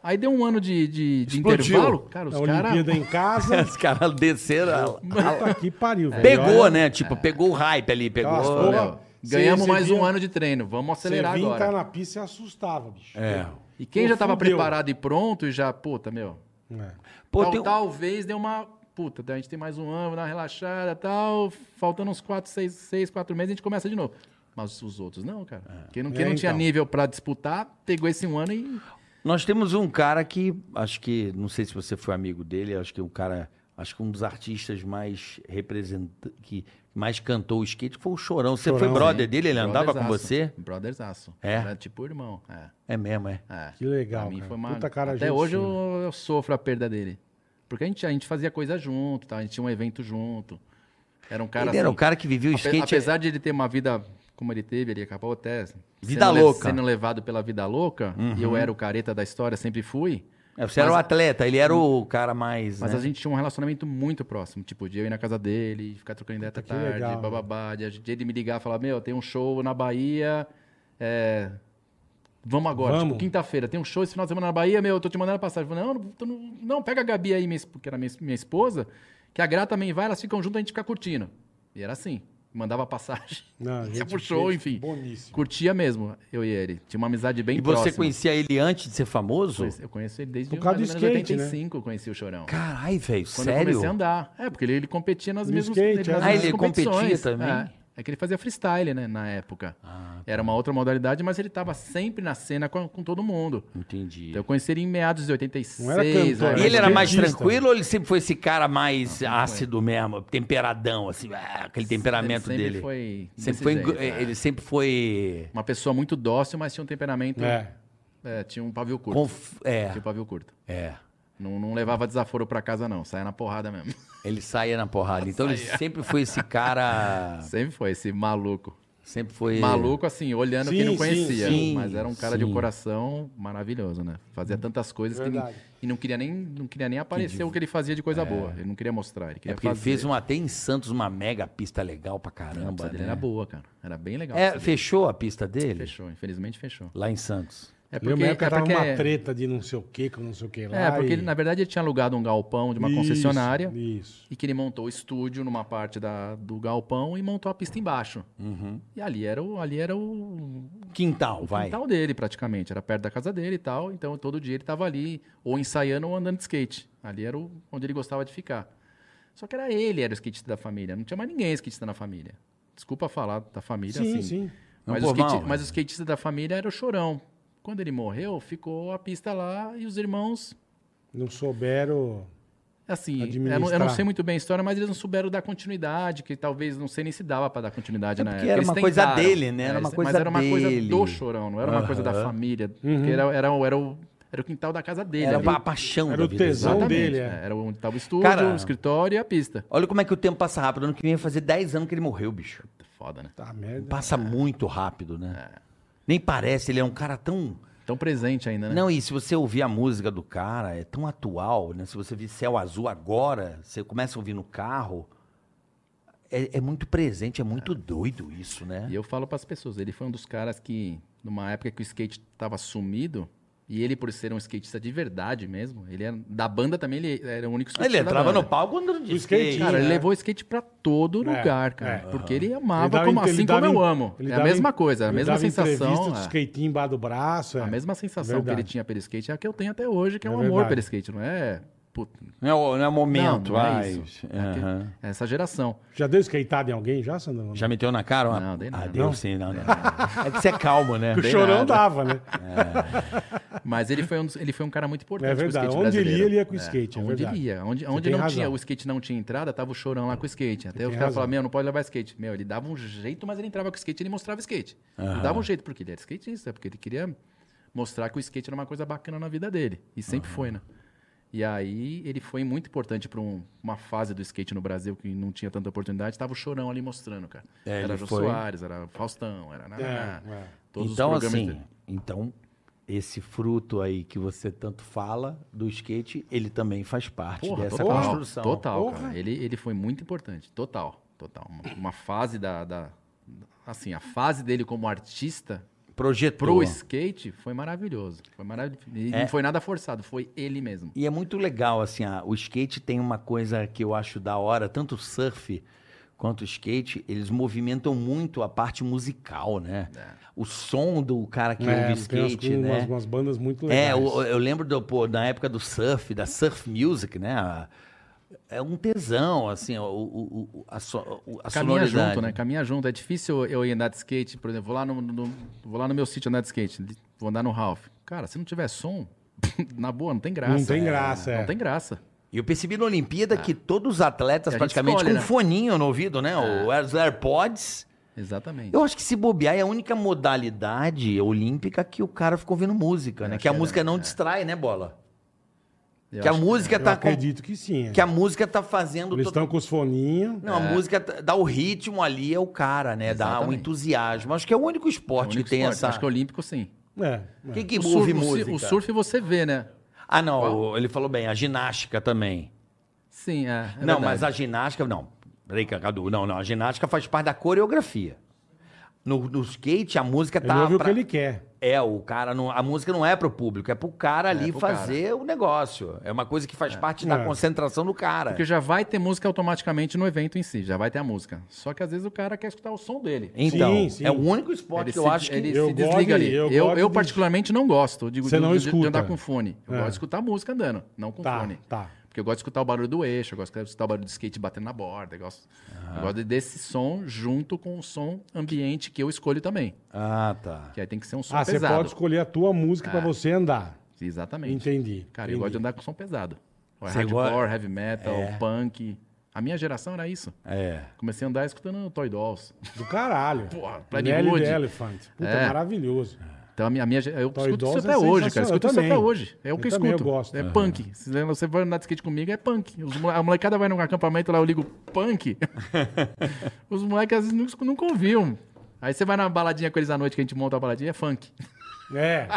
Speaker 1: Aí deu um ano de, de, de
Speaker 3: Explodiu.
Speaker 1: intervalo, cara,
Speaker 2: É A
Speaker 1: os caras.
Speaker 2: Olimpíada em casa.
Speaker 3: Os caras desceram.
Speaker 2: Puta que pariu, velho.
Speaker 3: Pegou,
Speaker 2: Olha,
Speaker 3: né? Tipo, pegou o hype ali, pegou. né?
Speaker 2: Aquelas
Speaker 1: Pô,
Speaker 2: porra,
Speaker 1: meu, Ganhamos
Speaker 2: cê- cê
Speaker 1: mais um
Speaker 2: vinha-
Speaker 1: ano de treino, vamos
Speaker 2: Você
Speaker 1: acelerar
Speaker 2: vinha
Speaker 1: agora.
Speaker 2: entrar na pista e assustava, bicho. É.
Speaker 1: E quem já tava
Speaker 2: Fudeu.
Speaker 1: preparado e pronto e já, puta, meu.
Speaker 2: É.
Speaker 3: Pô,
Speaker 1: tal-
Speaker 3: tem- um-
Speaker 1: Talvez deu uma. Puta, a gente tem mais um ano, dá uma relaxada tal. Faltando uns 4, 6, 6, 4 meses, a gente começa de novo. Mas os outros não, cara. Quem não, quem
Speaker 2: É,
Speaker 1: não tinha
Speaker 2: então.
Speaker 1: nível pra disputar, pegou esse um ano e.
Speaker 3: Nós temos um cara que, acho que, não sei se você foi amigo dele, acho que um cara, acho que um dos artistas mais representante, que mais cantou o skate foi o Chorão. Você
Speaker 2: Chorão,
Speaker 3: foi brother dele? Ele andava com
Speaker 1: Brotherzaço.
Speaker 3: você?
Speaker 1: Brotherzaço.
Speaker 3: É?
Speaker 1: Era tipo irmão. É.
Speaker 3: É mesmo, é.
Speaker 1: É.
Speaker 2: Que legal,
Speaker 1: Pra mim
Speaker 2: cara.
Speaker 1: foi uma...
Speaker 2: Puta cara,
Speaker 1: Até
Speaker 2: gente
Speaker 1: hoje eu,
Speaker 2: fina.
Speaker 1: eu sofro a perda dele. Porque a gente, a gente fazia coisa junto, tá? a gente tinha um evento junto. Era um cara
Speaker 3: ele era
Speaker 1: assim,
Speaker 3: o cara que vivia o
Speaker 1: ape-
Speaker 3: skate. é.
Speaker 1: Apesar de ele ter uma vida como ele teve, ele acabou até...
Speaker 3: Vida
Speaker 1: sendo le-
Speaker 3: louca. Uhum.
Speaker 1: Sendo levado pela vida louca, e eu era o careta da história, sempre fui.
Speaker 3: É, Você era o atleta, ele era o cara mais.
Speaker 1: Hum. Mas
Speaker 3: né?
Speaker 1: a gente tinha um relacionamento muito próximo. Tipo, de eu ir na casa dele, ficar trocando ideia até
Speaker 2: que
Speaker 1: tarde,
Speaker 2: legal,
Speaker 1: bababá. De, de ele me ligar e falar, meu, tem um show na Bahia, é, Vamos agora,
Speaker 2: Vamos.
Speaker 1: tipo, quinta-feira. Tem um show esse final de semana na Bahia, meu, eu tô te mandando a passagem. Eu falei, não, tu não, não, pega a Gabi aí, minha esp- que era minha, es- minha esposa, que a Gra também vai, elas ficam juntas, a gente fica curtindo. E era assim, mandava a passagem.
Speaker 2: Não,
Speaker 1: Ia
Speaker 2: gente
Speaker 1: pro show,
Speaker 2: fina,
Speaker 1: enfim.
Speaker 2: Boníssimo.
Speaker 1: Curtia mesmo, eu e ele. Tinha uma amizade bem
Speaker 3: E você
Speaker 1: próxima.
Speaker 3: conhecia ele antes de ser famoso?
Speaker 1: Conheci- Eu conheço ele desde
Speaker 2: Por causa do
Speaker 1: mais ou menos
Speaker 2: skate, né?
Speaker 1: 85, eu conheci o Chorão.
Speaker 3: Caralho, velho,
Speaker 1: Quando eu comecei a
Speaker 3: sério?
Speaker 1: andar. É, porque ele, ele competia nas
Speaker 2: No
Speaker 1: mesmas
Speaker 2: skate, é.
Speaker 1: nas
Speaker 2: Ah,
Speaker 1: mesmas
Speaker 3: ele competia
Speaker 1: competições.
Speaker 3: também? Ah, tá.
Speaker 1: É. É que ele fazia freestyle, né, na época. Era uma outra modalidade, mas ele tava sempre na cena com, com todo mundo.
Speaker 3: Entendi.
Speaker 1: Então eu conheci ele em meados de 86.
Speaker 2: Não era cantor,
Speaker 1: né?
Speaker 2: né?
Speaker 3: E ele era mais
Speaker 2: skatista.
Speaker 3: tranquilo ou ele sempre foi esse cara mais ácido mesmo, temperadão, assim, ah, aquele temperamento
Speaker 1: sempre
Speaker 3: dele?
Speaker 1: Foi
Speaker 3: sempre
Speaker 1: desse
Speaker 3: foi
Speaker 1: jeito,
Speaker 3: engo-
Speaker 1: né?
Speaker 3: Ele sempre foi.
Speaker 1: Uma pessoa muito dócil, mas tinha um temperamento.
Speaker 2: É.
Speaker 1: é, tinha um pavio curto.
Speaker 3: conf- É,
Speaker 1: Tinha um pavio curto.
Speaker 3: é.
Speaker 1: Não, não levava desaforo pra casa, não. Saia na porrada mesmo.
Speaker 3: Ele saía na porrada. Então ele sempre foi esse cara.
Speaker 1: Sempre foi esse maluco.
Speaker 3: Sempre foi.
Speaker 1: Maluco, assim, olhando quem
Speaker 2: Sim,
Speaker 1: não
Speaker 2: sim,
Speaker 1: conhecia.
Speaker 3: sim,
Speaker 1: mas era um cara de
Speaker 3: sim.
Speaker 1: um coração maravilhoso, né? Fazia tantas coisas que nem-
Speaker 2: Verdade.
Speaker 1: e não queria nem, não queria nem aparecer o que ele fazia de coisa boa. Ele não queria mostrar. Ele
Speaker 3: É
Speaker 1: queria
Speaker 3: porque ele
Speaker 1: fazer.
Speaker 3: fez uma, até em Santos uma mega pista legal pra
Speaker 1: A pista
Speaker 3: caramba.
Speaker 1: dele
Speaker 3: Né?
Speaker 1: era boa, cara. Era bem legal. a
Speaker 3: É,
Speaker 1: pista dele.
Speaker 3: fechou a pista dele?
Speaker 1: Fechou, infelizmente fechou.
Speaker 3: Lá em Santos.
Speaker 1: É
Speaker 2: Porque, Lembra que
Speaker 1: é
Speaker 2: tava
Speaker 1: porque-
Speaker 2: uma treta de não sei o que, com não sei o que lá.
Speaker 1: É, porque
Speaker 2: e-
Speaker 1: ele, na verdade, ele tinha alugado um galpão de uma
Speaker 2: Isso,
Speaker 1: concessionária
Speaker 2: Isso.
Speaker 1: e que ele montou o estúdio numa parte da, do galpão e montou a pista embaixo.
Speaker 3: Uhum.
Speaker 1: E ali era o, ali era o
Speaker 3: Quintal, vai.
Speaker 1: quintal dele, praticamente. Era perto da casa dele e tal. Então, todo dia ele tava ali, ou ensaiando ou andando de skate. Ali era o, onde ele gostava de ficar. Só que era ele, era o skatista da família. Não tinha mais ninguém skatista na família. Desculpa falar da família
Speaker 2: Sim,
Speaker 1: assim.
Speaker 2: sim.
Speaker 3: Não,
Speaker 1: Mas,
Speaker 3: pô,
Speaker 1: o skate-
Speaker 3: mal,
Speaker 1: mas o skatista da família era o Chorão. Quando ele morreu, ficou a pista lá e os irmãos
Speaker 2: Não souberam.
Speaker 1: Assim, eu não- eu não,
Speaker 2: Administrar.
Speaker 1: sei muito bem a história, mas eles não souberam dar continuidade, que talvez não sei nem se dava pra dar continuidade
Speaker 3: É
Speaker 1: na
Speaker 3: porque
Speaker 1: época.
Speaker 3: era
Speaker 1: Eles
Speaker 3: uma coisa
Speaker 1: tentaram,
Speaker 3: dele, né? Era
Speaker 1: mas-
Speaker 3: uma coisa
Speaker 1: mas era uma
Speaker 3: dele.
Speaker 1: coisa do Chorão, não era uma coisa da família.
Speaker 2: Uhum.
Speaker 1: Porque era, era, o- era, o, era o quintal da casa dele.
Speaker 3: Era
Speaker 1: ali.
Speaker 3: a paixão
Speaker 2: Era
Speaker 3: da
Speaker 2: o
Speaker 3: vida
Speaker 2: tesão
Speaker 3: dele.
Speaker 1: Exatamente,
Speaker 2: dele, é.
Speaker 1: né? Era onde tava o estúdio,
Speaker 3: Cara-
Speaker 1: o escritório e a pista.
Speaker 3: Olha como é que o tempo passa rápido. Ano que vem vai fazer 10 anos que ele morreu, bicho.
Speaker 1: Foda, né?
Speaker 2: Tá merda.
Speaker 3: Passa muito rápido, né?
Speaker 1: É.
Speaker 3: Nem parece, ele é um cara tão.
Speaker 1: Tão presente ainda, né?
Speaker 3: Não, e se você ouvir a música do cara, é tão atual, né? Se você vir Céu Azul agora, você começa a ouvir no carro. É, é muito presente, é muito doido isso, né?
Speaker 1: E eu falo pras pessoas, ele foi um dos caras que, numa época que o skate tava sumido, e ele, por ser um skatista de verdade mesmo, ele era, da banda também, ele era o único skatista
Speaker 3: Ele
Speaker 1: da
Speaker 3: entrava
Speaker 1: banda.
Speaker 3: no palco andando de
Speaker 2: O skate,
Speaker 3: skate.
Speaker 2: né?
Speaker 1: Cara, ele levou né, o skate pra todo
Speaker 2: É,
Speaker 1: lugar, cara.
Speaker 2: é.
Speaker 1: Porque ele
Speaker 2: Ele
Speaker 1: amava
Speaker 2: dava
Speaker 1: como,
Speaker 2: entre-
Speaker 1: assim
Speaker 2: ele
Speaker 1: como
Speaker 2: dava
Speaker 1: eu
Speaker 2: en-
Speaker 1: amo.
Speaker 2: ele
Speaker 1: É a
Speaker 2: dava
Speaker 1: mesma
Speaker 2: en-
Speaker 1: coisa, a
Speaker 2: ele
Speaker 1: mesma
Speaker 2: dava entrevista
Speaker 1: sensação.
Speaker 2: de
Speaker 1: é.
Speaker 2: skatinho embaixo do braço. É.
Speaker 1: A mesma sensação que
Speaker 2: Verdade.
Speaker 1: ele tinha pelo skate é a que eu tenho até hoje, que é,
Speaker 2: É
Speaker 1: o amor
Speaker 2: verdade.
Speaker 1: pelo skate, não é? Puta,
Speaker 8: Não é, o- não é o momento,
Speaker 1: Não, não é
Speaker 8: vai.
Speaker 1: isso.
Speaker 8: Aham.
Speaker 1: é essa geração.
Speaker 2: Já deu skateada em alguém já, Sandrão?
Speaker 3: Já meteu na cara? Uma...
Speaker 1: Não, dei nada.
Speaker 3: Ah, deu
Speaker 1: Não?
Speaker 3: sim, não, não. É que você é calmo, né?
Speaker 2: Que o
Speaker 3: Dei
Speaker 2: chorão
Speaker 3: nada.
Speaker 2: dava, né?
Speaker 1: Mas ele foi um, dos- ele foi um cara muito importante
Speaker 2: É
Speaker 1: pro
Speaker 2: verdade.
Speaker 1: skate
Speaker 2: Onde ele
Speaker 1: brasileiro.
Speaker 2: ia, ele ia com skate, é
Speaker 1: onde
Speaker 2: verdade.
Speaker 1: ele ia. Onde, onde
Speaker 2: tem
Speaker 1: não
Speaker 2: razão.
Speaker 1: tinha, o skate não tinha entrada, tava o chorão lá com o skate. Até
Speaker 2: tem
Speaker 1: os caras
Speaker 2: razão.
Speaker 1: falavam, meu, não pode levar skate. Meu, ele dava um jeito, mas ele entrava com o skate ele mostrava o skate. Não dava um jeito, porque ele era skatista, porque ele queria mostrar que o skate era uma coisa bacana na vida dele. E sempre foi, né? E aí ele foi muito importante para uma fase do skate no Brasil que não tinha tanta oportunidade. Tava o chorão ali mostrando, cara.
Speaker 3: É,
Speaker 1: era
Speaker 3: ele
Speaker 1: Jô
Speaker 3: foi.
Speaker 1: Soares, era Faustão, era.
Speaker 2: É,
Speaker 1: Naná,
Speaker 2: é.
Speaker 1: Todos
Speaker 3: então,
Speaker 1: os programas
Speaker 3: assim,
Speaker 1: dele.
Speaker 3: então, esse fruto aí que você tanto fala do skate, ele também faz parte
Speaker 1: Porra,
Speaker 3: dessa
Speaker 1: total,
Speaker 3: construção.
Speaker 1: Total,
Speaker 2: é Porra.
Speaker 1: cara. Ele, ele foi muito importante. Total, total. Uma, uma fase da, da- Assim, a fase dele como artista pro
Speaker 3: Projetou.
Speaker 1: skate foi maravilhoso. Foi maravilhoso. E
Speaker 3: É.
Speaker 1: Não foi nada forçado, foi ele mesmo.
Speaker 3: E é muito legal, assim, a- o skate tem uma coisa que eu acho da hora, tanto o surf quanto o skate, eles movimentam muito a parte musical, né?
Speaker 1: É.
Speaker 3: O som do cara que ouve
Speaker 2: É, tem umas,
Speaker 3: skate, né?
Speaker 2: umas, umas bandas muito legais.
Speaker 3: É, eu, eu lembro do, pô, na época do surf, da surf music, né? A- É um tesão, assim, o, o- o- a, so, o- a
Speaker 1: Caminha
Speaker 3: sonoridade.
Speaker 1: junto, né? Caminha junto. É difícil eu ir andar de skate, por exemplo, vou lá no, no- vou lá no meu sítio andar de skate, vou andar no Ralph. Cara, se não tiver som, na boa, não tem graça.
Speaker 2: Não tem graça, é.
Speaker 1: Não tem graça.
Speaker 3: E eu percebi na Olimpíada que todos os atletas,
Speaker 1: É. A gente
Speaker 3: praticamente,
Speaker 1: escolhe,
Speaker 3: com um
Speaker 1: né? É.
Speaker 3: foninho no ouvido, né? O, os AirPods.
Speaker 1: Exatamente.
Speaker 3: Eu acho que se bobear é a única modalidade olímpica que o cara ficou ouvindo música, né?
Speaker 1: acho
Speaker 3: Que a
Speaker 1: que é,
Speaker 3: música
Speaker 1: né?
Speaker 3: não distrai, né, Bola?
Speaker 1: Eu
Speaker 3: que a
Speaker 1: acho-
Speaker 3: música
Speaker 2: Eu
Speaker 3: tá com-
Speaker 2: acredito que sim. é.
Speaker 3: que a música tá fazendo
Speaker 2: Eles
Speaker 3: todo-
Speaker 2: estão com os foninhos.
Speaker 3: Não, a música t- dá o ritmo ali, é o cara, né? Dá o
Speaker 1: É. Exatamente.
Speaker 3: entusiasmo. Acho que é o único
Speaker 1: é o
Speaker 3: esporte
Speaker 1: único
Speaker 3: que tem
Speaker 1: esporte.
Speaker 3: essa.
Speaker 1: Acho que olímpico, sim.
Speaker 2: É, é.
Speaker 3: Quem que
Speaker 1: O
Speaker 3: move
Speaker 1: surf, o si-
Speaker 3: música?
Speaker 1: o surf você vê, né?
Speaker 3: Ah, não, o- ele falou bem, a ginástica também.
Speaker 1: Sim, é. é
Speaker 3: não,
Speaker 1: verdade.
Speaker 3: mas a ginástica, não. Peraí, Cadu, não, não. A ginástica faz parte da coreografia. No, no skate, a música
Speaker 2: Ele
Speaker 3: tá.
Speaker 2: ouve
Speaker 3: pra-
Speaker 2: o que ele quer.
Speaker 3: É, o cara não. A música não é pro público, é pro cara ali
Speaker 1: pro
Speaker 3: fazer o negócio. É uma coisa que faz parte da
Speaker 2: É.
Speaker 3: concentração do cara.
Speaker 1: Porque já vai ter música automaticamente no evento em si, já vai ter a música. Só que às vezes o cara quer escutar o som dele.
Speaker 3: Então,
Speaker 2: Sim, sim.
Speaker 3: é o único esporte
Speaker 1: Ele
Speaker 3: que eu
Speaker 1: se-
Speaker 3: acho que.
Speaker 1: ele
Speaker 2: Eu
Speaker 1: se
Speaker 2: gosto
Speaker 1: desliga
Speaker 2: de-
Speaker 1: ali.
Speaker 2: eu
Speaker 1: Eu,
Speaker 2: gosto
Speaker 1: eu,
Speaker 2: de-
Speaker 1: particularmente não gosto digo,
Speaker 2: Você
Speaker 1: de,
Speaker 2: não
Speaker 1: de- de
Speaker 2: escuta.
Speaker 1: andar com fone. Eu
Speaker 2: É.
Speaker 1: gosto de escutar música andando, não com
Speaker 2: Tá,
Speaker 1: fone.
Speaker 2: tá.
Speaker 1: Porque Porque eu gosto de escutar o barulho do eixo, eu gosto de escutar o barulho do skate batendo na borda. Eu gosto,
Speaker 3: Ah.
Speaker 1: eu gosto desse som junto com o som ambiente que eu escolho também.
Speaker 9: Ah, tá.
Speaker 1: Que aí tem que ser um som
Speaker 2: Ah, você
Speaker 1: pesado.
Speaker 2: pode escolher a tua música pra você andar.
Speaker 1: Exatamente.
Speaker 2: Entendi.
Speaker 1: Cara,
Speaker 2: entendi.
Speaker 1: eu
Speaker 2: É.
Speaker 1: gosto de andar com som pesado. Ou é
Speaker 9: Você
Speaker 1: hardcore,
Speaker 9: gosta-
Speaker 1: heavy metal, punk. A minha geração era isso.
Speaker 9: É.
Speaker 1: Comecei a andar escutando Toy Dolls.
Speaker 2: Do caralho.
Speaker 1: Porra, Planet
Speaker 2: Nelly
Speaker 1: Hood.
Speaker 2: the Elephant. Puta,
Speaker 1: É.
Speaker 2: maravilhoso.
Speaker 1: Então a minha, a minha ge- eu
Speaker 2: Toy
Speaker 1: escuto
Speaker 2: Dolls
Speaker 1: isso até
Speaker 2: é
Speaker 1: hoje, cara. Eu
Speaker 2: sensacional.
Speaker 1: escuto
Speaker 2: Eu
Speaker 1: isso até
Speaker 2: também.
Speaker 1: hoje. É o
Speaker 2: Eu
Speaker 1: que eu
Speaker 2: também,
Speaker 1: escuto.
Speaker 2: eu gosto.
Speaker 1: É punk. Se você vai andar de skate comigo, é punk. Os mole- a molecada vai no acampamento lá, eu ligo punk. Os moleques às vezes nunca, nunca ouviam. Aí você vai na baladinha com eles à noite, que a gente monta a baladinha, é funk.
Speaker 2: É.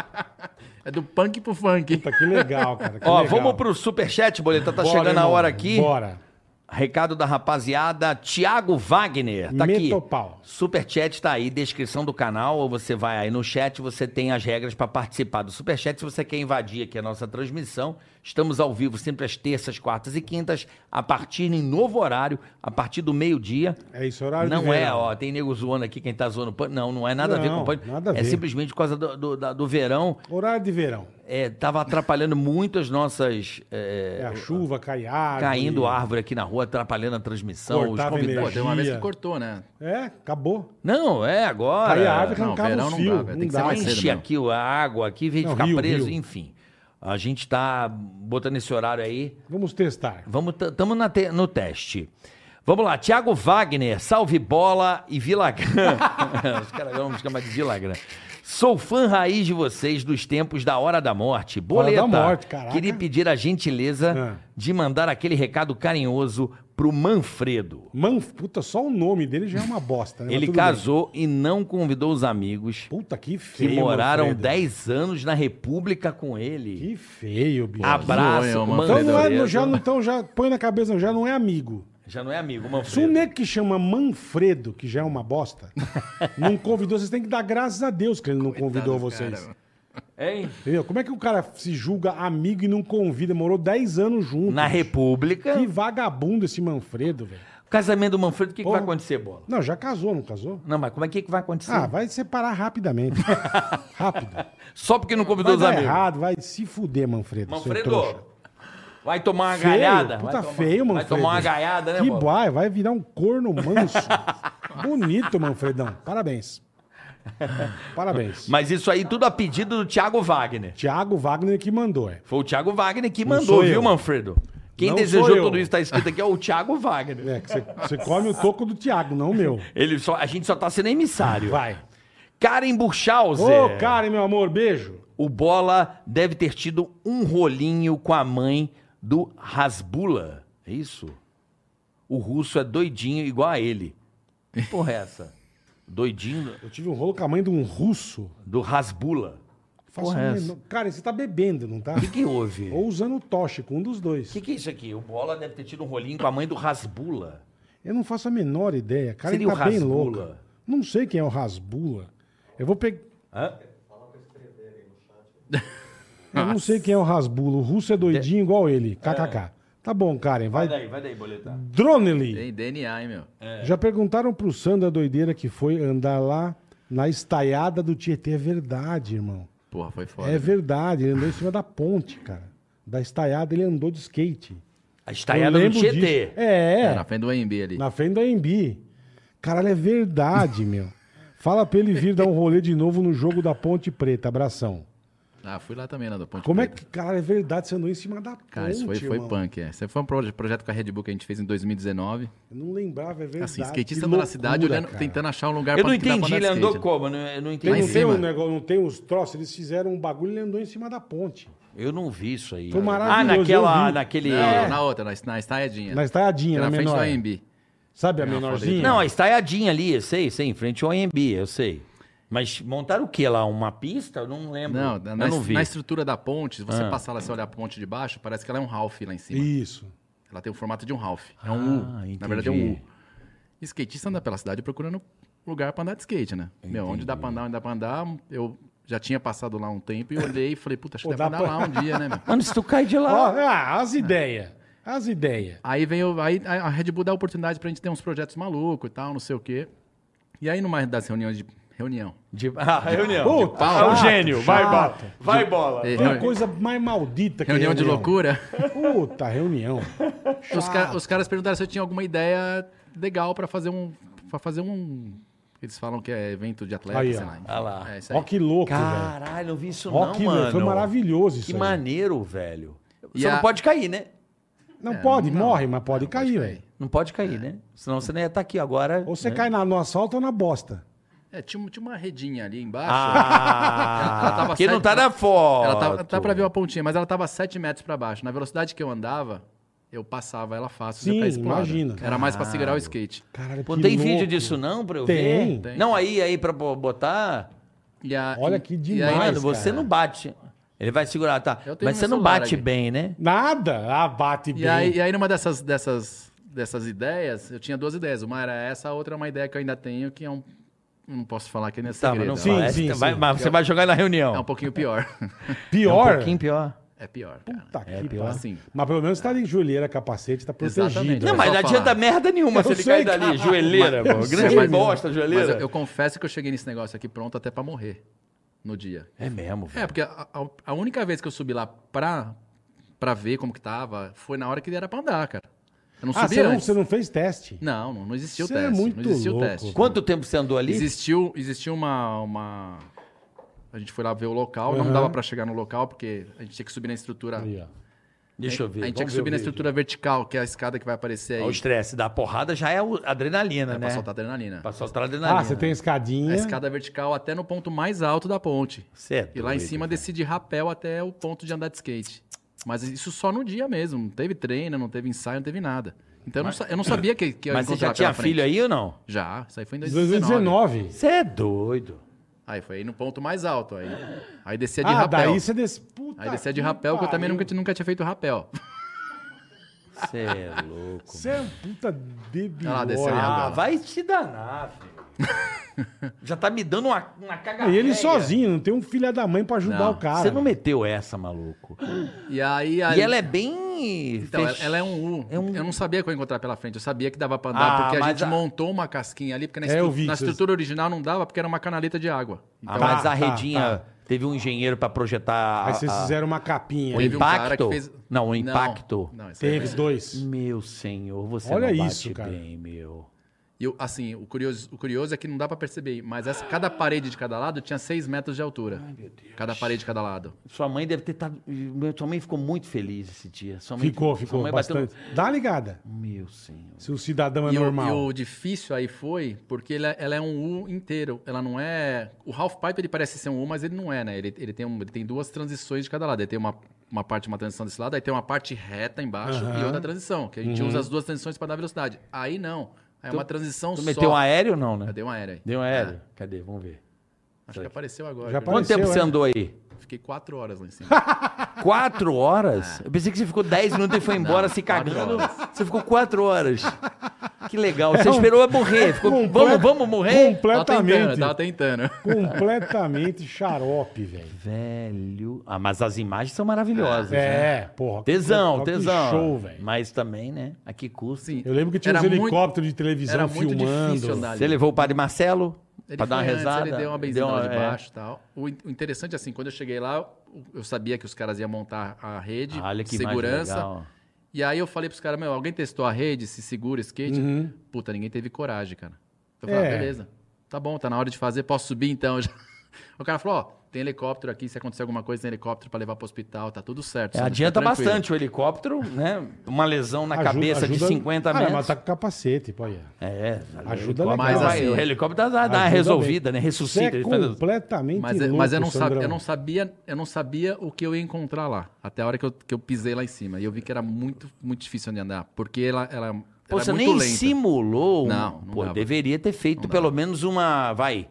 Speaker 1: É do punk pro funk.
Speaker 2: Puta, que legal, cara. que
Speaker 3: Ó,
Speaker 2: É legal.
Speaker 3: vamos pro superchat, Boleta. Tá
Speaker 2: Bora,
Speaker 3: chegando a
Speaker 2: irmão,
Speaker 3: hora aqui.
Speaker 2: Bora.
Speaker 3: Recado da rapaziada, Thiago Wagner, tá aqui.
Speaker 2: Metopau.
Speaker 3: Superchat tá aí, descrição do canal, ou você vai aí no chat, você tem as regras pra participar do Superchat. Se você quer invadir aqui a nossa transmissão, estamos ao vivo sempre às terças, quartas e quintas, a partir em novo horário, a partir do meio-dia.
Speaker 2: É isso, horário de
Speaker 3: Não é,
Speaker 2: verão.
Speaker 3: ó, tem nego zoando aqui, quem tá zoando pânico. Não, não é nada a ver com
Speaker 2: Não,
Speaker 3: pânico.
Speaker 2: nada a
Speaker 3: É
Speaker 2: ver.
Speaker 3: simplesmente por causa do, do, da- do verão,
Speaker 2: Horário de verão.
Speaker 3: é, tava atrapalhando muito as nossas... é,
Speaker 2: É a chuva, cai árvore.
Speaker 3: caindo árvore aqui na rua, atrapalhando a transmissão. Os
Speaker 2: Cortava
Speaker 3: convidados.
Speaker 1: Pô, tem uma vez que
Speaker 2: Dia.
Speaker 1: cortou, né?
Speaker 2: É, acabou.
Speaker 3: Não, é agora.
Speaker 2: Cai a árvore,
Speaker 1: não,
Speaker 2: arrancava
Speaker 1: verão
Speaker 2: o
Speaker 1: não
Speaker 2: fio.
Speaker 1: dá, velho, tem que ser Tá mais cedo.
Speaker 3: Enche
Speaker 1: mesmo.
Speaker 3: aqui a água aqui, vem
Speaker 2: Não,
Speaker 3: ficar
Speaker 2: Rio,
Speaker 3: preso,
Speaker 2: Rio.
Speaker 3: enfim. A gente tá botando esse horário aí.
Speaker 2: Vamos testar.
Speaker 3: Vamos, estamos no teste. Vamos lá, Thiago Wagner, salve bola e Vilagrã. Os caras vão me chamar de Vilagrã. Sou fã raiz de vocês dos tempos da Hora da Morte. Boleta,
Speaker 2: da Morte, caraca.
Speaker 3: queria pedir a gentileza
Speaker 2: Ah.
Speaker 3: de mandar aquele recado carinhoso pro Manfredo.
Speaker 2: Man, puta, só o nome dele já é uma bosta, né? Mas
Speaker 3: Ele
Speaker 2: tudo
Speaker 3: casou e não convidou os amigos
Speaker 2: bem. Puta, que
Speaker 3: que
Speaker 2: feio.
Speaker 3: moraram
Speaker 2: Manfredo.
Speaker 3: 10 anos na República com ele.
Speaker 2: Que feio, bicho.
Speaker 3: Ah, Abraço,
Speaker 1: zoeira,
Speaker 2: Então, não é,
Speaker 3: Manfredo.
Speaker 2: não- já, não- então já põe na cabeça, já não é amigo.
Speaker 3: Já não é amigo,
Speaker 2: Se um
Speaker 3: Manfredo.
Speaker 2: nego que chama Manfredo, que já é uma bosta, não convidou, vocês têm que dar graças a Deus que ele não convidou
Speaker 1: Tá,
Speaker 2: vocês.
Speaker 3: Hein?
Speaker 2: Entendeu? Como é que o cara se julga amigo e não convida? Morou 10 anos junto.
Speaker 3: Na República.
Speaker 2: Que vagabundo esse Manfredo, velho.
Speaker 3: O casamento do Manfredo, o que, que
Speaker 2: Porra.
Speaker 3: vai acontecer, Bola?
Speaker 2: Não, já casou, não casou?
Speaker 3: Não, mas como é que, que vai acontecer?
Speaker 2: Ah, vai separar rapidamente. Rápido.
Speaker 3: Só porque não
Speaker 2: Vai
Speaker 3: convidou os
Speaker 2: dar
Speaker 3: amigos.
Speaker 2: errado, vai se fuder, Manfredo. seu é trouxa.
Speaker 3: Manfredo, vai tomar uma
Speaker 2: Feio,
Speaker 3: galhada.
Speaker 2: puta
Speaker 3: vai tomar,
Speaker 2: feio, Manfredo.
Speaker 3: Vai tomar uma galhada, né,
Speaker 2: Que
Speaker 3: Bola?
Speaker 2: boy, vai virar um corno manso. Bonito, Manfredão. Parabéns. Parabéns.
Speaker 3: Mas isso aí tudo a pedido do Thiago Wagner.
Speaker 2: Tiago Wagner que mandou, é.
Speaker 3: Foi o Thiago Wagner que
Speaker 2: Não
Speaker 3: mandou,
Speaker 2: sou
Speaker 3: viu,
Speaker 2: eu.
Speaker 3: Manfredo? Quem
Speaker 2: Não sou
Speaker 3: desejou
Speaker 2: eu.
Speaker 3: tudo isso, tá escrito aqui, é o Thiago Wagner.
Speaker 2: É, que você- você come o toco do Tiago, não o meu.
Speaker 3: Ele só, a gente só tá sendo emissário.
Speaker 2: Vai.
Speaker 3: Karen
Speaker 2: Ô,
Speaker 3: Burchauser.
Speaker 2: Karen, meu amor, beijo.
Speaker 3: O Bola deve ter tido um rolinho com a mãe do Rasbula. É isso? O russo é doidinho igual a ele. Que porra é essa? Doidinho
Speaker 2: Eu tive um rolo com a mãe de um russo.
Speaker 3: do Rasbula.
Speaker 2: Faço
Speaker 3: Porra,
Speaker 2: um
Speaker 3: é essa?
Speaker 2: menor- Karen, você tá bebendo, não tá?
Speaker 3: O que, que houve? O
Speaker 2: Ou usando tóxico, um dos dois.
Speaker 3: que, que é isso aqui? O Bola deve ter tido um rolinho com a mãe do Rasbula.
Speaker 2: Eu não faço a menor ideia. Cara, ele
Speaker 3: Seria
Speaker 2: tá
Speaker 3: o
Speaker 2: bem
Speaker 3: Rasbula?
Speaker 2: louco. Não sei quem é o Rasbula. Eu vou pegar.
Speaker 3: Hã?
Speaker 2: Eu não sei quem é o Rasbula. O russo é doidinho igual ele. KKK. Tá bom, Karen.
Speaker 3: É. Vai É.
Speaker 2: Vai.
Speaker 3: daí, vai daí, Boleta.
Speaker 2: Dronely.
Speaker 1: Tem DNA, hein, meu?
Speaker 2: Já perguntaram pro Sandro a doideira que foi andar lá na estaiada do Tietê. É verdade, irmão.
Speaker 1: Porra, foi foda.
Speaker 2: É verdade. Ele andou em cima da ponte, cara. Da estaiada ele andou de skate.
Speaker 3: A
Speaker 2: Eu
Speaker 3: estaiada do
Speaker 2: lembro
Speaker 3: Tietê.
Speaker 2: disso. É,
Speaker 1: Na frente do AMB ali.
Speaker 2: Na frente da AMB. Caralho, é verdade, meu. Fala pra ele vir dar um rolê de novo no jogo da Ponte Preta. Abração.
Speaker 1: Ah, fui lá também, né, do Ponte
Speaker 2: Como é
Speaker 1: Preta.
Speaker 2: que, caralho, é verdade, você andou em cima da ponte,
Speaker 1: Cara, isso foi, foi
Speaker 2: irmão.
Speaker 1: punk, é. Isso foi um proje- projeto com a Red Bull que a gente fez em 2019.
Speaker 2: Eu não lembrava, é verdade.
Speaker 1: Assim,
Speaker 2: Que
Speaker 1: skatista loucura, na cidade
Speaker 2: loucura,
Speaker 1: olhando,
Speaker 2: cara.
Speaker 1: tentando achar um lugar
Speaker 3: Eu não
Speaker 1: que dá
Speaker 3: entendi, ele
Speaker 1: andar de
Speaker 3: andou
Speaker 1: skate,
Speaker 2: né?
Speaker 3: como? Eu não- Eu não
Speaker 2: Tem,
Speaker 1: Lá em
Speaker 2: não
Speaker 3: entendi.
Speaker 2: tem
Speaker 1: cima.
Speaker 2: um negócio, não tem os troços, eles fizeram um bagulho e ele andou em cima da ponte.
Speaker 3: Eu não vi isso aí.
Speaker 2: Foi
Speaker 3: ah,
Speaker 2: maravilhoso, eu
Speaker 3: naquela.
Speaker 2: vi. É.
Speaker 1: né?
Speaker 3: naquele...
Speaker 1: Não, na outra, na, na estaiadinha.
Speaker 2: Na estaiadinha,
Speaker 1: Que
Speaker 2: na,
Speaker 1: É. na frente do
Speaker 2: menor.
Speaker 1: AMB.
Speaker 2: Sabe a
Speaker 1: Tem uma foto aí
Speaker 2: menorzinha?
Speaker 3: Não, a estaiadinha ali, eu sei, sei, em frente ao AMB, eu sei. Mas montaram o que lá? Uma pista? Eu não lembro.
Speaker 1: Não,
Speaker 3: eu
Speaker 1: na, na-
Speaker 3: não vi. É.
Speaker 1: na estrutura da ponte, se você passar lá e você olhar a ponte de baixo, parece que ela é um half lá em cima.
Speaker 2: Isso.
Speaker 1: Ela tem o formato de um half. É um U.
Speaker 3: Ah,
Speaker 1: Na verdade, é um U.
Speaker 3: entendi.
Speaker 1: Skatista anda pela cidade procurando lugar pra andar de skate, né? Meu, onde dá pra andar, onde dá pra andar. Eu já tinha passado lá um tempo e olhei e falei, puta, acho que
Speaker 2: Pô,
Speaker 1: dá pra
Speaker 2: dá
Speaker 1: andar
Speaker 2: pra-
Speaker 1: lá um dia, né, meu?
Speaker 3: Mano, se tu cai de
Speaker 2: Ó,
Speaker 3: lá.
Speaker 2: ah, as ideias. As ideias.
Speaker 1: Aí vem o- aí a Red Bull dá a oportunidade pra gente ter uns projetos malucos e tal, não sei o quê. E aí, numa das reuniões de Reunião.
Speaker 10: De... Ah, reunião.
Speaker 2: Puta, é
Speaker 1: pau.
Speaker 2: chato,
Speaker 1: Ah,
Speaker 11: o gênio, vai,
Speaker 2: chato.
Speaker 11: bola.
Speaker 10: Vai bola.
Speaker 1: É,
Speaker 2: Tem
Speaker 1: reuni-
Speaker 2: coisa mais maldita que
Speaker 1: reunião de loucura.
Speaker 2: Puta, reunião.
Speaker 1: Os, ca- os caras perguntaram se eu tinha alguma ideia legal pra fazer um. para fazer um. Eles falam que é evento de atleta,
Speaker 2: Aí,
Speaker 1: sei
Speaker 2: ó.
Speaker 1: lá.
Speaker 10: Ah lá.
Speaker 1: É isso aí.
Speaker 2: Ó que louco, velho.
Speaker 10: Caralho, não vi isso
Speaker 2: Ó
Speaker 10: não,
Speaker 2: que
Speaker 10: mano.
Speaker 2: louco. Foi maravilhoso isso
Speaker 10: Que
Speaker 2: aí.
Speaker 10: maneiro, velho.
Speaker 1: E
Speaker 10: Você
Speaker 1: a-
Speaker 10: não pode cair, né?
Speaker 2: Não pode,
Speaker 1: É, não.
Speaker 2: morre, mas pode cair,
Speaker 1: cair.
Speaker 2: velho.
Speaker 10: Não pode
Speaker 1: É.
Speaker 10: cair, né? Senão você não
Speaker 3: tá
Speaker 10: ia estar aqui agora.
Speaker 2: Ou você
Speaker 10: né?
Speaker 2: cai na, no assalto ou na bosta.
Speaker 1: É, tinha, um- tinha uma redinha ali embaixo.
Speaker 3: Ah.
Speaker 1: Ela
Speaker 10: Ah,
Speaker 1: tava
Speaker 10: que não tá
Speaker 1: saindo-
Speaker 10: na foto.
Speaker 1: Ela tava, tá pra ver uma pontinha, mas ela tava 7 metros pra baixo. Na velocidade que eu andava, eu passava ela fácil. se eu
Speaker 2: Sim,
Speaker 1: caísse pro lado.
Speaker 2: imagina.
Speaker 1: Era mais pra segurar o skate.
Speaker 2: Caralho,
Speaker 3: Pô,
Speaker 2: que
Speaker 3: tem
Speaker 2: louco.
Speaker 3: vídeo disso não pra eu
Speaker 2: Tem.
Speaker 3: ver?
Speaker 1: Tem.
Speaker 3: Não, aí, aí, pra bo- botar.
Speaker 1: E a-
Speaker 2: Olha
Speaker 1: e-
Speaker 2: que
Speaker 1: e aí-
Speaker 2: demais.
Speaker 3: Mano,
Speaker 2: Mas,
Speaker 3: você
Speaker 2: cara.
Speaker 3: não bate. Ele vai segurar, tá?
Speaker 1: Eu tenho
Speaker 3: Mas
Speaker 1: meu
Speaker 3: você não
Speaker 1: celular
Speaker 3: bate
Speaker 1: aqui.
Speaker 3: bem, né?
Speaker 2: Nada. Ah, bate bem.
Speaker 1: E aí, e aí numa dessas, dessas, dessas ideias, eu tinha duas ideias. Uma era essa, a outra é uma ideia que eu ainda tenho, que é um. Não posso falar que nem é
Speaker 3: Tá,
Speaker 1: segredo.
Speaker 3: mas não
Speaker 2: Sim,
Speaker 3: fala.
Speaker 2: sim,
Speaker 3: Essa- vai-
Speaker 2: sim.
Speaker 3: Mas você vai jogar na reunião.
Speaker 1: É um pouquinho pior.
Speaker 2: Pior.
Speaker 3: Um pouquinho pior.
Speaker 1: É pior, cara.
Speaker 2: Tá aqui,
Speaker 1: Então,
Speaker 2: pá.
Speaker 1: assim,
Speaker 2: Mas pelo menos tá de joelheira, capacete, tá protegido.
Speaker 1: Exatamente.
Speaker 3: Não,
Speaker 1: Não,
Speaker 3: mas
Speaker 1: só
Speaker 3: não adianta
Speaker 1: falar.
Speaker 3: merda nenhuma
Speaker 2: Eu
Speaker 3: se ele
Speaker 2: sei,
Speaker 3: cair dali.
Speaker 2: cara.
Speaker 3: Joelheira,
Speaker 1: Mas-
Speaker 3: pô.
Speaker 1: eu
Speaker 3: Grande
Speaker 1: sei, mas-
Speaker 3: bosta,
Speaker 1: mas
Speaker 3: joelheira.
Speaker 1: eu, eu confesso que eu cheguei nesse negócio aqui pronto até pra morrer no dia.
Speaker 3: É mesmo,
Speaker 1: É, porque a, a- a única vez que eu subi lá pra, pra ver como que tava foi na hora que era pra andar, cara. Eu não
Speaker 2: Ah,
Speaker 1: subi
Speaker 2: você não,
Speaker 1: antes.
Speaker 2: você não fez teste?
Speaker 1: não... não, não existia o
Speaker 2: Você é
Speaker 1: teste.
Speaker 2: muito
Speaker 1: não existia
Speaker 2: louco.
Speaker 1: o teste.
Speaker 3: Quanto tempo você andou ali?
Speaker 1: Existiu, existiu uma, uma. A gente foi lá ver o local,
Speaker 2: Aham.
Speaker 1: não dava pra chegar no local, porque a gente tinha que subir na estrutura.
Speaker 2: Aí, ó.
Speaker 3: Deixa eu ver.
Speaker 1: a gente tinha que
Speaker 3: vamos ver
Speaker 1: subir
Speaker 3: o
Speaker 1: na
Speaker 3: vídeo.
Speaker 1: estrutura vertical, que é a escada que vai aparecer aí.
Speaker 3: Ó, O estresse da porrada já é o- adrenalina,
Speaker 1: é
Speaker 3: né?
Speaker 1: pra soltar adrenalina.
Speaker 3: Pra soltar adrenalina.
Speaker 2: Ah, você tem a escadinha.
Speaker 1: é A escada vertical até no ponto mais alto da ponte.
Speaker 3: Certo.
Speaker 1: E lá em cima desci de rapel até o ponto de andar de skate. Mas isso só no dia mesmo. Não teve treino, não teve ensaio, não teve nada. Então eu não sa- eu não sabia que, que eu ia
Speaker 3: Mas você
Speaker 1: encontrar
Speaker 3: já tinha
Speaker 1: pela frente.
Speaker 3: filho aí ou não?
Speaker 1: Já, isso aí foi em 2019.
Speaker 2: 2019.
Speaker 3: Você é doido.
Speaker 1: Aí foi aí no ponto mais alto. Aí, aí descia é de
Speaker 2: ah,
Speaker 1: rapel.
Speaker 2: daí você desce. Puta
Speaker 1: Aí descia de
Speaker 2: que
Speaker 1: rapel, que eu também
Speaker 2: pariu.
Speaker 1: nunca, ti- nunca tinha feito rapel.
Speaker 3: Você é louco.
Speaker 2: Você é um puta debilóide.
Speaker 1: Olha lá, desceu.
Speaker 3: Ah,
Speaker 1: Ah,
Speaker 2: né?
Speaker 3: vai te danar, filho. Já tá me dando uma, uma cagada.
Speaker 2: E ele sozinho, não tem um filho da mãe pra ajudar
Speaker 1: Não,
Speaker 2: o cara.
Speaker 3: Você não meteu essa, maluco.
Speaker 1: E aí. aí
Speaker 3: E ela é bem.
Speaker 1: Então,
Speaker 3: fech-
Speaker 1: ela- ela é um U.
Speaker 3: É um-
Speaker 1: Eu não sabia que eu ia encontrar pela frente. Eu sabia que dava pra andar,
Speaker 3: Ah,
Speaker 1: porque a
Speaker 3: mas
Speaker 1: gente
Speaker 3: a-
Speaker 1: montou uma casquinha ali, porque na,
Speaker 2: É, eu
Speaker 1: estru-
Speaker 2: vi
Speaker 1: na
Speaker 2: que vocês-
Speaker 1: estrutura original não dava, porque era uma canaleta de água.
Speaker 3: Ah,
Speaker 1: Então,
Speaker 3: mas
Speaker 2: Tá, tá,
Speaker 3: a redinha.
Speaker 2: tá.
Speaker 3: Teve um engenheiro pra projetar.
Speaker 2: Aí
Speaker 3: a-
Speaker 1: Ah,
Speaker 2: vocês
Speaker 3: a-
Speaker 2: fizeram uma capinha.
Speaker 3: Oi,
Speaker 1: teve um cara que
Speaker 3: impacto?
Speaker 1: fez-
Speaker 3: Não, o impacto.
Speaker 1: Não, isso aí
Speaker 2: Teve os dois.
Speaker 3: Meu senhor, você
Speaker 2: Olha
Speaker 3: não bate
Speaker 2: isso, cara.
Speaker 3: bem, meu.
Speaker 1: E eu, assim, o curioso, o curioso é que não dá pra perceber, mas essa, cada parede de cada lado tinha 6 metros de altura. Cada parede de cada lado.
Speaker 3: Sua mãe deve ter estado. Sua mãe ficou muito feliz esse dia. Sua mãe-
Speaker 2: Ficou,
Speaker 3: sua
Speaker 2: ficou
Speaker 3: mãe bateu no-
Speaker 2: bastante. Dá uma ligada.
Speaker 3: Meu senhor.
Speaker 2: Se o cidadão é
Speaker 1: E, o-
Speaker 2: normal.
Speaker 1: e o difícil aí foi porque ele é- ela é um U inteiro. Ela não é. O half pipe ele parece ser um U, mas ele não é, né? Ele, ele tem, um- ele tem duas transições de cada lado. Ele tem uma, uma parte, uma transição desse lado, aí tem uma parte reta embaixo
Speaker 2: Aham. Uhum.
Speaker 1: e outra transição. Que a gente usa as duas transições pra dar velocidade. Aí não. Aí é uma transição
Speaker 3: Tu
Speaker 1: só.
Speaker 3: meteu um aéreo ou não, né?
Speaker 1: Eu dei um aéreo aí.
Speaker 3: Deu um aéreo. Cadê? Vamos ver.
Speaker 1: Acho que apareceu agora.
Speaker 2: Já
Speaker 1: viu?
Speaker 3: Quanto
Speaker 2: Apareceu,
Speaker 3: tempo você
Speaker 2: é.
Speaker 3: andou aí?
Speaker 1: Fiquei quatro horas lá em cima.
Speaker 3: Quatro horas? Eu pensei que você ficou dez minutos e foi embora se
Speaker 1: quatro
Speaker 3: cagando.
Speaker 1: horas.
Speaker 3: Você ficou quatro horas. Que legal.
Speaker 2: É um
Speaker 3: Você esperou eu morrer. Ficou, vamos, vamos morrer? tá
Speaker 1: Tava tentando,
Speaker 2: Completamente.
Speaker 1: tava tentando.
Speaker 2: Completamente xarope, velho.
Speaker 3: Velho. Ah, mas as imagens são maravilhosas, né?
Speaker 2: É, porra.
Speaker 3: Tesão,
Speaker 2: Só que
Speaker 3: tesão.
Speaker 2: Show, velho.
Speaker 3: Mas também, né? A que custo?
Speaker 1: Sim,
Speaker 2: Eu lembro que tinha
Speaker 1: era
Speaker 2: uns
Speaker 1: muito-
Speaker 2: helicópteros de televisão
Speaker 1: Era muito difícil
Speaker 2: filmando.
Speaker 1: andar ali.
Speaker 3: Você levou o padre Marcelo
Speaker 1: Ele
Speaker 3: pra dar uma
Speaker 1: foi antes,
Speaker 3: rezada?
Speaker 1: Ele deu uma benzinha
Speaker 3: Deu
Speaker 1: lá de
Speaker 3: é.
Speaker 1: baixo e tal. O, in- o interessante, assim, quando eu cheguei lá, o- eu sabia que os caras iam montar a rede,
Speaker 3: Olha que segurança.
Speaker 1: segurança. E aí eu falei pros caras, meu, alguém testou a rede, se segura, skate? Puta, ninguém teve coragem, cara. Eu falei,
Speaker 2: É.
Speaker 1: ah, beleza. Tá bom, tá na hora de fazer, posso subir então? O cara falou, ó, tem helicóptero aqui, se acontecer alguma coisa, tem helicóptero pra levar pro hospital, tá tudo certo. você
Speaker 3: É, adianta
Speaker 1: fica tranquilo."
Speaker 3: bastante o helicóptero, né? Uma lesão na
Speaker 2: Ajuda-
Speaker 3: cabeça
Speaker 2: ajuda-
Speaker 3: de 50
Speaker 2: Cara,
Speaker 3: metros.
Speaker 2: mas tá com capacete, pô. aí.
Speaker 3: É,
Speaker 2: Ajuda
Speaker 3: o
Speaker 2: legal.
Speaker 3: helicóptero-
Speaker 1: Mas,
Speaker 3: vai,
Speaker 1: assim,
Speaker 3: o helicóptero dá, Ah, dá uma
Speaker 2: Ajuda
Speaker 3: resolvida,
Speaker 2: bem.
Speaker 3: né? Ressuscita.
Speaker 2: Você é
Speaker 3: ele faz- é-
Speaker 2: completamente
Speaker 1: Mas, é,
Speaker 2: louco,
Speaker 1: mas eu, não sabia,
Speaker 2: Sandrão.
Speaker 1: eu, não sabia, eu não sabia o que eu ia encontrar lá. Até a hora que eu, que eu pisei lá em cima. E eu vi que era muito, muito difícil de andar. Porque ela, ela,
Speaker 3: Pô,
Speaker 1: ela
Speaker 3: você
Speaker 1: é
Speaker 3: nem
Speaker 1: muito lenta.
Speaker 3: simulou. um-
Speaker 1: Não, não
Speaker 3: Pô,
Speaker 1: dava.
Speaker 3: deveria ter feito pelo menos uma. Vai.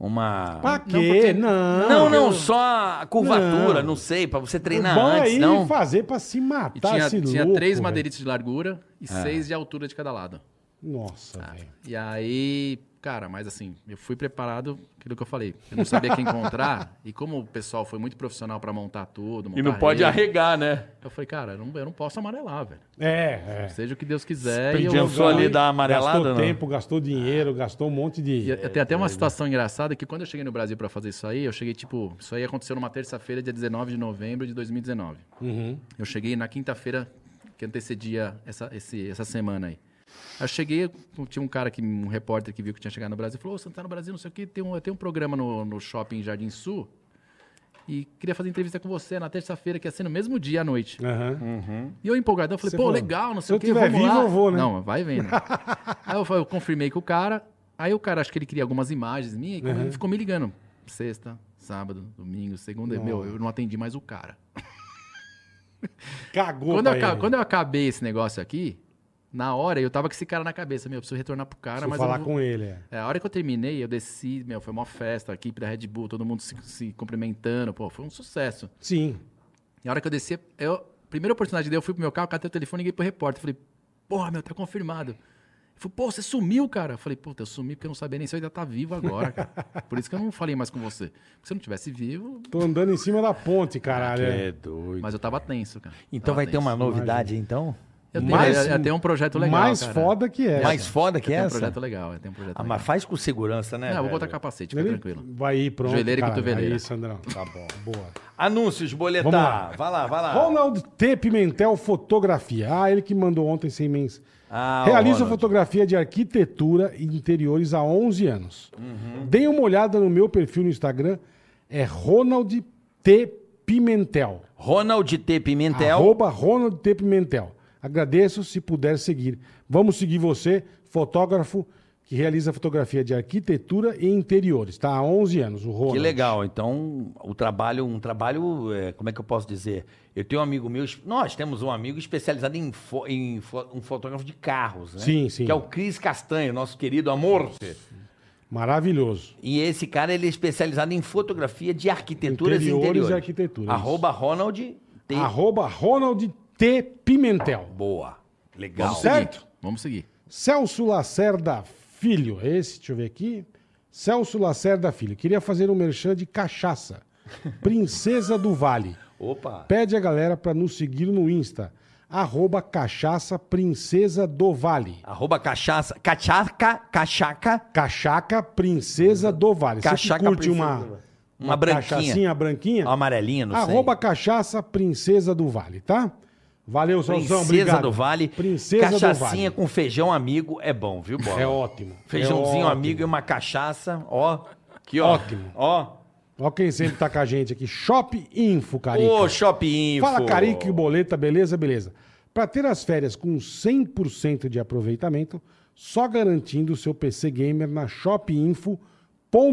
Speaker 3: Uma.
Speaker 2: Pra quê? Não.
Speaker 3: Não, não, só a curvatura,
Speaker 2: Não.
Speaker 3: não, sei, pra você
Speaker 2: O
Speaker 3: treinar
Speaker 2: bom
Speaker 1: é
Speaker 3: antes,
Speaker 2: aí
Speaker 3: não.
Speaker 2: fazer pra se
Speaker 1: E
Speaker 2: matar
Speaker 1: tinha,
Speaker 2: esse
Speaker 1: tinha
Speaker 2: Tá assim louco,
Speaker 1: três
Speaker 2: velho. É.
Speaker 3: Ah,
Speaker 1: madeirites de largura e seis de altura de cada lado.
Speaker 2: Nossa, velho.
Speaker 1: E aí Cara, mas assim, eu fui preparado, aquilo que eu falei. Eu não sabia quem encontrar. e como o pessoal foi muito profissional pra montar tudo, montar
Speaker 12: E não pode
Speaker 1: rede,
Speaker 12: arregar, né?
Speaker 1: Eu falei, cara, eu não, eu não posso amarelar, velho.
Speaker 2: É, é.
Speaker 1: Seja o que Deus quiser. e eu-
Speaker 12: Pensou ali da amarelada,
Speaker 2: Gastou
Speaker 12: não?
Speaker 2: tempo, gastou dinheiro, gastou um monte
Speaker 1: E é-
Speaker 2: de...
Speaker 1: eu- tem até uma situação engraçada que quando eu cheguei no Brasil pra fazer isso aí, eu cheguei tipo, isso aí aconteceu numa terça-feira, dia 19 de novembro de 2019.
Speaker 2: Uhum.
Speaker 1: Eu cheguei na quinta-feira que antecedia essa, esse- essa semana aí. Aí eu cheguei, tinha um cara que, um repórter que viu que tinha chegado no Brasil, falou: Ô, você não tá no Brasil, não sei o quê, tem um, tem um programa no, no shopping Jardim Sul e queria fazer entrevista com você na terça-feira, que ia ser no mesmo dia à noite.
Speaker 2: Aham.
Speaker 1: Hum. E eu empolgadão, falei,
Speaker 2: Você
Speaker 1: pô,
Speaker 2: falou,
Speaker 1: legal, não
Speaker 2: se
Speaker 1: sei
Speaker 2: eu
Speaker 1: o que,
Speaker 2: tiver
Speaker 1: vamos lá.
Speaker 2: vivo, eu vou, né?
Speaker 1: Não, vai vendo. aí eu, falei, eu confirmei com o cara, aí o cara, acho que ele queria algumas imagens minhas, e
Speaker 2: Uhum.
Speaker 1: ele ficou me ligando. Sexta, sábado, domingo, segunda, meu, eu não atendi mais o cara.
Speaker 2: Cagou
Speaker 1: Quando
Speaker 2: pra
Speaker 1: eu, aca-
Speaker 2: ele.
Speaker 1: quando eu acabei esse negócio aqui, na hora, eu tava com esse cara na cabeça, meu, eu preciso retornar pro cara,
Speaker 2: Preciso
Speaker 1: mas eu
Speaker 2: falar
Speaker 1: não vou-
Speaker 2: com ele, é.
Speaker 1: É, a hora que eu terminei, eu desci, meu, foi uma festa, a equipe da Red Bull, todo mundo se, se cumprimentando, pô, foi um sucesso.
Speaker 2: Sim.
Speaker 1: E a hora que eu desci, eu, primeira oportunidade que deu, eu fui pro meu carro, catei o telefone e liguei pro repórter. Falei, porra, meu, tá confirmado. Ele falou, pô, você sumiu, cara. Eu falei, puta, eu sumi porque eu não sabia nem se eu ainda tá vivo agora, cara. Por isso que eu não falei mais com você. Porque se eu não tivesse vivo,
Speaker 2: Tô andando em cima da ponte, caralho. é.
Speaker 13: É doido.
Speaker 1: mas eu tava tenso, cara.
Speaker 3: Então
Speaker 1: Tava
Speaker 3: vai ter
Speaker 1: tenso.
Speaker 3: uma novidade, então?
Speaker 1: Eu tenho,
Speaker 2: mais-
Speaker 1: eu- eu tenho um projeto legal.
Speaker 2: Mais
Speaker 1: cara.
Speaker 2: foda que é.
Speaker 3: Mais foda que
Speaker 1: Eu tenho um
Speaker 3: essa?
Speaker 1: projeto legal, eu tenho um projeto
Speaker 3: Ah,
Speaker 1: legal.
Speaker 3: mas faz com segurança, né?
Speaker 1: Não, eu vou
Speaker 3: velho?
Speaker 1: botar capacete, fica
Speaker 2: Ele
Speaker 1: tranquilo.
Speaker 2: Vai ir, pronto.
Speaker 1: Joelheira e
Speaker 2: caralho.
Speaker 1: cotoveleira.
Speaker 2: Aí, Sandrão. Tá bom. Boa.
Speaker 3: Anúncios, boletar.
Speaker 2: Vamos lá.
Speaker 3: Vai lá, vai lá.
Speaker 2: Ronald T. Pimentel Fotografia. Ah, ele que mandou ontem sem mens.
Speaker 3: Ah, o
Speaker 2: Realiza
Speaker 3: Ronald.
Speaker 2: fotografia de arquitetura e interiores há 11 anos.
Speaker 3: Uhum.
Speaker 2: Deem uma olhada no meu perfil no Instagram. É Ronald T. Pimentel.
Speaker 3: Ronald T. Pimentel.
Speaker 2: Arroba Ronald T. Pimentel. Agradeço se puder seguir. Vamos seguir você, fotógrafo que realiza fotografia de arquitetura e interiores. Tá há 11 anos, o Ronald.
Speaker 3: Que legal. Então, o trabalho, um trabalho, é, como é que eu posso dizer? Eu tenho um amigo meu, es- nós temos um amigo especializado em, fo- em fo- um fotógrafo de carros, né?
Speaker 2: Sim, sim.
Speaker 3: Que é o Cris Castanho, nosso querido amor.
Speaker 2: Maravilhoso.
Speaker 3: E esse cara, ele é especializado em fotografia de arquiteturas
Speaker 2: Interiores e
Speaker 3: e interiores.
Speaker 2: arquiteturas.
Speaker 3: Arroba Ronald T.
Speaker 2: Arroba Ronald T. Pimentel.
Speaker 3: Boa. Legal.
Speaker 2: Você- é Certo.
Speaker 1: Seguir, vamos seguir.
Speaker 2: Celso Lacerda Filho, esse, deixa eu ver aqui. Celso Lacerda Filho, queria fazer um merchan de cachaça. Princesa do Vale.
Speaker 3: Opa.
Speaker 2: Pede a galera pra nos seguir no Insta. Arroba cachaça Princesa do Vale.
Speaker 3: Arroba cachaça. Cachaca, cachaca.
Speaker 2: Cachaca Princesa do Vale. Você que
Speaker 3: Cachaca
Speaker 2: curte
Speaker 3: Princesa
Speaker 2: uma,
Speaker 3: do Vale. Uma branquinha.
Speaker 2: cachaçinha branquinha?
Speaker 3: Amarelinha, não sei.
Speaker 2: Arroba cachaça Princesa do Vale, tá? Valeu, Salzão.
Speaker 3: Princesa
Speaker 2: obrigado.
Speaker 3: do Vale.
Speaker 2: Princesa
Speaker 3: Cachacinha
Speaker 2: do Vale.
Speaker 3: com feijão amigo é bom, viu, Bola?
Speaker 2: É ótimo.
Speaker 3: Feijãozinho
Speaker 2: É ótimo.
Speaker 3: amigo e uma cachaça, ó. Que ó.
Speaker 2: Ótimo.
Speaker 3: Ó.
Speaker 2: Ó quem sempre tá com a gente aqui. Shop Info, Carica.
Speaker 3: Ô, Shopping Info.
Speaker 2: Fala, Carica e Boleta, beleza? Beleza. Para ter as férias com 100% de aproveitamento, só garantindo o seu PC Gamer na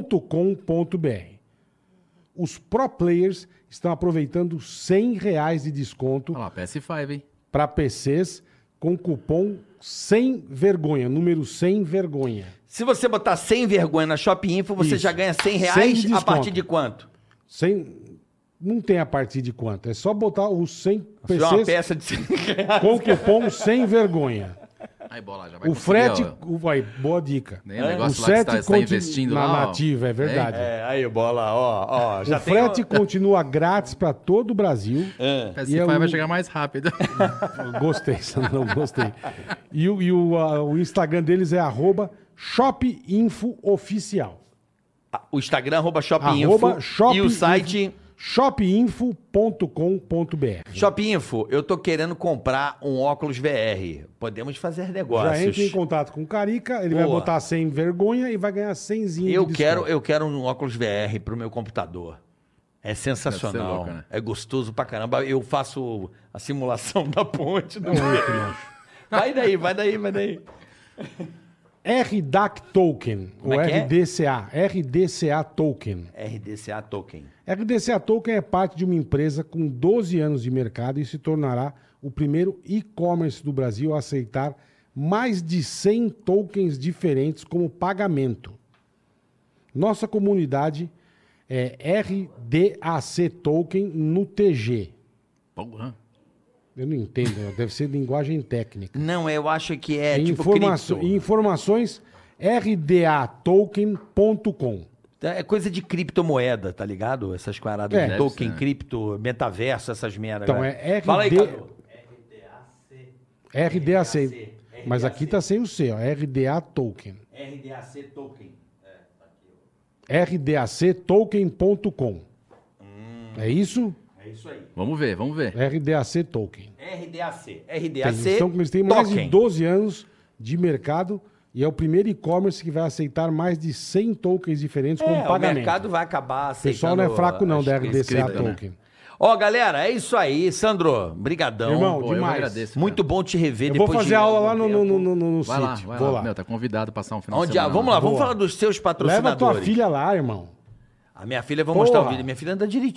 Speaker 2: shopinfo.com.br. Os Pro Players estão aproveitando R$ 100 reais de desconto
Speaker 1: Olha lá, PS5, hein?
Speaker 2: para PCs com cupom sem vergonha, número sem vergonha.
Speaker 3: Se você botar sem vergonha na Shopping Info, você
Speaker 2: Isso.
Speaker 3: já ganha 100
Speaker 2: Sem
Speaker 3: reais a
Speaker 2: desconto.
Speaker 3: partir de quanto?
Speaker 2: Sem... Não tem a partir de quanto, é só botar os 100
Speaker 3: Se é uma
Speaker 2: PCs
Speaker 3: peça de 100 reais.
Speaker 2: com cupom sem vergonha.
Speaker 1: Aí, bola, já vai
Speaker 2: O
Speaker 1: conseguir,
Speaker 2: frete.
Speaker 1: ó.
Speaker 2: o- Vai, boa dica.
Speaker 1: Né, o negócio
Speaker 2: o
Speaker 1: lá que
Speaker 2: frete
Speaker 1: está- está
Speaker 2: continu-
Speaker 1: investindo
Speaker 2: na
Speaker 1: lá, ó.
Speaker 2: nativa, é verdade.
Speaker 3: É, aí, bola, ó, ó. Já
Speaker 2: o
Speaker 3: tem
Speaker 2: frete
Speaker 3: o-
Speaker 2: continua grátis para todo o Brasil.
Speaker 3: É.
Speaker 1: PS5
Speaker 2: E é o-
Speaker 1: vai chegar mais rápido.
Speaker 2: Gostei, Sandrão, gostei. E, o, e o, ah, o Instagram deles é arroba shopinfooficial.
Speaker 3: O Instagram, arroba Shopping
Speaker 2: Arroba
Speaker 3: Info.
Speaker 2: Shopping
Speaker 3: e o
Speaker 2: Info.
Speaker 3: site...
Speaker 2: shopinfo.com.br.
Speaker 3: Shopping Info, eu tô querendo comprar um óculos VR. Podemos fazer negócios.
Speaker 2: Já entra em contato com o Carica, ele vai
Speaker 3: Boa.
Speaker 2: botar sem vergonha e vai ganhar 100 de
Speaker 3: Eu
Speaker 2: desconto.
Speaker 3: quero, eu quero um óculos VR pro meu computador. É sensacional.
Speaker 1: Deve ser louco, né?
Speaker 3: É gostoso pra caramba. Eu faço a simulação da ponte. Do... vai daí, vai daí, vai daí.
Speaker 2: RDAC Token,
Speaker 3: Como
Speaker 2: ou
Speaker 3: é que é?
Speaker 2: RDCA. RDCA Token.
Speaker 3: RDCA Token.
Speaker 2: RDCA Token é parte de uma empresa com 12 anos de mercado e se tornará o primeiro e-commerce do Brasil a aceitar mais de 100 tokens diferentes como pagamento. Nossa comunidade é RDAC Token no TG.
Speaker 1: Porra.
Speaker 2: Eu não entendo, deve ser linguagem técnica.
Speaker 3: Não, eu acho que é tipo
Speaker 2: Informaço-
Speaker 3: cripto.
Speaker 2: Informações rdatoken.com.
Speaker 3: É coisa de criptomoeda, tá ligado? Essas paradas
Speaker 2: É.
Speaker 3: de
Speaker 1: Deve
Speaker 3: token,
Speaker 1: ser.
Speaker 3: cripto, metaverso, essas merdas.
Speaker 2: Então, é RD
Speaker 3: Fala aí, Cadu.
Speaker 2: RDAC. Mas aqui tá sem o C, ó. RDA Token.
Speaker 3: RDAC token.
Speaker 2: rdactoken.com.
Speaker 1: Hum.
Speaker 2: É isso?
Speaker 3: É isso aí.
Speaker 1: Vamos ver, vamos ver.
Speaker 2: RDAC Token.
Speaker 3: RDAC.
Speaker 2: Tem-
Speaker 3: RDAC
Speaker 2: Então, eles têm mais de
Speaker 3: token.
Speaker 2: 12 anos de mercado e é o primeiro e-commerce que vai aceitar mais de 100 tokens diferentes como
Speaker 3: É, o
Speaker 2: um pagamento.
Speaker 3: mercado vai acabar
Speaker 2: o
Speaker 3: aceitando.
Speaker 2: pessoal não é fraco não
Speaker 3: as-
Speaker 2: da RDCA
Speaker 1: escrita, né?
Speaker 2: Token.
Speaker 3: Ó, galera, é isso aí. Sandro, brigadão.
Speaker 2: Irmão,
Speaker 1: Pô, eu
Speaker 2: demais.
Speaker 1: agradeço. cara.
Speaker 3: Muito bom te rever
Speaker 2: Eu vou
Speaker 3: depois
Speaker 2: fazer
Speaker 3: de- um
Speaker 2: aula lá no, no, no, no, no
Speaker 1: um Vai lá,
Speaker 2: sítio.
Speaker 1: vai
Speaker 2: Vou
Speaker 1: lá.
Speaker 2: lá.
Speaker 1: Meu, tá convidado a passar um final
Speaker 3: Onde,
Speaker 1: de
Speaker 3: ah,
Speaker 1: semana.
Speaker 3: vamos lá, vamos
Speaker 2: Boa.
Speaker 3: falar dos seus
Speaker 2: Leva
Speaker 3: patrocinadores.
Speaker 2: tua filha lá, irmão.
Speaker 3: A minha filha, eu vou
Speaker 2: Porra.
Speaker 3: mostrar o vídeo. Minha filha anda
Speaker 1: Quantos anos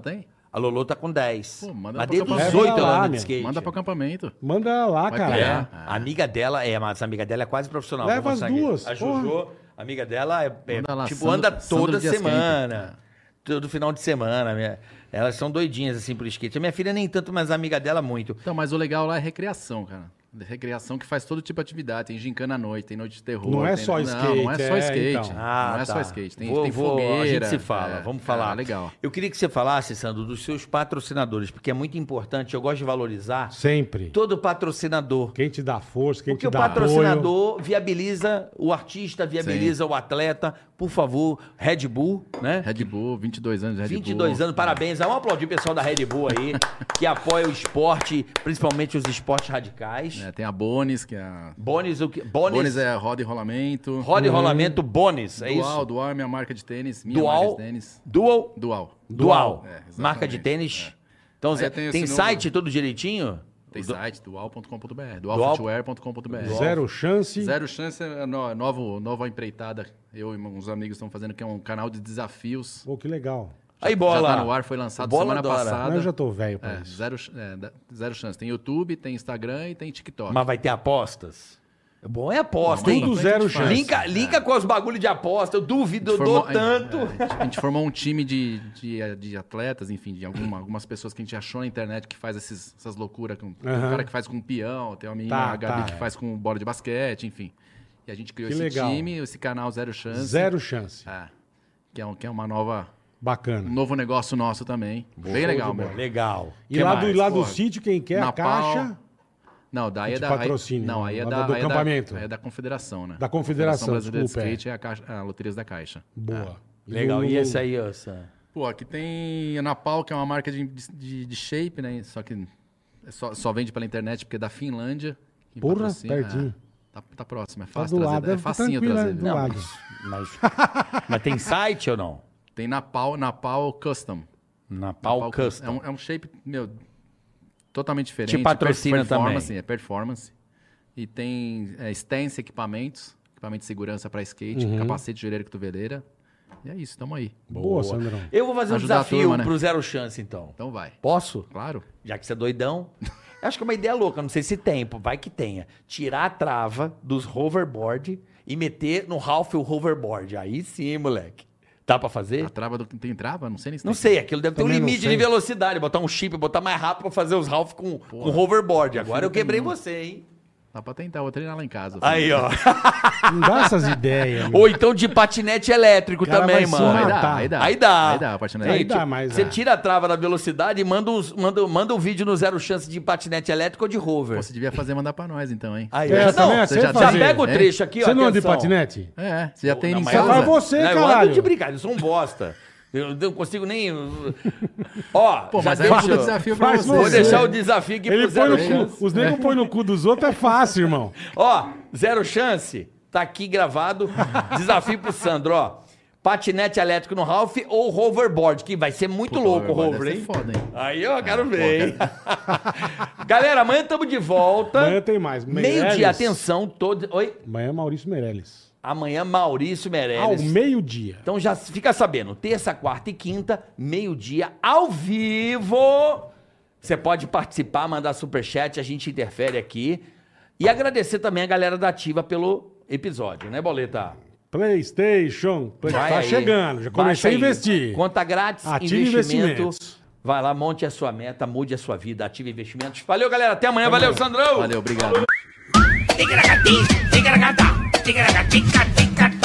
Speaker 3: direitinho.
Speaker 1: tem?
Speaker 3: A Lolo tá com 10.
Speaker 1: Pô, manda
Speaker 3: mas
Speaker 1: pra
Speaker 3: desde
Speaker 1: cá
Speaker 3: os
Speaker 1: pra
Speaker 3: 18
Speaker 2: É, lá,
Speaker 3: ela anda de
Speaker 2: meu.
Speaker 3: skate.
Speaker 1: Manda pro acampamento.
Speaker 2: Manda ela lá,
Speaker 1: Vai
Speaker 2: cara.
Speaker 1: pegar.
Speaker 3: É,
Speaker 1: Ah.
Speaker 3: a amiga dela, é, mas a amiga dela é quase profissional.
Speaker 2: Leva
Speaker 3: Vou
Speaker 2: as
Speaker 3: mostrar aqui.
Speaker 2: duas,
Speaker 3: A Jojo, a amiga dela, é, é,
Speaker 1: Manda lá,
Speaker 3: tipo,
Speaker 1: Sandro-
Speaker 3: anda toda
Speaker 1: Sandro Dias
Speaker 3: semana. Todo final de semana. minha- Elas são doidinhas, assim, pro skate. A minha filha nem tanto, mas a amiga dela muito.
Speaker 1: Então, mas o legal lá é recreação, cara. Recreação que faz todo tipo de atividade. Tem gincana à noite, tem noite de terror.
Speaker 2: Não é
Speaker 1: tem-
Speaker 2: só
Speaker 1: Não, não é
Speaker 2: skate,
Speaker 1: só
Speaker 2: é,
Speaker 1: skate.
Speaker 2: então.
Speaker 3: Ah,
Speaker 1: não é
Speaker 3: tá.
Speaker 1: só skate. Tem,
Speaker 3: Vou-
Speaker 1: tem
Speaker 3: vou-
Speaker 1: fogueira.
Speaker 3: A gente se fala,
Speaker 1: é.
Speaker 3: vamos falar.
Speaker 1: Ah, legal.
Speaker 3: Eu queria que você falasse, Sandro, dos seus patrocinadores, porque é muito importante, eu gosto de valorizar
Speaker 2: Sempre.
Speaker 3: todo patrocinador.
Speaker 2: Quem te dá força, quem
Speaker 3: Porque
Speaker 2: te
Speaker 3: o
Speaker 2: dá apoio.
Speaker 3: patrocinador viabiliza o artista, viabiliza o atleta. Por favor, Red Bull, né?
Speaker 1: Red Bull, 22 anos Tá de Red Bull.
Speaker 3: 22 anos, parabéns. Vamos aplaudir o pessoal da Red Bull aí, que apoia o esporte, principalmente os esportes radicais.
Speaker 1: É, tem a Bones, que é a...
Speaker 3: Bones, o que?
Speaker 1: Bones,
Speaker 3: Bones,
Speaker 1: é roda e rolamento.
Speaker 3: roda e rolamento, Bones, é
Speaker 1: Dual,
Speaker 3: isso?
Speaker 1: Dual é minha marca de tênis. Minha marca
Speaker 3: Dual,
Speaker 1: de tênis.
Speaker 3: Dual,
Speaker 1: Dual.
Speaker 3: Dual,
Speaker 1: É, exatamente.
Speaker 3: marca de tênis. Então, Zé,
Speaker 1: eu tenho
Speaker 3: tem
Speaker 1: esse
Speaker 3: site tudo direitinho?
Speaker 1: Tem
Speaker 3: Du-
Speaker 1: site, dual.com.br,
Speaker 3: Dual-
Speaker 1: dualfootwear.com.br.
Speaker 2: Zero chance.
Speaker 1: Zero Chance é no- novo, nova empreitada. Eu e uns amigos estão fazendo, que é um canal de desafios.
Speaker 2: Pô, que legal.
Speaker 3: Aí, bola.
Speaker 1: Já tá no ar, foi lançado
Speaker 3: Bola
Speaker 1: semana
Speaker 3: adora.
Speaker 1: passada.
Speaker 2: Eu já tô velho pra
Speaker 1: É,
Speaker 2: isso.
Speaker 1: zero, ch- é, da- zero chance. Tem YouTube, tem Instagram e tem TikTok.
Speaker 3: Mas vai ter apostas? O Bom é aposta,
Speaker 1: Não,
Speaker 3: hein?
Speaker 1: mas
Speaker 2: Tudo zero
Speaker 1: Mas-
Speaker 2: chance.
Speaker 3: Linka,
Speaker 1: É.
Speaker 3: linka com os bagulho de aposta, eu duvido,
Speaker 1: A
Speaker 3: eu
Speaker 1: gente formou-
Speaker 3: dou
Speaker 1: é,
Speaker 3: tanto.
Speaker 1: A gente, a gente formou um time de, de, de atletas, enfim, de alguma- algumas pessoas que a gente achou na internet que faz esses- essas loucuras. Com, Tem um
Speaker 2: Aham.
Speaker 1: cara que faz com peão, tem uma menina,
Speaker 2: Tá,
Speaker 1: a Gabi,
Speaker 2: tá,
Speaker 1: que
Speaker 2: é.
Speaker 1: faz com bola de basquete, enfim. E a gente criou
Speaker 2: Que
Speaker 1: esse
Speaker 2: legal.
Speaker 1: time, esse canal Zero Chance.
Speaker 2: Zero chance.
Speaker 1: É, que, é um- que é uma nova, um
Speaker 2: Bacana.
Speaker 1: novo negócio nosso também. Bem legal, meu.
Speaker 3: Legal.
Speaker 2: E
Speaker 1: que
Speaker 2: lá,
Speaker 1: mais?
Speaker 2: do, lá do
Speaker 1: Porra.
Speaker 2: sítio, quem quer a
Speaker 1: Na
Speaker 2: caixa
Speaker 3: É.
Speaker 1: pau. Não, daí
Speaker 2: Que
Speaker 1: é
Speaker 2: te
Speaker 1: da. aí-
Speaker 2: patrocina,
Speaker 1: não, aí é
Speaker 2: lá
Speaker 1: da.
Speaker 2: do
Speaker 1: aí é da-
Speaker 2: acampamento.
Speaker 1: aí É da Confederação, né?
Speaker 2: Da Confederação,
Speaker 1: Brasileira de
Speaker 2: desculpa, é.
Speaker 1: Skate é a, caixa, a Loterias da Caixa.
Speaker 2: boa.
Speaker 3: Legal.
Speaker 2: no-
Speaker 3: E
Speaker 2: no-
Speaker 3: esse aí, ó, Sam?
Speaker 1: Pô, aqui tem a Napal, que é uma marca de, de, de shape, né? Só que é só, só vende pela internet porque é da Finlândia.
Speaker 3: tipo
Speaker 1: Quem
Speaker 2: Porra,
Speaker 3: assim,
Speaker 1: patrocina-
Speaker 2: pertinho.
Speaker 1: É, tá, tá próximo, é
Speaker 2: Tá
Speaker 1: fácil
Speaker 2: do
Speaker 1: trazer.
Speaker 2: lado,
Speaker 1: é facinho
Speaker 2: tranquilo,
Speaker 1: trazer.
Speaker 2: é do
Speaker 1: Não,
Speaker 2: lado.
Speaker 3: Mas, mas tem site ou não?
Speaker 1: Tem Napal, Napal Custom.
Speaker 14: Na
Speaker 3: Pau
Speaker 14: pau.
Speaker 1: Napal
Speaker 3: Custom.
Speaker 1: É um, é um shape, meu, totalmente diferente.
Speaker 3: Te patrocina
Speaker 1: Per- performance,
Speaker 3: também.
Speaker 1: É performance. E tem é, Stance Equipamentos, equipamento de segurança para skate,
Speaker 3: Uhum.
Speaker 1: capacete, joelheira e cotoveleira. E é isso, tamo aí.
Speaker 2: Boa, Sandrão.
Speaker 3: Eu vou fazer um
Speaker 1: Ajudar a
Speaker 3: desafio
Speaker 1: turma, né?
Speaker 3: pro Zero Chance, então.
Speaker 1: Então vai.
Speaker 3: Posso?
Speaker 1: Claro.
Speaker 3: Já que você é doidão. Acho que é uma ideia louca, não sei se tem, pô, vai que tenha. Tirar a trava dos hoverboard e meter no Ralph o hoverboard. Aí sim, moleque. Dá pra fazer?
Speaker 1: A trava do... Tem trava? Não sei nem se
Speaker 3: Não
Speaker 1: tem.
Speaker 3: sei, aquilo deve ter um
Speaker 2: Também não
Speaker 3: limite
Speaker 2: sei.
Speaker 3: de velocidade. Botar um chip, botar mais rápido pra fazer os Ralph com, com hoverboard. Agora eu quebrei você, hein?
Speaker 1: Dá pra tentar, vou treinar lá em casa.
Speaker 3: Aí, ó.
Speaker 2: Não dá essas ideias. meu.
Speaker 3: Ou então de patinete elétrico
Speaker 2: Cara, vai
Speaker 3: também,
Speaker 2: se
Speaker 3: mano.
Speaker 1: Aí
Speaker 2: matar.
Speaker 1: dá, aí dá.
Speaker 3: Aí dá.
Speaker 1: Aí tipo, dá, a partir
Speaker 2: Ah,
Speaker 1: daí.
Speaker 2: tá. Aí
Speaker 3: Gente,
Speaker 2: dá, mas
Speaker 3: Você
Speaker 2: dá.
Speaker 3: tira a trava da velocidade e manda, uns, manda, manda um vídeo no Zero Chance de patinete elétrico ou de rover.
Speaker 1: Pô, você devia fazer mandar pra nós, então, hein?
Speaker 3: Aí,
Speaker 2: É,
Speaker 3: ó.
Speaker 2: também
Speaker 3: Não,
Speaker 2: é,
Speaker 3: você já,
Speaker 1: você
Speaker 3: já
Speaker 1: fazer,
Speaker 3: pega o
Speaker 1: hein?
Speaker 3: trecho aqui, ó.
Speaker 2: Você não anda de
Speaker 3: atenção.
Speaker 2: patinete?
Speaker 1: É, você já né? tem
Speaker 3: Não,
Speaker 1: em
Speaker 3: mas eu-
Speaker 1: casa.
Speaker 2: Só faz você,
Speaker 3: não, Eu ando
Speaker 2: caralho.
Speaker 3: de brincadeira, eu sou um bosta. Eu não consigo nem... Ó,
Speaker 1: Pô,
Speaker 3: já
Speaker 1: mas aí eu
Speaker 3: deixa-
Speaker 1: vou dar desafio pra
Speaker 2: Faz
Speaker 1: você.
Speaker 3: Vou
Speaker 2: você.
Speaker 3: deixar o desafio aqui
Speaker 2: Ele põe
Speaker 3: pro Zero
Speaker 2: no
Speaker 3: Chance.
Speaker 2: cu. Os negros põem no cu dos outros, é fácil, irmão.
Speaker 3: Ó, Zero Chance, tá aqui gravado. Desafio pro Sandro, ó. Patinete elétrico no Ralph ou hoverboard, que vai ser muito
Speaker 1: Puta,
Speaker 3: louco o
Speaker 1: hoverboard
Speaker 3: hover,
Speaker 1: deve ser
Speaker 3: hein?
Speaker 1: foda, hein?
Speaker 3: Aí eu
Speaker 2: Ah,
Speaker 3: quero
Speaker 1: pô,
Speaker 3: ver, hein? Galera, amanhã tamo de volta.
Speaker 2: Amanhã tem mais. Meirelles.
Speaker 3: Meio-dia, atenção, todo. Oi?
Speaker 2: Amanhã é Maurício Meirelles.
Speaker 3: Amanhã Maurício
Speaker 2: Ao
Speaker 3: Meirelles.
Speaker 2: meio-dia.
Speaker 3: Então já fica sabendo, terça, quarta e quinta, meio-dia, ao vivo. Você pode participar, mandar superchat, a gente interfere aqui. E agradecer também a galera da Ativa pelo episódio, né, Boleta?
Speaker 2: PlayStation. Play-
Speaker 3: Vai
Speaker 2: Tá
Speaker 3: aí.
Speaker 2: chegando. Já comecei a
Speaker 3: Baixa aí.
Speaker 2: investir.
Speaker 3: Conta grátis,
Speaker 2: Ativa
Speaker 3: investimento.
Speaker 2: Investimentos.
Speaker 3: Vai lá, monte a sua meta, mude a sua vida, ative investimentos. Valeu, galera. Até amanhã. Valeu, Sandrão.
Speaker 1: Valeu, obrigado.
Speaker 15: Tigra-gatim, tigra-gata.
Speaker 16: tica, tica, tica, tica.